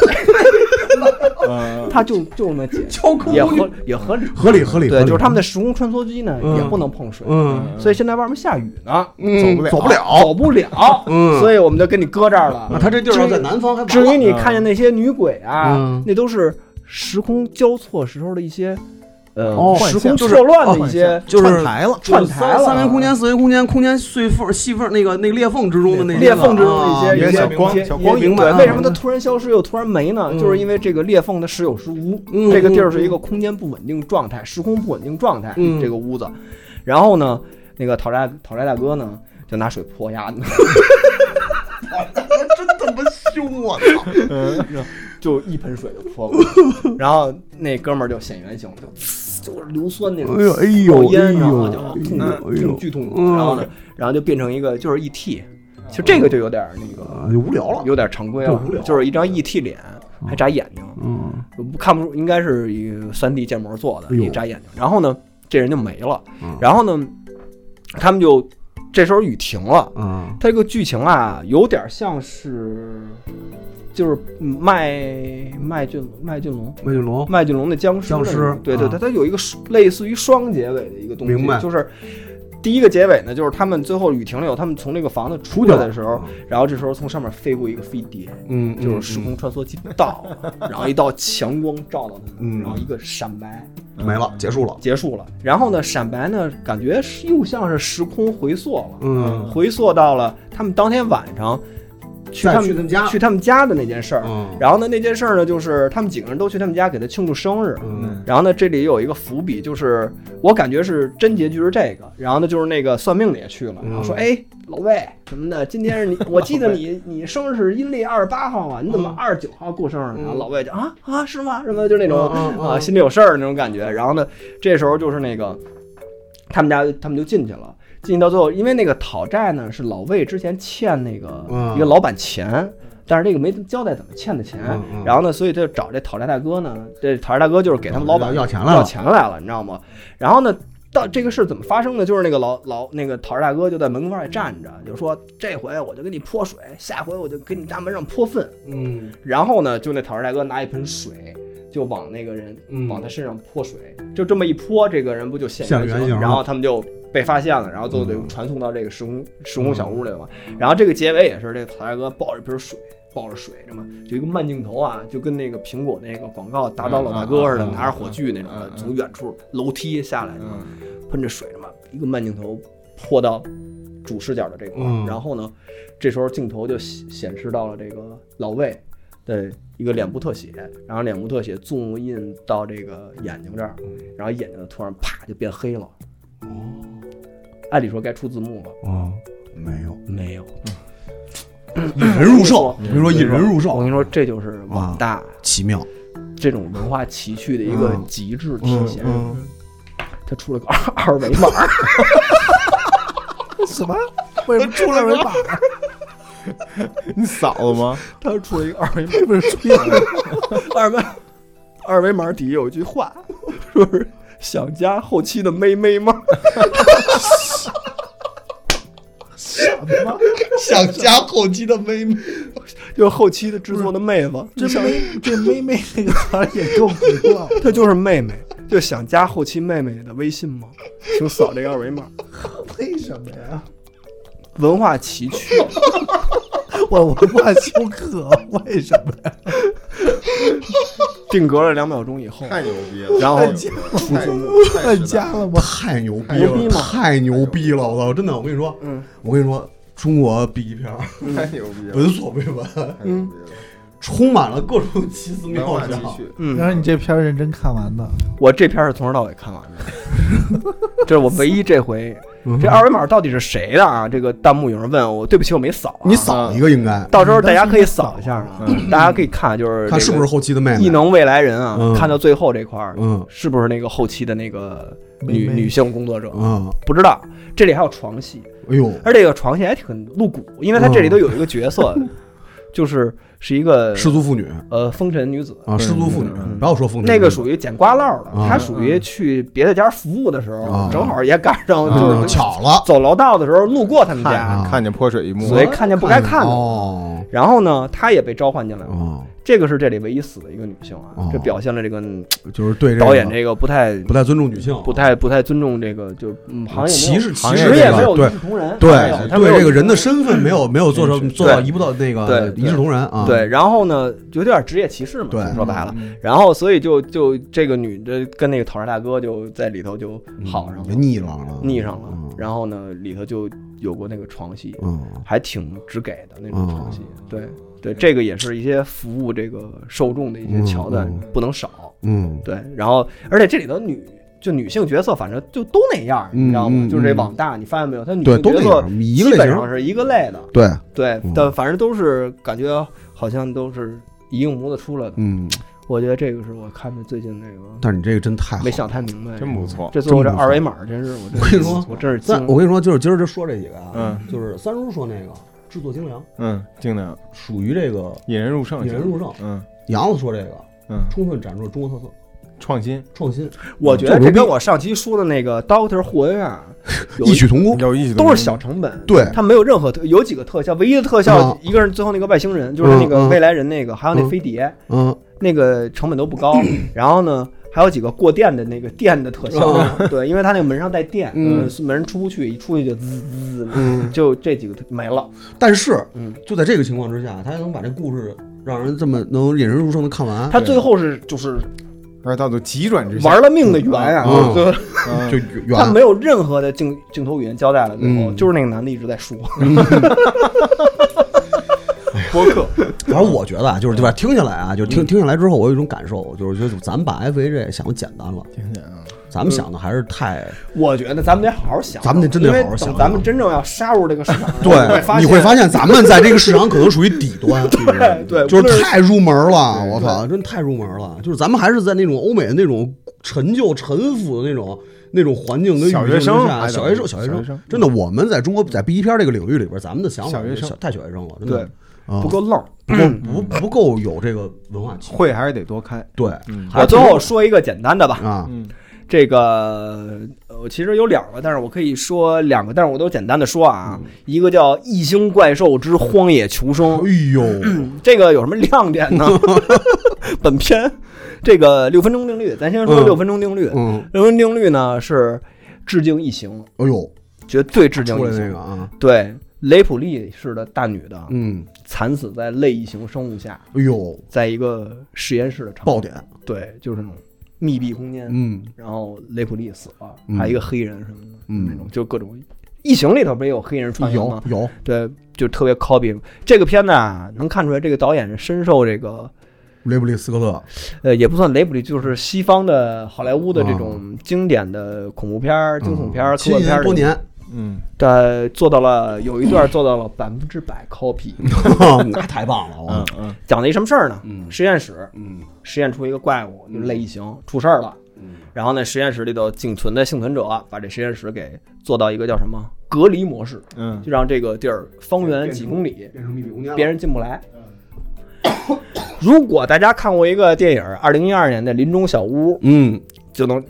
[SPEAKER 1] 嗯
[SPEAKER 4] 它就就那么解，
[SPEAKER 5] 交工
[SPEAKER 4] 也合也合理。
[SPEAKER 5] 合理合理，合
[SPEAKER 4] 对，
[SPEAKER 5] 理
[SPEAKER 4] 就是他们的时空穿梭机呢，
[SPEAKER 5] 嗯
[SPEAKER 4] 也不能碰水，
[SPEAKER 5] 嗯
[SPEAKER 4] 所以现在外面下雨呢，
[SPEAKER 1] 嗯走
[SPEAKER 5] 走
[SPEAKER 1] 不
[SPEAKER 5] 不
[SPEAKER 1] 了
[SPEAKER 5] 了，
[SPEAKER 4] 走不了，
[SPEAKER 5] 嗯
[SPEAKER 4] 所以我们就跟你搁这儿了。
[SPEAKER 5] 他这地
[SPEAKER 4] 至于
[SPEAKER 5] 南方还完
[SPEAKER 4] 至
[SPEAKER 5] 了
[SPEAKER 4] 于你看见那些女鬼啊
[SPEAKER 5] 嗯，
[SPEAKER 4] 那都是时空交错时候的一些，呃
[SPEAKER 5] 哦，
[SPEAKER 4] 时空
[SPEAKER 5] 幻象
[SPEAKER 4] 错乱的一些
[SPEAKER 5] 就是
[SPEAKER 1] 台了，
[SPEAKER 4] 串台了，
[SPEAKER 5] 哦三维空间、四维空间、空间碎缝、细缝那个那个裂缝之中的那个
[SPEAKER 4] 裂缝之中的一些
[SPEAKER 5] 啊
[SPEAKER 1] 一
[SPEAKER 4] 人
[SPEAKER 1] 个小光
[SPEAKER 4] 一些
[SPEAKER 1] 小光
[SPEAKER 4] 明
[SPEAKER 5] 影
[SPEAKER 4] 白
[SPEAKER 5] 啊
[SPEAKER 4] 为什么它突然消失又突然没呢？
[SPEAKER 5] 嗯
[SPEAKER 4] 就是因为这个裂缝它时有时无，
[SPEAKER 5] 嗯
[SPEAKER 4] 这个地儿是一个空间不稳定状态、时空不稳定状态，
[SPEAKER 5] 嗯
[SPEAKER 4] 这个屋子。然后呢，那个讨债讨债大哥呢，就拿水泼鸭子，
[SPEAKER 5] 这么凶我
[SPEAKER 4] 就一盆水就泼过去，然后那哥们儿就显原形了，就呲就是硫酸那种，
[SPEAKER 5] 哎呦哎呦
[SPEAKER 4] 冒烟，然后
[SPEAKER 5] 哎
[SPEAKER 4] 就
[SPEAKER 5] 呦
[SPEAKER 4] 痛
[SPEAKER 5] 哎
[SPEAKER 4] 苦
[SPEAKER 5] 呦哎呦
[SPEAKER 4] 痛剧痛苦，
[SPEAKER 5] 嗯
[SPEAKER 4] 然后呢，然后就变成一个就是 ET，其实这个就有点儿那个。
[SPEAKER 5] 啊操，就无聊了，
[SPEAKER 4] 有点常规了
[SPEAKER 5] 就无聊，
[SPEAKER 4] 就是一张 ET 脸，还眨眼睛，
[SPEAKER 5] 嗯
[SPEAKER 4] 看不出，应该是以3 D 建模做的，
[SPEAKER 5] 哎呦
[SPEAKER 4] 一眨眼睛。然后呢，这人就没了
[SPEAKER 5] 嗯。
[SPEAKER 4] 然后呢，他们就这时候雨停了。
[SPEAKER 5] 嗯
[SPEAKER 4] 它这个剧情啊，有点像是，就是麦麦浚麦浚龙。
[SPEAKER 5] 魏俊龙，
[SPEAKER 4] 麦浚龙的僵尸那种，
[SPEAKER 5] 僵尸
[SPEAKER 4] 对对
[SPEAKER 5] 啊
[SPEAKER 4] 对，它有一个双类似于双结尾的一个东西，
[SPEAKER 5] 明白
[SPEAKER 4] 就是第一个结尾呢，就是他们最后雨停了以后，他们从这个房子出
[SPEAKER 5] 去
[SPEAKER 4] 来
[SPEAKER 5] 了
[SPEAKER 4] 的时候，然后这时候从上面飞过一个飞碟，
[SPEAKER 5] 嗯
[SPEAKER 4] 就是时空穿梭机到了，然后一道强光照到他们，
[SPEAKER 5] 嗯
[SPEAKER 4] 然后一个闪白
[SPEAKER 5] 没了，结束了，
[SPEAKER 4] 结束了。然后呢，闪白呢，感觉是又像是时空回溯了，
[SPEAKER 5] 嗯，
[SPEAKER 4] 回溯到了他们当天晚上去他
[SPEAKER 5] 再去他
[SPEAKER 4] 们
[SPEAKER 5] 们家
[SPEAKER 4] 去他们家的那件事儿。
[SPEAKER 5] 嗯
[SPEAKER 4] 然后呢，那件事儿呢，就是他们几个人都去他们家给他庆祝生日。
[SPEAKER 5] 嗯
[SPEAKER 4] 然后呢，这里有一个伏笔，就是我感觉是真结局是这个。然后呢，就是那个算命的也去了，然后说：“
[SPEAKER 5] 嗯
[SPEAKER 4] 哎，老魏什么的，今天 是你，我记得你你生日是阴历二十八号啊，你怎么
[SPEAKER 5] 嗯
[SPEAKER 4] 二十九号过生日？”然后老魏就啊啊是吗？什么就那种
[SPEAKER 5] 嗯嗯
[SPEAKER 4] 啊心里有事儿那种感觉。然后呢，这时候就是那个他们家他们就进去了。进去到最后，因为那个讨债呢是老魏之前欠那个
[SPEAKER 5] 嗯
[SPEAKER 4] 一个老板钱，但是这个没交代怎么欠的钱
[SPEAKER 5] 嗯嗯，
[SPEAKER 4] 然后呢，所以他就找这讨债大哥呢，这讨债大哥就是给他们老板
[SPEAKER 5] 嗯要钱来
[SPEAKER 4] 要
[SPEAKER 5] 了，
[SPEAKER 4] 钱来了，你知道吗？然后呢，到这个事儿怎么发生的？就是那个老老那个讨债大哥就在门外站着，就说这回我就给你泼水，下回我就给你大门上泼粪。
[SPEAKER 5] 嗯
[SPEAKER 4] 然后呢，就那讨债大哥拿一盆水。就往那个人，
[SPEAKER 5] 嗯
[SPEAKER 4] 往他身上泼水，就这么一泼，这个人不就现
[SPEAKER 5] 现原
[SPEAKER 4] 原
[SPEAKER 5] 形了
[SPEAKER 4] 然后他们就被发现了，然后最后就传送到这个时空时空小屋里了嘛。然后这个结尾也是这讨债大哥抱着瓶水，抱着水这么就一个慢镜头啊，就跟那个苹果那个广告打倒老大哥似的，
[SPEAKER 1] 嗯嗯嗯
[SPEAKER 4] 拿着火炬那种的
[SPEAKER 1] 嗯，嗯
[SPEAKER 4] 从远处楼梯下来的嘛，喷着水的嘛，一个慢镜头泼到主视角的这块儿，
[SPEAKER 5] 嗯
[SPEAKER 4] 然后呢，这时候镜头就显显示到了这个老魏的一个脸部特写，然后脸部特写 zoom in 到这个眼睛这儿，然后眼睛突然啪就变黑了。按理说该出字幕了，
[SPEAKER 5] 啊，没有，
[SPEAKER 4] 没有，
[SPEAKER 5] 引人入胜，比如说引人入
[SPEAKER 4] 我跟
[SPEAKER 5] 胜，啊
[SPEAKER 4] 你说，这就是网大
[SPEAKER 5] 奇妙。
[SPEAKER 4] 这种文化奇趣的一个
[SPEAKER 5] 嗯
[SPEAKER 4] 极致体现。
[SPEAKER 5] 嗯
[SPEAKER 4] 他出了个 二二维码，
[SPEAKER 8] 什么？为什么出来 人把
[SPEAKER 1] 你嫂子吗？
[SPEAKER 4] 他出了一个二维码。
[SPEAKER 8] 不是出来人
[SPEAKER 4] 二维二维码底下有一句话， 说是想加后期的妹妹吗？
[SPEAKER 8] 吗？
[SPEAKER 5] 想加后期的妹妹，
[SPEAKER 4] 就是后期的制作的妹子，
[SPEAKER 8] 这妹这妹妹那个词儿也够毒了。
[SPEAKER 4] 她就是妹妹，就想加后期妹妹的微信吗？请扫这个二维码。
[SPEAKER 8] 为什么呀？
[SPEAKER 4] 文化奇趣，
[SPEAKER 8] 我文化休克，为什么呀？
[SPEAKER 4] 定格了两秒钟以后，
[SPEAKER 1] 太牛逼了！
[SPEAKER 4] 然后
[SPEAKER 1] 太
[SPEAKER 4] 出
[SPEAKER 1] 太
[SPEAKER 4] 字幕。
[SPEAKER 1] 太
[SPEAKER 8] 乱加了吗？
[SPEAKER 5] 太牛逼
[SPEAKER 4] 牛逼
[SPEAKER 5] 了，
[SPEAKER 4] 吗
[SPEAKER 5] 太牛逼了！我操，真的，我跟你说，
[SPEAKER 4] 嗯，
[SPEAKER 5] 我跟你说，中国 B 级片儿
[SPEAKER 1] 太牛逼了！
[SPEAKER 5] 闻所未闻，
[SPEAKER 1] 太牛逼了！
[SPEAKER 5] 充满了各种奇思
[SPEAKER 1] 文
[SPEAKER 5] 妙
[SPEAKER 1] 化
[SPEAKER 5] 想。
[SPEAKER 1] 继续，
[SPEAKER 8] 然后
[SPEAKER 4] 嗯，
[SPEAKER 8] 你这片儿认真看完的，
[SPEAKER 4] 我这片儿是从头到尾看完的，这是我唯一这回。
[SPEAKER 6] 嗯
[SPEAKER 4] 这二维码到底是谁的啊？这个弹幕有人问我，对不起，我没扫啊、
[SPEAKER 5] 你扫一个应该
[SPEAKER 4] 到时候大家可以扫一下啊，大家可以看，就是
[SPEAKER 5] 看是不是后期的妹
[SPEAKER 4] 异
[SPEAKER 5] 妹，
[SPEAKER 4] 能未来人啊
[SPEAKER 5] 嗯？
[SPEAKER 4] 看到最后这块儿，
[SPEAKER 5] 嗯
[SPEAKER 4] 是不是那个后期的那个女
[SPEAKER 8] 妹妹
[SPEAKER 4] 女性工作者？
[SPEAKER 5] 嗯，
[SPEAKER 4] 不知道。这里还有床戏，
[SPEAKER 5] 哎呦，
[SPEAKER 4] 而这个床戏还挺露骨，因为它这里头有一个角色，就是是一个
[SPEAKER 5] 失足妇女
[SPEAKER 4] 呃风尘女子，
[SPEAKER 5] 啊，失足妇女
[SPEAKER 4] 嗯，
[SPEAKER 5] 不要说风筝，
[SPEAKER 4] 那个属于捡瓜烙的，
[SPEAKER 5] 啊
[SPEAKER 4] 她属于去别的家服务的时候
[SPEAKER 5] 啊，
[SPEAKER 4] 正好也赶上
[SPEAKER 1] 啊
[SPEAKER 4] 就
[SPEAKER 5] 嗯
[SPEAKER 4] 是
[SPEAKER 5] 巧了，
[SPEAKER 4] 走楼道的时候路过他们
[SPEAKER 1] 看
[SPEAKER 4] 家，
[SPEAKER 5] 啊
[SPEAKER 1] 看见泼水一幕，
[SPEAKER 4] 所以看见不该看的。
[SPEAKER 5] 哦
[SPEAKER 4] 然后呢，她也被召唤进来了。
[SPEAKER 5] 哦，
[SPEAKER 4] 这个是这里唯一死的一个女性啊
[SPEAKER 5] 哦，
[SPEAKER 4] 这表现了这个嗯
[SPEAKER 5] 就是对个
[SPEAKER 4] 导演这个不太
[SPEAKER 5] 不太尊重女性，啊
[SPEAKER 4] 不太不太尊重这个，就嗯，行业
[SPEAKER 5] 歧视
[SPEAKER 1] 行业
[SPEAKER 5] 歧视
[SPEAKER 4] 职业没
[SPEAKER 5] 这个
[SPEAKER 4] 有
[SPEAKER 5] 对
[SPEAKER 4] 一视同仁，没有
[SPEAKER 5] 对
[SPEAKER 4] 他没有嗯
[SPEAKER 5] 对这个人的身份没有没有做成做到一步到那个
[SPEAKER 4] 对对
[SPEAKER 5] 一视同仁啊，
[SPEAKER 4] 对，然后呢，有点职业歧视嘛，
[SPEAKER 5] 对
[SPEAKER 4] 说白了，然后所以就就这个女的跟那个讨债大哥就在里头就
[SPEAKER 5] 嗯，
[SPEAKER 4] 好上
[SPEAKER 5] 就
[SPEAKER 4] 了，
[SPEAKER 5] 腻上了，
[SPEAKER 4] 腻上了
[SPEAKER 5] 嗯，
[SPEAKER 4] 然后呢，里头就有过那个床戏，
[SPEAKER 5] 嗯
[SPEAKER 4] 还挺直给的那种床戏
[SPEAKER 5] 哦，
[SPEAKER 4] 对对，这个也是一些服务这个受众的一些桥段
[SPEAKER 5] 嗯，
[SPEAKER 4] 不能少，
[SPEAKER 5] 嗯，
[SPEAKER 4] 对，然后而且这里头女。就女性角色，反正就都那样，你知道吗？
[SPEAKER 5] 嗯嗯
[SPEAKER 4] 就是这
[SPEAKER 5] 嗯
[SPEAKER 4] 网大，你发现没有？她女
[SPEAKER 5] 对，
[SPEAKER 4] 性
[SPEAKER 5] 都
[SPEAKER 4] 角
[SPEAKER 5] 那
[SPEAKER 4] 色
[SPEAKER 5] 样，一个
[SPEAKER 4] 基
[SPEAKER 5] 类
[SPEAKER 4] 本上
[SPEAKER 5] 型，
[SPEAKER 4] 是一个类的，
[SPEAKER 5] 对，
[SPEAKER 4] 对
[SPEAKER 5] 嗯，
[SPEAKER 4] 但反正都是感觉好像都是一个模子出来的。
[SPEAKER 5] 嗯，
[SPEAKER 4] 我觉得这个是我看的最近那个
[SPEAKER 5] 但是你这个真太好
[SPEAKER 4] 没
[SPEAKER 5] 了
[SPEAKER 4] 想太明白，
[SPEAKER 1] 真不错。
[SPEAKER 4] 这最后这
[SPEAKER 5] 哎真不错
[SPEAKER 4] 二维码真是我真
[SPEAKER 5] 我跟你说
[SPEAKER 4] 我真是
[SPEAKER 5] 咱
[SPEAKER 4] 惊
[SPEAKER 5] 我
[SPEAKER 4] 了。
[SPEAKER 5] 跟你说，就是今儿就说这几个啊，
[SPEAKER 1] 嗯
[SPEAKER 5] 就是三叔说那个制作精良，
[SPEAKER 1] 嗯，尽量
[SPEAKER 5] 属于这个
[SPEAKER 1] 引人入胜，
[SPEAKER 5] 引人入胜；
[SPEAKER 1] 嗯
[SPEAKER 5] 杨子说这个
[SPEAKER 1] 嗯，
[SPEAKER 5] 充分展示了中国特色
[SPEAKER 1] 创新
[SPEAKER 5] 创新，
[SPEAKER 4] 我觉得
[SPEAKER 5] 这
[SPEAKER 4] 这
[SPEAKER 5] 嗯牛
[SPEAKER 4] 跟
[SPEAKER 5] 逼
[SPEAKER 4] 我上期说的那个 Doctor 霍恩啊，有
[SPEAKER 5] 异曲同工，
[SPEAKER 1] 有意思，
[SPEAKER 4] 都是小成本，
[SPEAKER 5] 对
[SPEAKER 4] 它没有任何特，有几个特效，唯一的特效
[SPEAKER 5] 啊
[SPEAKER 4] 一个是最后那个外星人，就是那个
[SPEAKER 5] 嗯嗯
[SPEAKER 4] 未来人那个，还有那
[SPEAKER 5] 嗯
[SPEAKER 4] 飞碟，
[SPEAKER 5] 嗯，
[SPEAKER 4] 那个成本都不 高。然后呢，还有几个过电的那个电的特效， 对，因为它那个门上带电，呃
[SPEAKER 5] 嗯
[SPEAKER 4] 是门出不去，一出去就滋滋，
[SPEAKER 5] 嗯
[SPEAKER 4] 就这几个特没了。
[SPEAKER 5] 但是
[SPEAKER 4] 嗯，
[SPEAKER 5] 就在这个情况之下，他还能把这故事让人这么能引人入胜的 看完，
[SPEAKER 4] 他最后是就是
[SPEAKER 1] 而且到最急转直下，
[SPEAKER 4] 玩了命的圆啊，
[SPEAKER 5] 嗯
[SPEAKER 4] 最后
[SPEAKER 1] 嗯
[SPEAKER 5] 就
[SPEAKER 4] 他
[SPEAKER 5] 远
[SPEAKER 4] 没有任何的镜镜头语言交代了，最后
[SPEAKER 5] 嗯
[SPEAKER 4] 就是那个男的一直在 说，
[SPEAKER 1] 播客，
[SPEAKER 5] 反正我觉得啊，就是对吧？听下来啊，就是听听下来之后，我有一种感受，就是觉得咱们把 F H J 想的简单了，
[SPEAKER 1] 听见啊，
[SPEAKER 5] 咱们想的还是太
[SPEAKER 4] 我觉得咱们得好好想，
[SPEAKER 5] 咱们得真得好好想
[SPEAKER 4] 因为等咱们真正要杀入这个市场，
[SPEAKER 5] 对，你会发现咱们在这个市场可能属于底端，
[SPEAKER 4] 对对，
[SPEAKER 5] 就
[SPEAKER 4] 无论
[SPEAKER 5] 呃是太入门了，我操，真太入门了。就是咱们还是在那种欧美的那种陈旧、沉腐的那种那种环境跟语
[SPEAKER 1] 小
[SPEAKER 5] 境
[SPEAKER 1] 学
[SPEAKER 5] 之
[SPEAKER 1] 生
[SPEAKER 5] 下，
[SPEAKER 1] 哎
[SPEAKER 5] 小学生、
[SPEAKER 1] 小
[SPEAKER 5] 小
[SPEAKER 1] 学
[SPEAKER 5] 学
[SPEAKER 1] 生
[SPEAKER 5] 生，真的，我们在中国在 B 级片这个领域里边，咱们的想法
[SPEAKER 1] 小学生
[SPEAKER 5] 太小学生了，真
[SPEAKER 4] 对
[SPEAKER 5] 的啊
[SPEAKER 4] 不够愣。
[SPEAKER 5] 不够不不够有这个文化气息。
[SPEAKER 1] 会还是得多开。
[SPEAKER 5] 对，
[SPEAKER 1] 嗯
[SPEAKER 5] 还
[SPEAKER 4] 我
[SPEAKER 5] 是
[SPEAKER 4] 最后说一个简单的吧，
[SPEAKER 5] 啊，
[SPEAKER 1] 嗯，
[SPEAKER 4] 这个呃我其实有两个，但是我可以说两个，但是我都简单的说啊，一个叫《异星怪兽之荒野求生》，
[SPEAKER 5] 嗯哎呦，
[SPEAKER 4] 这个有什么亮点呢？ 本片这个六分钟定律，咱先说
[SPEAKER 5] 嗯
[SPEAKER 4] 六分钟定律。
[SPEAKER 5] 嗯，
[SPEAKER 4] 六分钟定律呢是致敬异形，
[SPEAKER 5] 哎呦，
[SPEAKER 4] 绝对致敬异
[SPEAKER 5] 出来那
[SPEAKER 4] 形。
[SPEAKER 5] 个啊，
[SPEAKER 4] 对，雷普利式的大女的
[SPEAKER 5] 嗯，
[SPEAKER 4] 惨死在类异形生物下，
[SPEAKER 5] 哎呦，
[SPEAKER 4] 在一个实验室的场，
[SPEAKER 5] 爆点，
[SPEAKER 4] 对，就是那种密闭空间。
[SPEAKER 5] 嗯
[SPEAKER 4] 然后雷普利死了，
[SPEAKER 5] 嗯
[SPEAKER 4] 还有一个黑人什么的，
[SPEAKER 5] 嗯
[SPEAKER 4] 那种就各种异形里头不也有黑人穿越
[SPEAKER 6] 有
[SPEAKER 4] 吗？
[SPEAKER 6] 有，
[SPEAKER 4] 对，就特别 copy 这个片子啊，能看出来这个导演深受这个
[SPEAKER 6] 雷布利斯科特，
[SPEAKER 4] 呃，也不算雷普利，就是西方的好莱坞的这
[SPEAKER 5] 哦
[SPEAKER 4] 种经典的恐怖片儿、惊悚片儿、科
[SPEAKER 6] 七
[SPEAKER 4] 幻片
[SPEAKER 6] 年
[SPEAKER 4] 儿
[SPEAKER 6] 多年，
[SPEAKER 1] 嗯，
[SPEAKER 4] 的做到了有一段做到了百分之百 copy，
[SPEAKER 6] 那太棒了，我
[SPEAKER 1] 嗯嗯，
[SPEAKER 4] 嗯讲了一什么事儿呢？
[SPEAKER 3] 嗯
[SPEAKER 4] 实验室
[SPEAKER 3] 嗯
[SPEAKER 4] 实验出一个怪物，就是类异形出事儿了，
[SPEAKER 3] 嗯
[SPEAKER 4] 然后呢，实验室里头幸存的幸存者把这实验室给做到一个叫什么隔离模式，
[SPEAKER 1] 嗯，
[SPEAKER 4] 就让这个地儿方圆几公里
[SPEAKER 3] 变成秘密空间了
[SPEAKER 4] 别人进不来。如果大家看过一个电影，二零一二年的《林中小屋》，
[SPEAKER 6] 嗯，
[SPEAKER 4] 就能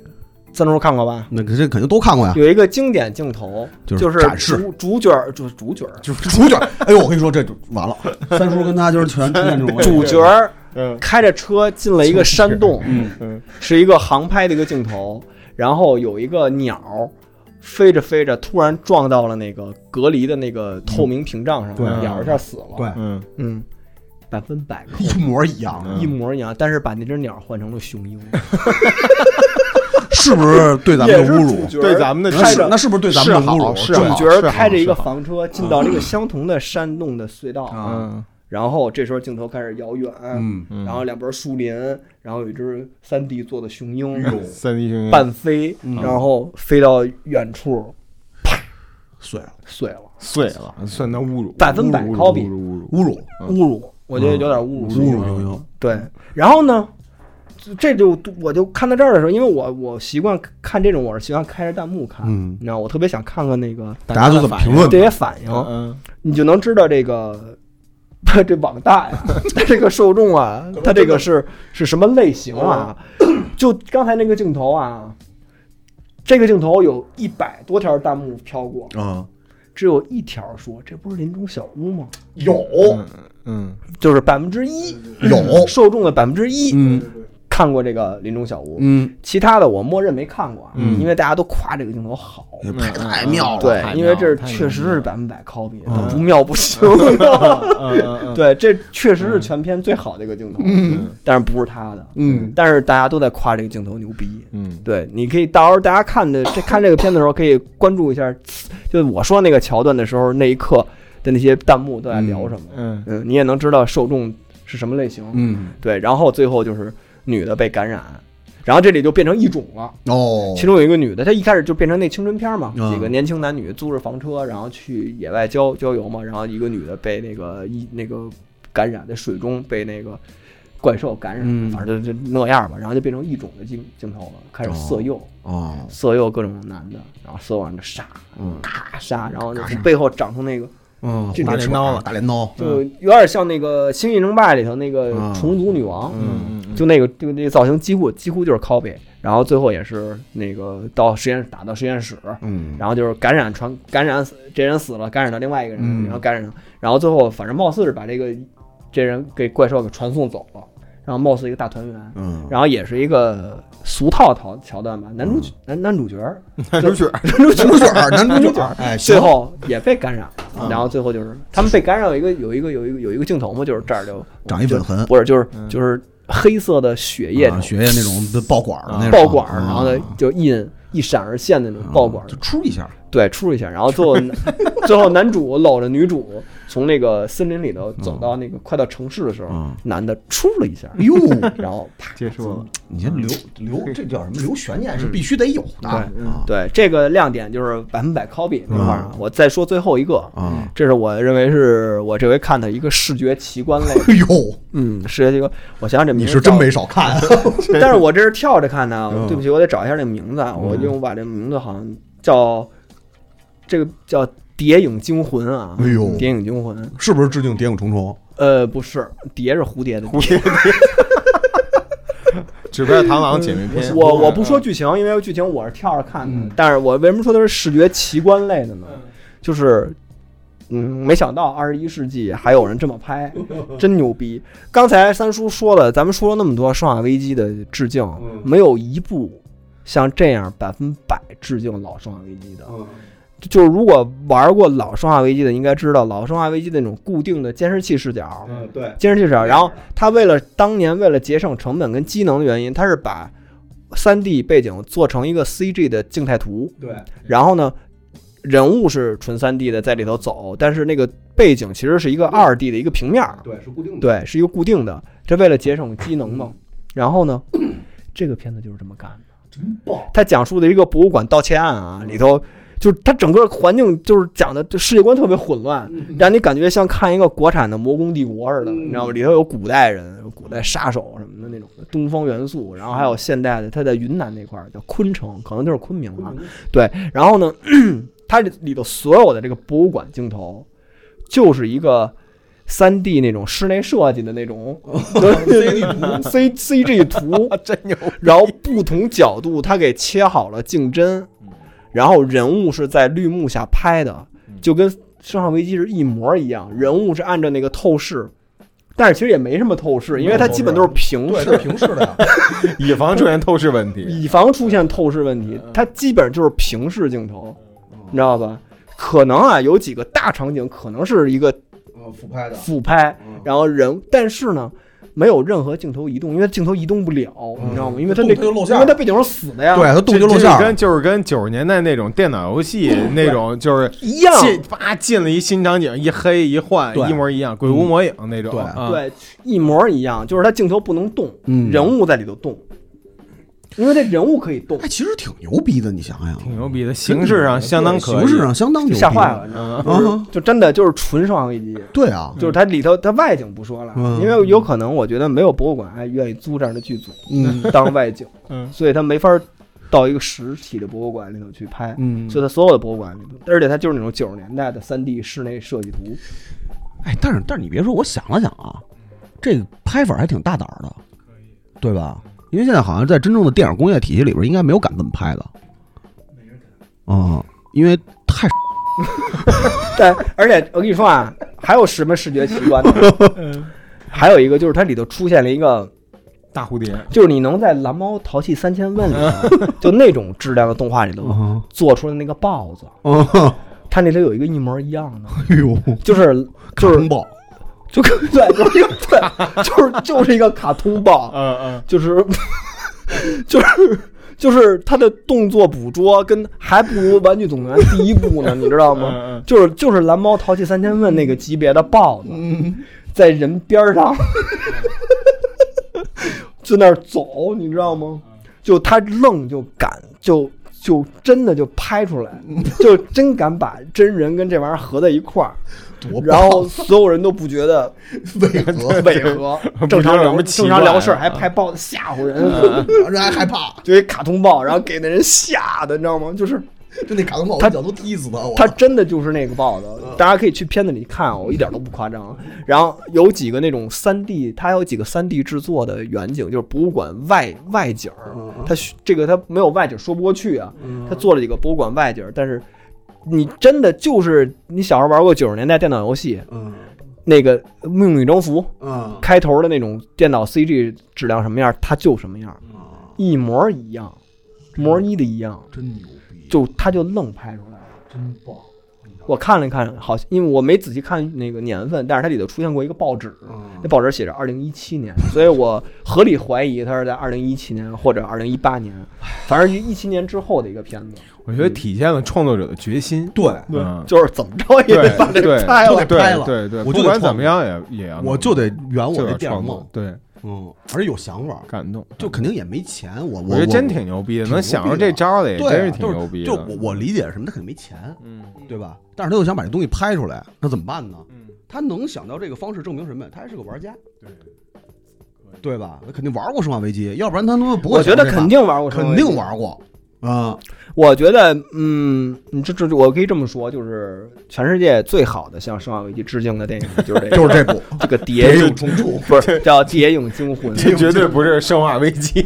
[SPEAKER 4] 三叔看过吧？
[SPEAKER 6] 那这肯定都
[SPEAKER 5] 啊
[SPEAKER 6] 看过呀，
[SPEAKER 4] 有一个经典镜头，
[SPEAKER 6] 就是
[SPEAKER 4] 就是
[SPEAKER 6] 展示
[SPEAKER 4] 主主角儿就是主角儿
[SPEAKER 6] 就是主角，哎呦，我跟你说，这就完了，三叔跟他就是全出现这种
[SPEAKER 4] 主角儿
[SPEAKER 1] 嗯
[SPEAKER 4] 开着车进了一个山洞，
[SPEAKER 1] 嗯，
[SPEAKER 4] 是一个航拍的一个镜头，然后有一个鸟儿飞着飞着突然撞到了那个隔离的那个透明屏障上，
[SPEAKER 1] 对
[SPEAKER 4] 鸟儿一下死了。
[SPEAKER 6] 啊对
[SPEAKER 1] 嗯，
[SPEAKER 4] 嗯，百分百扣
[SPEAKER 6] 一模一样，
[SPEAKER 1] 嗯
[SPEAKER 4] 一模一样，但是把那只鸟换成了雄鹰，
[SPEAKER 6] 是不是对咱们的侮辱？
[SPEAKER 1] 对咱们的
[SPEAKER 6] 那是那是不是对啊咱们的侮辱？
[SPEAKER 1] 是
[SPEAKER 6] 这
[SPEAKER 1] 好
[SPEAKER 4] 主
[SPEAKER 6] 么
[SPEAKER 4] 角儿开着一个房车进到这个相同的山洞的隧道，啊
[SPEAKER 1] 嗯
[SPEAKER 4] 然后这时候镜头开始遥远，
[SPEAKER 6] 啊嗯，
[SPEAKER 1] 嗯，
[SPEAKER 4] 然后两边树林，然后有一只三 D 做的雄鹰
[SPEAKER 6] 哎
[SPEAKER 1] 三 D
[SPEAKER 6] 嗯
[SPEAKER 1] 星
[SPEAKER 4] 半飞，然后飞到远处
[SPEAKER 6] 碎了，
[SPEAKER 4] 碎了，
[SPEAKER 1] 碎了，算他侮辱，
[SPEAKER 4] 百分百
[SPEAKER 1] 侮辱
[SPEAKER 4] copy
[SPEAKER 1] 侮辱侮辱，
[SPEAKER 6] 侮辱，
[SPEAKER 1] 嗯
[SPEAKER 4] 侮辱，我觉得有点侮辱。
[SPEAKER 6] 侮辱英雄，
[SPEAKER 4] 对，然后呢，这这就我就看到这儿的时候，因为我我习惯看这种，我是习惯开着弹幕看，
[SPEAKER 6] 嗯
[SPEAKER 4] 你，知道，我特别想看看那个
[SPEAKER 6] 大家都怎么评论
[SPEAKER 4] 这
[SPEAKER 6] 的？
[SPEAKER 4] 些反应，
[SPEAKER 1] 嗯
[SPEAKER 4] 你就能知道这个。 这网大呀， 它这个受众啊，它这个是是什么类型啊？
[SPEAKER 1] 嗯
[SPEAKER 4] 就刚才那个镜头啊，这个镜头有一百多条弹幕飘过，
[SPEAKER 6] 啊，
[SPEAKER 4] 只有一条说这不是林中小屋吗？
[SPEAKER 6] 有
[SPEAKER 1] 嗯
[SPEAKER 4] 就是百分之一
[SPEAKER 6] 有，
[SPEAKER 4] 受众的百分之一
[SPEAKER 6] 嗯
[SPEAKER 4] 看过这个林中小屋，
[SPEAKER 6] 嗯，
[SPEAKER 4] 其他的我默认没看过啊，
[SPEAKER 1] 嗯
[SPEAKER 4] 因为大家都夸这个镜头好。
[SPEAKER 1] 嗯，
[SPEAKER 6] 太太妙了，
[SPEAKER 4] 对
[SPEAKER 1] 太，
[SPEAKER 4] 因为
[SPEAKER 1] 妙
[SPEAKER 4] 这
[SPEAKER 1] 太
[SPEAKER 4] 确实
[SPEAKER 1] 牛
[SPEAKER 4] 是
[SPEAKER 1] 了
[SPEAKER 4] 百分百 copy，的
[SPEAKER 6] 嗯
[SPEAKER 4] 不妙不行。
[SPEAKER 1] 嗯嗯 嗯，
[SPEAKER 4] 对，这确实是全片最好的一个镜头，
[SPEAKER 1] 嗯
[SPEAKER 4] 但是不是他的，
[SPEAKER 6] 嗯，
[SPEAKER 4] 但是大家都在夸这个镜头牛逼。
[SPEAKER 1] 嗯
[SPEAKER 4] 对，你可以到时候大家看的这看这个片子的时候，可以关注一下，就是我说那个桥段的时候，那一刻的那些弹幕都在聊什么。
[SPEAKER 1] 嗯
[SPEAKER 4] 嗯，你也能知道受众是什么类型。
[SPEAKER 6] 嗯，
[SPEAKER 4] 对，然后最后就是女的被感染，然后这里就变成异种了。
[SPEAKER 6] 哦，
[SPEAKER 4] 其中有一个女的，她一开始就变成那青春片嘛，
[SPEAKER 6] 嗯
[SPEAKER 4] 几个年轻男女租着房车，然后去野外郊郊游嘛，然后一个女的被那个一那个感染在水中被那个怪兽感染，
[SPEAKER 6] 嗯
[SPEAKER 4] 反正就就那样吧，然后就变成异种的镜镜头了，开始色诱，
[SPEAKER 6] 哦，
[SPEAKER 4] 色诱各种男的，然后色诱完就杀，
[SPEAKER 6] 嗯
[SPEAKER 4] 咔杀，然后就从背后长出那个，
[SPEAKER 6] 嗯，
[SPEAKER 4] 这
[SPEAKER 6] 大
[SPEAKER 4] 种
[SPEAKER 6] 镰刀了，大镰刀，
[SPEAKER 4] 就有点像那个《星际争霸》里头那个
[SPEAKER 6] 嗯
[SPEAKER 4] 虫族女王，
[SPEAKER 1] 嗯嗯，
[SPEAKER 4] 就那个就那个造型几乎几乎就是 copy，然后最后也是那个到实验打到实验室，
[SPEAKER 6] 嗯，
[SPEAKER 4] 然后就是感染传感染死这人死了，感染到另外一个人，
[SPEAKER 6] 嗯
[SPEAKER 4] 然后感染到，然后最后反正貌似是把这个这人给怪兽给传送走了，然后貌似一个大团圆，
[SPEAKER 6] 嗯，
[SPEAKER 4] 然后也是一个俗套桥桥段吧，男主角、男男主角儿
[SPEAKER 1] 男主角
[SPEAKER 6] 嗯 男主角，男主角，哎，
[SPEAKER 4] 最
[SPEAKER 6] 行
[SPEAKER 4] 后也被感染了，
[SPEAKER 6] 嗯
[SPEAKER 4] 然后最后就是他们被感染有一个有一个有一个有一个镜头嘛，就是这儿就
[SPEAKER 6] 长一
[SPEAKER 4] 就
[SPEAKER 6] 粉痕，
[SPEAKER 4] 不是就是
[SPEAKER 1] 嗯
[SPEAKER 4] 就是黑色的血液
[SPEAKER 6] 啊血液那种的爆管儿的那种
[SPEAKER 4] 爆管儿，
[SPEAKER 6] 啊
[SPEAKER 4] 然后呢就印一闪而现的那种爆管儿
[SPEAKER 6] 就，出一下，
[SPEAKER 4] 对，出一下，然后最后 最后男主搂着女主从那个森林里头走到那个快到城市的时候，
[SPEAKER 6] 嗯
[SPEAKER 4] 男的出了一下，
[SPEAKER 6] 哎呦，
[SPEAKER 4] 然后啪，
[SPEAKER 1] 结束了，
[SPEAKER 6] 你先留留这叫什么？留悬念是必须得有的啊嗯
[SPEAKER 4] 对这个亮点就是百分百 copy 那块儿啊。我再说最后一个，
[SPEAKER 6] 啊！
[SPEAKER 4] 这是我认为是我这回看的一个视觉奇观 类，
[SPEAKER 6] 哎呦，
[SPEAKER 4] 嗯，视觉奇观，我想想这名
[SPEAKER 6] 你
[SPEAKER 4] 字
[SPEAKER 6] 是真
[SPEAKER 4] 叫
[SPEAKER 6] 没少看，
[SPEAKER 4] 但是我这是跳着看的啊，
[SPEAKER 6] 嗯
[SPEAKER 4] 对不起，我得找一下这个名字啊，我就把这名字好像叫这个叫《谍影惊魂》啊，
[SPEAKER 6] 哎呦
[SPEAKER 4] 谍影惊魂》
[SPEAKER 6] 是不是致敬《谍影重重》？
[SPEAKER 4] 呃，不是，蝶是蝴蝶的蝶。
[SPEAKER 1] 指背螳螂姐妹篇，
[SPEAKER 4] 我我不说剧情，因为剧情我是跳着看的。但是我为什么说它是视觉奇观类的呢？就是，嗯，没想到二十一世纪还有人这么拍，真牛逼。刚才三叔说了，咱们说了那么多《生化危机》的致敬，
[SPEAKER 3] 嗯
[SPEAKER 4] 没有一部像这样百分百致敬老《生化危机》的。
[SPEAKER 3] 嗯
[SPEAKER 4] 就是如果玩过老《生化危机》的，应该知道老《生化危机》的那种固定的监视器视角，
[SPEAKER 3] 嗯对
[SPEAKER 4] 监视器上，然后他为了当年为了节省成本跟机能的原因，他是把3 D 背景做成一个 CG 的静态图，
[SPEAKER 3] 对
[SPEAKER 4] 然后呢，人物是纯三 D 的在里头走，但是那个背景其实是一个二 D 的一个平面儿，
[SPEAKER 6] 对，是固定的。
[SPEAKER 4] 对，是一个固定嗯的，这为了节省机能嘛。然后呢， 这个片子就是这么干的，真棒！他讲述的一个博物馆盗窃案啊，里头就是它整个环境就是讲的就世界观特别混乱，让你感觉像看一个国产的《魔宫帝国》似的，你知道吗？里头有古代人、有古代杀手什么的那种的东方元素，然后还有现代的，它在云南那块儿叫昆城，可能就是昆明啊。对，然后呢， 它里头所有的这个博物馆镜头就是一个。三 D 那种室内设计的那种呃 C C G 图，
[SPEAKER 6] 真牛！
[SPEAKER 4] 然后不同角度它给切好了竞争，然后人物是在绿幕下拍的，就跟《生化危机》是一模一样，人物是按照那个透视。但是其实也没什么透视，因为它基本都是平
[SPEAKER 6] 对，
[SPEAKER 4] 视
[SPEAKER 6] 是，平视的呀。
[SPEAKER 1] 以防出现透视问题。
[SPEAKER 4] 以防出现透视问题，它基本上就是平视镜头，你知道吧？可能啊，有几个大场景可能是一个
[SPEAKER 6] 嗯，俯拍的。
[SPEAKER 4] 俯拍，
[SPEAKER 6] 嗯
[SPEAKER 4] 然后人，但是呢，没有任何镜头移动，因为镜头移动不了，你知道吗？因为它那
[SPEAKER 6] 嗯动就露馅
[SPEAKER 4] 因为它背景是死的呀，
[SPEAKER 6] 对，他动就露馅
[SPEAKER 1] 这是
[SPEAKER 6] 儿，
[SPEAKER 1] 跟就是跟九十年代那种电脑游戏那种，就是
[SPEAKER 4] 一样，
[SPEAKER 1] 进叭进了一新场景，一黑一幻，
[SPEAKER 6] 对嗯
[SPEAKER 1] 一模一样，鬼屋魔影那种。
[SPEAKER 6] 对
[SPEAKER 1] 啊，
[SPEAKER 4] 对，一模一样，就是它镜头不能动，
[SPEAKER 6] 嗯
[SPEAKER 4] 人物在里头动，因为这人物可以动
[SPEAKER 6] 哎，，其实挺牛逼的，你想想，
[SPEAKER 1] 挺牛逼的，形式上相当可以。
[SPEAKER 6] 形式上相当牛
[SPEAKER 4] 就
[SPEAKER 6] 逼，
[SPEAKER 4] 吓坏了，你知道
[SPEAKER 1] 嗯，
[SPEAKER 4] 吗？就是
[SPEAKER 6] 啊
[SPEAKER 4] 就真的就是纯生化危机。
[SPEAKER 6] 对啊，
[SPEAKER 4] 就是它里头，它外景不说了，
[SPEAKER 6] 嗯
[SPEAKER 4] 因为有可能我觉得没有博物馆还愿意租这样的剧组
[SPEAKER 6] 嗯
[SPEAKER 4] 当外景，
[SPEAKER 1] 嗯
[SPEAKER 4] 所以它没法到一个实体的博物馆里头去拍，
[SPEAKER 6] 嗯
[SPEAKER 4] 所以它所有的博物馆里头，而且它就是那种九十年代的三 D 室内设计图，
[SPEAKER 6] 哎，但是但是你别说，我想了想啊，这个拍法还挺大胆儿的，对吧？因为现在好像在真正的电影工业体系里边，应该没有敢这么拍的。啊、因为太
[SPEAKER 4] 但而且我跟你说啊，还有什么视觉奇 观呢？还有一个就是它里头出现了一个，
[SPEAKER 1] 大蝴蝶，
[SPEAKER 4] 就是你能在《蓝猫淘气三千问》里
[SPEAKER 6] 嗯
[SPEAKER 4] 头， 就那种质量的动画里头
[SPEAKER 6] 啊
[SPEAKER 4] 做出的那个豹子，
[SPEAKER 6] 啊，
[SPEAKER 4] 它那里有一个一模一样的，
[SPEAKER 6] 哎呦，
[SPEAKER 4] 就是
[SPEAKER 6] 卡
[SPEAKER 4] 就是
[SPEAKER 6] 通报，
[SPEAKER 4] 就对，就是一个对，就是就是一个卡通豹，
[SPEAKER 1] 嗯嗯，
[SPEAKER 4] 就是 就是就是他的动作捕捉跟还不如《玩具总动员》第一部呢，你知道吗？
[SPEAKER 1] 嗯嗯
[SPEAKER 4] 就是就是蓝猫淘气三千问那个级别的豹子，
[SPEAKER 1] 嗯
[SPEAKER 4] 在人边儿上在那儿走，你知道吗？
[SPEAKER 1] 嗯
[SPEAKER 4] 就他愣就敢就。就真的就拍 出来，就真敢把真人跟这玩意儿合在一块儿，
[SPEAKER 6] 多
[SPEAKER 4] 然后所有人都不觉得
[SPEAKER 6] 违和，
[SPEAKER 4] 违和
[SPEAKER 1] 不，
[SPEAKER 4] 正常
[SPEAKER 1] 知道有什
[SPEAKER 4] 聊
[SPEAKER 1] 么奇
[SPEAKER 4] 正常
[SPEAKER 1] 怪
[SPEAKER 4] 聊事儿
[SPEAKER 1] 的
[SPEAKER 4] 还
[SPEAKER 1] 啊嗯
[SPEAKER 4] 拍豹子吓唬人，
[SPEAKER 6] 让人还害怕，
[SPEAKER 4] 就一卡通豹，然后给那人吓的，你知道吗？就是
[SPEAKER 6] 就那卡通报，我
[SPEAKER 4] 他
[SPEAKER 6] 一脚都踢死他，我
[SPEAKER 4] 他真的就是那个豹子，
[SPEAKER 1] 嗯
[SPEAKER 4] 大家可以去片子里看，啊我一点都不夸张。然后有几个那种三 D，它有几个三 D 制作的远景，就是博物馆外外景儿，
[SPEAKER 1] 嗯
[SPEAKER 4] 它需这个它没有外景说不过去啊，它做了几个博物馆外景儿，但是。你真的就是你小时候玩过九十年代电脑游戏，
[SPEAKER 6] 嗯
[SPEAKER 4] 那个《命运征服》，
[SPEAKER 6] 嗯
[SPEAKER 4] 开头的那种电脑 CG 质量什么样，它就什么样，一模一样，模一的一样，
[SPEAKER 6] 真牛逼，
[SPEAKER 4] 就它就愣拍出来了，真棒。我看了看，好，像因为我没仔细看那个年份，但是它里头出现过一个报纸，
[SPEAKER 6] 嗯
[SPEAKER 4] 那报纸写着二零一七年， 所以我合理怀疑它是在二零一七年或者二零一八年，反正一七年之后的一个片子，
[SPEAKER 1] 我觉得体现了创作者的决心。
[SPEAKER 6] 对，
[SPEAKER 1] 嗯
[SPEAKER 4] 就是怎么着也
[SPEAKER 1] 对
[SPEAKER 4] 得把这
[SPEAKER 1] 对
[SPEAKER 4] 拍了。
[SPEAKER 6] 就得拍了
[SPEAKER 1] 对对对，
[SPEAKER 6] 我就
[SPEAKER 1] 不
[SPEAKER 6] 得
[SPEAKER 1] 管
[SPEAKER 6] 创
[SPEAKER 1] 怎么样也也要弄，
[SPEAKER 6] 我就得圆我
[SPEAKER 1] 就
[SPEAKER 6] 这
[SPEAKER 1] 得
[SPEAKER 6] 电影
[SPEAKER 1] 创作
[SPEAKER 6] 梦，，
[SPEAKER 1] 对，
[SPEAKER 6] 嗯，而且有想法，
[SPEAKER 1] 感动，
[SPEAKER 6] 就肯定也没钱，我
[SPEAKER 1] 我
[SPEAKER 6] 我
[SPEAKER 1] 觉得真
[SPEAKER 6] 我
[SPEAKER 1] 挺牛逼的，
[SPEAKER 6] 挺
[SPEAKER 1] 能
[SPEAKER 6] 牛
[SPEAKER 1] 想
[SPEAKER 6] 逼
[SPEAKER 1] 出
[SPEAKER 6] 的
[SPEAKER 1] 这招儿来也
[SPEAKER 6] 对啊
[SPEAKER 1] 真是挺
[SPEAKER 6] 就是
[SPEAKER 1] 牛逼的。
[SPEAKER 6] 就我我理解是什么，他肯定没钱，
[SPEAKER 1] 嗯
[SPEAKER 6] 对吧？但是他又想把这东西拍出来，那怎么办呢？
[SPEAKER 1] 嗯，
[SPEAKER 6] 他能想到这个方式证明什么？他还是个玩家，
[SPEAKER 1] 对
[SPEAKER 6] 对吧？他肯定玩过《生化危机》，要不然他他妈不会。
[SPEAKER 4] 我觉得肯，定玩过，
[SPEAKER 6] 肯定玩过啊！
[SPEAKER 4] 我觉得，嗯，你这这我可以这么说，就是全世界最好的向《生化危机》致敬的电影就是这个，
[SPEAKER 6] 就是这部
[SPEAKER 4] 这个《
[SPEAKER 6] 别
[SPEAKER 4] 谍
[SPEAKER 6] 有
[SPEAKER 4] 影》，
[SPEAKER 6] 冲突，
[SPEAKER 4] 不是叫《谍影惊魂》，
[SPEAKER 1] 这绝 对不是《生化危机》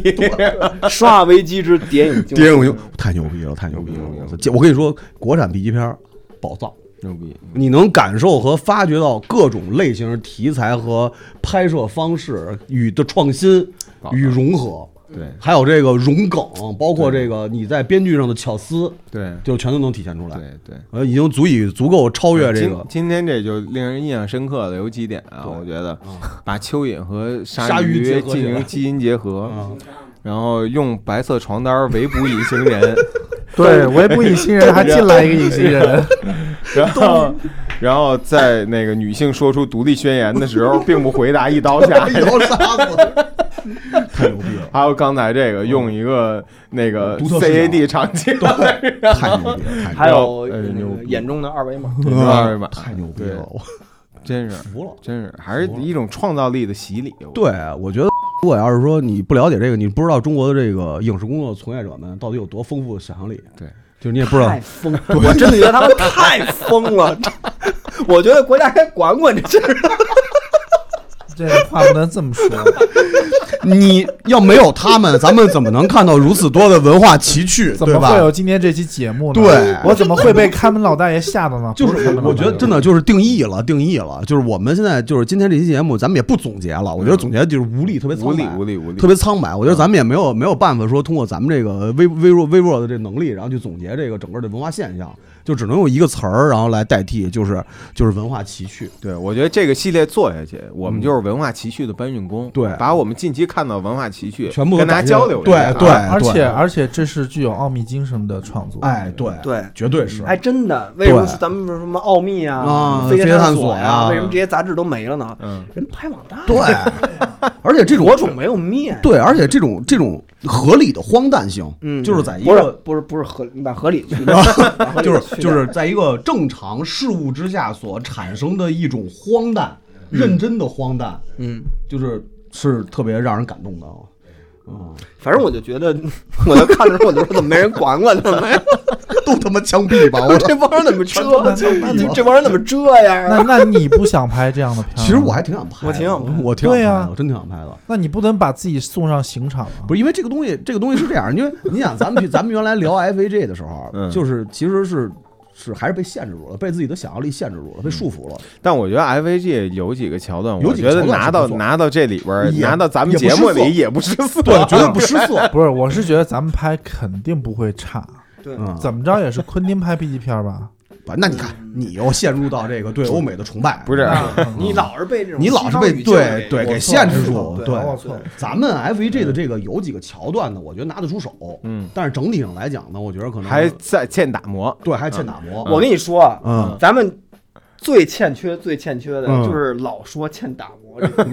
[SPEAKER 4] 《生化危机之谍影惊
[SPEAKER 6] 别
[SPEAKER 4] 魂》。
[SPEAKER 6] 有冲突太牛逼了，太牛 逼了！
[SPEAKER 1] 牛逼
[SPEAKER 6] 我操这我跟你说，国产 B 级片儿宝藏，
[SPEAKER 1] 牛逼，
[SPEAKER 6] 你能感受和发掘到各种类型、题材和拍摄方式与的创新与融合，
[SPEAKER 1] 对
[SPEAKER 6] 还有这个融梗，包括这个你在编剧上的巧思，
[SPEAKER 1] 对
[SPEAKER 6] 就全都能体现出来。
[SPEAKER 1] 对对。
[SPEAKER 6] 呃，已经足以足够超越啊这个
[SPEAKER 1] 今今天这就令人印象深刻的有几点啊，我觉得
[SPEAKER 6] 嗯
[SPEAKER 1] 把蚯蚓和鲨
[SPEAKER 6] 鲨鱼结合起
[SPEAKER 1] 进
[SPEAKER 6] 来
[SPEAKER 1] 行
[SPEAKER 6] 嗯
[SPEAKER 1] 基因结合，然后用白色床单围捕隐形人，
[SPEAKER 8] 对我也不隐形人，还进来一个隐形人，
[SPEAKER 1] 然后， 然后在那个女性说出独立宣言的时候，并不回答，一刀 下。
[SPEAKER 6] 刀杀死，太牛逼了，
[SPEAKER 1] 还有刚才这个用一个那个
[SPEAKER 6] 嗯独特视角
[SPEAKER 1] CAD 长期 的
[SPEAKER 6] 太牛逼了，太牛逼了
[SPEAKER 4] 还有
[SPEAKER 1] 哎
[SPEAKER 4] 那
[SPEAKER 1] 牛
[SPEAKER 4] 个
[SPEAKER 1] 逼
[SPEAKER 4] 眼中的二维码，
[SPEAKER 1] 二维码，
[SPEAKER 6] 嗯太牛逼了，我
[SPEAKER 1] 真是
[SPEAKER 6] 服了。
[SPEAKER 1] 真是，还是一种创造力的洗礼。我，
[SPEAKER 6] 对，我觉得如果要是说你不了解这个，你不知道中国的这个影视工作从业者们到底有多丰富的想象力，
[SPEAKER 1] 对，
[SPEAKER 6] 就是你也不知道
[SPEAKER 4] 太，疯了！我真的觉得他们太疯了， 我觉得国家该管管这事儿。
[SPEAKER 8] 这话不能这 么说。
[SPEAKER 6] 你要没有他们，咱们怎么能看到如此多的文化奇趣，
[SPEAKER 8] 怎
[SPEAKER 6] 对
[SPEAKER 8] 么
[SPEAKER 6] 吧
[SPEAKER 8] 会？有今天这期节目呢？
[SPEAKER 6] 对
[SPEAKER 8] 我怎么会被看门老大爷吓到呢？
[SPEAKER 6] 就
[SPEAKER 8] 不看
[SPEAKER 6] 是
[SPEAKER 8] 门
[SPEAKER 6] 我
[SPEAKER 8] 老
[SPEAKER 6] 觉
[SPEAKER 8] 大
[SPEAKER 6] 得
[SPEAKER 8] 爷
[SPEAKER 6] 真的就是定义了，定义了，就是我们现在就是今天这期节目，咱们也不总结了，我觉得总结就是无力，特别
[SPEAKER 1] 无
[SPEAKER 6] 苍
[SPEAKER 1] 力
[SPEAKER 6] 白，
[SPEAKER 1] 无力无力，
[SPEAKER 6] 特别苍白。我觉得咱们也没有没有办法说通过咱们这个微微弱微弱的这能力，然后去总结这个整个的文化现象，就只能用一个词儿，然后来代替，就是就是文化奇趣。
[SPEAKER 1] 对，我觉得这个系列做下去，我们
[SPEAKER 6] 嗯
[SPEAKER 1] 就是文化奇趣的搬运工，
[SPEAKER 6] 对
[SPEAKER 1] 把我们近期看到的文化奇趣
[SPEAKER 6] 全部都
[SPEAKER 1] 跟大家
[SPEAKER 6] 打印
[SPEAKER 1] 交流一
[SPEAKER 6] 对
[SPEAKER 1] 下啊，
[SPEAKER 6] 哎对
[SPEAKER 8] 而且而且这是具有奥秘精神的创作。
[SPEAKER 6] 哎，对，
[SPEAKER 4] 对，
[SPEAKER 6] 绝对是。
[SPEAKER 4] 哎，真的，为什么
[SPEAKER 6] 对
[SPEAKER 4] 咱们说什么奥秘啊
[SPEAKER 6] 啊、
[SPEAKER 4] 飞
[SPEAKER 6] 飞
[SPEAKER 4] 碟
[SPEAKER 6] 碟
[SPEAKER 4] 探
[SPEAKER 6] 探索
[SPEAKER 4] 呀
[SPEAKER 6] 呀，
[SPEAKER 4] 为什么这些杂志都没了呢？
[SPEAKER 1] 嗯，
[SPEAKER 4] 人拍网大，
[SPEAKER 6] 对，而且这种
[SPEAKER 4] 火种没有灭。
[SPEAKER 6] 对，而且这种这种合理的荒诞性，
[SPEAKER 4] 嗯
[SPEAKER 6] 就是在一
[SPEAKER 4] 不是
[SPEAKER 6] 个，
[SPEAKER 4] 不是不是合，你把合理去
[SPEAKER 6] 就是
[SPEAKER 4] 去掉
[SPEAKER 6] 就是在一个正常事物之下所产生的一种荒诞，认真的荒诞，
[SPEAKER 4] 嗯，
[SPEAKER 6] 就是是特别让人感动的啊。
[SPEAKER 4] 反正我就觉得，我就看的时候我就说怎么没人管管 他们呀？
[SPEAKER 6] 都他妈枪毙 吧！我
[SPEAKER 4] 这帮人怎么
[SPEAKER 8] 那
[SPEAKER 4] 这？
[SPEAKER 8] 那你
[SPEAKER 4] 这帮人怎么这样啊？
[SPEAKER 8] 那那你不想拍这样的片儿吗？
[SPEAKER 6] 其实我还挺想拍的，
[SPEAKER 4] 我挺想拍
[SPEAKER 6] 嗯我挺想拍
[SPEAKER 8] 对呀
[SPEAKER 6] 的，我真挺想拍的。
[SPEAKER 8] 那你不能把自己送上刑场啊！
[SPEAKER 6] 不是因为这个东西，这个东西是这样，因 为你想，咱们咱们原来聊 FAG 的时候
[SPEAKER 1] 嗯，
[SPEAKER 6] 就是其实是是还是被限制住了，被自己的想象力限制住了，被束缚了。
[SPEAKER 1] 但我觉得 FAG 有几个桥段，
[SPEAKER 6] 有
[SPEAKER 1] 我
[SPEAKER 6] 几
[SPEAKER 1] 觉
[SPEAKER 6] 个
[SPEAKER 1] 得
[SPEAKER 6] 桥段是
[SPEAKER 1] 拿到
[SPEAKER 6] 不错
[SPEAKER 1] 拿到这里边儿，
[SPEAKER 6] 也
[SPEAKER 1] 拿到咱们
[SPEAKER 6] 也
[SPEAKER 1] 节
[SPEAKER 6] 不失
[SPEAKER 1] 目
[SPEAKER 6] 色
[SPEAKER 1] 里也不是色，
[SPEAKER 6] 对，绝对不失色。
[SPEAKER 8] 不是，我是觉得咱们拍肯定不会差，
[SPEAKER 4] 对
[SPEAKER 6] 嗯，
[SPEAKER 8] 怎么着也是昆汀拍 B 级片儿吧？
[SPEAKER 6] 吧那你看，你又陷入到这个对欧美的崇拜，
[SPEAKER 1] 不是啊
[SPEAKER 4] 你老是被这种
[SPEAKER 6] 你老是
[SPEAKER 4] 西方
[SPEAKER 6] 被
[SPEAKER 4] 语境
[SPEAKER 6] 对对
[SPEAKER 8] 我
[SPEAKER 6] 给
[SPEAKER 8] 错
[SPEAKER 6] 限制
[SPEAKER 8] 了
[SPEAKER 6] 住。
[SPEAKER 8] 对
[SPEAKER 6] 对，
[SPEAKER 8] 我错了。
[SPEAKER 6] 咱们 FAG 的这个有几个桥段呢，我觉得拿得出手，
[SPEAKER 1] 嗯，
[SPEAKER 6] 但是整体上来讲呢，我觉得可能
[SPEAKER 1] 还嗯在欠打 磨，
[SPEAKER 6] 对还欠打磨。
[SPEAKER 4] 我跟你说啊，
[SPEAKER 6] 嗯，
[SPEAKER 4] 咱们最欠缺、最欠缺的
[SPEAKER 6] 嗯
[SPEAKER 4] 就是老说欠打磨这个，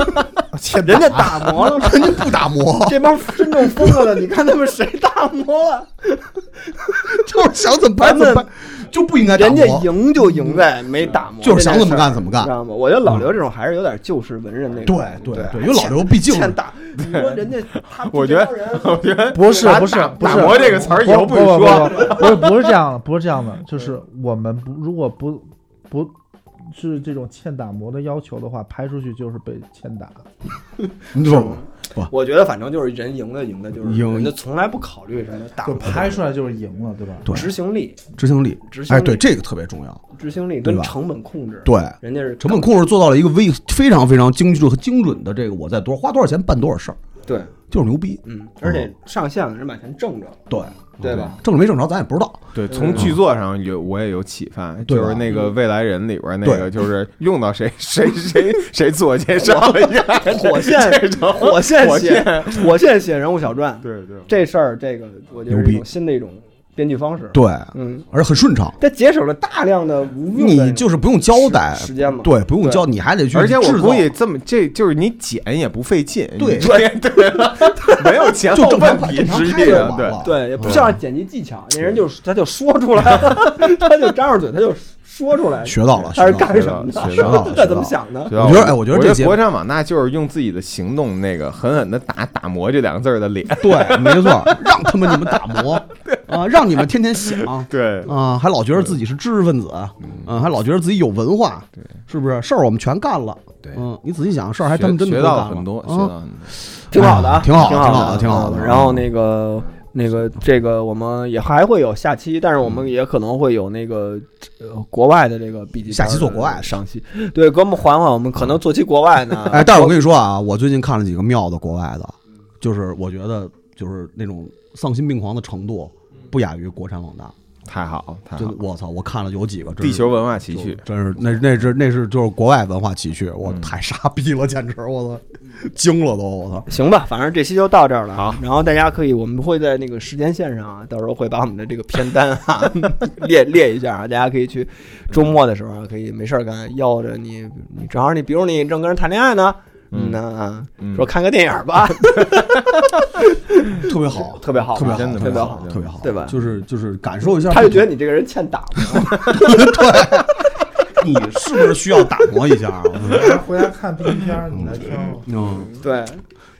[SPEAKER 8] 欠
[SPEAKER 4] 人家打磨了吗，
[SPEAKER 6] 人家不 打磨，
[SPEAKER 4] 这帮真正疯了的，你看他们谁打磨了？
[SPEAKER 6] 就是想怎么办怎么办，就不应该打
[SPEAKER 4] 人家
[SPEAKER 6] 磨。嗯
[SPEAKER 4] 赢就赢在没打磨，
[SPEAKER 6] 就是想怎么干怎么干嗯
[SPEAKER 4] 知道吗？我觉得老刘这种还是有点旧式文人那种，
[SPEAKER 6] 对对
[SPEAKER 4] 对
[SPEAKER 6] 对，因为老刘毕竟
[SPEAKER 4] 欠 打。你说人家他们
[SPEAKER 1] 我觉
[SPEAKER 4] 这
[SPEAKER 1] 得
[SPEAKER 4] 帮人，
[SPEAKER 1] 我觉得
[SPEAKER 8] 不是
[SPEAKER 1] 拿
[SPEAKER 8] 不是
[SPEAKER 1] 打
[SPEAKER 8] 不是
[SPEAKER 1] 打磨这个词儿以后
[SPEAKER 8] 不
[SPEAKER 1] 许
[SPEAKER 8] 不不
[SPEAKER 1] 说，
[SPEAKER 8] 不不是不是这样的，不是这样的，就是我们不如果不不是这种欠打磨的要求的话，拍出去就是被欠打。
[SPEAKER 6] 你知道吗？
[SPEAKER 4] 我觉得反正就是人赢的赢的，就是
[SPEAKER 6] 赢
[SPEAKER 4] 人家从来不考虑什么打
[SPEAKER 8] 就
[SPEAKER 4] 磨，
[SPEAKER 8] 拍出来就是赢了，对吧？
[SPEAKER 6] 对
[SPEAKER 4] 执行力、
[SPEAKER 6] 执行力
[SPEAKER 4] 执，行力
[SPEAKER 6] 哎，对这个特别重要。
[SPEAKER 4] 执行力
[SPEAKER 6] 对
[SPEAKER 4] 跟
[SPEAKER 6] 吧
[SPEAKER 4] 成本控制，
[SPEAKER 6] 对，
[SPEAKER 4] 人家是
[SPEAKER 6] 成本控制做到了一个微非常非常精确和精准的这个，我在多花多少钱办多少事儿，
[SPEAKER 4] 对，
[SPEAKER 6] 就是牛逼。
[SPEAKER 4] 嗯，而且上线了人把钱挣着了，
[SPEAKER 6] 对
[SPEAKER 4] 对吧？
[SPEAKER 6] 挣了没挣着咱也不知道。
[SPEAKER 1] 对，从剧作上有我也有启发，
[SPEAKER 6] 对
[SPEAKER 1] 就是
[SPEAKER 6] 吧
[SPEAKER 1] 那
[SPEAKER 4] 嗯
[SPEAKER 1] 个未来人里边那
[SPEAKER 6] 对
[SPEAKER 1] 个，就是用到谁谁谁谁自我介绍一下，
[SPEAKER 4] 火线
[SPEAKER 1] 这种
[SPEAKER 4] 火线
[SPEAKER 1] 火
[SPEAKER 4] 写
[SPEAKER 1] 线，
[SPEAKER 4] 火线写人物小传，
[SPEAKER 1] 对对，
[SPEAKER 4] 这事儿这个我觉得
[SPEAKER 6] 牛
[SPEAKER 4] 是
[SPEAKER 6] 逼
[SPEAKER 4] 一种新的一种编剧方式，，
[SPEAKER 6] 对，
[SPEAKER 4] 嗯，
[SPEAKER 6] 而且很顺畅，
[SPEAKER 4] 它节省了大量的无用的
[SPEAKER 6] 你就是不用交代
[SPEAKER 4] 时时间嘛
[SPEAKER 6] 对，不用
[SPEAKER 4] 对
[SPEAKER 6] 交，你还得去制造。
[SPEAKER 1] 而且我估计这么这就是你剪也不费劲，
[SPEAKER 6] 对
[SPEAKER 1] 你这对 吧，没有前
[SPEAKER 6] 就
[SPEAKER 1] 后
[SPEAKER 6] 正
[SPEAKER 1] 问
[SPEAKER 6] 常
[SPEAKER 1] 题
[SPEAKER 6] 正常
[SPEAKER 1] 之
[SPEAKER 6] 拍
[SPEAKER 1] 力
[SPEAKER 6] 就
[SPEAKER 1] 的，
[SPEAKER 6] 完
[SPEAKER 1] 啊对
[SPEAKER 6] 了。
[SPEAKER 4] 对，也不
[SPEAKER 6] 嗯
[SPEAKER 4] 像剪辑技巧，那人就是他就说出来了， 他就张上嘴，他就说出来，
[SPEAKER 6] 学到了，
[SPEAKER 4] 他是
[SPEAKER 6] 学到了
[SPEAKER 4] 干什么的，
[SPEAKER 1] 学到
[SPEAKER 6] 了学到了
[SPEAKER 4] 这怎么想的？
[SPEAKER 1] 对吧
[SPEAKER 6] 我觉得哎我觉得这节目
[SPEAKER 1] 国产网大就是用自己的行动那个狠狠的打打磨这两个字儿的 脸，
[SPEAKER 6] 对，嗯没错，让他们你们打磨啊，让你们天天想
[SPEAKER 1] 对，
[SPEAKER 6] 啊，还老觉得自己是知识分子，嗯，还老觉得自己有文化，
[SPEAKER 1] 对，
[SPEAKER 6] 是不是？事儿我们全干了，
[SPEAKER 1] 对
[SPEAKER 6] 嗯，你仔细想，事儿还
[SPEAKER 1] 学
[SPEAKER 6] 他们真的
[SPEAKER 1] 学
[SPEAKER 6] 都
[SPEAKER 1] 到
[SPEAKER 6] 干
[SPEAKER 1] 了很多，学到
[SPEAKER 6] 啊
[SPEAKER 1] 了很多。
[SPEAKER 4] 挺好的啊，
[SPEAKER 6] 哎挺好
[SPEAKER 4] 挺
[SPEAKER 6] 的
[SPEAKER 4] 好
[SPEAKER 6] 挺好的挺好的
[SPEAKER 4] 嗯然后那个那个这个我们也还会有下期，但是我
[SPEAKER 6] 嗯
[SPEAKER 4] 们也可能会有那个呃国外的这个 B 级
[SPEAKER 6] 下期做国外的
[SPEAKER 4] 上期，对，给我们缓缓，我们可能做期国外呢。
[SPEAKER 6] 哎，但是我跟你说啊，我最近看了几个妙的国外的，就是我觉得就是那种丧心病狂的程度不亚于国产网大，
[SPEAKER 1] 太好了，太
[SPEAKER 6] 就
[SPEAKER 1] 好了，
[SPEAKER 6] 我操，我看了有几个真
[SPEAKER 1] 地
[SPEAKER 6] 是
[SPEAKER 1] 球文化奇趣，
[SPEAKER 6] 真是那那是那是就是国外文化奇趣，我
[SPEAKER 1] 嗯
[SPEAKER 6] 太傻逼了，简直我操，惊了都，我操，
[SPEAKER 4] 行吧，反正这期就到这儿了。好，然后大家可以，我们会在那个时间线上啊，到 时候会把我们的这个片单啊 列列一下啊，大家可以去周末的时候啊，可以没事儿干，要着你，你正好你，比如你正跟人谈恋爱呢，
[SPEAKER 1] 嗯
[SPEAKER 4] 嗯呢啊，
[SPEAKER 1] 嗯
[SPEAKER 4] 说看个电影 吧，
[SPEAKER 6] 特别好，
[SPEAKER 4] 特别好，
[SPEAKER 6] 特别好，
[SPEAKER 1] 真的
[SPEAKER 4] 特
[SPEAKER 6] 特别
[SPEAKER 4] 别
[SPEAKER 6] 好，
[SPEAKER 1] 好
[SPEAKER 6] 特别 好，
[SPEAKER 4] 对吧
[SPEAKER 6] 就是就是感受一下，
[SPEAKER 4] 他就觉得你这个人欠打，
[SPEAKER 6] 你是不是需要打磨一下？啊
[SPEAKER 8] 回家看 B 级片儿，你来挑。
[SPEAKER 6] 嗯，
[SPEAKER 4] 对，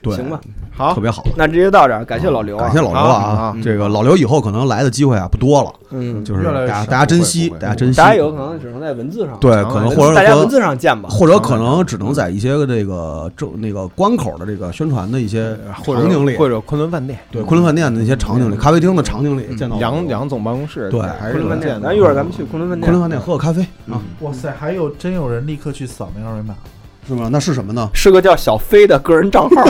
[SPEAKER 6] 对，
[SPEAKER 4] 行吧，，
[SPEAKER 1] 好
[SPEAKER 6] 特，别好。
[SPEAKER 4] 那直接到这儿，感谢老刘啊，
[SPEAKER 6] 感谢老刘了啊
[SPEAKER 1] 好！
[SPEAKER 6] 这个老刘以后可能来的机会啊不多了，
[SPEAKER 4] 嗯，
[SPEAKER 6] 就是
[SPEAKER 8] 越来
[SPEAKER 6] 大
[SPEAKER 8] 越
[SPEAKER 6] 家
[SPEAKER 8] 少
[SPEAKER 6] 大家珍惜，
[SPEAKER 1] 不会不会
[SPEAKER 6] 大家珍惜，
[SPEAKER 4] 大家有可能只能在文字上，
[SPEAKER 6] 对，
[SPEAKER 1] 常来
[SPEAKER 6] 可能
[SPEAKER 1] 的
[SPEAKER 6] 或者
[SPEAKER 4] 啊大家文
[SPEAKER 6] 说
[SPEAKER 4] 字啊上见吧，
[SPEAKER 6] 或者可能只能在一些这个这那个关口的这个宣传的一些
[SPEAKER 1] 或者
[SPEAKER 6] 场景里，
[SPEAKER 1] 或者昆仑饭店，
[SPEAKER 6] 对昆仑饭店的一些场景里、咖啡厅的场景里见到我
[SPEAKER 1] 杨杨总办公室，
[SPEAKER 6] 对
[SPEAKER 1] 还
[SPEAKER 4] 昆
[SPEAKER 1] 是
[SPEAKER 4] 仑饭
[SPEAKER 1] 能
[SPEAKER 4] 店，
[SPEAKER 1] 见
[SPEAKER 4] 咱
[SPEAKER 1] 的
[SPEAKER 4] 一会儿咱们去昆仑饭店
[SPEAKER 6] 昆仑，饭店喝个咖啡啊，
[SPEAKER 8] 哇塞，还有真有人立刻去扫那个二维码，
[SPEAKER 6] 是吗？那是什么呢？
[SPEAKER 4] 是个叫小飞的个人账号。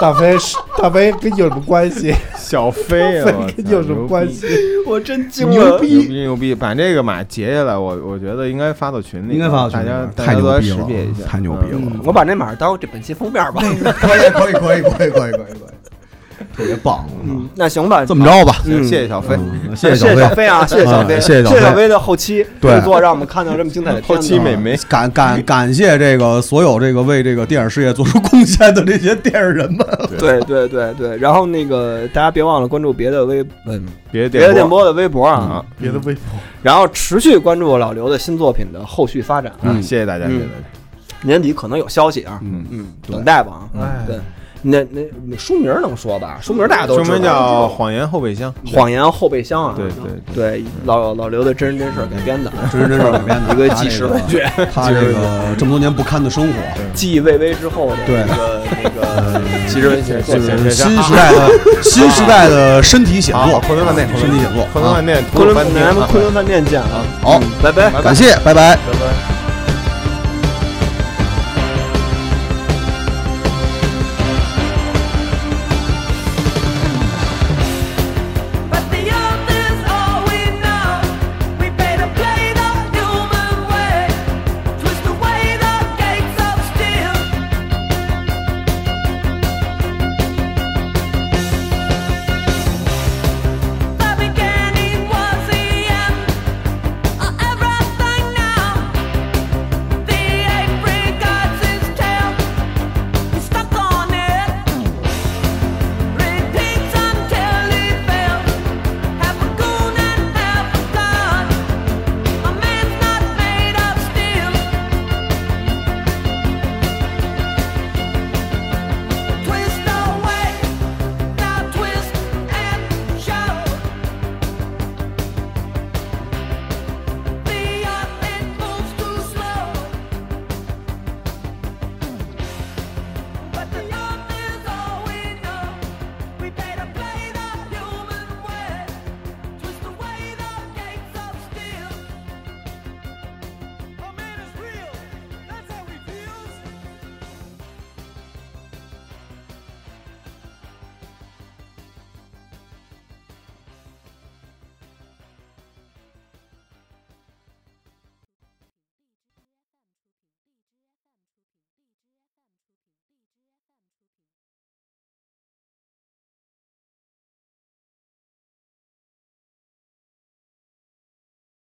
[SPEAKER 8] 大飞是大飞跟你有什么关
[SPEAKER 6] 哎
[SPEAKER 8] 系？
[SPEAKER 1] 小飞
[SPEAKER 8] 大
[SPEAKER 1] 啊，
[SPEAKER 8] 飞跟你有什么关系？
[SPEAKER 4] 我真惊
[SPEAKER 1] 牛
[SPEAKER 4] 了，
[SPEAKER 1] 逼牛逼牛逼！把这个码截下来，我我觉得应该发到群里，
[SPEAKER 6] 应该发到群
[SPEAKER 1] 大
[SPEAKER 6] 里
[SPEAKER 1] 家大
[SPEAKER 6] 太
[SPEAKER 1] 家
[SPEAKER 6] 牛
[SPEAKER 1] 都来
[SPEAKER 6] 逼
[SPEAKER 1] 识
[SPEAKER 6] 了
[SPEAKER 1] 别一下，
[SPEAKER 6] 太牛逼了
[SPEAKER 1] 嗯
[SPEAKER 4] 嗯，我把那码当这本期封面吧。
[SPEAKER 6] 可以可以可以可以可以可以可以，特别棒！
[SPEAKER 4] 嗯，那行吧，
[SPEAKER 6] 这么着吧，
[SPEAKER 1] 行
[SPEAKER 4] 嗯
[SPEAKER 1] 谢谢小飞，
[SPEAKER 6] 嗯
[SPEAKER 4] 谢
[SPEAKER 6] 谢小
[SPEAKER 4] 小
[SPEAKER 6] 飞，
[SPEAKER 4] 飞啊，谢谢小飞，
[SPEAKER 6] 嗯谢谢小
[SPEAKER 4] 小
[SPEAKER 6] 飞
[SPEAKER 4] 飞的后期
[SPEAKER 6] 对
[SPEAKER 4] 制作，让我们看到这么精彩的片子啊
[SPEAKER 1] 后期美眉，
[SPEAKER 6] 感感感谢这个所有这个为这个电影事业做出贡献的这些电影人们。
[SPEAKER 4] 对对对对，然后那个大家别忘了关注别的微，嗯，
[SPEAKER 1] 别
[SPEAKER 4] 别
[SPEAKER 1] 嗯
[SPEAKER 4] 的
[SPEAKER 1] 电
[SPEAKER 4] 电波的微博啊，
[SPEAKER 8] 别的微博，
[SPEAKER 4] 然后持续关注老刘的新作品的后续发展，
[SPEAKER 1] 啊！谢谢大家，
[SPEAKER 4] 嗯
[SPEAKER 1] 谢谢大家，
[SPEAKER 4] 年底可能有消息啊，
[SPEAKER 1] 嗯，
[SPEAKER 4] 嗯，等待吧啊。
[SPEAKER 8] 哎，
[SPEAKER 4] 对，那那那书名能说吧？书名大家都
[SPEAKER 1] 说
[SPEAKER 4] 知道，
[SPEAKER 1] 明叫《谎言后备箱》，
[SPEAKER 4] 《谎言后备箱》啊，
[SPEAKER 1] 对对对
[SPEAKER 4] 对，老老刘的真人 真事儿改编的啊，
[SPEAKER 6] 真人真事儿改编的
[SPEAKER 4] 一个纪实文学，
[SPEAKER 6] 他这个这么多年不堪的生活，
[SPEAKER 4] 继魏巍之后的
[SPEAKER 6] 对
[SPEAKER 4] 一个那个纪实文学作
[SPEAKER 1] 纪实
[SPEAKER 4] 品
[SPEAKER 1] 文。
[SPEAKER 6] 新时代的新时代的身体写
[SPEAKER 1] 好，
[SPEAKER 6] 作，
[SPEAKER 1] 昆仑饭店，
[SPEAKER 6] 身体写作。
[SPEAKER 1] 昆仑
[SPEAKER 6] 啊
[SPEAKER 1] 饭店，
[SPEAKER 4] 昆
[SPEAKER 1] 昆
[SPEAKER 4] 仑饭
[SPEAKER 1] 仑
[SPEAKER 4] 店，
[SPEAKER 1] 饭店
[SPEAKER 4] 咱们
[SPEAKER 1] 啊，
[SPEAKER 4] 昆仑饭店见啊！
[SPEAKER 6] 好，
[SPEAKER 4] 拜拜。
[SPEAKER 6] 感谢，拜拜。
[SPEAKER 1] 拜拜。